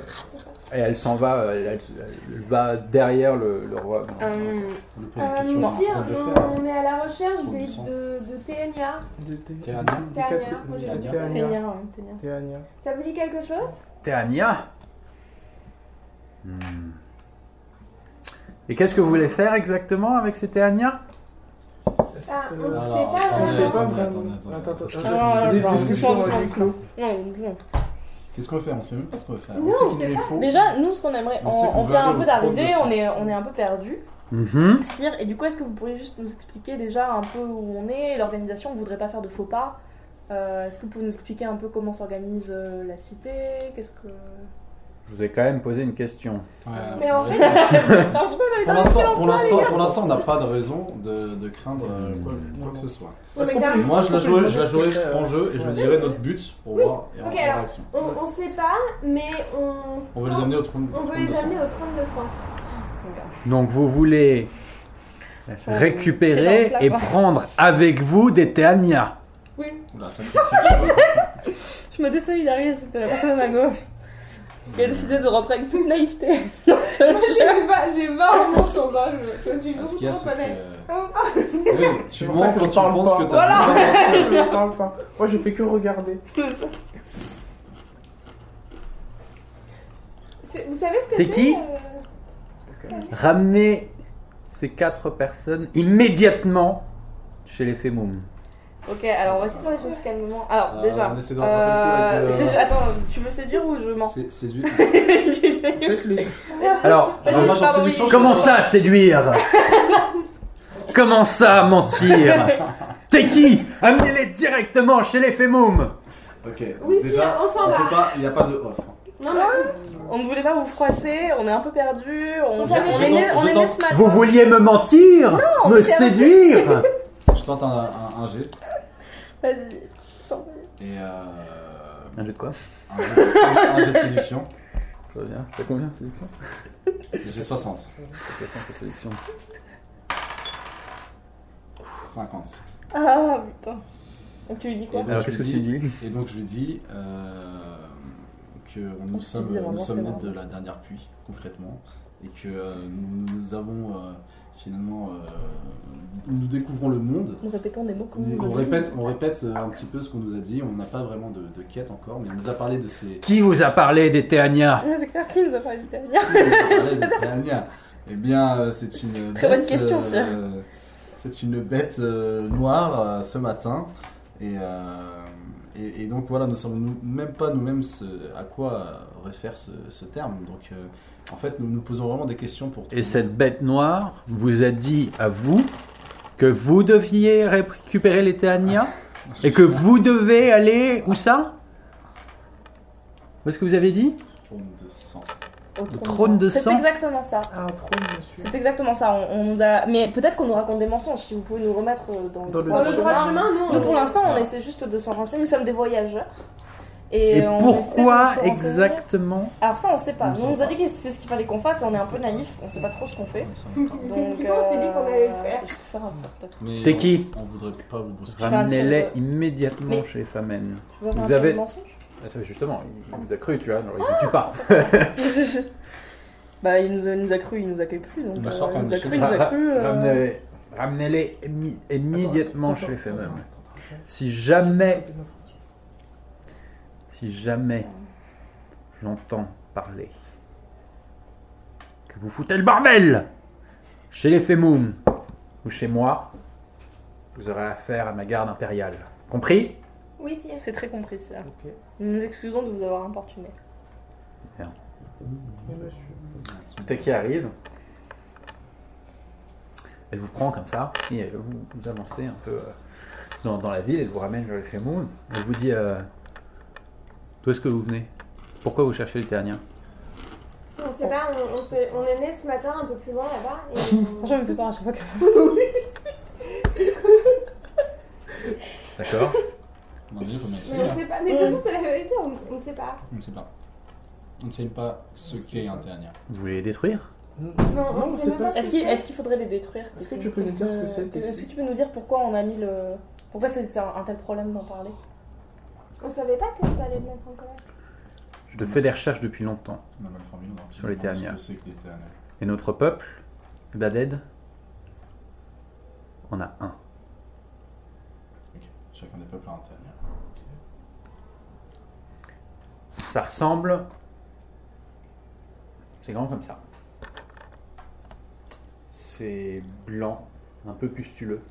Speaker 3: et elle s'en va. Elle, elle- elle va derrière le, le roi.
Speaker 4: Hum,
Speaker 5: Le pose
Speaker 2: Euh,
Speaker 5: des questions.
Speaker 2: sire,
Speaker 5: On peut
Speaker 2: on,
Speaker 5: faire.
Speaker 2: on est à la recherche
Speaker 5: Pour
Speaker 2: des-
Speaker 5: le sang.
Speaker 2: de, de TNA.
Speaker 4: Ténia, ouais, Ténia.
Speaker 2: Ça vous dit quelque chose
Speaker 3: Théania Hmm. Et qu'est-ce que vous voulez faire exactement avec ces Théania
Speaker 2: Ah, on
Speaker 5: Alors,
Speaker 2: sait pas
Speaker 5: attendez,
Speaker 1: On sait pas vraiment.
Speaker 5: attendez, attendez,
Speaker 1: Attends,
Speaker 5: attendez.
Speaker 1: attends,
Speaker 4: Ah,
Speaker 1: attends. Des
Speaker 4: attends,
Speaker 1: discussions
Speaker 4: attends.
Speaker 1: à huis clos.
Speaker 4: Non, non.
Speaker 5: Qu'est-ce qu'on va faire On sait même pas ce qu'on va faire.
Speaker 2: Non,
Speaker 5: on sait qu'il est faux.
Speaker 4: Déjà, nous, ce qu'on aimerait,
Speaker 5: On
Speaker 4: on,
Speaker 5: sait qu'on
Speaker 4: on
Speaker 5: veut
Speaker 4: vient un
Speaker 5: aller au
Speaker 4: peu
Speaker 5: trône
Speaker 4: d'arriver,
Speaker 5: de
Speaker 4: on est, on est un peu perdu. Sire, et du coup, est-ce que vous pourriez juste nous expliquer déjà un peu où on est L'organisation, on voudrait pas faire de faux pas. Euh, est-ce que vous pouvez nous expliquer un peu comment s'organise euh, la cité Qu'est-ce que.
Speaker 3: Je vous ai quand même posé une question.
Speaker 5: Ouais,
Speaker 2: Mais en
Speaker 5: c'est
Speaker 2: fait-
Speaker 5: vrai.
Speaker 4: Attends, pourquoi vous avez
Speaker 5: pour
Speaker 4: pas
Speaker 5: l'instant, pour l'instant, pour l'instant, on n'a pas de raison de, de craindre euh, quoi,
Speaker 1: Mm.
Speaker 5: quoi que ce soit.
Speaker 1: Est-ce
Speaker 2: mais
Speaker 1: qu'on
Speaker 2: carrément.
Speaker 1: peut-
Speaker 5: Moi, je la
Speaker 1: est-ce qu'on peut
Speaker 5: jouerai, je la jouerai
Speaker 1: juste, euh,
Speaker 5: franc jeu et je me
Speaker 1: ouais.
Speaker 5: dirai notre but pour
Speaker 2: Oui.
Speaker 5: voir et
Speaker 2: Ok,
Speaker 5: en
Speaker 2: alors.
Speaker 5: réaction.
Speaker 2: on, on sait pas, mais on.
Speaker 5: On veut les amener au trône.
Speaker 2: on veut
Speaker 5: trône de
Speaker 2: les
Speaker 5: sang.
Speaker 2: amener au 3200.
Speaker 3: Donc vous voulez
Speaker 4: C'est
Speaker 3: récupérer
Speaker 4: dans le
Speaker 3: et
Speaker 4: placard.
Speaker 3: prendre avec vous des Théania
Speaker 2: Oui.
Speaker 5: Oula, ça fait-
Speaker 4: Je me désolidarise de la personne à ma gauche qui a décidé de rentrer avec toute naïveté dans ce
Speaker 2: Moi,
Speaker 4: jeu.
Speaker 2: j'ai pas- j'ai 20 moments sur 20, je, je suis
Speaker 5: Ah, Ce
Speaker 2: beaucoup
Speaker 5: qu'il y a,
Speaker 2: trop
Speaker 5: c'est
Speaker 2: honnête.
Speaker 5: que.
Speaker 2: Ah,
Speaker 5: Oui, tu
Speaker 1: C'est pour ça
Speaker 5: mens
Speaker 1: que
Speaker 5: quand
Speaker 1: je
Speaker 5: tu
Speaker 1: parle
Speaker 5: penses
Speaker 1: pas.
Speaker 5: que t'as.
Speaker 1: Je parle pas. Moi, j'ai fait que regarder.
Speaker 2: c'est- Vous savez ce que
Speaker 3: T'es
Speaker 2: c'est
Speaker 3: qui
Speaker 2: euh,
Speaker 3: Ramenez ces quatre personnes immédiatement chez les Femoum.
Speaker 4: Ok, alors on va essayer de faire les choses calmement. Alors,
Speaker 5: Euh,
Speaker 4: déjà.
Speaker 5: on essaie de rattraper le coup avec,
Speaker 4: euh,
Speaker 5: euh,
Speaker 4: j'ai- Attends, tu me séduire ou je mens
Speaker 5: C'est c'est du.
Speaker 4: J'essaie.
Speaker 1: Faites les.
Speaker 3: Alors,
Speaker 5: Ah, moi, j'en séduction, je
Speaker 3: comment
Speaker 5: fais
Speaker 3: ça séduire Comment ça mentir T'es qui Amenez-les directement chez les Femoum
Speaker 5: Ok,
Speaker 2: Oui,
Speaker 5: déjà,
Speaker 2: si, on s'en
Speaker 5: on
Speaker 2: va.
Speaker 5: peut pas, il n'y a pas de hein. offre.
Speaker 2: Non, mais
Speaker 4: On ne voulait pas vous froisser, on est un peu perdu, on,
Speaker 2: Vous savez,
Speaker 4: on
Speaker 2: je
Speaker 4: est né,
Speaker 5: tente-
Speaker 4: on
Speaker 5: je
Speaker 4: est né
Speaker 5: tente.
Speaker 4: ce matin.
Speaker 3: Vous vouliez me mentir
Speaker 4: on
Speaker 3: Me
Speaker 4: était avec-
Speaker 3: séduire
Speaker 5: Je tente un, un, un jet
Speaker 4: Vas-y. je t'en prie.
Speaker 5: et euh,
Speaker 3: Un jeu de quoi
Speaker 5: un, jet de, sédu- un jet de séduction.
Speaker 3: Très bien. T'as combien de séduction
Speaker 5: J'ai 60,
Speaker 3: T'as 60 de séduction.
Speaker 5: 50.
Speaker 4: Ah putain. Donc tu lui dis quoi
Speaker 5: Et donc,
Speaker 3: Alors,
Speaker 5: je
Speaker 3: qu'est-ce que
Speaker 5: lui
Speaker 3: tu dis
Speaker 5: Et donc je lui dis euh, que nous
Speaker 4: tu
Speaker 5: sommes,
Speaker 4: disais vraiment,
Speaker 5: nous sommes
Speaker 4: c'est
Speaker 5: nés
Speaker 4: vrai.
Speaker 5: de la dernière pluie, concrètement, et que euh, nous, nous avons euh, finalement. euh, nous découvrons le monde.
Speaker 4: Nous répétons des mots qu'on
Speaker 5: On,
Speaker 4: nous a dit.
Speaker 5: répète, on répète euh, un petit peu ce qu'on nous a dit. On n'a pas vraiment de, de quête encore, mais on nous a parlé de ces.
Speaker 3: Qui vous a parlé des Théania
Speaker 4: Mais c'est clair, qui nous a pas invité à venir
Speaker 5: On nous a parlé de Théania. Eh bien, euh, c'est une.
Speaker 4: Très bonne
Speaker 5: bête,
Speaker 4: question,
Speaker 5: euh,
Speaker 4: Sir.
Speaker 5: C'est une bête euh, noire euh, ce matin. Et, euh, et, et donc, voilà, nous ne savons nous- même pas nous-mêmes ce- à quoi euh, réfère ce, ce terme. Donc, euh, en fait, nous nous posons vraiment des questions pour.
Speaker 3: Et cette bête noire vous a dit à vous que vous deviez récupérer les Théania et que vous devez aller où ça Où est-ce que vous avez dit
Speaker 5: Trône de sang.
Speaker 4: Au
Speaker 3: trône de
Speaker 4: C'est
Speaker 3: sang.
Speaker 4: exactement ça.
Speaker 1: Ah, trop, monsieur.
Speaker 4: C'est exactement ça. On, on nous a. Mais peut-être qu'on nous raconte des mensonges. Si vous pouvez nous remettre euh, dans,
Speaker 1: Dans le
Speaker 2: Pour le droit de chemin, non.
Speaker 4: Nous,
Speaker 2: on-
Speaker 4: pour l'instant, on essaie juste de s'en renseigner. Nous sommes des voyageurs.
Speaker 3: Et,
Speaker 4: on essaie de
Speaker 3: pourquoi
Speaker 4: se renseigner.
Speaker 3: exactement
Speaker 4: Alors ça, on sait pas.
Speaker 5: On
Speaker 4: Nous,
Speaker 5: sait
Speaker 4: on nous a
Speaker 5: pas.
Speaker 4: dit que c'est ce qu'il fallait qu'on fasse. et On est un peu naïf. On sait pas trop ce qu'on fait. Donc, euh,
Speaker 2: Pourquoi on s'est dit qu'on allait le faire
Speaker 4: Je peux faire un sort, peut-être.
Speaker 5: Mais
Speaker 3: T'es
Speaker 5: on-
Speaker 3: qui
Speaker 5: On voudrait pas vous brusquer.
Speaker 4: un
Speaker 3: Ramenez-les
Speaker 4: tir de-
Speaker 3: immédiatement
Speaker 4: Mais-
Speaker 3: chez les Famen.
Speaker 4: Tu veux faire
Speaker 3: Vous
Speaker 4: un tir de
Speaker 3: avez-
Speaker 4: mensonge
Speaker 3: Ah, justement, il vous a cru, tu vois, il tue pas.
Speaker 4: Bah, il nous, a, il nous a cru, il nous accueille plus. Donc,
Speaker 5: On
Speaker 4: euh,
Speaker 5: sort quand
Speaker 4: il
Speaker 5: même
Speaker 4: nous a
Speaker 5: de
Speaker 4: cru,
Speaker 5: chez
Speaker 4: il nous a cru. euh,
Speaker 3: Ramenez-les immi- immédiatement chez les Famen.
Speaker 1: femmes.
Speaker 3: Si jamais Si jamais j'entends parler que vous foutez le bordel chez les Femoum ou chez moi, vous aurez affaire à ma garde impériale. Compris
Speaker 2: Oui, si.
Speaker 4: C'est très compris, ça.
Speaker 1: Ok.
Speaker 4: Nous nous excusons de vous avoir importuné.
Speaker 1: Oui, monsieur.
Speaker 3: qui arrive. Elle vous prend comme ça et elle- vous, vous avancez un peu euh, dans, dans la ville. Elle vous ramène vers les Femoum. Elle vous dit euh, D'où est-ce que vous venez Pourquoi vous cherchez les Terniens
Speaker 2: On sait pas, on, on s'est- on est né ce matin un peu plus loin là-bas. Et on-
Speaker 4: Franchement, je me fais peur à chaque fois que.
Speaker 3: D'accord
Speaker 5: On en est, faut bien
Speaker 2: mais
Speaker 5: essayer,
Speaker 2: on
Speaker 5: hein.
Speaker 2: sait pas. Mais de toute façon, c'est la vérité, on on ne sait pas.
Speaker 5: On ne sait pas. On ne sait pas ce qu'est un Théania.
Speaker 3: Vous voulez les détruire
Speaker 2: Non, on sait même pas
Speaker 4: Est-ce qu'il est-ce qu'il faudrait les détruire
Speaker 1: Est-ce que tu peux nous dire ce que c'est, tes
Speaker 4: Est-ce que tu peux nous dire pourquoi on a mis le. Pourquoi c'est c'est un, un tel problème d'en parler
Speaker 2: On savait pas que ça allait le mettre en colère.
Speaker 3: Je te fais des recherches depuis longtemps.
Speaker 5: On a mal formulé, on a un petit
Speaker 3: Sur les
Speaker 5: peu ce
Speaker 3: Théania.
Speaker 5: que c'est que les Théania.
Speaker 3: Et notre peuple, Baded, on a un.
Speaker 5: Ok. Chacun des peuples a un Théania.
Speaker 3: Ça ressemble. C'est grand comme ça. C'est blanc, un peu pustuleux.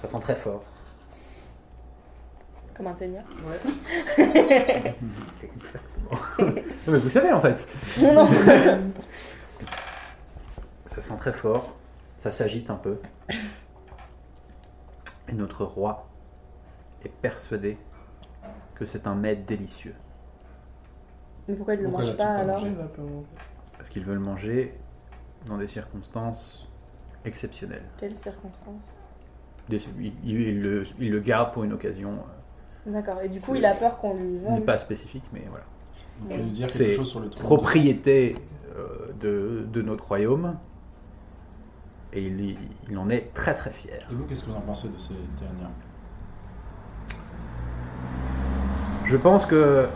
Speaker 3: Ça sent très fort.
Speaker 4: Comme un ténia
Speaker 3: Non, mais vous savez en fait.
Speaker 4: Non
Speaker 3: Ça sent très fort. Ça s'agite un peu. Et notre roi est persuadé que c'est un mets délicieux.
Speaker 4: Mais pourquoi il le
Speaker 5: Pourquoi
Speaker 4: mange
Speaker 5: l'as-tu
Speaker 4: pas
Speaker 5: pas
Speaker 4: alors
Speaker 5: mangé
Speaker 1: J'ai un peu mon-
Speaker 3: Parce qu'ils veulent manger dans des circonstances exceptionnelles.
Speaker 4: Quelles circonstances
Speaker 3: Des- Il, il- il le, il le garde pour une occasion, euh,
Speaker 4: D'accord, et du coup
Speaker 5: Euh,
Speaker 4: il a peur qu'on lui
Speaker 3: n'est
Speaker 4: vole.
Speaker 3: pas spécifique, mais voilà.
Speaker 5: Vous pouvez nous dire
Speaker 3: C'est
Speaker 5: quelque chose sur le trône
Speaker 3: Propriété euh, de, de notre royaume. Et il, il en est très très fier.
Speaker 5: Et vous, qu'est-ce que vous en pensez de ces Théania
Speaker 3: Je pense que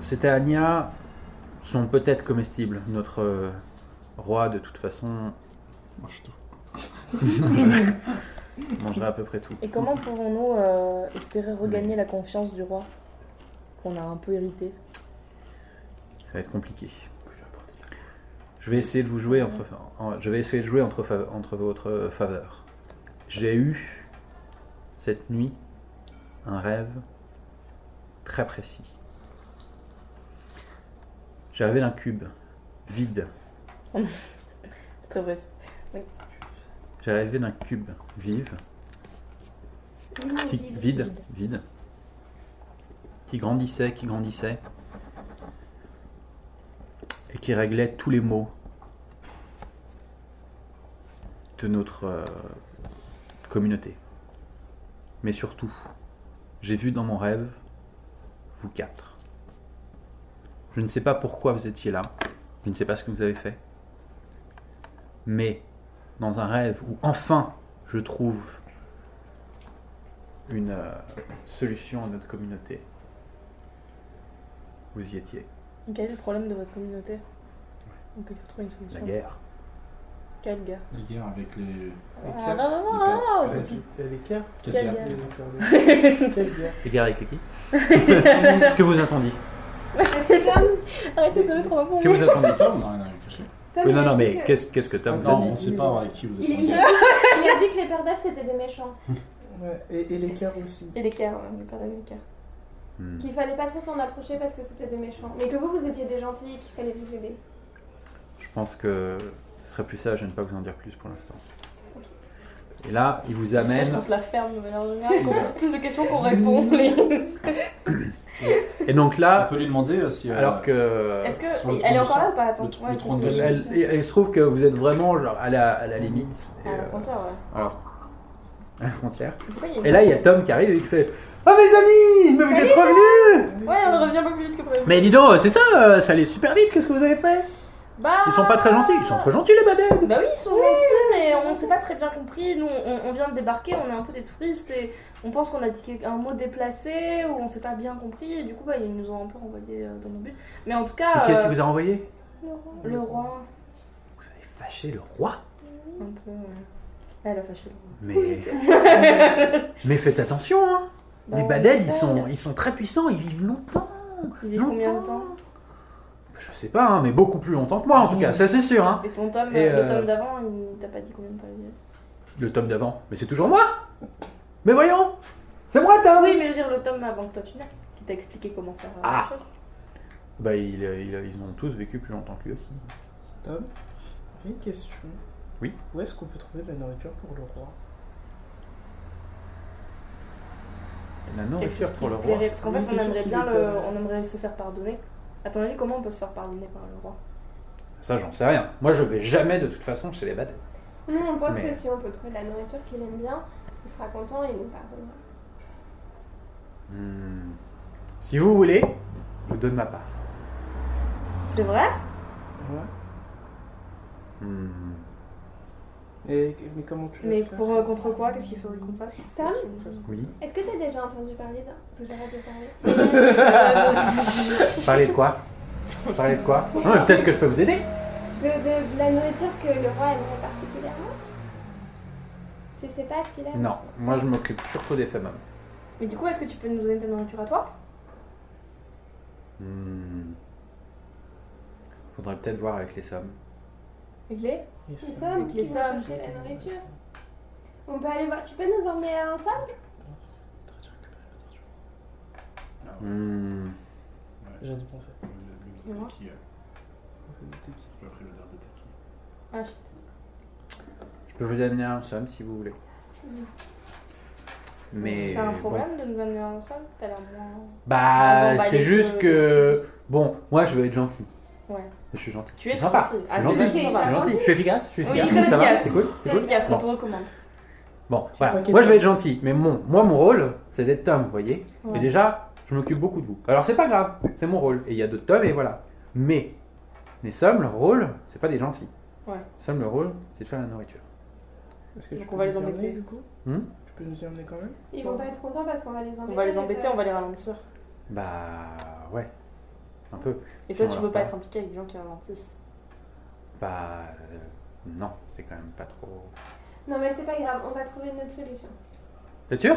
Speaker 3: ces Théania sont peut-être comestibles. Notre euh, roi, de toute façon,
Speaker 5: Mange tout.
Speaker 3: mangerait à peu près tout.
Speaker 4: Et comment pouvons-nous euh, espérer regagner la confiance du roi qu'on a un peu hérité
Speaker 3: Ça va être compliqué. Je vais essayer de vous jouer entre, en- je vais essayer de jouer entre, fa- entre votre faveur. J'ai eu cette nuit un rêve très précis. J'ai rêvé d'un cube vide.
Speaker 4: C'est très vrai.
Speaker 3: J'ai rêvé d'un cube vive, qui, vide, vide, qui grandissait, qui grandissait, et qui réglait tous les maux de notre euh, communauté. Mais surtout, j'ai vu dans mon rêve vous quatre. Je ne sais pas pourquoi vous étiez là, je ne sais pas ce que vous avez fait, mais dans un rêve où enfin je trouve une euh, solution à notre communauté. Vous y étiez,
Speaker 4: Quel est le problème de votre communauté Donc il faut trouver une solution.
Speaker 3: la guerre.
Speaker 4: Quelle guerre
Speaker 5: La guerre avec les.
Speaker 1: Les
Speaker 4: Ah, non,
Speaker 1: cartes.
Speaker 4: non, non, non,
Speaker 5: les
Speaker 4: non,
Speaker 1: Ouais,
Speaker 4: c'est-
Speaker 1: tu- Elle est cartes.
Speaker 5: Quelle
Speaker 4: Quelle
Speaker 5: guerre
Speaker 1: Il
Speaker 4: guerre
Speaker 1: y en a fermé. Quelle guerre
Speaker 3: La guerre avec qui Que vous attendiez
Speaker 2: C'est Tom
Speaker 4: Arrêtez de le trop
Speaker 3: Que vous attendiez
Speaker 5: C'est Tom, non, rien à cacher.
Speaker 3: Oui,
Speaker 2: Tom, il
Speaker 3: Non,
Speaker 2: a
Speaker 3: non,
Speaker 2: dit
Speaker 3: mais
Speaker 2: que-
Speaker 3: qu'est-ce qu'est-ce que Tom vous
Speaker 5: Non,
Speaker 3: a
Speaker 5: on
Speaker 3: dit
Speaker 5: ne sait pas avec qui vous êtes
Speaker 2: Il,
Speaker 5: en
Speaker 2: il
Speaker 5: guerre.
Speaker 2: a, il a dit que les pères d'Ève c'était des méchants,
Speaker 1: Ouais, Et, et les cartes aussi.
Speaker 4: Et hein, l'écart, le père d'écart.
Speaker 3: Hmm.
Speaker 2: qu'il fallait pas trop s'en approcher parce que c'était des méchants, mais que vous vous étiez des gentils et qu'il fallait vous aider.
Speaker 3: Je pense que ce serait plus sage de ne pas vous en dire plus pour l'instant. Et là, il vous
Speaker 4: Je
Speaker 3: amène.
Speaker 4: pense la ferme de manière générale, qu'on pose plus de questions qu'on répond. les-
Speaker 3: Et donc
Speaker 5: On
Speaker 3: là,
Speaker 5: peut lui demander euh, si. euh,
Speaker 3: alors que.
Speaker 4: Est-ce
Speaker 5: Sur le
Speaker 4: que.
Speaker 5: trône
Speaker 4: Elle
Speaker 5: de
Speaker 4: est encore
Speaker 5: sang.
Speaker 4: là ou pas Attends,
Speaker 5: Le
Speaker 4: tu
Speaker 5: tr-
Speaker 4: vois,
Speaker 5: le
Speaker 4: c'est
Speaker 5: trône
Speaker 4: ce
Speaker 5: de
Speaker 4: que je
Speaker 5: sang.
Speaker 4: me
Speaker 3: Elle,
Speaker 4: disais.
Speaker 3: elle- elle se trouve que vous êtes vraiment genre, à, la, à la
Speaker 4: Mhm.
Speaker 3: limite. et,
Speaker 4: À Ah, la
Speaker 3: euh,
Speaker 4: frontière, ouais.
Speaker 3: alors, à la frontière.
Speaker 4: Pourquoi il y a une-
Speaker 3: Et là, il y a Tom qui arrive et qui fait Ah, mes amis Mais vous êtes revenus
Speaker 4: Ouais, on revient un peu plus vite que prévu.
Speaker 3: Mais dis donc, c'est ça, euh, ça allait super vite, qu'est-ce que vous avez fait
Speaker 4: Bah...
Speaker 3: Ils sont pas très gentils, ils sont très gentils les badèdes
Speaker 4: Bah oui, ils sont gentils, mais on s'est pas très bien compris. Nous, on, on vient de débarquer, on est un peu des touristes et on pense qu'on a dit quel- un mot déplacé ou on s'est pas bien compris. Et du coup, bah, ils nous ont un peu renvoyés euh, dans nos buts. Mais en tout cas,
Speaker 3: Qu'est-ce
Speaker 4: euh,
Speaker 3: qui vous a envoyé
Speaker 4: le roi,
Speaker 3: Vous avez fâché le roi
Speaker 4: un peu... ouais. Ah, Elle a fâché le roi.
Speaker 3: Mais. Mais faites attention, hein
Speaker 4: Bah,
Speaker 3: Ah, Les
Speaker 4: on
Speaker 3: badèdes, ils
Speaker 4: essaye.
Speaker 3: sont, ils sont très puissants, ils vivent longtemps
Speaker 4: Ils vivent combien de temps
Speaker 3: Je sais pas, hein, mais beaucoup plus longtemps que moi en tout cas, ça c'est sûr, hein
Speaker 4: Et ton tome,
Speaker 3: Et, euh,
Speaker 4: le tome d'avant, il t'a pas dit combien de temps il vivait
Speaker 3: Le tome d'avant, mais c'est toujours moi Mais voyons C'est moi, Tom
Speaker 4: Ah Oui, mais je veux dire, le tome avant que toi tu nasses, qui t'a expliqué comment faire euh,
Speaker 3: Ah.
Speaker 4: les choses.
Speaker 3: Bah, il- il- ils ont tous vécu plus longtemps que lui aussi.
Speaker 1: Tom, j'ai une question.
Speaker 3: Oui.
Speaker 1: Où est-ce qu'on peut trouver de la nourriture pour le roi
Speaker 3: La
Speaker 4: quelque
Speaker 3: nourriture
Speaker 4: chose qui
Speaker 3: pour le
Speaker 4: lui
Speaker 3: roi.
Speaker 4: plairait Parce qu'en
Speaker 1: Oui,
Speaker 4: fait, on
Speaker 1: quelque chose
Speaker 4: aimerait
Speaker 1: qui
Speaker 4: bien
Speaker 1: lui
Speaker 4: le-
Speaker 1: plairait.
Speaker 4: on aimerait se faire pardonner. À ton avis, comment on peut se faire pardonner par le roi
Speaker 3: Ça, j'en sais rien. Moi, je vais jamais de toute façon chez les bêtes.
Speaker 2: Nous, on pense
Speaker 3: Mais-
Speaker 2: que si on peut trouver de la nourriture qu'il aime bien, il sera content et il nous pardonnera.
Speaker 3: Hmm. Si vous voulez, je vous donne ma part.
Speaker 4: C'est vrai
Speaker 1: Ouais.
Speaker 3: Hmm.
Speaker 1: Et, mais comment tu
Speaker 4: Mais
Speaker 1: vas faire,
Speaker 4: pour
Speaker 1: ça
Speaker 4: euh, contre quoi Qu'est-ce qu'il faudrait qu'on fasse
Speaker 2: Tom
Speaker 3: Oui.
Speaker 2: Est-ce que t'as déjà entendu parler d'un. Faut que j'arrête de parler.
Speaker 3: Parlez de quoi Parlez de quoi Non, mais Peut-être que je peux vous aider.
Speaker 2: De, de, de la nourriture que le roi aimerait particulièrement Tu sais pas ce qu'il aime
Speaker 3: Non, moi, je m'occupe surtout des femmes.
Speaker 4: Mais du coup, est-ce que tu peux nous donner ta nourriture à toi
Speaker 3: Hmm. Faudrait peut-être voir avec les sommes.
Speaker 4: Avec les
Speaker 1: Et
Speaker 2: Les
Speaker 1: ça
Speaker 2: sommes
Speaker 4: Avec les
Speaker 2: qui vont
Speaker 4: sommes.
Speaker 2: chercher la nourriture. On peut aller voir. Tu peux nous emmener ensemble
Speaker 5: ah,
Speaker 3: Hmm.
Speaker 1: J'ai rien dû penser.
Speaker 4: Et moi
Speaker 5: euh,
Speaker 4: Ah, shit.
Speaker 3: Je peux vous amener un somme si vous voulez. Mais
Speaker 4: Hmm. C'est un
Speaker 3: bon.
Speaker 4: problème de nous amener ensemble T'as l'air moins. Ils ont
Speaker 3: Bah,
Speaker 4: emballé
Speaker 3: c'est juste
Speaker 4: que-
Speaker 3: que bon, moi je veux être gentil.
Speaker 4: euh, Ouais.
Speaker 3: Je suis gentil.
Speaker 4: Tu es
Speaker 3: Sympa.
Speaker 4: gentil. Ah,
Speaker 3: Je
Speaker 4: t'es
Speaker 3: suis gentil.
Speaker 2: gentil,
Speaker 3: Je suis
Speaker 2: t'as
Speaker 3: gentil. Je suis efficace. Je suis
Speaker 4: Oui,
Speaker 3: efficace.
Speaker 4: très
Speaker 3: Ça va,
Speaker 4: efficace.
Speaker 3: c'est cool. C'est
Speaker 4: C'est
Speaker 3: cool.
Speaker 4: efficace, on
Speaker 3: Bon.
Speaker 4: te recommande.
Speaker 3: Bon,
Speaker 1: cinq
Speaker 3: voilà.
Speaker 1: étoiles.
Speaker 3: Moi, je vais être gentil, mais mon, moi, mon rôle, c'est d'être Tom, vous voyez.
Speaker 4: Ouais.
Speaker 3: Et déjà, je m'occupe beaucoup de vous. Alors, c'est pas grave, c'est mon rôle. Et il y a d'autres Tom, et voilà. Mais, les sommes, leur rôle, c'est pas des gentils.
Speaker 4: Ouais.
Speaker 3: Les sommes, leur rôle, c'est de faire la nourriture.
Speaker 1: Est-ce que
Speaker 4: Donc
Speaker 1: tu
Speaker 4: on
Speaker 1: peux
Speaker 4: va les
Speaker 1: nous y
Speaker 4: embêter.
Speaker 1: emmener, du coup
Speaker 3: Hmm
Speaker 1: Tu peux nous y emmener quand même
Speaker 2: Ils vont pas être contents parce qu'on va les embêter.
Speaker 4: On va les embêter,
Speaker 2: seuls.
Speaker 4: on va les ralentir.
Speaker 3: Bah, ouais. Un peu.
Speaker 4: Et
Speaker 3: Si
Speaker 4: toi,
Speaker 3: on
Speaker 4: tu
Speaker 3: leur
Speaker 4: veux pas
Speaker 3: parle.
Speaker 4: être impliqué avec des gens qui ralentissent.
Speaker 3: Bah, euh, non, c'est quand même pas trop.
Speaker 2: Non, mais c'est pas grave, on va trouver une autre solution.
Speaker 3: T'es sûr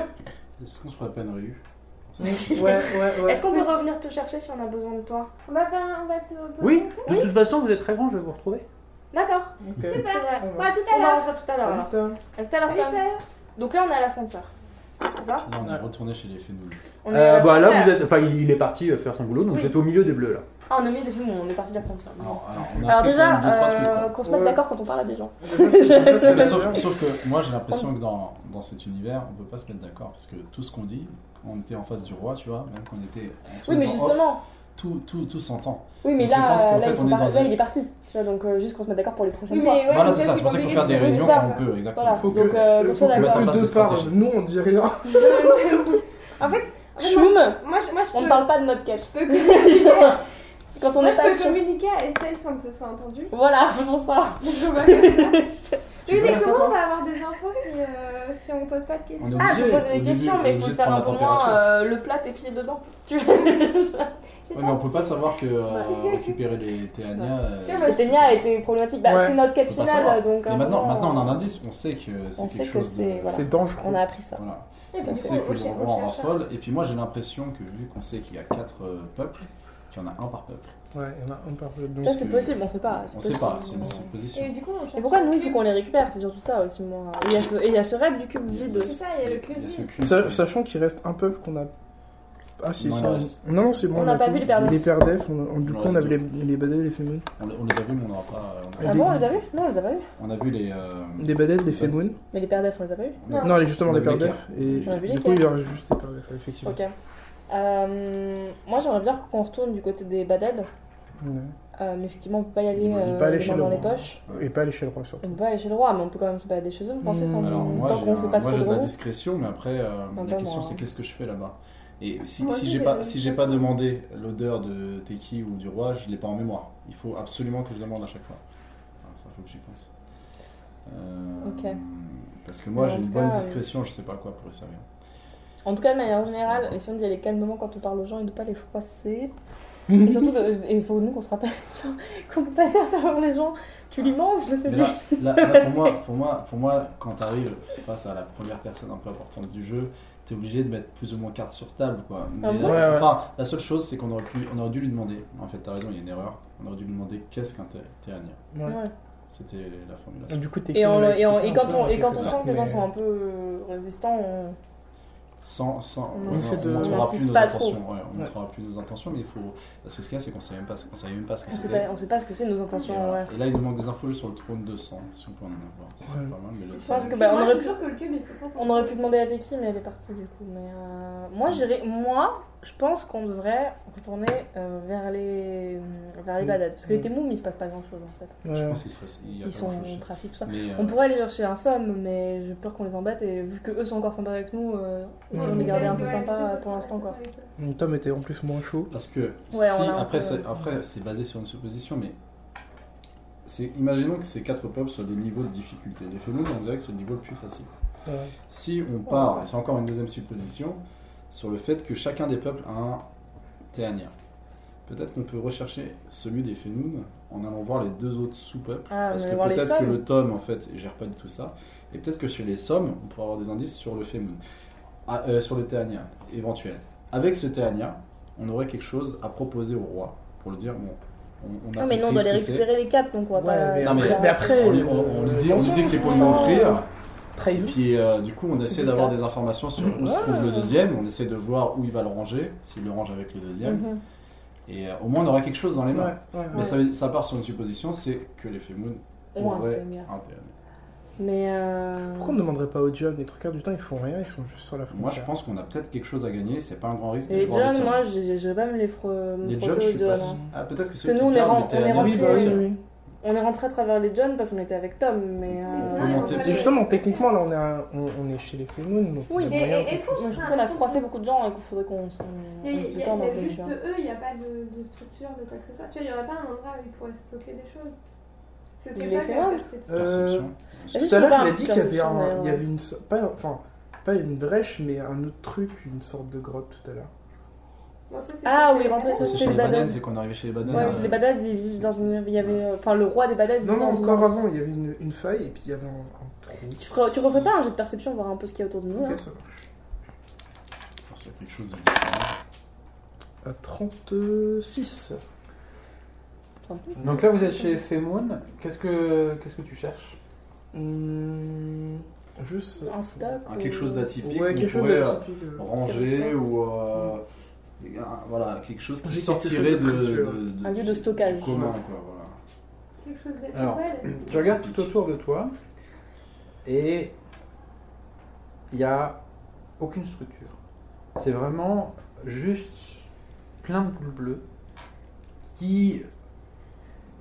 Speaker 5: Est-ce qu'on se ferait pas une rue
Speaker 1: Ouais, ouais, ouais.
Speaker 4: Est-ce qu'on peut revenir te chercher si on a besoin de toi
Speaker 2: On va faire un- On va se.
Speaker 3: Oui. De toute façon, vous êtes très grand, je vais vous retrouver.
Speaker 4: D'accord,
Speaker 1: Ok.
Speaker 4: c'est vrai.
Speaker 1: On
Speaker 2: Bon,
Speaker 1: va.
Speaker 2: à Bah, tout à
Speaker 4: On en
Speaker 2: l'heure.
Speaker 4: reçoit tout à l'heure.
Speaker 1: Ah,
Speaker 4: alors.
Speaker 1: putain.
Speaker 4: À tout à l'heure, Tom.
Speaker 2: Salut,
Speaker 4: Donc là, on est à la frontière. C'est ça
Speaker 5: Non, on
Speaker 1: Ouais.
Speaker 5: est retourné chez les Fénoules.
Speaker 4: On est à
Speaker 3: Euh,
Speaker 4: la
Speaker 3: bah là,
Speaker 4: frontière.
Speaker 3: vous êtes. Enfin, il, il est parti euh, faire son boulot, donc
Speaker 4: Oui.
Speaker 3: vous êtes au milieu des bleus là.
Speaker 4: Ah, on a mis des films, on est parti de la frontière.
Speaker 5: Alors, alors, on a
Speaker 4: Alors
Speaker 5: fait quand
Speaker 4: déjà,
Speaker 5: même deux, trois trucs,
Speaker 4: euh,
Speaker 5: quoi.
Speaker 4: qu'on se mette
Speaker 1: Ouais.
Speaker 4: d'accord quand on parle à des gens.
Speaker 1: Je
Speaker 5: Mais
Speaker 1: vais
Speaker 5: sauf, sauf que moi j'ai l'impression que dans, dans cet univers on peut pas se mettre d'accord parce que tout ce qu'on dit, quand on était en face du roi, tu vois, même quand on était en
Speaker 4: Oui, mais
Speaker 5: en off,
Speaker 4: justement.
Speaker 5: tout, tout, tout s'entend.
Speaker 4: Oui, mais
Speaker 5: Donc, je pense
Speaker 4: là,
Speaker 5: qu'en
Speaker 4: euh, là,
Speaker 5: fait,
Speaker 4: ils
Speaker 5: on
Speaker 4: sont
Speaker 5: est
Speaker 4: pas-
Speaker 5: dans
Speaker 4: là,
Speaker 5: un-
Speaker 4: il est parti. Tu vois, donc euh, juste qu'on se mette d'accord pour les prochaines
Speaker 2: Oui,
Speaker 4: fois.
Speaker 2: mais ouais,
Speaker 5: voilà,
Speaker 2: mais
Speaker 5: c'est
Speaker 2: ça,
Speaker 5: ça, c'est pour ça qu'il faut
Speaker 2: compliqué,
Speaker 5: faire des
Speaker 2: c'est-
Speaker 5: réunions
Speaker 4: ça.
Speaker 5: quand on peut, exactement.
Speaker 4: Voilà.
Speaker 1: Faut
Speaker 4: donc,
Speaker 1: que-
Speaker 4: euh, comme
Speaker 1: Faut
Speaker 4: ça,
Speaker 1: que
Speaker 4: d'accord.
Speaker 5: d'accord.
Speaker 1: de deux parlent.
Speaker 5: Stratégie.
Speaker 1: Nous, on dit rien.
Speaker 2: en fait, en fait, moi,
Speaker 4: Choum,
Speaker 2: je- moi, je- moi, je
Speaker 4: on ne
Speaker 2: peux-
Speaker 4: parle pas de notre quête.
Speaker 2: je peux communiquer.
Speaker 4: C'est quand on
Speaker 2: Moi,
Speaker 4: est
Speaker 2: je
Speaker 4: pas
Speaker 2: peux
Speaker 4: sûr.
Speaker 2: communiquer à Estelle sans que ce soit entendu.
Speaker 4: Voilà, faisons ça.
Speaker 2: Je peux pas faire ça.
Speaker 5: Tu
Speaker 2: Oui,
Speaker 5: peux
Speaker 2: mais
Speaker 5: faire ça,
Speaker 2: comment
Speaker 5: toi
Speaker 2: on va avoir des infos si, euh, si on pose pas de questions
Speaker 5: On est
Speaker 4: Ah,
Speaker 5: obligé,
Speaker 4: faut poser
Speaker 5: au
Speaker 4: des
Speaker 5: début,
Speaker 4: questions,
Speaker 5: on est
Speaker 4: mais il faut
Speaker 5: obligé de
Speaker 4: faire un
Speaker 5: prendre
Speaker 4: peu
Speaker 5: la
Speaker 4: moins
Speaker 5: température.
Speaker 4: euh, le plat, tes pieds dedans. Tu vois
Speaker 2: Je sais
Speaker 5: Ouais,
Speaker 2: pas.
Speaker 5: mais on peut pas savoir que euh,
Speaker 4: Ouais.
Speaker 5: récupérer les Théania.
Speaker 2: C'est
Speaker 5: euh,
Speaker 2: vrai.
Speaker 4: Le Ténia a été problématique. Bah,
Speaker 1: Ouais.
Speaker 4: c'est notre quête
Speaker 5: Faut pas
Speaker 4: finale,
Speaker 5: savoir.
Speaker 4: donc. euh, à
Speaker 5: Mais
Speaker 4: un
Speaker 5: maintenant,
Speaker 4: moment,
Speaker 5: maintenant on a un indice, on sait que c'est
Speaker 4: On
Speaker 5: quelque
Speaker 4: sait que
Speaker 5: chose de...
Speaker 4: c'est. Voilà. euh,
Speaker 1: C'est dangereux.
Speaker 4: On a appris ça.
Speaker 5: Voilà.
Speaker 2: Et puis,
Speaker 5: On
Speaker 2: du coup,
Speaker 5: sait que
Speaker 2: on
Speaker 5: le
Speaker 2: cher-
Speaker 5: roi
Speaker 2: on
Speaker 5: en
Speaker 2: cherche.
Speaker 5: folle. Et puis moi j'ai l'impression que vu qu'on sait qu'il y a quatre euh, peuples, qu'il y en a un par peuple.
Speaker 1: Ouais, il y en a un par bleu. donc-
Speaker 4: Ça, c'est possible, on sait pas. c'est
Speaker 5: On sait
Speaker 4: possible.
Speaker 5: pas, c'est une supposition.
Speaker 2: Et du coup, on cherche.
Speaker 4: Et pourquoi nous, il faut qu'on les récupère C'est surtout ça aussi, moi. Et il y a ce, et il y a ce rêve du cube vide
Speaker 2: C'est
Speaker 4: aussi.
Speaker 2: ça, il y a le
Speaker 5: Il y a ce
Speaker 2: club.
Speaker 5: culte.
Speaker 1: Sa- Sachant qu'il reste un peuple qu'on a. Ah si,
Speaker 5: Non,
Speaker 1: si,
Speaker 5: il en
Speaker 1: on-
Speaker 5: reste.
Speaker 1: non, non, c'est bon.
Speaker 4: On
Speaker 1: a
Speaker 4: n'a pas
Speaker 1: tout.
Speaker 4: vu les Pères Def.
Speaker 1: Les Pères Def, on- on- du
Speaker 5: Il en
Speaker 1: coup, on
Speaker 5: reste
Speaker 1: avait les, les badels, les fémounes.
Speaker 5: On, on les a vus, mais on n'aura pas. on a-
Speaker 4: Ah bon, on les a vus Non, on les a pas vus.
Speaker 5: On a vu les. euh,
Speaker 1: Les badels, les fémounes.
Speaker 4: Mais les pères d'Ef, on les a pas vus.
Speaker 2: Non.
Speaker 1: Non, les- justement,
Speaker 5: On a
Speaker 1: les
Speaker 5: vu
Speaker 1: Pères
Speaker 5: les
Speaker 1: Def. Et
Speaker 4: On a vu les
Speaker 1: du coup, il y
Speaker 4: Pères.
Speaker 1: aura juste les Pères Def, effectivement.
Speaker 4: Ok. Euh, moi, j'aimerais bien qu'on retourne du côté des badades.
Speaker 1: Ouais.
Speaker 4: Euh, mais effectivement, on peut pas y aller,
Speaker 5: On peut
Speaker 4: euh,
Speaker 1: pas aller
Speaker 4: les
Speaker 1: chez
Speaker 4: mains
Speaker 1: le
Speaker 4: dans les
Speaker 1: roi.
Speaker 4: poches.
Speaker 1: Et pas à l'échelle roi, surtout.
Speaker 4: On peut pas aller chez le roi, mais on peut quand même se balader chez eux, vous pensez, sans
Speaker 5: Alors moi,
Speaker 4: tant
Speaker 5: j'ai
Speaker 4: qu'on
Speaker 5: un-
Speaker 4: fait pas
Speaker 5: moi,
Speaker 4: trop
Speaker 5: j'ai
Speaker 4: de
Speaker 5: de la
Speaker 4: bruit.
Speaker 5: discrétion, mais après euh,
Speaker 4: Ah
Speaker 5: la
Speaker 4: bah,
Speaker 5: question
Speaker 4: moi.
Speaker 5: c'est qu'est-ce que je fais là-bas. Et si,
Speaker 2: Moi
Speaker 5: si
Speaker 2: aussi,
Speaker 5: j'ai
Speaker 2: j'ai
Speaker 5: pas
Speaker 2: la
Speaker 5: si j'ai
Speaker 2: discrétion.
Speaker 5: pas demandé l'odeur de Teki ou du roi, je l'ai pas en mémoire. Il faut absolument que je demande à chaque fois. Enfin, ça faut que j'y pense. Euh,
Speaker 4: Ok.
Speaker 5: Parce que moi
Speaker 4: Mais en
Speaker 5: j'ai une
Speaker 4: tout
Speaker 5: bonne
Speaker 4: cas, euh,
Speaker 5: discrétion, je sais pas à quoi pour les servir.
Speaker 4: En tout cas, de manière
Speaker 5: Ça, c'est
Speaker 4: générale,
Speaker 5: sympa.
Speaker 4: essayons d'y aller calmement quand on parle aux gens et de pas les froisser. et surtout, de- et il faut nous qu'on se rappelle genre, qu'on peut pas dire ça devant les gens. Tu lui manges, je le sais
Speaker 5: Mais
Speaker 4: bien.
Speaker 5: là, là- là, pour, moi, pour, moi, pour moi, quand t'arrives face à la première personne un peu importante du jeu, t'es obligé de mettre plus ou moins carte sur table. Quoi. Mais
Speaker 4: Ah bon
Speaker 5: là,
Speaker 1: Ouais, ouais.
Speaker 5: enfin, la seule chose, c'est qu'on aurait, pu- on aurait dû lui demander. En fait, t'as raison, il y a une erreur. On aurait dû lui demander qu'est-ce qu'un thé- théania.
Speaker 1: Ouais.
Speaker 4: Ouais.
Speaker 5: C'était la formulation.
Speaker 1: Donc, Du coup, t'es
Speaker 4: Et, on-
Speaker 1: on l'a
Speaker 4: et on-
Speaker 1: expliqué
Speaker 4: et
Speaker 1: un
Speaker 4: quand
Speaker 1: peu
Speaker 4: on,
Speaker 1: dans
Speaker 4: et quand
Speaker 1: quelques
Speaker 4: on
Speaker 1: heures,
Speaker 4: sent que les gens
Speaker 1: mais-
Speaker 4: sont un peu euh, résistants, on,
Speaker 5: Sans, sans,
Speaker 4: On
Speaker 5: on
Speaker 1: essaie de-
Speaker 5: on
Speaker 1: on
Speaker 5: montrera plus
Speaker 4: insiste
Speaker 5: nos
Speaker 4: pas
Speaker 5: intentions. ouais, on
Speaker 1: Ouais.
Speaker 5: montrera plus nos intentions, mais il faut. Parce que ce qu'il y a, c'est qu'on savait même pas ce qu'on savait même pas ce que
Speaker 4: On sait
Speaker 5: c'était.
Speaker 4: pas, on sait pas ce que c'est nos intentions.
Speaker 5: et, voilà.
Speaker 4: ouais.
Speaker 5: Et là, il nous manque des infos juste sur le trône de sang, si on peut en avoir. C'est
Speaker 1: Ouais.
Speaker 5: pas mal, mais le
Speaker 4: Je pense que
Speaker 5: trône-
Speaker 4: bah, on
Speaker 2: Moi,
Speaker 4: aurait
Speaker 2: je
Speaker 4: pu-
Speaker 2: suis sûre que le cube, il faut trop
Speaker 4: On aurait pu demander à Teki, mais elle est partie du coup. Mais euh, moi, j'irais, moi, je pense qu'on devrait retourner euh, vers les euh, vers les
Speaker 1: Mm.
Speaker 4: badades parce que
Speaker 1: Mm.
Speaker 4: les Temoum, il se passe pas grand chose en fait.
Speaker 5: Je
Speaker 1: Ouais.
Speaker 5: pense qu'il serait. il y a
Speaker 4: Ils
Speaker 5: pas
Speaker 4: sont
Speaker 5: grand-chose.
Speaker 4: en trafic tout ça.
Speaker 5: Mais,
Speaker 4: On
Speaker 5: euh,
Speaker 4: pourrait aller chercher un somme, mais j'ai peur qu'on les embête et vu que eux sont encore sympas avec nous, euh, essayons de les
Speaker 1: Ouais.
Speaker 4: garder un peu sympas pour l'instant quoi.
Speaker 1: Mon tome était en plus moins chaud.
Speaker 5: Parce que
Speaker 4: Ouais, on
Speaker 5: si,
Speaker 4: l'a un
Speaker 5: après,
Speaker 4: peu-
Speaker 5: c'est, après c'est basé sur une supposition, mais c'est, imaginons que ces quatre peuples soient des niveaux de difficulté. Les phénomènes, on dirait que c'est le niveau le plus facile.
Speaker 1: Ouais.
Speaker 5: Si on part, c'est encore une deuxième supposition, sur le fait que chacun des peuples a un Théania. Peut-être qu'on peut rechercher celui des Fénoun en allant voir les deux autres sous-peuples.
Speaker 4: Ah, on
Speaker 5: parce
Speaker 4: va
Speaker 5: que
Speaker 4: aller voir les
Speaker 5: peut-être que
Speaker 4: sommes.
Speaker 5: le tome, en fait, gère pas du tout ça. Et peut-être que chez les sommes, on pourra avoir des indices sur le Fémoun. Ah, euh, sur le Théania, éventuel. Avec ce Théania, on aurait quelque chose à proposer au roi pour lui dire bon, on, on a
Speaker 4: Ah, mais non, on doit
Speaker 5: compris ce
Speaker 4: les
Speaker 5: que c'est.
Speaker 4: récupérer les quatre, donc on va
Speaker 1: Ouais,
Speaker 4: pas.
Speaker 1: mais
Speaker 5: Non, mais-
Speaker 1: après- mais après-
Speaker 5: On lui, on- on lui dit, on lui dit que c'est pour lui offrir. Et
Speaker 1: Trahison.
Speaker 5: puis euh, du coup, on essaie d'avoir des informations sur où se trouve
Speaker 4: Ah.
Speaker 5: le deuxième, on essaie de voir où il va le ranger, s'il le range avec le deuxième,
Speaker 4: Mhm.
Speaker 5: et euh, au moins on aura quelque chose dans les
Speaker 1: Ouais,
Speaker 5: mains.
Speaker 1: ouais,
Speaker 5: Mais
Speaker 1: ouais.
Speaker 5: ça, ça part sur une supposition, c'est que les Femoun
Speaker 4: Ont un
Speaker 5: auraient
Speaker 4: Théania.
Speaker 5: un Théania.
Speaker 4: Mais euh,
Speaker 1: Pourquoi on ne demanderait pas aux jeunes Les trois quarts du temps, ils font rien, ils sont juste sur la frontière.
Speaker 5: Moi je pense qu'on a peut-être quelque chose à gagner, c'est pas un grand risque. d'aller
Speaker 4: les
Speaker 5: voir les
Speaker 4: John,
Speaker 5: sommes.
Speaker 4: moi, je je vais pas me les fro- me
Speaker 5: les
Speaker 4: frotter
Speaker 5: John,
Speaker 4: aux
Speaker 5: je suis
Speaker 4: John,
Speaker 5: pas
Speaker 4: hein.
Speaker 5: sûr. Ah, peut-être que c'est
Speaker 4: Parce que nous, on est ren- on est
Speaker 1: Oui, bah oui, oui.
Speaker 4: On est rentré à travers les John parce qu'on était avec Tom, mais. euh,
Speaker 2: Mais sinon,
Speaker 5: Comment
Speaker 2: ils vont
Speaker 5: t'es-
Speaker 2: pas
Speaker 1: Et
Speaker 2: les-
Speaker 1: justement, techniquement, là, on est, à- on, on est chez les Fémoun, donc
Speaker 4: Oui,
Speaker 1: il y a
Speaker 2: Et,
Speaker 1: moyen
Speaker 2: et- est-ce qu'on
Speaker 4: Moi,
Speaker 2: se
Speaker 4: je trouve qu'on a froissé beaucoup de gens et qu'il faudrait qu'on s'en-
Speaker 2: Il y
Speaker 4: on
Speaker 2: a,
Speaker 4: se
Speaker 2: il y a-
Speaker 4: détende
Speaker 2: il
Speaker 4: un
Speaker 2: y a
Speaker 4: peu.
Speaker 2: juste
Speaker 4: tu vois.
Speaker 2: eux, il n'y a pas de, de structure, de quoi que ce soit. Tu vois, il n'y aurait pas un endroit où ils pourraient stocker des choses. Parce que
Speaker 4: Il
Speaker 2: c'est
Speaker 4: les
Speaker 2: pas
Speaker 4: fait
Speaker 2: la
Speaker 4: mal.
Speaker 2: perception.
Speaker 4: Euh,
Speaker 5: Perception.
Speaker 4: Est-ce
Speaker 1: Euh,
Speaker 4: que
Speaker 1: Tout à
Speaker 4: tu
Speaker 1: l'heure,
Speaker 4: parles
Speaker 1: il a
Speaker 4: de
Speaker 1: dit qu'il y avait,
Speaker 4: perception, euh,
Speaker 1: un,
Speaker 4: d'ailleurs
Speaker 1: il y avait une. so- Pas, enfin, pas une brèche, mais un autre truc, une sorte de grotte tout à l'heure.
Speaker 2: Non, ça, c'est
Speaker 4: Ah
Speaker 2: peut-être
Speaker 4: oui, rentrer,
Speaker 5: C'est
Speaker 4: ça
Speaker 5: sur
Speaker 4: c'était
Speaker 5: les
Speaker 4: les
Speaker 5: bananes,
Speaker 4: badades.
Speaker 5: c'est qu'on est arrivé chez les
Speaker 4: Ouais,
Speaker 5: bananes. euh,
Speaker 4: les badades, ils vivent dans une. Il y avait, euh, enfin, le roi des badades vivait
Speaker 1: Non, non,
Speaker 4: dans une.
Speaker 1: encore avant, il y avait une, une faille et puis il y avait un, un trou.
Speaker 4: Tu, ferais- tu referais pas un jeu de perception, voir un peu ce qu'il y a autour de nous.
Speaker 1: Ok,
Speaker 4: hein
Speaker 1: ça marche.
Speaker 5: euh, Faire ça quelque chose de différent.
Speaker 1: À 36.
Speaker 4: Enfin,
Speaker 3: Donc là, vous êtes chez Femoun. Qu'est-ce que, qu'est-ce que tu cherches
Speaker 1: Hum, juste.
Speaker 4: Un stock.
Speaker 5: Un
Speaker 4: ou-
Speaker 5: quelque chose d'atypique.
Speaker 1: Ouais,
Speaker 5: qu'on
Speaker 1: quelque chose
Speaker 5: pourrait, euh,
Speaker 1: d'atypique. euh.
Speaker 5: ranger ou euh, euh, voilà quelque chose qui
Speaker 1: J'ai quelque
Speaker 5: sortirait
Speaker 1: chose de
Speaker 5: de,
Speaker 1: précieux.
Speaker 5: de-
Speaker 4: Un lieu
Speaker 5: du-
Speaker 4: de stockage.
Speaker 5: du commun, quoi, voilà.
Speaker 2: quelque chose d'assez
Speaker 3: Alors,
Speaker 2: belle.
Speaker 3: Tu regardes tout autour de toi et il n'y a aucune structure. C'est vraiment juste plein de boules bleues qui,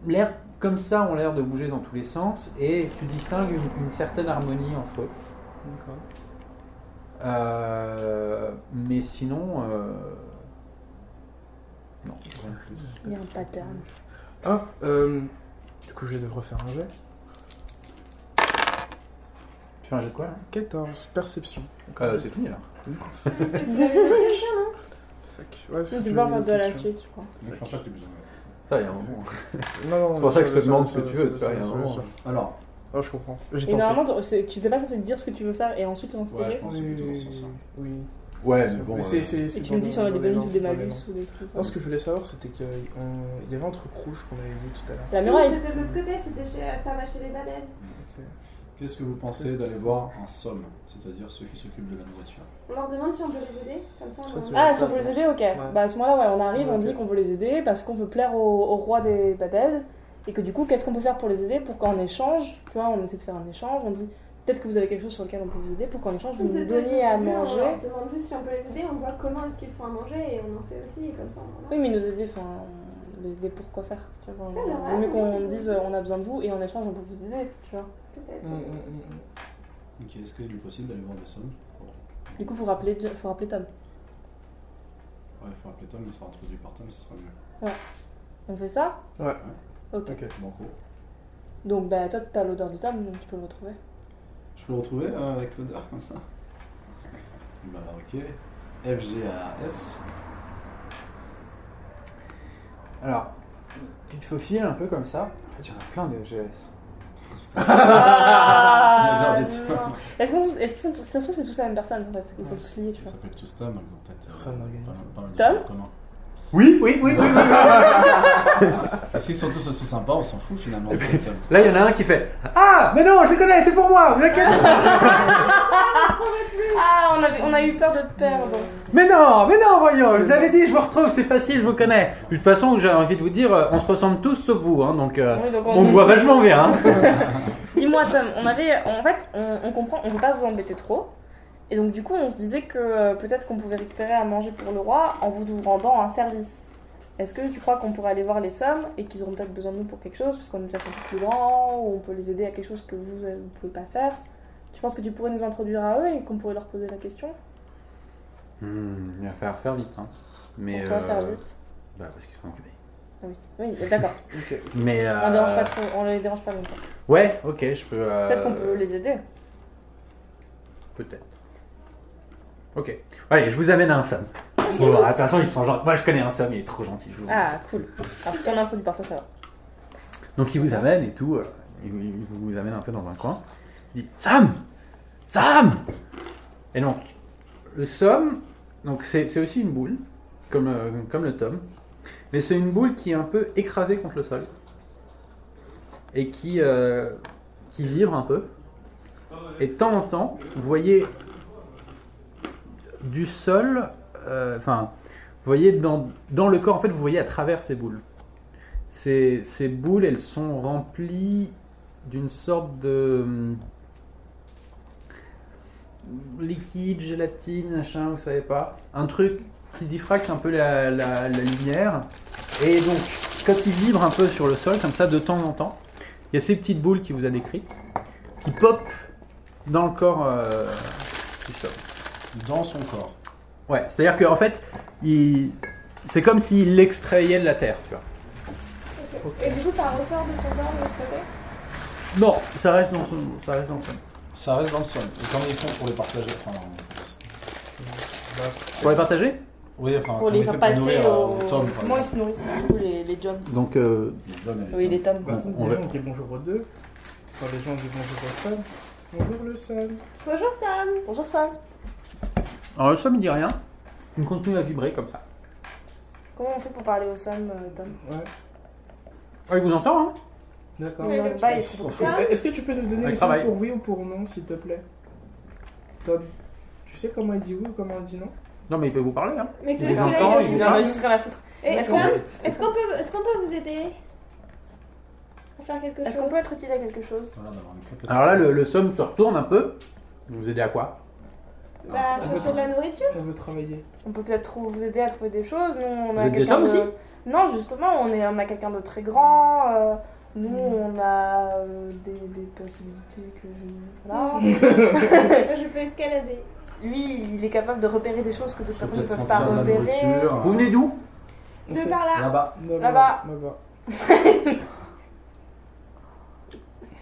Speaker 3: l'air comme ça, ont l'air de bouger dans tous les sens et tu distingues une- une certaine harmonie entre eux.
Speaker 1: D'accord.
Speaker 3: Euh, mais sinon, euh, non. rien de plus.
Speaker 4: Il y a un pattern.
Speaker 1: Ah, euh, du coup, je vais devoir refaire un jet.
Speaker 3: Tu fais un jet de quoi là
Speaker 1: 14, perception.
Speaker 3: Euh, C'est fini là.
Speaker 2: C'est c'est la même chose, hein.
Speaker 1: Sac. Ouais,
Speaker 4: Tu
Speaker 1: c'est
Speaker 4: peux
Speaker 1: une
Speaker 4: voir de la
Speaker 1: notation.
Speaker 4: suite, je crois.
Speaker 5: Donc, je pense pas que t'aies besoin.
Speaker 3: Ça, il y a un moment.
Speaker 1: Non, non,
Speaker 3: C'est pour ça que je te
Speaker 1: va, va,
Speaker 3: demande
Speaker 1: ça
Speaker 3: ce que
Speaker 1: va,
Speaker 3: tu
Speaker 1: ça
Speaker 3: veux,
Speaker 1: va,
Speaker 3: tu vois,
Speaker 1: ça
Speaker 3: il y a
Speaker 1: va,
Speaker 3: un
Speaker 1: ça va,
Speaker 3: moment.
Speaker 1: ça va.
Speaker 5: alors
Speaker 1: Ah, je comprends. J'ai
Speaker 4: Et
Speaker 1: tenté.
Speaker 4: normalement, t'en- c'est- tu sais pas censé dire ce que tu veux faire et ensuite on
Speaker 5: Ouais,
Speaker 4: sait.
Speaker 5: je pense que c'est plutôt dans ce sens-là.
Speaker 1: Oui.
Speaker 3: Ouais, mais bon.
Speaker 1: Mais
Speaker 3: euh,
Speaker 1: c'est- c'est- c'est
Speaker 4: Et tu
Speaker 1: dans
Speaker 4: me dis
Speaker 1: les-
Speaker 4: si on a des
Speaker 1: dans les
Speaker 4: bonus ou des
Speaker 1: dans les
Speaker 4: malus
Speaker 1: lances.
Speaker 4: ou des trucs
Speaker 1: Non,
Speaker 4: comme
Speaker 1: ce
Speaker 4: ça.
Speaker 1: que je voulais savoir, c'était qu'il y avait un truc rouge qu'on avait vu tout à l'heure.
Speaker 4: La
Speaker 2: Non,
Speaker 4: muraille.
Speaker 2: C'était de l'autre côté, c'était chez, ça va chez les bananes.
Speaker 5: qu'est-ce que vous
Speaker 1: Qu'est-ce
Speaker 5: pensez
Speaker 1: que
Speaker 5: d'aller
Speaker 1: c'est
Speaker 5: voir un somme c'est-à-dire ceux qui s'occupent de la nourriture
Speaker 2: On leur demande si on peut les aider, comme ça on
Speaker 1: Ça,
Speaker 2: va-
Speaker 4: Ah, si on peut les aider, ok. Bah à ce moment-là, ouais, on arrive, on
Speaker 1: Ok.
Speaker 4: dit qu'on veut les aider parce qu'on veut plaire au, au roi des badades. Et que du coup, qu'est-ce qu'on peut faire pour les aider Pour qu'en échange, tu vois, on essaie de faire un échange, on dit peut-être que vous avez quelque chose sur lequel on peut vous aider, pour qu'en échange, vous
Speaker 2: De- de-
Speaker 4: nous donniez
Speaker 2: de-
Speaker 4: à
Speaker 2: de- On
Speaker 4: manger.
Speaker 2: leur demande juste si on peut les aider, on voit comment est-ce qu'ils font à manger et on en fait aussi, et comme ça on en
Speaker 4: Oui, mais nous aider, enfin, on- les aider pour quoi faire tu vois, on-
Speaker 2: Alors,
Speaker 4: Il vaut mieux
Speaker 2: ouais.
Speaker 4: qu'on dise euh, on a besoin de vous et en échange, on peut vous aider, tu vois.
Speaker 2: peut-être.
Speaker 1: Mm, mm, mm,
Speaker 5: ok est-ce qu'il est possible d'aller voir des sommes
Speaker 4: Du coup, faut rappeler, faut rappeler Tom.
Speaker 5: ouais il faut appeler Tom mais ça sera introduit par Tom ce sera mieux
Speaker 4: On fait ça
Speaker 1: Ouais.
Speaker 4: Ok.
Speaker 1: Ok.
Speaker 5: Banco
Speaker 4: Donc, bah, toi, t'as l'odeur du Tom, donc tu peux le retrouver.
Speaker 5: je peux le retrouver euh, avec l'odeur comme ça bah ok F G A S
Speaker 3: Alors, tu te faufiles un peu comme ça. En fait, il y en a plein des GS.
Speaker 4: Ah,
Speaker 5: c'est l'odeur du Tom.
Speaker 4: non. Est-ce qu'on- est-ce qu'ils sont, tous- ça se trouve, c'est tous la même personne, en fait. Ils sont tous liés, tu
Speaker 5: ils
Speaker 4: vois.
Speaker 5: s'appellent tous Tom ils ont peut-être euh,
Speaker 1: Tous un organisme.
Speaker 5: pas mal- pas mal de
Speaker 4: Tom
Speaker 5: choses en commun.
Speaker 7: Oui, oui, oui, oui.
Speaker 5: Est-ce qu'ils sont tous aussi sympas On s'en fout finalement. en fait.
Speaker 7: Là, il y en a un qui fait Ah, mais non, je les connais, c'est pour moi, vous inquiétez pas.
Speaker 4: Ah, on, avait, on a eu peur de te perdre.
Speaker 3: Mais non, mais non, voyons, je vous avais dit, je vous retrouve, c'est facile, je vous connais. De toute façon, j'ai envie de vous dire, euh, on se ressemble tous sauf vous, hein, donc euh,
Speaker 4: Oui, donc
Speaker 3: on voit vachement bien. hein.
Speaker 4: Dis-moi, Tom, on avait. En fait, on, on comprend, on veut pas vous embêter trop. Et donc, du coup, on se disait que euh, peut-être qu'on pouvait récupérer à manger pour le roi en vous rendant un service. Est-ce que tu crois qu'on pourrait aller voir les sommes et qu'ils auront peut-être besoin de nous pour quelque chose, parce qu'on est peut-être un peu plus grand, ou on peut les aider à quelque chose que vous ne pouvez pas faire Tu penses que tu pourrais nous introduire à eux et qu'on pourrait leur poser la question
Speaker 7: Hmm, il va falloir faire vite. Hein. Mais.
Speaker 4: Pour toi,
Speaker 7: euh,
Speaker 4: faire vite.
Speaker 7: Bah, parce qu'ils sont occupés.
Speaker 4: Oui, oui d'accord.
Speaker 1: Ok.
Speaker 3: Mais.
Speaker 4: On, dérange
Speaker 3: euh,
Speaker 4: pas trop, on les dérange pas longtemps.
Speaker 3: Ouais, ok, je peux. euh,
Speaker 4: Peut-être qu'on peut les aider.
Speaker 3: Peut-être. Ok. Allez, je vous amène un somme. Bon, bah, de toute façon, ils sont genre. Moi, je connais un somme, il est trop gentil. Je vous...
Speaker 4: Ah, cool. Alors, si on introduit par toi, ça va.
Speaker 3: Donc, il vous amène et tout. euh, il, il vous amène un peu dans un coin. Il dit Sam Sam Et donc, le somme, donc c'est c'est aussi une boule, comme, euh, comme le tome. Mais c'est une boule qui est un peu écrasée contre le sol. Et qui, euh, qui vibre un peu. Et de temps en temps, vous voyez du sol, euh, enfin, vous voyez dans, dans le corps, en fait, vous voyez à travers ces boules. Ces, ces boules, elles sont remplies d'une sorte de hum, liquide, gélatine, machin, vous savez pas. Un truc qui diffracte un peu la, la- la lumière. Et donc, quand il vibre un peu sur le sol, comme ça, de temps en temps, il y a ces petites boules qui vous a décrites, qui pop dans le corps euh, du sol.
Speaker 5: Dans son corps.
Speaker 3: Ouais, c'est-à-dire qu'en fait, il... c'est comme s'il l'extrayait de la terre, tu vois.
Speaker 2: Et du coup, ça ressort de son corps de l'autre côté
Speaker 3: Non, ça reste dans son... Ça reste dans son...
Speaker 5: Ça reste dans le sol. Et comment ils font pour les partager enfin,
Speaker 3: Pour les partager
Speaker 5: Oui, enfin,
Speaker 4: Pour les faire passer au...
Speaker 5: euh, Tom, par
Speaker 4: Comment ils
Speaker 5: exemple.
Speaker 4: se nourrissent, du coup, les, les John
Speaker 3: Donc, euh,
Speaker 5: Les John et les
Speaker 4: Oui, les Tom.
Speaker 1: Par contre,
Speaker 3: on
Speaker 1: des
Speaker 3: va-
Speaker 1: gens qui bonjour aux deux, quand les gens disent bonjour au Sam, bonjour le Sam.
Speaker 2: Bonjour Sam
Speaker 4: Bonjour Sam.
Speaker 3: alors le somme il dit rien. Il continue à vibrer comme ça.
Speaker 4: Comment on fait pour parler aux Sam, euh, Tom
Speaker 1: Ouais,
Speaker 3: Ah, il vous entend, hein
Speaker 1: d'accord.
Speaker 2: Oui.
Speaker 4: Dans le
Speaker 2: ok.
Speaker 4: bas, Bah, il faut-
Speaker 1: Faut-
Speaker 2: Sam
Speaker 1: Est-ce que tu peux nous donner
Speaker 3: Avec
Speaker 1: le Sam
Speaker 3: travail.
Speaker 1: pour oui ou pour non, s'il te plaît Tom, tu sais comment il dit oui ou comment il dit non
Speaker 3: Non, mais il peut vous parler, hein.
Speaker 2: Mais c'est
Speaker 3: Il
Speaker 2: juste que
Speaker 3: les entend,
Speaker 2: là,
Speaker 3: il
Speaker 2: il
Speaker 4: Il
Speaker 2: est
Speaker 4: en a juste rien à foutre.
Speaker 2: Et
Speaker 4: Est-ce
Speaker 2: Sam, est-ce qu'on peut, est-ce qu'on peut vous aider À faire quelque chose
Speaker 4: Est-ce qu'on peut être utile à quelque chose
Speaker 5: Voilà, d'avoir une capacité.
Speaker 3: Alors là, le, le somme se retourne un peu. Vous aidez à quoi
Speaker 2: Bah, chercher de la nourriture
Speaker 1: On veut travailler.
Speaker 4: On peut peut-être trou- vous aider à trouver des choses. Nous, on
Speaker 3: Vous
Speaker 4: a
Speaker 3: êtes des
Speaker 4: quelqu'un
Speaker 3: hommes
Speaker 4: de...
Speaker 3: aussi
Speaker 4: Non, justement, on, est, on a quelqu'un de très grand. euh, nous, on a euh, des, des possibilités que... Voilà.
Speaker 2: Je peux escalader.
Speaker 4: Lui, il est capable de repérer des choses que d'autres
Speaker 5: Je peux
Speaker 4: personnes ne peuvent
Speaker 5: peut-être
Speaker 4: pas
Speaker 5: sentir la
Speaker 4: repérer.
Speaker 3: Vous
Speaker 5: nourriture.
Speaker 3: venez d'où
Speaker 1: On
Speaker 2: De
Speaker 1: sait-
Speaker 2: par là
Speaker 5: Là-bas.
Speaker 1: Là-bas.
Speaker 4: Là-bas.
Speaker 1: Là-bas.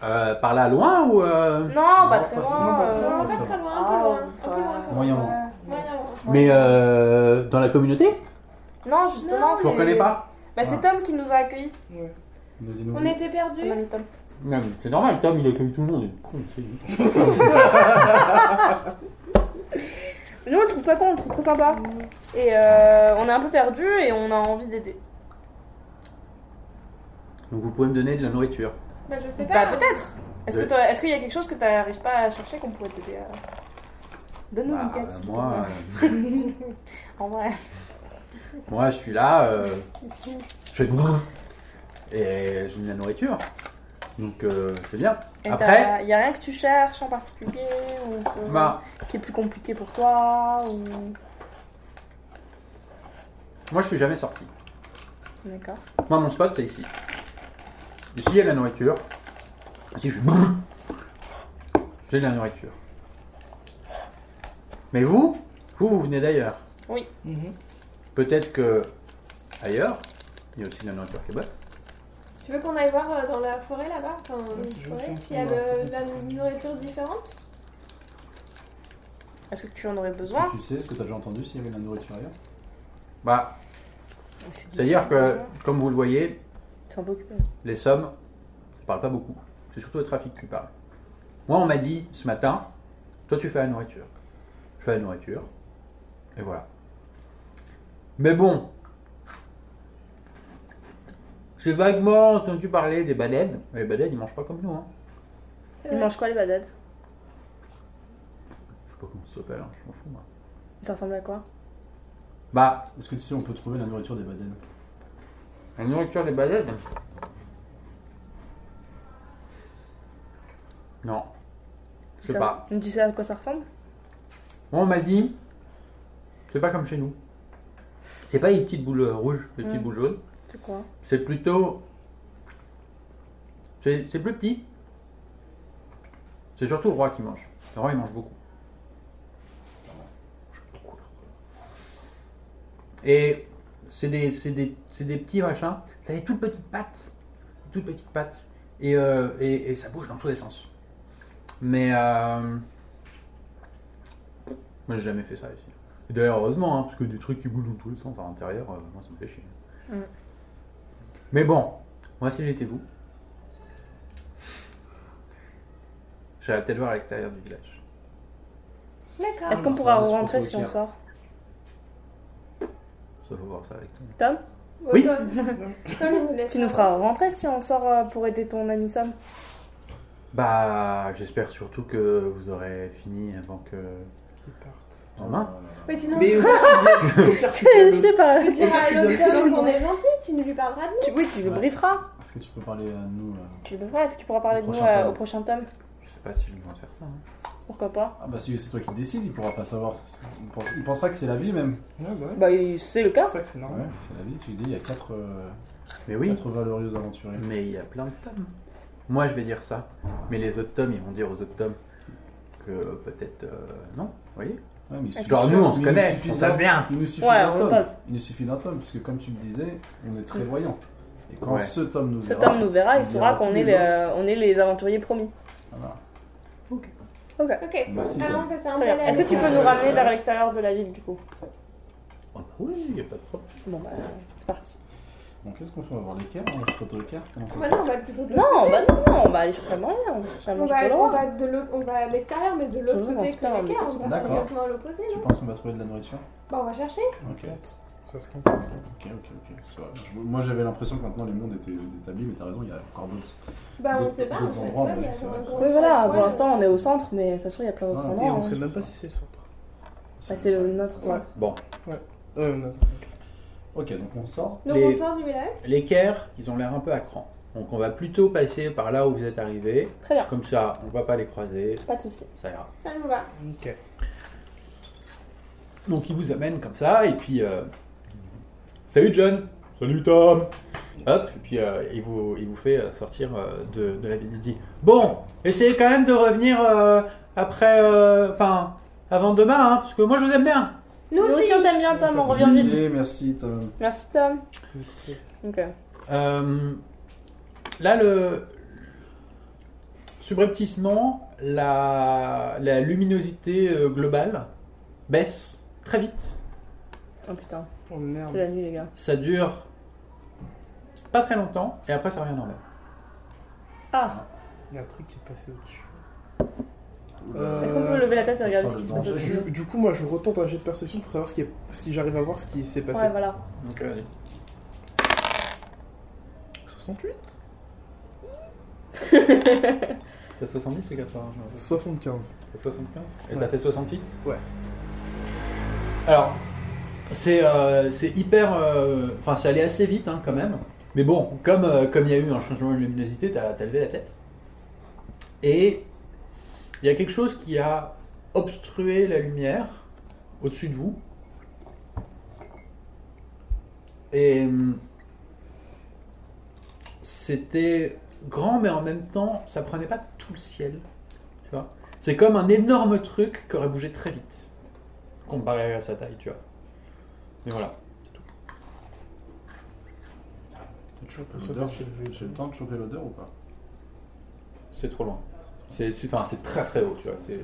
Speaker 3: euh, Par là, loin ou. euh,
Speaker 4: Non, pas
Speaker 5: Non,
Speaker 4: très
Speaker 5: pas-
Speaker 4: loin.
Speaker 1: sinon, pas
Speaker 4: euh,
Speaker 1: très
Speaker 2: Non, pas très loin, un peu loin. Un peu
Speaker 4: Ah,
Speaker 2: loin. quand même.
Speaker 5: Moyen loin.
Speaker 4: ouais.
Speaker 2: Moyen loin.
Speaker 3: Mais euh, dans la communauté
Speaker 4: Non, justement,
Speaker 2: Non,
Speaker 4: c'est.
Speaker 3: Je vous reconnais pas
Speaker 4: Bah, c'est Tom qui nous a accueillis.
Speaker 1: Ouais.
Speaker 5: Ne dis-nous
Speaker 2: On était perdus.
Speaker 4: On a mis Tom.
Speaker 3: Non, mais c'est normal, Tom, il accueille tout le monde. il est con, c'est lui.
Speaker 4: Nous, on le trouve pas con, on le trouve très sympa. Et euh, on est un peu perdu et on a envie d'aider.
Speaker 3: Donc, vous pouvez me donner de la nourriture.
Speaker 2: Bah, je sais
Speaker 4: Bah,
Speaker 2: pas.
Speaker 4: peut-être Est-ce que
Speaker 3: Oui.
Speaker 4: t'aurais- est-ce qu'il y a quelque chose que t'arrives pas à chercher qu'on pourrait t'aider à. Donne-nous une
Speaker 3: Bah,
Speaker 4: quête. s'il te
Speaker 3: moi,
Speaker 4: plaît.
Speaker 3: euh,
Speaker 4: En vrai.
Speaker 3: moi, je suis là. euh, je fais. Et j'ai de la nourriture. Donc, euh, c'est bien.
Speaker 4: Et
Speaker 3: Après-
Speaker 4: t'as- y a rien que tu cherches en particulier ou que-
Speaker 3: Bah,
Speaker 4: qui est plus compliqué pour toi ou.
Speaker 3: moi, je suis jamais sorti.
Speaker 4: D'accord.
Speaker 3: Moi, mon spot, c'est ici. Ici, il y a de la nourriture. Ici, je fais J'ai de la nourriture. Mais vous, vous, vous venez d'ailleurs.
Speaker 1: Mhm.
Speaker 3: Peut-être que ailleurs, il y a aussi de la nourriture qui est bonne.
Speaker 2: Tu veux qu'on aille voir euh, dans la forêt là-bas Enfin, dans
Speaker 1: Ouais,
Speaker 2: une
Speaker 1: si je veux
Speaker 2: forêt,
Speaker 1: aussi,
Speaker 2: s'il y a
Speaker 1: on va
Speaker 2: de, de la nourriture différente
Speaker 4: Est-ce que tu en aurais besoin
Speaker 5: Tu sais ce que t'as déjà entendu s'il y avait de la nourriture ailleurs
Speaker 3: Bah, c'est-à-dire que, comme vous le voyez,
Speaker 4: C'est un peu occupé.
Speaker 3: les sommes, ne parlent pas beaucoup. C'est surtout le trafic qui parle. Moi, on m'a dit ce matin, toi, tu fais la nourriture. Je fais la nourriture. Et voilà. Mais bon, J'ai vaguement entendu parler des baleines. Mais Les baleines, ils mangent pas comme nous. Hein.
Speaker 2: C'est
Speaker 4: Ils
Speaker 2: vrai.
Speaker 4: mangent quoi les badads
Speaker 3: Je sais pas comment ça s'appelle, hein, je m'en fous. Moi.
Speaker 4: Ça ressemble à quoi
Speaker 3: Bah,
Speaker 5: Est-ce que tu sais, on peut trouver la nourriture des baleines
Speaker 3: la nourriture des baleines. Non. Je sais
Speaker 4: Ça-
Speaker 3: pas.
Speaker 4: Tu sais à quoi ça ressemble
Speaker 3: Moi, on m'a dit, c'est pas comme chez nous. C'est pas des petites boules euh, rouges, des petites
Speaker 4: Mm.
Speaker 3: boules jaunes.
Speaker 4: C'est quoi
Speaker 3: C'est plutôt. C'est c'est plus petit. C'est surtout le roi qui mange. Le roi, il mange beaucoup. Il mange beaucoup, le roi. Et c'est des, c'est des, c'est des petits machins. Ça a des toutes petites pattes. Des Toutes petites pattes. Et, euh, et, et ça bouge dans tous les sens. Mais. euh, Moi, j'ai jamais fait ça ici. Et D'ailleurs, heureusement, hein, parce que des trucs qui bougent dans tous les sens à l'intérieur, euh, moi, ça me fait chier. Mais bon, moi si j'étais vous, j'allais peut-être voir à l'extérieur du village.
Speaker 2: D'accord.
Speaker 4: Est-ce qu'on
Speaker 5: on
Speaker 4: pourra
Speaker 5: reste pour
Speaker 4: rentrer
Speaker 5: tout
Speaker 4: si Ah, on
Speaker 5: dire.
Speaker 4: sort
Speaker 3: Ça faut voir ça avec toi.
Speaker 4: Tom
Speaker 2: Ouais,
Speaker 3: Oui.
Speaker 2: Tom, Tom, il nous laisse.
Speaker 4: Tu nous feras rentrer si on sort euh, pour aider ton ami Sam
Speaker 3: Bah, j'espère surtout que vous aurez fini avant que.
Speaker 1: Qui partent.
Speaker 3: Romain
Speaker 5: Euh,
Speaker 2: Mais sinon,
Speaker 1: Mais au pire, tu viens- au pire, tu viens
Speaker 4: Je par
Speaker 2: tu diras à
Speaker 1: Et là, tu donnes-
Speaker 2: l'autre Tom qu'on est gentil, tu ne lui parleras de
Speaker 4: Tu- Oui, tu le
Speaker 5: Ouais.
Speaker 4: brieferas.
Speaker 5: Est-ce que tu peux parler à nous euh
Speaker 4: Tu le brieferas. Est-ce que tu pourras parler
Speaker 5: Au
Speaker 4: de nous
Speaker 5: prochain
Speaker 4: euh,
Speaker 5: tome.
Speaker 4: au prochain tome
Speaker 3: Je sais pas si je dois faire ça. hein.
Speaker 4: Pourquoi pas
Speaker 5: Ah bah si c'est toi qui décides, il pourra pas savoir. Il, pense- il pensera que c'est la vie même.
Speaker 1: le- Ouais, bah ouais.
Speaker 4: Bah, il- c'est le
Speaker 1: C'est
Speaker 4: cas.
Speaker 1: vrai que c'est
Speaker 5: Ouais,
Speaker 1: normal.
Speaker 5: c'est la vie, tu dis, il y a euh, 4
Speaker 3: Mais Ah. oui,
Speaker 5: valorieux aventuriers.
Speaker 3: mais il y a plein de tomes. Moi je vais dire ça, mais les autres tomes ils vont dire aux autres tomes que peut-être euh, non, vous voyez
Speaker 5: Ouais, mais il
Speaker 4: Est-ce
Speaker 5: suffit-
Speaker 3: Genre nous on
Speaker 5: il
Speaker 3: se
Speaker 5: nous
Speaker 3: connaît,
Speaker 5: suffit
Speaker 3: on
Speaker 5: d'un-
Speaker 3: savait bien.
Speaker 5: Il nous suffit
Speaker 4: Ouais,
Speaker 5: d'un
Speaker 4: on
Speaker 5: tome.
Speaker 4: passe.
Speaker 5: Il nous suffit d'un tome, parce que comme tu le disais, on est très voyant. Et quand
Speaker 3: Ouais.
Speaker 5: ce tome nous
Speaker 4: Ce
Speaker 5: verra,
Speaker 4: tome nous verra,
Speaker 5: on
Speaker 4: il saura
Speaker 5: dira
Speaker 4: qu'on
Speaker 5: tous
Speaker 4: est,
Speaker 5: les
Speaker 4: les-
Speaker 5: autres.
Speaker 4: euh, on est les aventuriers promis.
Speaker 5: Voilà.
Speaker 2: Ok.
Speaker 5: Bah, si,
Speaker 2: Alors,
Speaker 5: Tom.
Speaker 2: on fait ça un
Speaker 4: Très bien.
Speaker 2: peu
Speaker 4: Est-ce que tu peux nous ramener vers l'extérieur de la ville du coup
Speaker 3: Oh, oui, il y a pas de problème.
Speaker 4: Bon, bah, c'est parti.
Speaker 5: Bon, qu'est-ce qu'on fait On va voir hein, l'équerre On va se frotter au l'équerre Comment ça
Speaker 2: Bah non, on va plutôt de l'autre
Speaker 4: Non, bah non, non, on va aller chercher à manger. On va chercher à
Speaker 2: On
Speaker 4: manger
Speaker 2: va,
Speaker 4: pour le
Speaker 2: on
Speaker 4: roi.
Speaker 2: va de l'autre, on va à l'extérieur, mais de l'autre
Speaker 4: Oui, on
Speaker 2: côté
Speaker 4: se
Speaker 2: que
Speaker 4: perd, on
Speaker 2: l'écart,
Speaker 4: est
Speaker 2: on va
Speaker 5: d'accord.
Speaker 2: complètement à l'opposé,
Speaker 5: Tu
Speaker 2: non
Speaker 5: penses qu'on va trouver de la nourriture
Speaker 2: Bah on va chercher.
Speaker 5: Ok,
Speaker 1: Ça se tente, ça se tente.
Speaker 5: ok, ok. ok. C'est vrai. Je- Moi j'avais l'impression que maintenant les mondes étaient établis, mais t'as raison, il y a encore d'autres.
Speaker 2: Bah on
Speaker 5: D'autres-
Speaker 2: sait pas, en
Speaker 5: d'autres
Speaker 2: fait,
Speaker 5: endroits,
Speaker 2: ouais, il y
Speaker 5: mais
Speaker 2: a
Speaker 5: c'est
Speaker 2: genre
Speaker 5: vrai
Speaker 2: un
Speaker 5: que-
Speaker 2: gros
Speaker 4: Oui, voilà,
Speaker 2: cheval,
Speaker 4: pour
Speaker 2: ouais.
Speaker 4: l'instant on est au centre, mais ça se trouve il y a plein d'autres
Speaker 5: Ouais,
Speaker 1: Et
Speaker 4: endroits.
Speaker 1: on
Speaker 4: hein.
Speaker 1: sait même pas si c'est le centre.
Speaker 4: Bah, c'est le- notre centre.
Speaker 3: Bon,
Speaker 1: Ouais, on attend.
Speaker 5: Ok, donc on sort.
Speaker 2: Donc
Speaker 3: Les-
Speaker 2: on sort du village.
Speaker 3: l'équerre, ils ont l'air un peu à cran. Donc on va plutôt passer par là où vous êtes arrivés.
Speaker 4: Très bien,
Speaker 3: Comme ça, on va pas les croiser,
Speaker 4: pas de soucis.
Speaker 3: ça ira.
Speaker 2: Ça nous va.
Speaker 1: Ok.
Speaker 3: Donc il vous amène comme ça, et puis... euh, Salut John Salut Tom Hop, et puis euh, il, vous, il vous fait euh, sortir euh, de, de la ville. Il dit, bon, essayez quand même de revenir euh, après... euh, Enfin, avant demain, hein, parce que moi je vous aime bien
Speaker 2: Nous
Speaker 4: Nous aussi on t'aime bien, Tom, on revient vite.
Speaker 5: Merci, Merci Tom.
Speaker 4: Merci, Tom. Ok.
Speaker 3: Euh, là, le subrepticement, la, la luminosité euh, globale baisse très vite.
Speaker 4: Oh putain,
Speaker 1: Oh
Speaker 4: c'est
Speaker 1: merde.
Speaker 4: la nuit, les gars.
Speaker 3: Ça dure pas très longtemps et après ça revient dans l'air.
Speaker 4: Ah,
Speaker 1: Il y a un truc qui est passé au-dessus.
Speaker 4: est-ce qu'on peut
Speaker 1: Euh,
Speaker 4: lever la tête et
Speaker 5: ça
Speaker 4: regarder ce qui
Speaker 5: sent le
Speaker 4: se passe
Speaker 5: danger.
Speaker 4: au-dessus
Speaker 1: Du, du coup, moi, je retente un jet de perception pour savoir ce qui est- si j'arrive à voir ce qui s'est
Speaker 3: Bah,
Speaker 1: passé.
Speaker 4: Ouais, voilà.
Speaker 3: Donc, euh,
Speaker 4: bah.
Speaker 1: 68
Speaker 3: t'as 70 ou 80 je sais
Speaker 1: 75.
Speaker 3: pas. T'as 75 Et
Speaker 1: Ouais.
Speaker 3: t'as fait 68
Speaker 1: Ouais.
Speaker 3: Alors, c'est euh, c'est hyper. euh, Enfin, c'est allé assez vite hein, quand même. Mais bon, comme euh, comme il y a eu un changement de luminosité, t'as as levé la tête. Et il y a quelque chose qui a obstrué la lumière au-dessus de vous. Et hum, c'était grand, mais en même temps, ça prenait pas tout le ciel. Tu vois C'est comme un énorme truc qui aurait bougé très vite, comparé à sa taille, tu vois. Mais voilà.
Speaker 1: T'as toujours pas
Speaker 5: L'odeur,
Speaker 1: sauté chez le
Speaker 5: J'ai le temps de choper l'odeur ou pas
Speaker 3: C'est trop loin. C'est c'est- enfin, c'est très très haut, tu vois. c'est-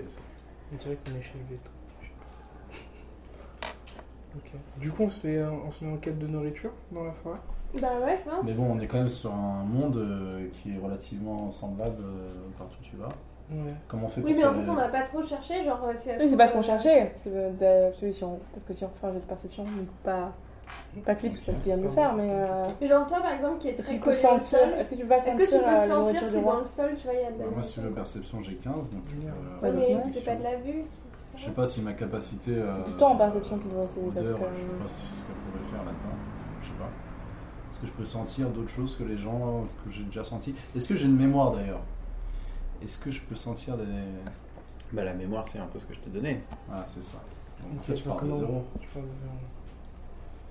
Speaker 1: On dirait qu'on est chez le veto. Ok. Du coup, on se, fait, euh, on se met en quête de nourriture dans la forêt
Speaker 2: Bah ouais, je
Speaker 4: Ah.
Speaker 2: pense.
Speaker 5: Mais bon, on est quand même sur un monde euh, qui est relativement semblable euh, partout où tu vas.
Speaker 1: Ouais.
Speaker 5: Comment on fait
Speaker 2: Oui,
Speaker 5: pour
Speaker 2: mais en
Speaker 5: trouver-
Speaker 2: fait, on n'a pas trop cherché, genre. euh, si-
Speaker 4: Oui, c'est pas ce qu'on cherchait, c'est de la solution. Peut-être que si on refait un jeu de perception, on peut pas Pas Philippe, c'est qui vient de le faire, mais. euh,
Speaker 2: Mais Genre toi par exemple qui est
Speaker 4: Est-ce que tu
Speaker 2: très
Speaker 4: peux
Speaker 2: collé au
Speaker 4: sentir
Speaker 2: sol.
Speaker 4: Est-ce que tu peux pas
Speaker 2: Est-ce
Speaker 4: sentir
Speaker 2: que tu
Speaker 4: euh,
Speaker 2: peux
Speaker 4: la
Speaker 2: sentir
Speaker 4: nourriture
Speaker 2: si
Speaker 4: du
Speaker 2: dans
Speaker 4: roi
Speaker 2: le sol tu vois il y a de la
Speaker 5: Bah, Moi, si tu veux
Speaker 2: nourriture
Speaker 5: perception, j'ai 15, donc. euh,
Speaker 2: Ouais, mais
Speaker 5: je-
Speaker 2: c'est pas de la vue.
Speaker 5: Je sais pas si ma capacité. euh,
Speaker 4: C'est plutôt en perception qu'il doit essayer parce
Speaker 5: odeur,
Speaker 4: que.
Speaker 5: Je sais pas si- ce qu'elle pourrait faire là-dedans. Je sais pas. Est-ce que je peux sentir d'autres choses que les gens euh, que j'ai déjà senti Est-ce que j'ai une mémoire d'ailleurs Est-ce que je peux sentir des.
Speaker 3: Bah, la mémoire, c'est un peu ce que je t'ai donné.
Speaker 5: Ah, c'est ça. Donc,
Speaker 1: Ok,
Speaker 5: toi, tu
Speaker 1: tu
Speaker 5: pars de zéro.
Speaker 1: Tu pars de zéro.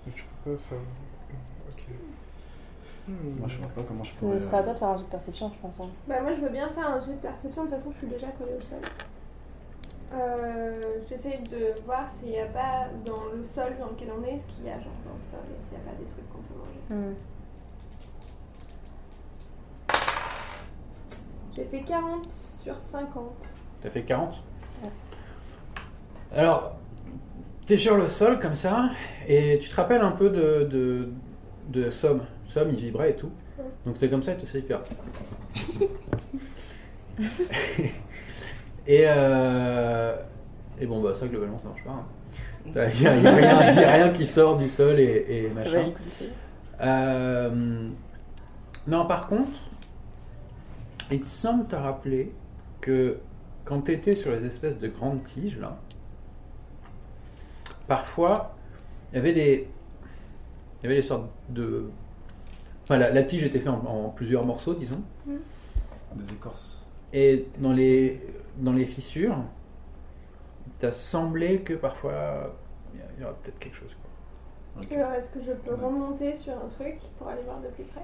Speaker 1: Mais tu peux pas ça. Ok. Hmm.
Speaker 5: Moi, je vois pas comment je pourrais.
Speaker 4: Ce serait à
Speaker 5: euh,
Speaker 4: toi de faire un jeu de perception, je pense. hein.
Speaker 2: Bah moi je veux bien faire un jet de perception, de toute façon je suis déjà collée au sol. Euh, J'essaie de voir s'il n'y a pas dans le sol dans lequel on est, ce qu'il y a genre dans le sol et s'il n'y a pas des trucs qu'on peut manger. J'ai fait 40 sur 50.
Speaker 3: T'as fait 40
Speaker 4: Ouais.
Speaker 3: Alors, t'es sur le sol comme ça, et tu te rappelles un peu de, de, de Somme. Somme, il vibrait et tout. Donc t'es comme ça, il te fait faire. et, euh, et bon, bah ça, globalement, ça marche pas. Il n'y a, rien- y a rien qui sort du sol et, et
Speaker 4: Ça
Speaker 3: machin.
Speaker 4: va aller coûter.
Speaker 3: Euh, non, par contre, il semble te rappeler que quand tu étais sur les espèces de grandes tiges, là, parfois, il y avait des, il y avait des sortes de... Enfin, la, la tige était faite en, en plusieurs morceaux, disons.
Speaker 5: euh, Des écorces.
Speaker 3: Et dans les, dans les fissures, il t'a semblé que parfois, il y a- il y aura peut-être quelque chose. quoi.
Speaker 5: Ok.
Speaker 2: Alors Euh, est-ce que je peux
Speaker 5: Ouais.
Speaker 2: remonter sur un truc pour aller voir de plus près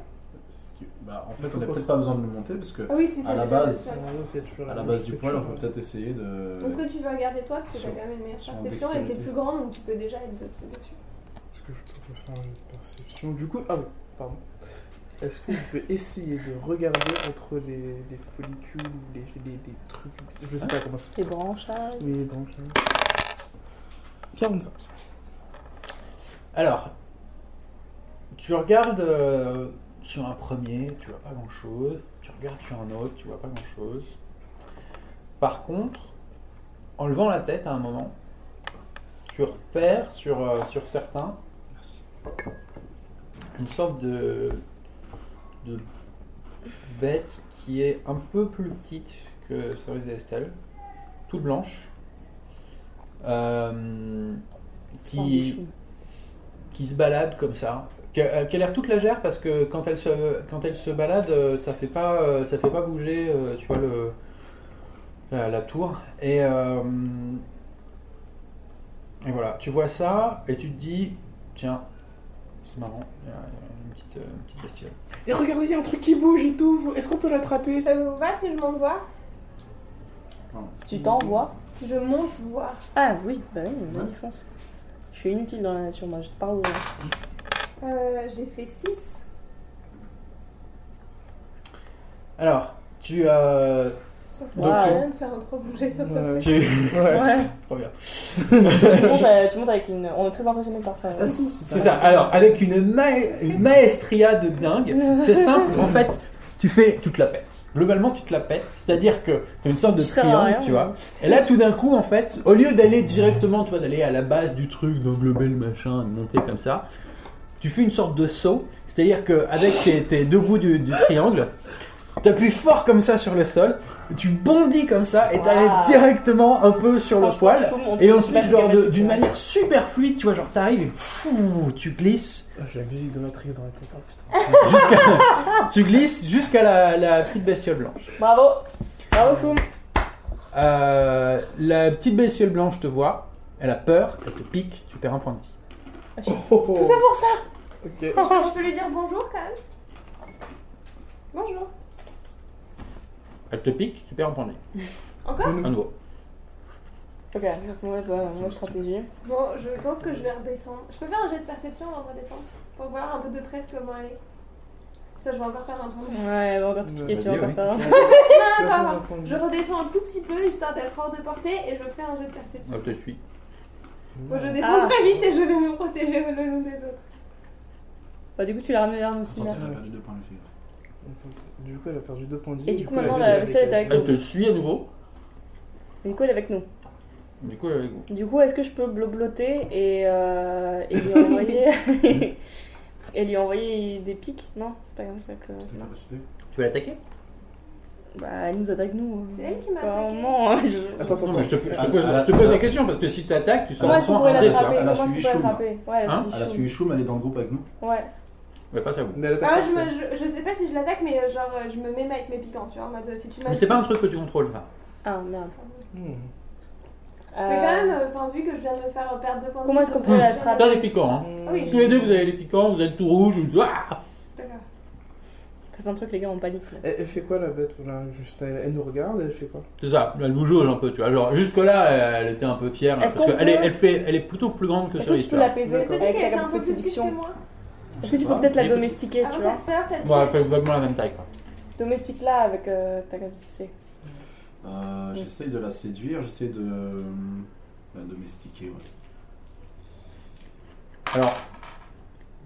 Speaker 5: C'est ce qui- Bah, en fait,
Speaker 1: Faut
Speaker 5: on n'a
Speaker 1: qu'on
Speaker 5: peut-être
Speaker 1: se-
Speaker 5: pas besoin de le monter parce que
Speaker 2: Ah oui, si
Speaker 5: À
Speaker 2: c'est
Speaker 5: la
Speaker 2: déjà le
Speaker 5: base.
Speaker 2: sol.
Speaker 1: Normalement, s'il y a toujours
Speaker 5: à la
Speaker 1: même
Speaker 5: base du
Speaker 1: structure,
Speaker 5: poil, on peut peut-être essayer de.
Speaker 2: Est-ce que tu veux regarder toi parce que t'as
Speaker 5: sur-
Speaker 2: quand même une meilleure
Speaker 5: sur
Speaker 2: perception et t'es
Speaker 5: dextérité.
Speaker 2: plus grand donc tu peux déjà être dessus. dessus.
Speaker 1: Est-ce que je peux faire une perception Du coup, ah oui, pardon. Est-ce que je peux essayer de regarder entre les, les follicules ou les, les, les trucs Je sais pas comment ça
Speaker 4: Les branches, là.
Speaker 1: Oui, euh, bon. je- 45.
Speaker 3: Alors, tu regardes euh, sur un premier, tu vois pas grand chose. Tu regardes sur un autre, tu vois pas grand chose. Par contre, en levant la tête à un moment, tu repères sur, euh, sur certains
Speaker 5: Merci.
Speaker 3: une sorte de, de bête qui est un peu plus petite que Cerise et Estelle, toute blanche, euh, qui qui se balade comme ça, qui a, qui a l'air toute légère parce que quand elle se, quand elle se balade, euh, ça fait pas, euh, ça fait pas bouger, euh, tu vois le la, la tour. Et, euh, et voilà, tu vois ça et tu te dis, tiens, c'est marrant, il y a, il y a une petite, euh, une petite bestiole.
Speaker 1: Et regardez, il y a un truc qui bouge et tout. Est-ce qu'on peut l'attraper
Speaker 2: Ça vous va si je monte voir
Speaker 4: Si tu t'envoies.
Speaker 2: Si je monte voir
Speaker 4: Ah oui, bah oui,
Speaker 3: Hein
Speaker 4: vas-y, fonce. Je suis inutile dans la nature, moi, je te parle. aux gens.
Speaker 2: Euh, j'ai fait 6.
Speaker 3: Alors, tu, euh,
Speaker 2: Ça sert
Speaker 3: Donc,
Speaker 2: à
Speaker 3: tu-
Speaker 2: rien de faire un trop bouger sur ce
Speaker 1: Ouais.
Speaker 2: truc.
Speaker 3: tu,
Speaker 1: Ouais.
Speaker 3: Trop bien.
Speaker 4: tu, montes, euh, tu montes avec une. On est très impressionnés par ça.
Speaker 1: Ah si, c'est
Speaker 3: C'est ça. Alors, avec une, ma- une maestria de dingue, c'est simple. En fait, tu fais, tu te la pètes. Globalement, tu te la pètes. C'est-à-dire que tu as une sorte de
Speaker 4: Tu sers à
Speaker 3: triangle,
Speaker 4: rien,
Speaker 3: tu vois. Et là, tout d'un coup, en fait, au lieu d'aller directement, tu vois, d'aller à la base du truc, d'englober le machin, de monter comme ça, tu fais une sorte de saut. C'est-à-dire que avec tes, tes deux bouts du, du triangle, tu appuies fort comme ça sur le sol, tu bondis comme ça et tu
Speaker 4: Waouh.
Speaker 3: directement un peu sur le
Speaker 4: Franchement,
Speaker 3: poil.
Speaker 4: je trouve mon
Speaker 3: Et
Speaker 4: truc
Speaker 3: ensuite,
Speaker 4: super
Speaker 3: genre, de-
Speaker 4: capacité.
Speaker 3: d'une manière super fluide, tu vois, genre, t'arrives et fou, tu glisses
Speaker 1: Ah, J'ai la musique de Matrix dans la tête. Oh, putain.
Speaker 3: jusqu'à, tu glisses jusqu'à la, la petite bestiole blanche.
Speaker 4: Bravo Bravo, Foum
Speaker 3: Euh, la petite bestiole blanche te voit, elle a peur, elle te pique, tu perds un point de vie.
Speaker 1: Oh,
Speaker 4: Tout ça Ah, pour ça
Speaker 1: Ok.
Speaker 2: Je peux- je peux lui dire bonjour quand même Bonjour.
Speaker 3: Elle te pique, tu perds un point de vie.
Speaker 2: Encore
Speaker 3: Un nouveau.
Speaker 4: Ok, donc mauvaise, euh, mauvaise stratégie.
Speaker 2: Bon, je pense que je vais redescendre. Je peux faire un jet de perception avant de redescendre Pour voir un peu de près ce comment elle est. Putain, je vais encore faire un tour. Non,
Speaker 4: Ouais, elle va encore te
Speaker 1: Ouais,
Speaker 4: piquer, tu vas encore
Speaker 3: vas-y, ouais.
Speaker 4: faire hein. Ah, un.
Speaker 2: non, ça va. Je redescends un tout petit peu histoire d'être hors de portée et je fais un jet de perception.
Speaker 3: Elle te suit.
Speaker 2: Bon, je descends
Speaker 4: Ah.
Speaker 2: très vite et je vais me protéger le long des autres.
Speaker 4: Bah, du coup, tu l'as ramené vers nous aussi,
Speaker 5: Attends,
Speaker 4: merde.
Speaker 5: elle a perdu deux points de figure.
Speaker 1: Du coup, elle a euh, perdu deux points de vie.
Speaker 4: Et du coup,
Speaker 1: elle
Speaker 4: maintenant,
Speaker 1: est
Speaker 4: la vaisselle est avec
Speaker 3: Elle
Speaker 4: nous.
Speaker 3: te suit à nouveau.
Speaker 4: Et du coup, elle est avec nous.
Speaker 3: Du coup, euh,
Speaker 4: Du coup, est-ce que je peux blobloter et, euh, et lui envoyer et lui envoyer des pics Non, c'est pas comme ça que.
Speaker 5: C'est la capacité.
Speaker 6: Tu veux l'attaquer
Speaker 4: Bah, elle nous attaque nous.
Speaker 2: C'est elle qui m'a
Speaker 4: Bah,
Speaker 2: attaqué.
Speaker 4: non, je-
Speaker 1: Attends, attends,
Speaker 3: non, mais je te, je te
Speaker 5: Ah,
Speaker 3: pose,
Speaker 5: ah,
Speaker 3: je te pose
Speaker 5: ah.
Speaker 3: la question parce que si t'attaques, tu sors
Speaker 4: Comment est-ce qu'on
Speaker 5: Vincent,
Speaker 4: pourrait
Speaker 5: elle a-
Speaker 4: l'attraper
Speaker 5: elle
Speaker 4: Comment
Speaker 5: a
Speaker 4: est-ce qu'on
Speaker 5: suivi
Speaker 4: pourrait
Speaker 5: Shum,
Speaker 4: l'attraper Ouais, elle a
Speaker 3: Hein
Speaker 4: suivi
Speaker 5: Elle a
Speaker 4: Shum.
Speaker 5: suivi Choum, elle est dans le groupe avec nous.
Speaker 4: Ouais.
Speaker 3: Ouais, pas ça vous.
Speaker 1: Mais elle attaque
Speaker 2: Ah, je,
Speaker 1: personne.
Speaker 2: me- je, je sais pas si je l'attaque, mais euh, genre euh, je me mets avec mes piquants, tu vois, en mode euh, si tu m'as.
Speaker 3: Mais c'est pas un truc que tu contrôles, ça.
Speaker 4: Ah merde.
Speaker 1: Hmm.
Speaker 2: Mais
Speaker 4: Euh,
Speaker 2: quand même, euh, enfin, vu que je viens de me faire perdre deux points de
Speaker 4: Comment
Speaker 2: vie,
Speaker 4: est-ce qu'on
Speaker 2: donc,
Speaker 4: pourrait
Speaker 2: euh,
Speaker 4: l'attraper
Speaker 3: T'as les piquants, hein.
Speaker 2: Ah oui.
Speaker 3: Tous les deux, vous avez les piquants, vous êtes tout rouge, vous ah
Speaker 2: D'accord.
Speaker 4: C'est un truc, les gars, on panique. là.
Speaker 1: Elle, elle fait quoi la bête là Juste, elle, elle nous regarde, elle fait quoi
Speaker 3: C'est ça, elle vous jauge un peu, tu vois. Genre, jusque-là, elle était un peu fière.
Speaker 4: Est-ce
Speaker 3: parce
Speaker 4: qu'on
Speaker 3: qu'elle est,
Speaker 4: peut-
Speaker 3: elle fait, elle est plutôt plus grande que
Speaker 4: Est-ce que
Speaker 3: Cerise,
Speaker 4: tu peux
Speaker 3: tu vois.
Speaker 4: l'apaiser
Speaker 1: D'accord.
Speaker 2: Peut-être
Speaker 4: avec la
Speaker 2: qu'elle était un peu
Speaker 4: capacité de
Speaker 2: plus petite
Speaker 4: séduction
Speaker 2: que moi.
Speaker 4: Est-ce que tu
Speaker 5: Je
Speaker 4: peux
Speaker 5: sais
Speaker 4: peut-être la
Speaker 3: pas.
Speaker 4: domestiquer,
Speaker 2: Ah,
Speaker 4: tu
Speaker 2: ouais,
Speaker 4: vois
Speaker 2: tout à l'heure, t'as dit.
Speaker 3: Bon, elle
Speaker 2: que-
Speaker 3: fait vaguement la même taille, quoi.
Speaker 4: Domestique-la avec euh, ta capacité.
Speaker 5: Euh, J'essaye de la séduire, j'essaye de euh, la domestiquer. Ouais.
Speaker 3: Alors,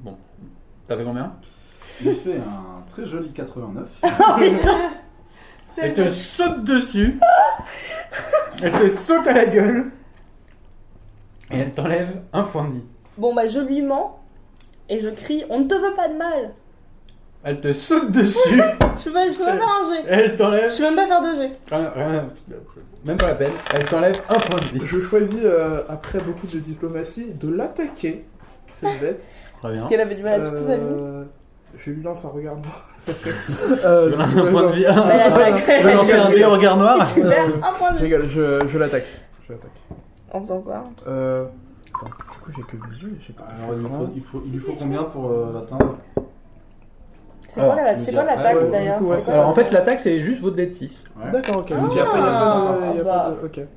Speaker 3: bon, t'as fait combien
Speaker 5: J'ai fait un très joli 89.
Speaker 3: Elle te saute dessus. elle te saute à la gueule. Et elle t'enlève un point de vie.
Speaker 4: Bon, bah, je lui mens et je crie On ne te veut pas de mal
Speaker 3: Elle te saute dessus.
Speaker 4: Je veux, je veux faire un jet
Speaker 3: elle
Speaker 4: Je
Speaker 3: t'enlève.
Speaker 4: peux même pas faire de jet
Speaker 3: Rien- rien- Même pas la peine. Elle t'enlève un point de vie.
Speaker 1: Je choisis, euh, après beaucoup de diplomatie, de l'attaquer, cette bête.
Speaker 3: Très bien.
Speaker 4: Parce qu'elle avait du mal à toute sa vie.
Speaker 1: Euh, Je lui lance un regard noir. Euh,
Speaker 3: Je
Speaker 1: tu- Euh,
Speaker 3: lance un point de vie.
Speaker 4: Bah, attaque.
Speaker 3: Je vais lancer un dé au regard noir.
Speaker 4: Tu perds un point
Speaker 1: Je
Speaker 4: de vie.
Speaker 1: rigole, je, je l'attaque. Je l'attaque.
Speaker 4: En faisant quoi
Speaker 1: Euh... Attends, du coup j'ai que mes yeux, je sais pas.
Speaker 5: Alors il, faut, il, faut, il lui faut combien pour euh, l'atteindre
Speaker 4: C'est quoi
Speaker 3: Alors,
Speaker 4: la-
Speaker 5: tu
Speaker 4: c'est
Speaker 5: me
Speaker 4: quoi
Speaker 5: dis après,
Speaker 4: l'attaque
Speaker 5: ouais, du
Speaker 4: d'ailleurs
Speaker 1: coup, ouais,
Speaker 4: C'est quoi
Speaker 1: c'est-
Speaker 3: Alors en
Speaker 4: l'attaque
Speaker 3: fait, l'attaque c'est juste votre dé de 6.
Speaker 5: Ouais.
Speaker 1: D'accord, ok.
Speaker 5: Je
Speaker 1: Donc
Speaker 5: me
Speaker 1: il
Speaker 5: dis
Speaker 1: n'y a pas, il y
Speaker 5: après,
Speaker 4: Ah,
Speaker 1: a pas de... il y a
Speaker 4: bah.
Speaker 1: pas de- Ok.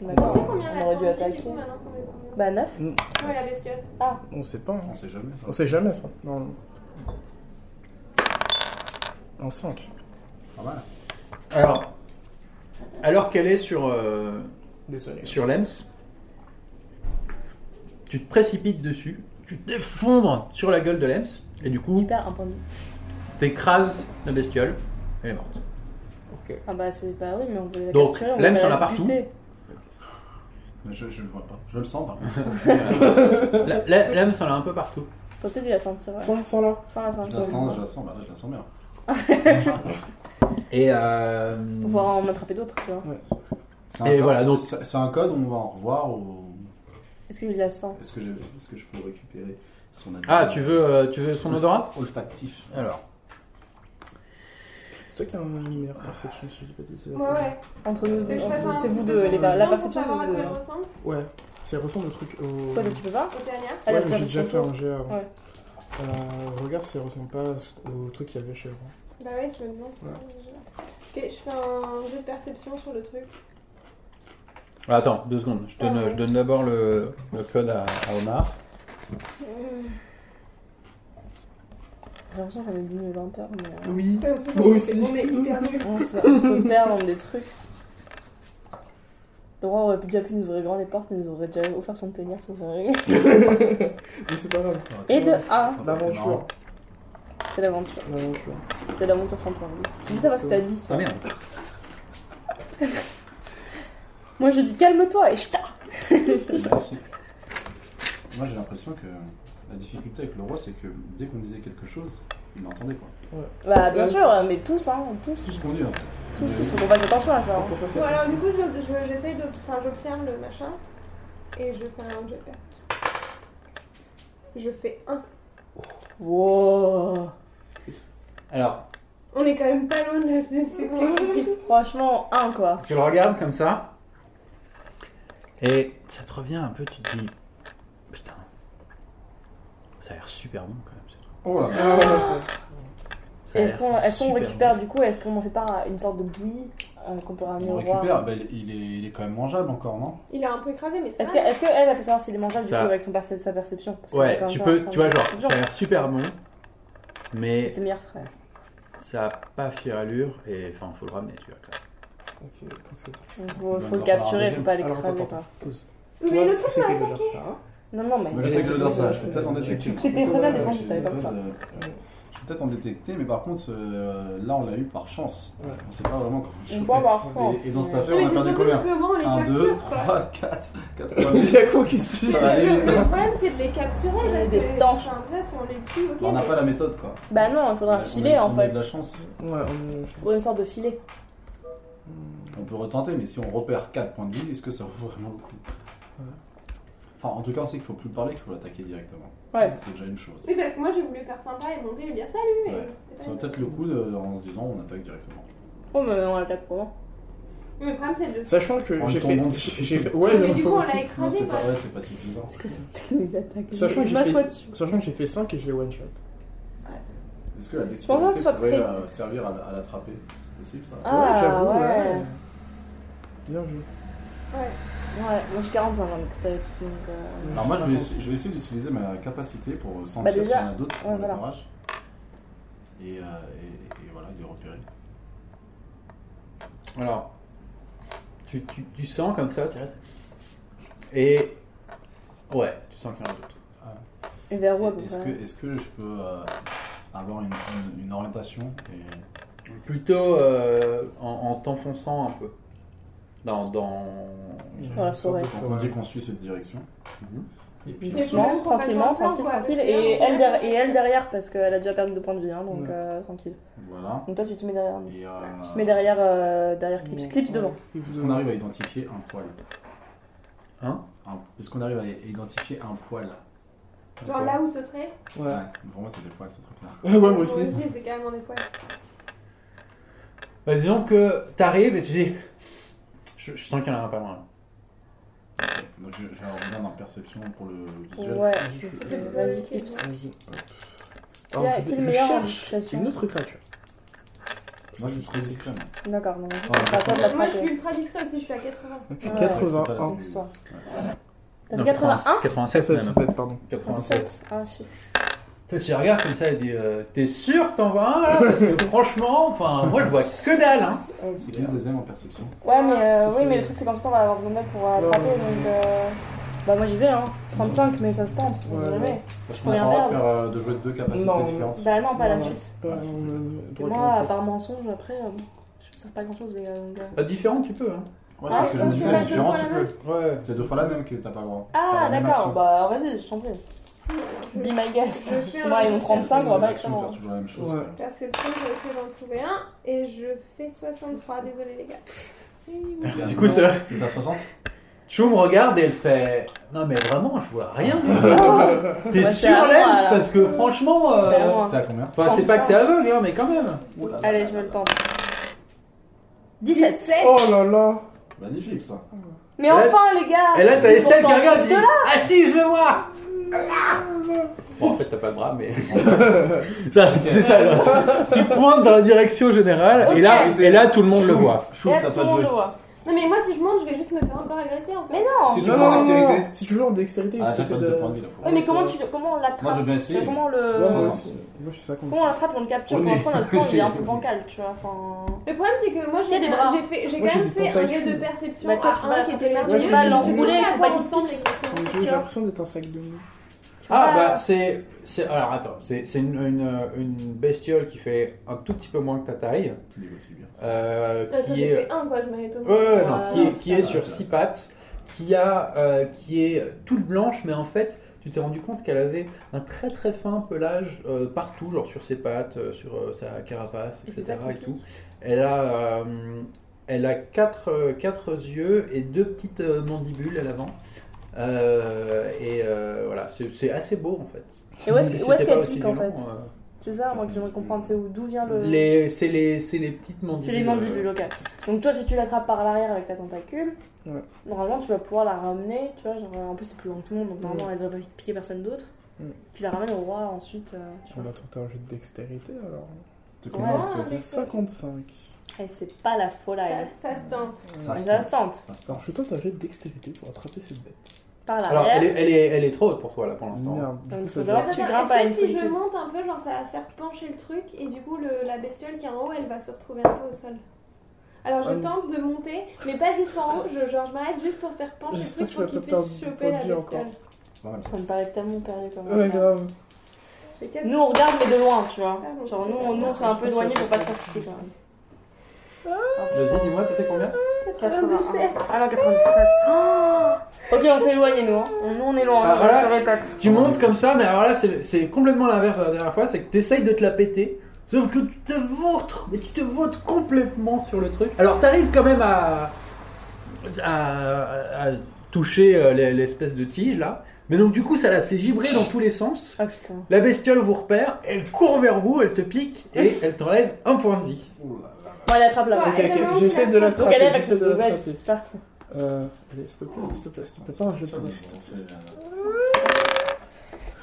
Speaker 4: D'accord.
Speaker 2: On sait combien
Speaker 4: On aurait dû
Speaker 2: elle a du
Speaker 4: attaquer.
Speaker 2: coup maintenant qu'on est pas-
Speaker 4: Bah 9.
Speaker 2: Ouais, la bestiole.
Speaker 1: On sait pas. hein.
Speaker 5: On sait jamais ça.
Speaker 1: On sait jamais ça. Non. non. En 5.
Speaker 5: Pas mal.
Speaker 3: Alors, alors qu'elle est sur, euh,
Speaker 1: Désolé.
Speaker 3: sur l'EMS, tu te précipites dessus, tu t'effondres sur la gueule de l'EMS, et du
Speaker 4: Tu
Speaker 3: coup,
Speaker 4: perds un point de vie.
Speaker 3: t'écrases la bestiole, elle est morte.
Speaker 4: Ah bah c'est pas oui mais on peut la
Speaker 3: Donc,
Speaker 4: capturer, on
Speaker 3: l'aime,
Speaker 4: peut
Speaker 3: ça
Speaker 4: la
Speaker 3: l'a partout.
Speaker 4: buter.
Speaker 5: Mais je, je le vois pas. Je le sens par contre.
Speaker 3: Euh, La- la- L'EMS, elle a un peu partout.
Speaker 4: T'as peut-être dû la sentir, ouais.
Speaker 1: Sans, sans là.
Speaker 4: Sans la
Speaker 5: je la
Speaker 4: sentir.
Speaker 5: sens, je la sens. Bah là, je la sens bien.
Speaker 3: Et, euh,
Speaker 4: Pour pouvoir en attraper d'autres, tu vois.
Speaker 5: C'est un
Speaker 3: Et
Speaker 5: code,
Speaker 3: voilà,
Speaker 5: c'est-
Speaker 3: donc-
Speaker 5: c'est c'est un code. On va en revoir. Ou...
Speaker 4: Est-ce que lui la sent
Speaker 5: Est-ce que, j'ai- est-ce que je peux récupérer son avis
Speaker 3: Ah, tu veux, euh, tu veux son odorat
Speaker 5: Olfactif.
Speaker 3: Alors,
Speaker 1: C'est toi qui as une meilleure perception si je dis pas de bêtises.
Speaker 2: Ouais, ouais.
Speaker 4: Entre nous
Speaker 2: Faut que
Speaker 4: deux,
Speaker 2: je fasse
Speaker 4: entre-
Speaker 2: un-
Speaker 4: c'est vous deux, les gars. La perception,
Speaker 2: pour
Speaker 4: c'est
Speaker 2: savoir à
Speaker 4: vous
Speaker 2: quoi
Speaker 4: deux.
Speaker 2: elle ressemble,
Speaker 1: Ouais. Ça ressemble au truc au.
Speaker 4: Quoi, donc tu peux pas
Speaker 2: au dernier.
Speaker 4: Elle a
Speaker 1: Ouais, mais j'ai déjà
Speaker 4: perception
Speaker 1: fait un jet avant.
Speaker 4: Ouais.
Speaker 1: Euh, regarde si elle ressemble pas à ce- au truc qu'il y avait chez moi.
Speaker 2: Bah ouais, je me demande si
Speaker 1: Ouais.
Speaker 2: Ok, je fais un jeu de perception sur le truc.
Speaker 3: attends, deux secondes. Je donne, je donne d'abord le, le code à, à Omar.
Speaker 4: J'ai l'impression qu'on est devenu inventeur, mais. euh,
Speaker 1: Oui.
Speaker 2: J'ai l'impression
Speaker 1: Moi
Speaker 2: qu'on
Speaker 1: aussi.
Speaker 2: est- On est hyper nuls.
Speaker 4: On se, on se perd dans des trucs. Le roi aurait déjà pu nous ouvrir grand les portes et nous aurait déjà offert son tenir sans rien.
Speaker 1: Mais c'est pas grave.
Speaker 4: Et de 1,
Speaker 1: Ah, L'aventure.
Speaker 4: c'est l'aventure.
Speaker 1: L'aventure.
Speaker 4: C'est l'aventure sans point de vie. Tu dis ça parce que t'as 10.
Speaker 3: Ah merde.
Speaker 4: Moi je dis calme-toi et chta
Speaker 5: Bah, c'est- Moi j'ai l'impression que la difficulté avec le roi c'est que dès qu'on disait quelque chose, il l'entendait quoi.
Speaker 4: Bah bien sûr, mais tous, hein, tous,
Speaker 5: Tout ce qu'on dit en fait.
Speaker 4: tous, tous, faut qu'on fasse attention à ça. hein.
Speaker 1: Pourquoi ça
Speaker 2: Bon, alors du coup, je- je- j'essaye de. Enfin, j'observe le machin et je fais un jeu de perception. Je fais un.
Speaker 4: Wow.
Speaker 3: Alors,
Speaker 2: On est quand même pas loin de la du succès.
Speaker 4: Franchement, 1 quoi.
Speaker 3: tu le regardes comme ça, et ça te revient un peu, tu te dis Putain, ça a l'air super bon quand même. ce truc.
Speaker 5: Oh là là.
Speaker 1: Ah, ouais, ouais,
Speaker 3: Ça a
Speaker 4: Est-ce
Speaker 3: l'air
Speaker 4: qu'on est-ce qu'on
Speaker 3: super hein.
Speaker 4: récupère
Speaker 3: bon.
Speaker 4: du coup, est-ce qu'on en fait pas une sorte de bouillie euh, qu'on peut ramener
Speaker 5: On
Speaker 4: au roi
Speaker 5: récupère, bah, il, est, il est quand même mangeable encore, non
Speaker 2: Il est un peu écrasé, mais c'est
Speaker 4: Est-ce
Speaker 2: pas
Speaker 4: que,
Speaker 2: grave.
Speaker 4: est-ce que elle, elle peut savoir s'il est mangeable du
Speaker 3: Ça-
Speaker 4: coup avec son perce- sa perception Parce qu'on est quand
Speaker 3: Ouais,
Speaker 4: même
Speaker 3: tu
Speaker 4: pas
Speaker 3: peux,
Speaker 4: en
Speaker 3: tu vois,
Speaker 4: termes de perception.
Speaker 3: genre, ça a l'air super bon, mais
Speaker 4: Et C'est meilleur frère.
Speaker 3: ça a pas fière allure, et enfin, faut le ramener, tu vois. quand même.
Speaker 2: Ah
Speaker 1: ouais. Ok, tant que c'est ça.
Speaker 4: Donc, Faut,
Speaker 5: Bah,
Speaker 4: faut le
Speaker 5: attends,
Speaker 4: capturer,
Speaker 5: deuxième.
Speaker 4: faut pas
Speaker 1: Alors
Speaker 4: l'écraser
Speaker 1: attends,
Speaker 4: toi.
Speaker 1: attends, pause.
Speaker 2: Oui, mais le
Speaker 1: tu
Speaker 2: truc
Speaker 1: sais
Speaker 2: m'a
Speaker 1: qu'elle adore
Speaker 2: attaqué.
Speaker 1: ça.
Speaker 4: Non, non, mais.
Speaker 5: Moi je sais que j'adore ça, je peux peut-être en
Speaker 1: Tu-
Speaker 5: détecter.
Speaker 4: tu- t'étais très bien défendu, t'avais pas le choix.
Speaker 5: Euh, Je peux peut-être en détecter, mais par contre, euh, là, on l'a eu par chance.
Speaker 1: Ouais.
Speaker 5: On sait pas vraiment comment je
Speaker 4: On peut avoir fond.
Speaker 5: Et, et dans cette
Speaker 1: Ouais.
Speaker 5: affaire,
Speaker 2: Non, mais
Speaker 5: on a
Speaker 2: c'est
Speaker 5: perdu
Speaker 2: surtout
Speaker 5: combien
Speaker 2: comment on les
Speaker 5: 1, 2,
Speaker 2: capture, quoi.
Speaker 5: 3, 4, 4
Speaker 1: Il y a quoi qui se fait
Speaker 5: Ça va aller
Speaker 2: Le
Speaker 5: vite, hein.
Speaker 2: le problème, c'est de les capturer
Speaker 4: On est
Speaker 2: parce que
Speaker 4: des
Speaker 2: les-
Speaker 4: tanks.
Speaker 2: enfin, tu vois, si on les tue, ok.
Speaker 5: On n'a
Speaker 2: mais-
Speaker 5: pas la méthode, quoi.
Speaker 4: Bah non, il
Speaker 5: On
Speaker 4: faudra
Speaker 5: a-
Speaker 4: un filet
Speaker 5: on a-
Speaker 4: en
Speaker 5: on a
Speaker 4: fait.
Speaker 5: de la chance.
Speaker 1: Ouais, on...
Speaker 4: Pour une sorte de filet.
Speaker 5: On peut retenter, mais si on repère 4 points de vie, est-ce que ça vaut vraiment le coup
Speaker 1: Ouais.
Speaker 5: Enfin, en tout cas, on sait qu'il faut plus parler, qu'il faut l'attaquer directement.
Speaker 4: Ouais.
Speaker 5: C'est déjà une chose.
Speaker 2: Oui, parce que moi j'ai voulu faire sympa et monter et lui dire salut.
Speaker 5: Ouais.
Speaker 2: Et
Speaker 5: Ça
Speaker 2: c'est
Speaker 5: vaut
Speaker 2: pas...
Speaker 5: peut-être le coup de- en se disant on attaque directement.
Speaker 4: Oh, mais on l'a fait comment
Speaker 2: Mais le problème, c'est de.
Speaker 1: Sachant que
Speaker 5: En
Speaker 1: j'ai
Speaker 5: tombant
Speaker 1: fait...
Speaker 5: dessus.
Speaker 1: j'ai fait...
Speaker 2: Mais
Speaker 1: Ouais, j'ai
Speaker 2: du coup, on
Speaker 1: fait-
Speaker 2: l'a
Speaker 5: Non,
Speaker 2: écrasé,
Speaker 5: c'est
Speaker 2: quoi.
Speaker 5: pas vrai, c'est pas suffisant.
Speaker 4: C'est que cette technique d'attaque Je
Speaker 1: Sachant que
Speaker 4: je
Speaker 1: j'ai
Speaker 4: m'assois
Speaker 1: fait-
Speaker 4: dessus.
Speaker 1: Sachant que j'ai fait 5 et je l'ai one-shot.
Speaker 5: Est-ce que la
Speaker 4: pense pas
Speaker 5: dextérité
Speaker 4: que ce soit
Speaker 5: pourrait
Speaker 4: très-
Speaker 5: euh, servir à, l- à l'attraper C'est possible ça
Speaker 4: Ah,
Speaker 1: ouais, j'avoue,
Speaker 4: ouais.
Speaker 1: Bien vu.
Speaker 2: Ouais.
Speaker 4: Ouais, moi j'ai 45 ans donc c'était. Donc, euh,
Speaker 5: Alors moi, je vais, essa- je vais essayer d'utiliser ma capacité pour euh, sentir
Speaker 4: Bah, déjà,
Speaker 5: s'il y en a d'autres
Speaker 4: ouais,
Speaker 5: dans le
Speaker 4: voilà.
Speaker 5: barrage. Et, euh, et- et voilà, il est repéré.
Speaker 3: Alors, tu, tu, tu sens comme ça, tu restes. Et. Ouais, tu sens qu'il y en a d'autres.
Speaker 4: Et vers où à peu
Speaker 5: Est-ce
Speaker 4: près
Speaker 5: que, est-ce que je peux euh, avoir une, une- une orientation et...
Speaker 3: Plutôt euh, en, en t'enfonçant un peu. Dans. dans...
Speaker 4: Dans la
Speaker 1: Une sorte
Speaker 4: forêt.
Speaker 1: de
Speaker 5: Donc, on dit qu'on suit cette direction.
Speaker 3: Mhm.
Speaker 5: Et puis,
Speaker 2: Mais
Speaker 5: on
Speaker 2: faut-
Speaker 5: saute.
Speaker 4: Doucement,
Speaker 2: qu'on fasse un
Speaker 4: tranquillement,
Speaker 2: plan,
Speaker 4: tranquille,
Speaker 2: quoi,
Speaker 4: tranquille.
Speaker 2: parce que là,
Speaker 4: Et
Speaker 2: on sait
Speaker 4: elle, der-
Speaker 2: pas.
Speaker 4: et elle derrière parce qu'elle a déjà perdu 2 points de vie, hein, donc
Speaker 1: Ouais.
Speaker 4: euh, tranquille.
Speaker 5: Voilà.
Speaker 4: Donc toi tu te mets derrière. nous.
Speaker 5: Et euh,
Speaker 4: Tu te mets derrière, euh, derrière Clips.
Speaker 1: Ouais,
Speaker 4: Clips
Speaker 1: ouais,
Speaker 4: devant.
Speaker 1: Clips
Speaker 5: Est-ce qu'on
Speaker 1: devant.
Speaker 5: arrive à identifier un poil
Speaker 3: Hein
Speaker 5: Un- Est-ce qu'on arrive à identifier un poil
Speaker 2: Genre là où ce serait.
Speaker 1: Ouais.
Speaker 5: Ouais, pour moi, c'est des poils, ce truc-là.
Speaker 1: Ouais, moi aussi.
Speaker 2: c'est carrément des poils.
Speaker 3: Bah, disons que t'arrives et tu dis. Je, je sens qu'il y en a un pas loin. là.
Speaker 5: Donc, je, je vais avoir besoin d'un perception pour le visuel.
Speaker 4: Ouais, c'est c'est-
Speaker 1: C'est-
Speaker 4: Vas-y, Clips.
Speaker 1: Vas-y, hop.
Speaker 4: Qui
Speaker 5: Ah,
Speaker 4: a-
Speaker 1: Alors,
Speaker 4: qui est
Speaker 1: je-
Speaker 4: le
Speaker 1: je
Speaker 4: meilleur en
Speaker 1: cherche Une
Speaker 4: discrétion
Speaker 1: autre créature.
Speaker 5: Moi, je suis très discret. moi.
Speaker 4: D'accord, donc
Speaker 5: Ah,
Speaker 4: vas-y, t'as pas de
Speaker 5: moi,
Speaker 2: Moi je suis
Speaker 4: l'attraper.
Speaker 2: ultra discret aussi, je suis à 80.
Speaker 1: Ok,
Speaker 4: Ouais.
Speaker 5: C'est pas la
Speaker 1: 81.
Speaker 5: plus-
Speaker 4: Histoire.
Speaker 5: Ouais, c'est-
Speaker 4: T'as
Speaker 3: Non,
Speaker 4: fait 81
Speaker 3: 87
Speaker 1: Ça,
Speaker 3: même.
Speaker 1: vous êtes, pardon.
Speaker 3: 87.
Speaker 4: 37. Ah, shit.
Speaker 3: Tu regardes comme ça et dis euh, T'es sûr que t'en vois un là Parce que franchement, enfin, moi je vois que dalle. Hein.
Speaker 4: Ah,
Speaker 5: C'est qui le deuxième en perception
Speaker 4: Ouais, mais, euh,
Speaker 1: C'est
Speaker 4: oui,
Speaker 1: ça.
Speaker 4: mais le truc, c'est qu'en ce moment, on va avoir besoin d'aide pour attraper,
Speaker 1: Ouais.
Speaker 4: donc... euh, Bah moi j'y vais, hein. 35, mais ça se tente, on
Speaker 1: Ouais,
Speaker 4: sait jamais.
Speaker 5: Parce qu'on
Speaker 4: Faut
Speaker 5: a
Speaker 4: rien
Speaker 5: pas le droit de,
Speaker 4: perdre.
Speaker 5: faire, euh, de jouer de deux capacités
Speaker 1: Non.
Speaker 5: différentes.
Speaker 4: Bah non, pas la
Speaker 1: Non, non.
Speaker 4: Suisse.
Speaker 1: Pas, euh,
Speaker 4: Et
Speaker 1: droit
Speaker 4: moi, à
Speaker 1: contre.
Speaker 4: part mensonge, après, euh, je me sers pas grand-chose, les gars, donc... euh.
Speaker 3: Pas différent, tu peux. Hein.
Speaker 5: Ouais,
Speaker 4: Ah,
Speaker 5: c'est ce que je
Speaker 4: donc
Speaker 5: me
Speaker 4: tu
Speaker 5: disais,
Speaker 4: vas
Speaker 5: différent,
Speaker 2: deux
Speaker 5: tu
Speaker 2: fois la
Speaker 5: peux.
Speaker 3: Ouais.
Speaker 5: C'est deux fois la même que t'as pas le droit. Faire
Speaker 4: Ah,
Speaker 5: la même
Speaker 4: d'accord,
Speaker 5: action.
Speaker 4: bah vas-y, je t'en prie. Be my guest.
Speaker 2: Je fais
Speaker 4: Moi,
Speaker 2: un-
Speaker 4: Bah, ils ont
Speaker 5: C'est
Speaker 4: 35,
Speaker 5: une
Speaker 4: on va pas être
Speaker 5: action de faire toujours la même chose.
Speaker 1: Ouais.
Speaker 5: quoi.
Speaker 2: Perception, je vais essayer d'en trouver un. Et je fais 63, désolé les gars.
Speaker 3: Du coup, c'est
Speaker 5: T'es à 60
Speaker 3: Chou me regarde et elle fait Non, mais vraiment, je vois rien. T'es
Speaker 4: Ouais, c'est
Speaker 3: sûr,
Speaker 4: à moi,
Speaker 3: Lens
Speaker 4: là.
Speaker 3: Parce que franchement. euh,
Speaker 4: C'est à moi.
Speaker 5: T'es à combien
Speaker 3: Enfin, c'est pas que t'es aveugle, hein, mais quand même.
Speaker 5: Oh là là
Speaker 4: Allez,
Speaker 5: là
Speaker 4: je
Speaker 5: là
Speaker 4: me le
Speaker 5: là.
Speaker 4: tente.
Speaker 2: 17.
Speaker 1: Oh là là
Speaker 5: Magnifique ça.
Speaker 4: Mais
Speaker 3: Et là-
Speaker 4: enfin, les gars
Speaker 3: Ah, Et là, t'as
Speaker 4: c'est
Speaker 3: Estelle qui
Speaker 4: pourtant
Speaker 3: regarde.
Speaker 4: juste
Speaker 3: et dit,
Speaker 4: là.
Speaker 3: Ah si, je le vois Bon, en fait, t'as pas de bras, mais. c'est ça, là. Tu pointes dans la direction générale, et, là, et là, tout le monde le voit.
Speaker 5: Chou,
Speaker 4: Et
Speaker 5: c'est
Speaker 4: là,
Speaker 5: à
Speaker 4: tout
Speaker 5: toi
Speaker 4: le
Speaker 5: de
Speaker 4: monde
Speaker 5: jouer.
Speaker 4: le voit.
Speaker 2: Non mais moi si je monte, je vais juste me faire encore agresser en fait.
Speaker 4: Mais non
Speaker 5: Si tu
Speaker 1: Non,
Speaker 5: veux
Speaker 1: non,
Speaker 5: en
Speaker 1: non,
Speaker 5: dextérité.
Speaker 1: non. Si tu veux en dextérité,
Speaker 5: Ah,
Speaker 1: tu
Speaker 5: ça
Speaker 1: essaies
Speaker 5: fait
Speaker 1: de-
Speaker 5: deux points de vie là. pour
Speaker 4: Ouais,
Speaker 5: moi.
Speaker 4: mais comment
Speaker 1: ça-
Speaker 4: tu le- comment on
Speaker 5: Moi, je
Speaker 4: l'attrape
Speaker 5: veux bien essayer.
Speaker 4: Comment on
Speaker 1: Ouais,
Speaker 4: le...
Speaker 1: ouais,
Speaker 5: Euh,
Speaker 1: ouais, c'est- Moi, je fais ça comme
Speaker 4: Comment on
Speaker 1: ça.
Speaker 4: l'attrape, on le capture
Speaker 5: On
Speaker 4: Pour
Speaker 5: est-
Speaker 4: l'instant, notre plan, il est un peu bancal, tu vois, enfin...
Speaker 2: Le problème c'est que moi
Speaker 4: Il y a
Speaker 2: j'ai
Speaker 4: des bras.
Speaker 2: j'ai fait, j'ai
Speaker 1: Moi,
Speaker 2: quand
Speaker 1: j'ai
Speaker 2: même
Speaker 1: des
Speaker 2: fait un
Speaker 1: tentacules.
Speaker 2: gars de perception
Speaker 4: Bah, toi, tu
Speaker 2: à
Speaker 4: vas
Speaker 2: un qui était
Speaker 4: l'attraper,
Speaker 2: merveilleux.
Speaker 1: tu vas
Speaker 2: Je
Speaker 1: l'enrouler
Speaker 2: sais
Speaker 4: pour pas
Speaker 2: comment
Speaker 4: qu'il
Speaker 2: ensemble,
Speaker 4: pique.
Speaker 2: exactement.
Speaker 1: J'ai l'impression d'être un sac de mou.
Speaker 3: Ah,
Speaker 4: Ouais.
Speaker 3: bah, c'est. c'est- Alors, attends, c'est c'est une, une- une bestiole qui fait un tout petit peu moins que ta taille.
Speaker 5: Tu négocies bien.
Speaker 3: euh, qui
Speaker 2: Attends, j'ai
Speaker 3: est-
Speaker 2: fait un quoi, je m'arrête au
Speaker 3: Ouais, ouais, ouais, non,
Speaker 4: Ah,
Speaker 3: qui est,
Speaker 4: c'est
Speaker 3: qui
Speaker 4: pas
Speaker 3: est
Speaker 5: grave,
Speaker 3: sur
Speaker 5: ça,
Speaker 3: six
Speaker 5: ça.
Speaker 3: pattes, qui, a, euh, qui est toute blanche, mais en fait, tu t'es rendu compte qu'elle avait un très très fin pelage euh, partout, genre sur ses pattes, euh, sur euh, sa carapace,
Speaker 4: Et c'est
Speaker 3: etc.
Speaker 4: ça qui
Speaker 3: Et tout. Elle a, euh, elle a quatre, euh, quatre yeux et deux petites euh, mandibules à l'avant. Euh, et euh, voilà, c'est- c'est assez beau en fait.
Speaker 4: Et où est-ce
Speaker 3: Si
Speaker 4: que- où
Speaker 3: c'était
Speaker 4: est-ce
Speaker 3: pas
Speaker 4: qu'elle
Speaker 3: aussi
Speaker 4: pique, en fait
Speaker 3: violent, euh,
Speaker 4: C'est ça, moi, que j'aimerais comprendre, c'est où- d'où vient le...
Speaker 3: les- C'est les, c'est les petites mandibules.
Speaker 4: C'est les mandibules,
Speaker 3: euh,
Speaker 4: ok. Donc toi, si tu l'attrapes par l'arrière avec ta tentacule,
Speaker 1: Ouais.
Speaker 4: normalement, tu vas pouvoir la ramener, tu vois, genre, en plus, c'est plus grand que tout le monde, donc normalement,
Speaker 3: Mm.
Speaker 4: elle devrait piquer personne d'autre.
Speaker 1: Ouais.
Speaker 4: Puis la ramène au roi, ensuite, euh, tu
Speaker 1: On
Speaker 3: Mm.
Speaker 4: vois.
Speaker 1: va tenter un jeu de dextérité alors.
Speaker 5: T'es
Speaker 4: Ouais.
Speaker 5: combien en dextérité
Speaker 1: 55.
Speaker 4: Et Eh, c'est pas la folle à
Speaker 2: Ça,
Speaker 4: elle.
Speaker 2: ça se tente.
Speaker 5: Ça,
Speaker 4: Mais ça se tente.
Speaker 1: Alors, je tente un jet de dextérité pour attraper cette bête.
Speaker 4: Par
Speaker 3: Alors, elle
Speaker 4: l'arrière.
Speaker 3: est, elle, est, elle est trop haute pour toi là pour l'instant.
Speaker 1: Merde, du
Speaker 4: Donc,
Speaker 1: coup,
Speaker 4: faut
Speaker 1: ça doit.
Speaker 4: d'abord- Alors, tu
Speaker 2: Attends,
Speaker 4: grimpes à la
Speaker 2: Est-ce que si je
Speaker 4: fourricule.
Speaker 2: monte un peu, genre ça va faire pencher le truc et du coup le- la bestiole qui est en haut elle va se retrouver un peu au sol Alors je
Speaker 1: Ah, mais-
Speaker 2: tente de monter, mais pas juste en haut, je, genre je m'arrête juste pour faire pencher le
Speaker 1: J'espère
Speaker 2: truc
Speaker 1: que tu vas
Speaker 2: pour qu'il
Speaker 1: pas perdre
Speaker 2: puisse
Speaker 1: de
Speaker 2: choper
Speaker 1: points de
Speaker 2: la
Speaker 1: vie
Speaker 2: bestiole.
Speaker 1: encore.
Speaker 5: Pas mal.
Speaker 4: Ça me paraît tellement perdu comme
Speaker 1: Ouais, grave.
Speaker 2: Les quatre.
Speaker 4: Nous on regarde mais de loin, tu vois.
Speaker 2: Ah, bon,
Speaker 4: Genre
Speaker 2: c'est
Speaker 4: nous,
Speaker 2: pas
Speaker 4: on- nous on
Speaker 2: grave.
Speaker 4: s'est un peu éloigné pour pas se faire piquer quand même.
Speaker 8: Vas-y, dis-moi, ça fait combien
Speaker 4: 81. Ah non, 97. Oh ok, on s'est éloigné nous. Hein. Nous on est loin,
Speaker 8: Ah,
Speaker 4: on
Speaker 8: voilà.
Speaker 4: se répète.
Speaker 3: Tu montes comme ça, mais alors là, c'est c'est complètement l'inverse de la dernière fois, c'est que t'essayes de te la péter, sauf que tu te vautres, mais tu te vautres complètement sur le truc. Alors t'arrives quand même à, à, à toucher euh, l'es- l'espèce de tige là, mais donc du coup ça la fait vibrer dans tous les sens.
Speaker 4: Ah putain.
Speaker 3: La bestiole vous repère, elle court vers vous, elle te pique et elle t'enlève un point de vie.
Speaker 4: Bon, elle attrape la balle.
Speaker 2: Ouais,
Speaker 1: Ok,
Speaker 2: elle
Speaker 1: ok,
Speaker 2: a
Speaker 1: j'essaie de
Speaker 2: envie
Speaker 4: Donc
Speaker 1: l'attraper.
Speaker 4: elle est avec
Speaker 1: j'essaie
Speaker 4: cette
Speaker 1: de
Speaker 4: balle,
Speaker 1: l'attraper.
Speaker 4: c'est parti.
Speaker 1: Euh, allez, s'il te plaît, s'il te plaît, s'il te plaît. Attends, je vais te-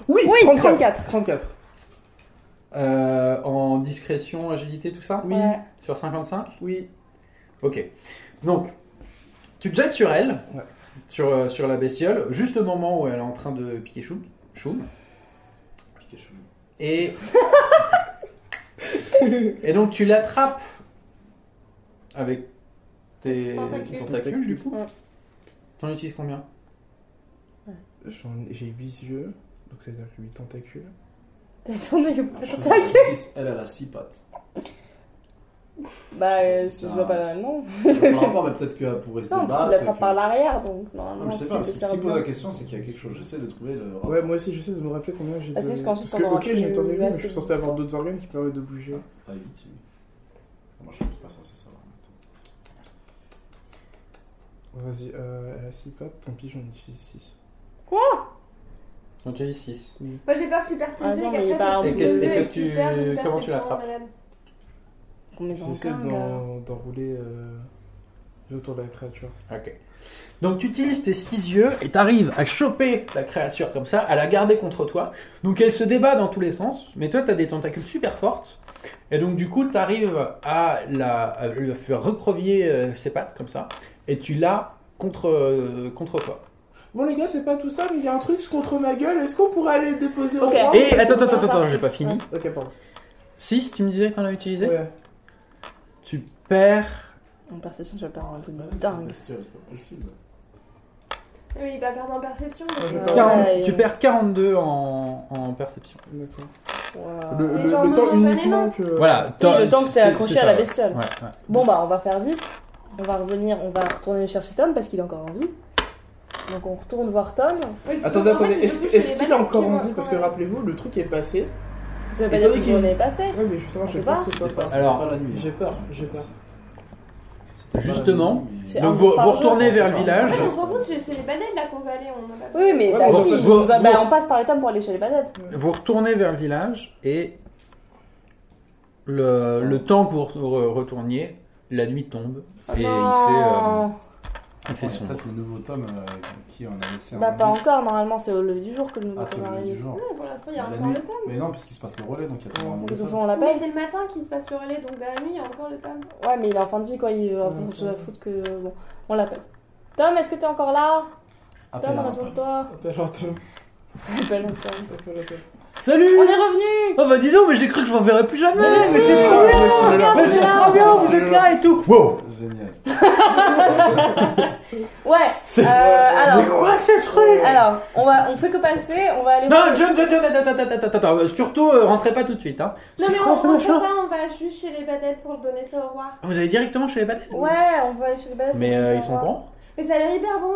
Speaker 4: Oui,
Speaker 1: 34.
Speaker 4: 34.
Speaker 1: 34.
Speaker 3: Euh, en discrétion, agilité, tout ça
Speaker 1: Oui,
Speaker 4: Ouais.
Speaker 3: Sur 55
Speaker 1: oui.
Speaker 3: Ok. Donc, tu te jettes sur elle,
Speaker 1: Ouais.
Speaker 3: sur, euh, sur la bestiole, juste au moment où elle est en train de piquer Choum. Choum. Et. et donc, tu l'attrapes avec tes
Speaker 2: Tentacules.
Speaker 3: tentacules, du coup.
Speaker 4: Ouais.
Speaker 3: T'en utilises combien
Speaker 1: J'en- J'ai 8 yeux, donc ça veut dire que 8 tentacules.
Speaker 4: T'as tourné le
Speaker 5: Je
Speaker 4: bras.
Speaker 5: crois qu'elle a six- Elle, elle a 6 pattes.
Speaker 4: Bah, euh,
Speaker 5: C'est
Speaker 4: si
Speaker 5: ça,
Speaker 4: je vois pas,
Speaker 5: c'est-
Speaker 4: non.
Speaker 5: Je sais pas, mais peut-être qu'elle pourrait se
Speaker 4: Non, parce qu'il
Speaker 5: débattre.
Speaker 4: l'attrape par l'arrière, donc
Speaker 5: Non, mais
Speaker 4: normalement,
Speaker 5: je sais
Speaker 4: c'est
Speaker 5: pas, parce que si
Speaker 4: de
Speaker 5: je pose la question, c'est qu'il y a quelque chose. J'essaie de trouver le. rapport.
Speaker 1: Ouais, moi aussi, j'essaie de me rappeler combien j'ai de...
Speaker 4: Ah, c'est juste qu'ensuite,
Speaker 1: Parce que,
Speaker 4: on aura
Speaker 1: ok, j'ai
Speaker 4: plus
Speaker 1: mes tentacules, mais je
Speaker 4: assez
Speaker 1: suis
Speaker 4: de-
Speaker 1: censé avoir d'autres organes qui permettent de bouger.
Speaker 5: Pas vite, oui. Ah, Moi, je pense pas ça, c'est ça. en même temps.
Speaker 1: Vas-y, euh, elle a 6 pattes, tant pis, j'en utilise 6.
Speaker 3: T'en utilises 6.
Speaker 2: Moi j'ai peur super
Speaker 4: Ah non,
Speaker 2: TG,
Speaker 4: mais il est pas en
Speaker 2: qu'après,
Speaker 4: Et qu'est-ce-
Speaker 2: le
Speaker 4: et
Speaker 2: jeu
Speaker 3: qu'est-ce
Speaker 2: est
Speaker 3: tu-
Speaker 2: super hyper
Speaker 3: comment tu
Speaker 2: séchant,
Speaker 3: l'attrapes
Speaker 2: malade.
Speaker 4: On met en
Speaker 1: J'essaie
Speaker 4: gang, euh.
Speaker 1: d'en- d'enrouler euh, autour de la créature.
Speaker 3: Ok. Donc tu utilises tes six yeux et t'arrives à choper la créature comme ça, à la garder contre toi. Donc elle se débat dans tous les sens, mais toi t'as des tentacules super fortes. Et donc du coup t'arrives à la à lui faire recrovier euh, ses pattes comme ça, et tu l'as contre, euh, contre toi.
Speaker 1: Bon les gars, c'est pas tout ça, mais il y a un truc contre ma gueule, est-ce qu'on pourrait aller le déposer au
Speaker 4: Ok. Ah,
Speaker 1: roi
Speaker 3: Et attends, attends, attends, attends, j'ai pas fini.
Speaker 1: Ok, pardon.
Speaker 3: 6, tu me disais que t'en as utilisé
Speaker 1: Ouais.
Speaker 3: Tu perds...
Speaker 4: En perception, tu vas perdre un truc
Speaker 5: Ouais,
Speaker 4: de
Speaker 5: c'est
Speaker 4: Oh, dingue.
Speaker 5: bestiole, Ah, c'est pas possible.
Speaker 2: Non, mais il va perdre en perception.
Speaker 1: je
Speaker 2: mais-
Speaker 1: perds.
Speaker 3: 40
Speaker 4: Ouais.
Speaker 3: tu perds 42 en, en perception.
Speaker 1: D'accord.
Speaker 4: Waouh.
Speaker 1: Le,
Speaker 2: Et
Speaker 1: le-
Speaker 2: genre
Speaker 1: le temps
Speaker 2: momentanément.
Speaker 1: uniquement que...
Speaker 3: Voilà.
Speaker 4: Oui, le temps que t'es
Speaker 3: c'est-
Speaker 4: accroché
Speaker 3: c'est
Speaker 4: à
Speaker 3: ça,
Speaker 4: la
Speaker 3: ouais.
Speaker 4: bestiole.
Speaker 3: Ouais, ouais.
Speaker 4: Bon bah on va faire vite, on va revenir, on va retourner chercher Tom parce qu'il est encore en vie. Donc on retourne voir Tom.
Speaker 2: Ouais, c'est-
Speaker 1: Attendez,
Speaker 2: en fait,
Speaker 1: attendez,
Speaker 2: c'est
Speaker 1: est-ce
Speaker 2: surtout
Speaker 1: est-ce
Speaker 2: chez les
Speaker 1: qu'il a
Speaker 2: malades
Speaker 1: encore
Speaker 2: qui
Speaker 1: envie
Speaker 4: hein.
Speaker 2: voient
Speaker 1: Parce que
Speaker 2: quand même.
Speaker 1: rappelez-vous, le truc est passé.
Speaker 4: Ça veut pas dire
Speaker 1: Attendez
Speaker 4: que
Speaker 1: qu'il-
Speaker 4: j'en ai passé.
Speaker 1: Ouais, mais justement,
Speaker 4: On
Speaker 1: j'ai
Speaker 4: sait
Speaker 1: peur
Speaker 4: pas.
Speaker 1: que ce soit
Speaker 5: C'était
Speaker 1: ça.
Speaker 5: pas
Speaker 3: Alors,
Speaker 5: la nuit.
Speaker 1: J'ai peur, j'ai peur.
Speaker 5: C'était pas la
Speaker 3: Justement,
Speaker 5: nuit, mais-
Speaker 4: c'est
Speaker 3: Donc
Speaker 4: un
Speaker 3: vous,
Speaker 4: jour par
Speaker 3: vous
Speaker 4: jour,
Speaker 3: retournez
Speaker 5: on sait
Speaker 3: vers le
Speaker 5: pas.
Speaker 2: En
Speaker 3: village.
Speaker 2: fait, on se rend compte, c'est c'est les bananes là qu'on va aller, on en a pas
Speaker 4: Oui mais
Speaker 1: Ouais, mais
Speaker 4: bah, si,
Speaker 1: vous-
Speaker 4: je vous-
Speaker 3: vous-
Speaker 4: bah, on passe par les Tom pour aller chez les bananes.
Speaker 3: Vous retournez vers le village et le, le temps que vous re- retourniez, la nuit tombe et euh,
Speaker 4: non.
Speaker 3: il fait, euh, il fait
Speaker 5: Attends, il y a
Speaker 3: sombre.
Speaker 5: Peut-être le nouveau tome euh, qui en a laissé un.
Speaker 4: Bah pas
Speaker 5: indice.
Speaker 4: encore, normalement c'est au lever du jour que le nouveau
Speaker 5: Ah, c'est
Speaker 4: Tom
Speaker 5: le
Speaker 4: arrive.
Speaker 5: du jour.
Speaker 2: Non, pour l'instant, il y a
Speaker 5: Bah, la
Speaker 2: encore
Speaker 5: nuit.
Speaker 2: le temps.
Speaker 5: Mais non, parce qu'il se passe le relais, donc il y a toujours un nouveau
Speaker 4: Les
Speaker 5: tome.
Speaker 4: enfants on
Speaker 2: Mais
Speaker 4: l'appelle.
Speaker 2: c'est le matin qu'il se passe le relais, donc dans la nuit, il y a encore le temps.
Speaker 4: Ouais mais il est en fin de vie quoi, il a besoin de choses à foutre que... euh, Bon, on l'appelle. Tom est-ce que t'es encore là
Speaker 5: Appel
Speaker 4: Tom
Speaker 5: à
Speaker 4: on a
Speaker 5: un
Speaker 4: besoin de
Speaker 5: tome.
Speaker 4: toi.
Speaker 1: Appelle Antoine,
Speaker 4: Appelle Tom.
Speaker 1: appelle Antoine.
Speaker 3: Salut
Speaker 4: On est revenu
Speaker 3: Oh bah dis donc, mais j'ai cru que je vous verrais plus jamais
Speaker 1: Mais si,
Speaker 3: c'est trop
Speaker 1: mais
Speaker 3: bien
Speaker 1: si, mais là,
Speaker 3: Mais c'est
Speaker 4: regarde,
Speaker 3: trop bien, vous êtes
Speaker 1: regarde.
Speaker 3: là et tout Wow
Speaker 5: Génial.
Speaker 4: Ouais Euh,
Speaker 3: C'est
Speaker 4: alors-
Speaker 3: c'est quoi ce truc
Speaker 4: Alors, on va, on fait que passer, on va aller
Speaker 3: Non,
Speaker 4: voir...
Speaker 3: John, John, John, attends, attends, attends, attends, attends, euh, surtout euh, rentrez pas tout de suite. Hein.
Speaker 2: Non,
Speaker 3: C'est
Speaker 2: mais
Speaker 3: quoi
Speaker 2: on
Speaker 3: ce
Speaker 2: on peut
Speaker 3: machin
Speaker 2: pas, on va juste chez les bananes pour donner ça au roi.
Speaker 3: Ah, Vous allez directement chez les batailles
Speaker 4: Ouais, on va aller chez les bananes.
Speaker 3: Mais
Speaker 4: pour
Speaker 3: euh,
Speaker 4: les
Speaker 3: ils sont
Speaker 4: avoir.
Speaker 3: grands
Speaker 2: Mais ça a l'air hyper bon.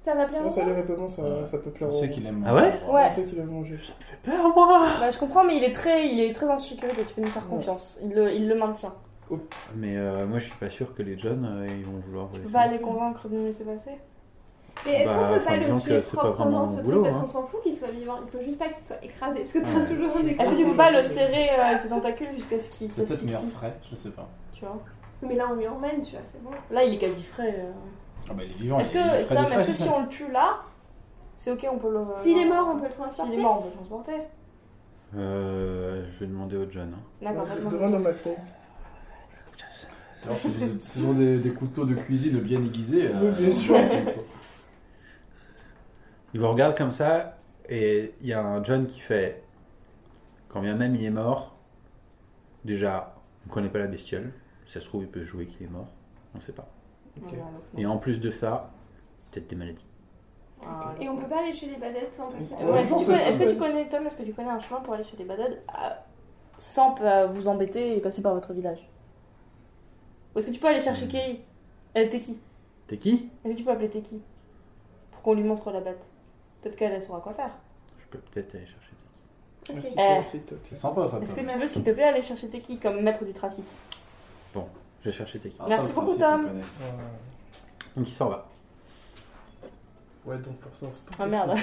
Speaker 2: Ça va plaire
Speaker 1: Non,
Speaker 2: au
Speaker 1: ça a
Speaker 2: roi.
Speaker 1: l'air étonnant, ça, ça peut plaire
Speaker 5: On
Speaker 1: au
Speaker 5: sait
Speaker 1: roi.
Speaker 5: qu'il aime.
Speaker 3: Ah ouais
Speaker 1: On
Speaker 4: Ouais.
Speaker 1: sait qu'il a mangé.
Speaker 3: J'ai peur, moi
Speaker 4: Bah, je comprends, mais il est très, il est très en sécurité, tu peux lui faire confiance. Il le, il le maintient.
Speaker 3: Mais euh, moi, je suis pas sûr que les John, euh, ils vont vouloir vous
Speaker 4: Tu
Speaker 3: laisser.
Speaker 2: Bah,
Speaker 4: peux pas aller convaincre de nous laisser passer
Speaker 2: Ah, Mais est-ce
Speaker 3: Bah,
Speaker 2: qu'on peut
Speaker 3: enfin,
Speaker 2: pas
Speaker 3: disons
Speaker 2: le
Speaker 3: que
Speaker 2: tuer
Speaker 3: c'est pas vraiment mon
Speaker 2: proprement ce
Speaker 3: boulot,
Speaker 2: truc Parce
Speaker 3: hein.
Speaker 2: qu'on s'en fout qu'il soit vivant. Il faut juste pas qu'il soit écrasé. Parce que t'as
Speaker 3: Ouais.
Speaker 2: toujours un
Speaker 4: Est-ce
Speaker 2: écrasé.
Speaker 4: que tu peux pas le serrer euh, avec tes tentacules jusqu'à ce qu'il
Speaker 5: C'est peut-être meilleur
Speaker 4: s'asphyxie
Speaker 5: frais, je sais pas.
Speaker 4: Tu vois
Speaker 2: Mais là, on lui emmène, tu vois, c'est bon.
Speaker 4: Là, il est quasi frais. euh.
Speaker 5: Ah bah il est vivant.
Speaker 4: Est-ce
Speaker 5: il est
Speaker 4: que,
Speaker 5: frais
Speaker 4: Tom,
Speaker 5: de
Speaker 4: est-ce
Speaker 5: frais.
Speaker 4: que si on le tue là, c'est ok, on peut le.
Speaker 2: S'il est mort, on peut le transporter.
Speaker 4: S'il est mort, on peut le transporter.
Speaker 3: Euh, je vais demander aux John. hein.
Speaker 4: D'accord. pas de mort.
Speaker 1: Demande à Macron.
Speaker 5: Alors, ce sont des- ce sont des, des couteaux de cuisine bien aiguisés. euh,
Speaker 1: Oui, bien sûr.
Speaker 3: Il vous regarde comme ça, et il y a un John qui fait Quand bien même il est mort, déjà, on connaît pas la bestiole. Si ça se trouve, il peut jouer qu'il est mort. On sait pas.
Speaker 4: Non, non, non.
Speaker 3: Et en plus de ça, peut-être des maladies.
Speaker 4: Voilà.
Speaker 2: Et on peut pas aller chez les badettes sans passer par
Speaker 1: Ouais,
Speaker 4: Ouais, Est-ce que,
Speaker 1: non,
Speaker 4: tu
Speaker 1: ça,
Speaker 4: connais-
Speaker 1: ça
Speaker 4: est-ce que
Speaker 1: peut
Speaker 4: tu connais, Tom, est-ce que tu connais un chemin pour aller chez les badades euh, sans euh, vous embêter et passer par votre village Ou est-ce que tu peux aller chercher Kiri euh, Teki
Speaker 3: T'es qui
Speaker 4: Est-ce que tu peux appeler Teki Pour qu'on lui montre la bête. Peut-être qu'elle elle saura quoi faire.
Speaker 3: Je peux peut-être aller chercher.
Speaker 2: Ok.
Speaker 1: Merci,
Speaker 4: Eh.
Speaker 1: toi, c'est top.
Speaker 5: C'est sympa ça.
Speaker 4: Est-ce que
Speaker 5: quoi.
Speaker 4: tu veux, s'il te plaît, aller chercher Teki comme maître du trafic
Speaker 3: Je vais chercher Teki.
Speaker 5: Ah,
Speaker 4: Merci
Speaker 5: ça, le
Speaker 4: beaucoup,
Speaker 5: trafic,
Speaker 4: Tom.
Speaker 5: on connaît.
Speaker 1: Ouais.
Speaker 3: Donc il s'en va.
Speaker 1: Ouais, donc pour ça, on se tente.
Speaker 4: Ah, merde.
Speaker 1: Euh,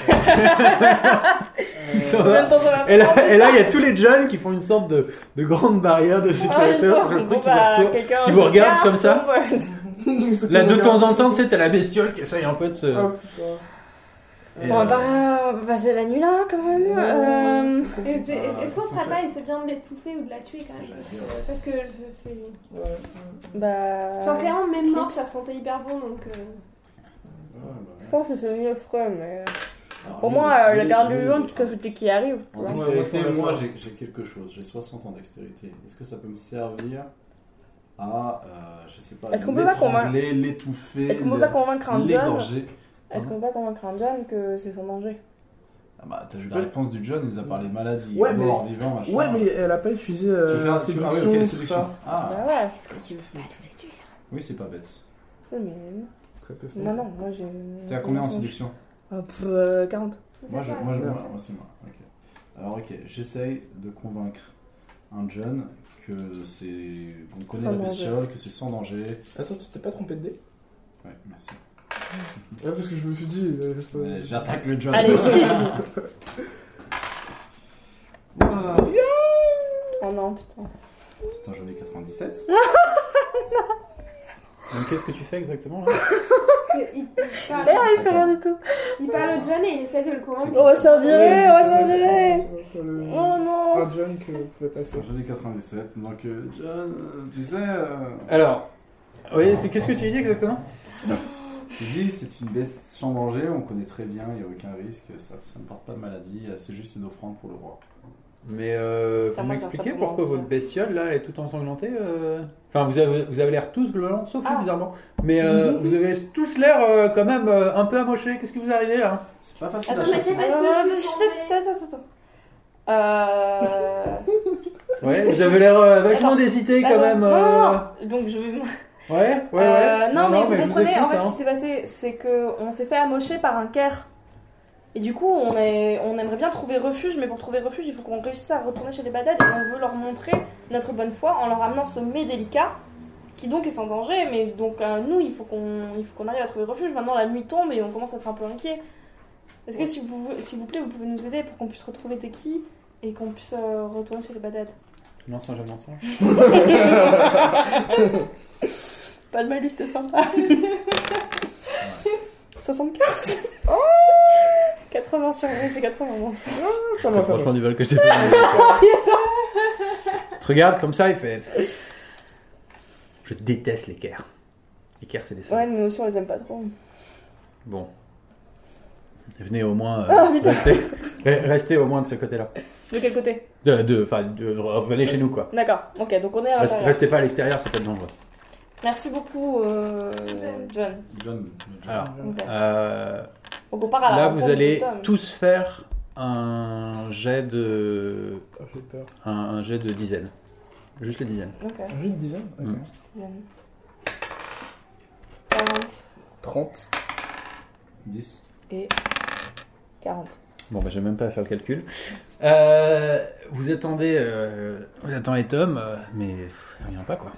Speaker 3: Ça
Speaker 4: En
Speaker 3: va.
Speaker 4: même temps, ça va
Speaker 3: Et
Speaker 4: faire-
Speaker 3: là, et là, il y Ah bah, a tous les jeunes qui font une sorte de, de grande barrière de
Speaker 4: Ah, mais
Speaker 3: sécurité entre
Speaker 4: non,
Speaker 3: le
Speaker 4: bon,
Speaker 3: truc qui
Speaker 4: bah,
Speaker 3: leur tourne.
Speaker 4: quelqu'un
Speaker 3: qui vous regarde comme ça.
Speaker 4: ton pote.
Speaker 3: Là, de temps en temps, tu sais, t'as la bestiole qui essaye un peu de se.
Speaker 1: Oh, putain.
Speaker 3: Et,
Speaker 4: Bon,
Speaker 3: euh,
Speaker 4: bah, on va passer la nuit là quand même. Euh,
Speaker 1: Ouais, c'est
Speaker 2: Et
Speaker 1: compliqué.
Speaker 2: c'est-
Speaker 5: Ah,
Speaker 2: Est-ce qu'on
Speaker 5: qu'est-ce qu'on
Speaker 2: ferait
Speaker 5: fait
Speaker 2: pas et c'est bien de l'étouffer ou de la tuer quand même
Speaker 5: C'est ce que j'allais dire,
Speaker 2: Parce que je- c'est.
Speaker 1: Ouais, ouais.
Speaker 4: Bah.
Speaker 2: Genre clairement, même mort,
Speaker 4: Clips.
Speaker 2: ça sentait hyper bon donc. euh,
Speaker 4: Je
Speaker 5: Ouais, bah,
Speaker 4: pense que c'est le mieux frais, mais. euh,
Speaker 5: alors,
Speaker 4: Au
Speaker 5: lui,
Speaker 4: moins, euh,
Speaker 5: lui,
Speaker 4: la garde
Speaker 5: lui,
Speaker 4: du
Speaker 5: lui,
Speaker 4: jour, jusqu'à ce qui arrive. tu
Speaker 5: En
Speaker 4: vois.
Speaker 1: Ouais,
Speaker 5: dextérité,
Speaker 1: ouais, ouais,
Speaker 5: moi
Speaker 1: ouais.
Speaker 5: j'ai- j'ai quelque chose, j'ai 60 ans de dextérité. Est-ce que ça peut me servir à, euh, je sais pas,
Speaker 4: Est-ce qu'on peut pas
Speaker 5: l'étrangler, l'étouffer,
Speaker 4: Est-ce qu'on peut
Speaker 5: le-
Speaker 4: pas convaincre un John
Speaker 5: l'égorger
Speaker 4: Est-ce qu'on peut pas convaincre un John que c'est sans danger
Speaker 5: Ah bah t'as vu la
Speaker 1: Ouais.
Speaker 5: réponse du John, il nous a parlé maladie,
Speaker 1: Ouais,
Speaker 5: mort, vivant, machin.
Speaker 1: Ouais, mais elle a pas utilisé
Speaker 5: Tu
Speaker 1: euh,
Speaker 5: veux
Speaker 1: la
Speaker 5: faire tu- ah
Speaker 1: séduction,
Speaker 5: ouais, ok,
Speaker 1: tout
Speaker 5: séduction.
Speaker 1: ça.
Speaker 5: Ah,
Speaker 4: Bah ouais.
Speaker 1: Est-ce que tu veux séduire
Speaker 5: oui c'est pas bête.
Speaker 4: Oui, mais.
Speaker 1: Ça peut se
Speaker 4: Moi
Speaker 1: tenter.
Speaker 4: non, moi j'ai.
Speaker 5: T'es à combien en séduction
Speaker 4: Ah, pff, euh, 40.
Speaker 2: je sais
Speaker 5: Moi, je,
Speaker 2: pas.
Speaker 5: moi, je-
Speaker 1: Ouais.
Speaker 5: moi, moi, c'est moi. Ok. Alors, ok, j'essaye de convaincre un John que c'est. qu'on connaît
Speaker 4: Sans
Speaker 5: la
Speaker 4: danger.
Speaker 5: bestiole, que c'est sans danger.
Speaker 1: Attends, tu t'es pas trompé de dé
Speaker 5: Ouais, merci.
Speaker 1: Ouais, parce que je me suis dit. euh, ça-
Speaker 5: Euh, J'attaque le John.
Speaker 4: Allez, 6
Speaker 5: Oh là là.
Speaker 4: Oh non, putain.
Speaker 5: C'est un joli 97.
Speaker 4: Ah,
Speaker 3: Donc qu'est-ce que tu fais exactement là
Speaker 2: C'est- Il, il parle,
Speaker 4: Ah, il fait
Speaker 5: Attends.
Speaker 4: rien du tout.
Speaker 2: il parle au John et il essaie de le convaincre.
Speaker 4: On va se faire virer, on va se
Speaker 1: Ouais,
Speaker 4: faire
Speaker 1: c'est
Speaker 4: virer.
Speaker 1: ça, c'est le-
Speaker 4: Oh non.
Speaker 1: Un John que vous pouvez
Speaker 5: C'est
Speaker 1: passer.
Speaker 5: un joli 97. Donc, euh, John, euh, tu sais. euh,
Speaker 3: Alors, oui, t'es- qu'est-ce que tu dis exactement
Speaker 5: Je dis, c'est une bestie sans danger, on connaît très bien, il n'y a aucun risque, ça, ça ne porte pas de maladie, euh, c'est juste une offrande pour le roi.
Speaker 3: Mais euh,
Speaker 4: C'était à
Speaker 3: vous
Speaker 4: moi de faire
Speaker 3: m'expliquez
Speaker 4: ça pour
Speaker 3: pourquoi
Speaker 4: l'ancien.
Speaker 3: votre bestiole là elle est toute ensanglantée euh Enfin, vous avez, vous avez l'air tous violents, sauf
Speaker 4: Ah. Mhm.
Speaker 3: vous, bizarrement. Mais euh, vous avez tous l'air euh, quand même euh, un peu amoché. Qu'est-ce qui vous arrive là
Speaker 5: C'est pas facile
Speaker 4: Attends,
Speaker 5: à
Speaker 4: mais c'est
Speaker 5: chasser.
Speaker 4: pas.
Speaker 2: Est-ce que je suis tombée
Speaker 4: Attends, attends, attends. Euh.
Speaker 3: Ouais, vous avez l'air euh, vachement
Speaker 4: Attends.
Speaker 3: désité
Speaker 4: bah
Speaker 3: quand
Speaker 4: non,
Speaker 3: même.
Speaker 4: Non, non,
Speaker 3: euh,
Speaker 4: non. Donc je vais.
Speaker 3: Ouais, ouais, ouais.
Speaker 4: Euh, non, mais vous
Speaker 3: je
Speaker 4: comprenez,
Speaker 3: écoute,
Speaker 4: en fait,
Speaker 3: hein.
Speaker 4: ce qui s'est passé, c'est que on s'est fait amocher par un caire. Et du coup, on, est, on aimerait bien trouver refuge, mais pour trouver refuge, il faut qu'on réussisse à retourner chez les badades et on veut leur montrer notre bonne foi en leur amenant ce mets délicat, qui donc est sans danger, mais donc euh, nous, il faut qu'on il faut qu'on arrive à trouver refuge. Maintenant, la nuit tombe et on commence à être un peu inquiet. Est-ce que, s'il vous, s'il vous plaît, vous pouvez nous aider pour qu'on puisse retrouver Teki et qu'on puisse euh, retourner chez les badades
Speaker 3: Mensonge à mensonge.
Speaker 4: Pas de malus, c'était sympa. 75 80 sur 20, j'ai 80 moi.
Speaker 1: Ça va, ça va.
Speaker 3: du vol que j'ai pas.
Speaker 4: Ah,
Speaker 3: Tu regardes comme ça, il fait. Je déteste les Kers. Les Kers, c'est des salauds.
Speaker 4: Ouais, nous aussi on les aime pas trop.
Speaker 3: Bon. Venez au moins.
Speaker 4: Ah,
Speaker 3: euh,
Speaker 4: putain.
Speaker 3: restez, re- restez au moins de ce côté-là.
Speaker 4: De quel côté
Speaker 3: De, de, enfin, de- revenez chez nous, quoi.
Speaker 4: D'accord, ok, donc on est à
Speaker 3: Reste-
Speaker 4: l'intérieur.
Speaker 3: restez pas à l'extérieur, ça peut être dangereux.
Speaker 4: Merci beaucoup, euh, John.
Speaker 5: John, le
Speaker 1: Ah.
Speaker 5: John.
Speaker 3: Alors,
Speaker 4: Ok.
Speaker 3: euh,
Speaker 4: Donc on part à la
Speaker 3: là,
Speaker 4: rencontre
Speaker 3: vous allez
Speaker 4: de Tom.
Speaker 3: tous faire un jet de.
Speaker 1: Ah, J'ai peur.
Speaker 3: Un, un jet de dizaine. Juste le dizaine.
Speaker 4: Ok,
Speaker 1: Un jeu de dizaine Ok.
Speaker 3: Mm.
Speaker 4: dizaine. 40
Speaker 1: 30.
Speaker 5: 10.
Speaker 4: et 40.
Speaker 3: Bon, bah, j'ai même pas à faire le calcul. Euh, vous attendez, euh, vous attendez Tom, euh, mais pff, il revient pas quoi.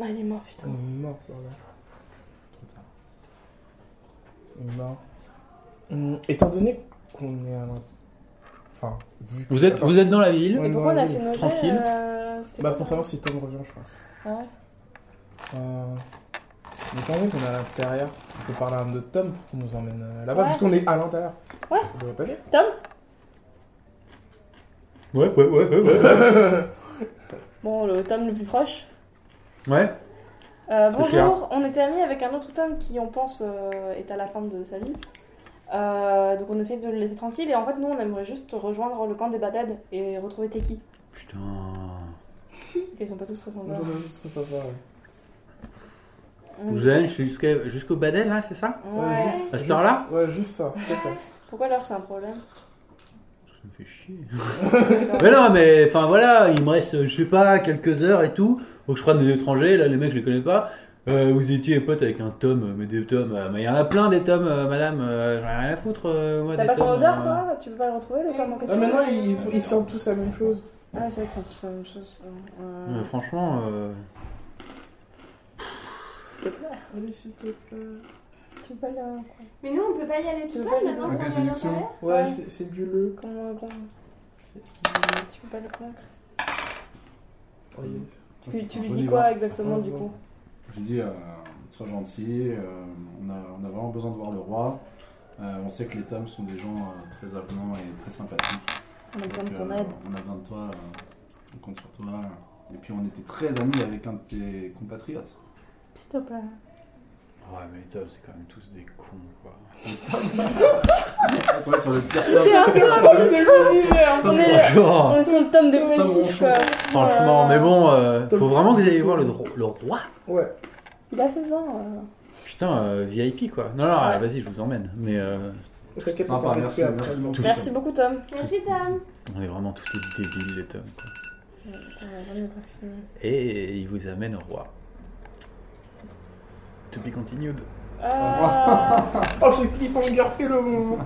Speaker 4: Ah, il est mort,
Speaker 1: On
Speaker 4: putain.
Speaker 1: est mort par là.
Speaker 5: Trop
Speaker 1: On
Speaker 5: tard.
Speaker 1: est mort. Hum, Étant donné qu'on est à l'in- Enfin, vu que-
Speaker 3: Vous êtes,
Speaker 1: Attends.
Speaker 3: vous êtes dans la ville.
Speaker 1: Ouais.
Speaker 4: Et pourquoi on a fait nos
Speaker 3: Tranquille.
Speaker 4: jets euh, c'était
Speaker 1: Bah,
Speaker 4: quoi,
Speaker 1: pour
Speaker 4: là
Speaker 1: savoir si Tom revient, je pense.
Speaker 4: Ah ouais
Speaker 1: Euh... Mais étant donné qu'on est à l'intérieur, on peut parler à un autre Tom pour qu'il nous emmène euh, là-bas,
Speaker 4: Ouais.
Speaker 1: parce qu'on est à l'intérieur.
Speaker 4: Ouais.
Speaker 1: Ça devrait passer.
Speaker 4: Tom
Speaker 3: Ouais, ouais, ouais, ouais. Ouais.
Speaker 4: Bon, le Tom le plus proche.
Speaker 3: ouais.
Speaker 4: Euh,
Speaker 3: C'est clair.
Speaker 4: bonjour, on était amis avec un autre Tom qui, on pense, euh, est à la fin de sa vie. Euh, donc on essaye de le laisser tranquille et en fait nous on aimerait juste rejoindre le camp des badades et retrouver Teki.
Speaker 3: Putain.
Speaker 4: Ok, ils sont pas tous très sympas.
Speaker 1: Nous, on est juste très sympas, ouais.
Speaker 4: On
Speaker 3: Vous
Speaker 4: y
Speaker 3: allez
Speaker 4: va.
Speaker 3: jusqu'à- jusqu'au Badel, là, c'est ça
Speaker 1: Ouais,
Speaker 4: Ouais.
Speaker 1: juste-
Speaker 3: À cette
Speaker 1: juste-
Speaker 3: heure-là
Speaker 1: Ouais, juste ça. tout à fait.
Speaker 4: Pourquoi l'heure c'est un problème
Speaker 3: Ça me fait chier. mais non, mais enfin voilà, il me reste, euh, je sais pas, quelques heures et tout. Faut que je prenne des étrangers, là, les mecs, je les connais pas. Euh, vous étiez pote avec un tome, euh, mais des tomes, euh, mais il y en a plein des tomes, euh, madame, euh, j'en ai rien à foutre. euh, moi,
Speaker 4: T'as
Speaker 3: des
Speaker 4: pas son
Speaker 3: tomes,
Speaker 4: odeur
Speaker 3: euh,
Speaker 4: toi Tu veux pas le retrouver le
Speaker 2: Oui,
Speaker 4: tome en
Speaker 2: c'est-
Speaker 1: Ah,
Speaker 4: question
Speaker 1: maintenant, ils, ils sortent tous la même chose.
Speaker 4: Ah, c'est vrai que c'est un- c'est la même chose. Euh,
Speaker 3: euh, franchement, euh,
Speaker 4: S'il te plaît,
Speaker 1: Allez, s'il te plaît.
Speaker 4: tu veux pas le.
Speaker 2: Mais nous, on peut pas y aller
Speaker 4: Tu
Speaker 2: tout
Speaker 4: veux
Speaker 2: seul
Speaker 4: pas
Speaker 2: maintenant qu'on est à
Speaker 5: aller dans- Avec des sélections.
Speaker 2: l'intérieur.
Speaker 1: Ouais,
Speaker 4: Ouais.
Speaker 1: c'est c'est du le.
Speaker 4: Comment grand Tu peux pas le convaincre
Speaker 1: Oh, yes.
Speaker 5: Ça, c'est
Speaker 4: Tu, tu
Speaker 5: un
Speaker 4: lui
Speaker 5: joli
Speaker 4: dis
Speaker 5: vin.
Speaker 4: quoi exactement du coup
Speaker 5: Je lui dis, euh, sois gentil, euh, on, a, on a vraiment besoin de voir le roi. Euh, on sait que les tomes sont des gens euh, très avenants et très sympathiques.
Speaker 4: On a besoin de
Speaker 5: Donc,
Speaker 4: ton
Speaker 5: euh,
Speaker 4: aide.
Speaker 5: On a besoin de toi, euh, on compte sur toi. Et puis on était très amis avec un de tes compatriotes.
Speaker 4: S'il te plaît.
Speaker 3: Ouais, mais les tomes, c'est quand même tous des cons, quoi.
Speaker 5: On est tombé Ah, sur le pire
Speaker 4: C'est
Speaker 5: tome.
Speaker 4: un tome de l'univers On est-
Speaker 3: Franchement,
Speaker 4: on est sur le tome dépressif
Speaker 5: Ronchon.
Speaker 4: quoi.
Speaker 3: franchement, mais bon, euh,
Speaker 1: Tom-
Speaker 3: faut vraiment que vous ayez voir le, dro- le roi.
Speaker 1: Ouais,
Speaker 4: Il a fait 20.
Speaker 3: Putain, euh, VIP, quoi. Non, non,
Speaker 4: Ouais.
Speaker 3: vas-y, je vous emmène. Mais euh,
Speaker 1: t'inquiète, on
Speaker 5: Sympa,
Speaker 1: t'en
Speaker 5: merci,
Speaker 1: fait après.
Speaker 5: merci beaucoup.
Speaker 4: Merci beaucoup Tom.
Speaker 2: Merci, Tom.
Speaker 3: on est vraiment tous des débiles, les tomes, quoi.
Speaker 4: Ouais, putain, ouais, j'en ai presque fini.
Speaker 3: Et il vous amène au roi. To be continued.
Speaker 4: Ah.
Speaker 1: Oh, c'est cliffhanger pile au moment.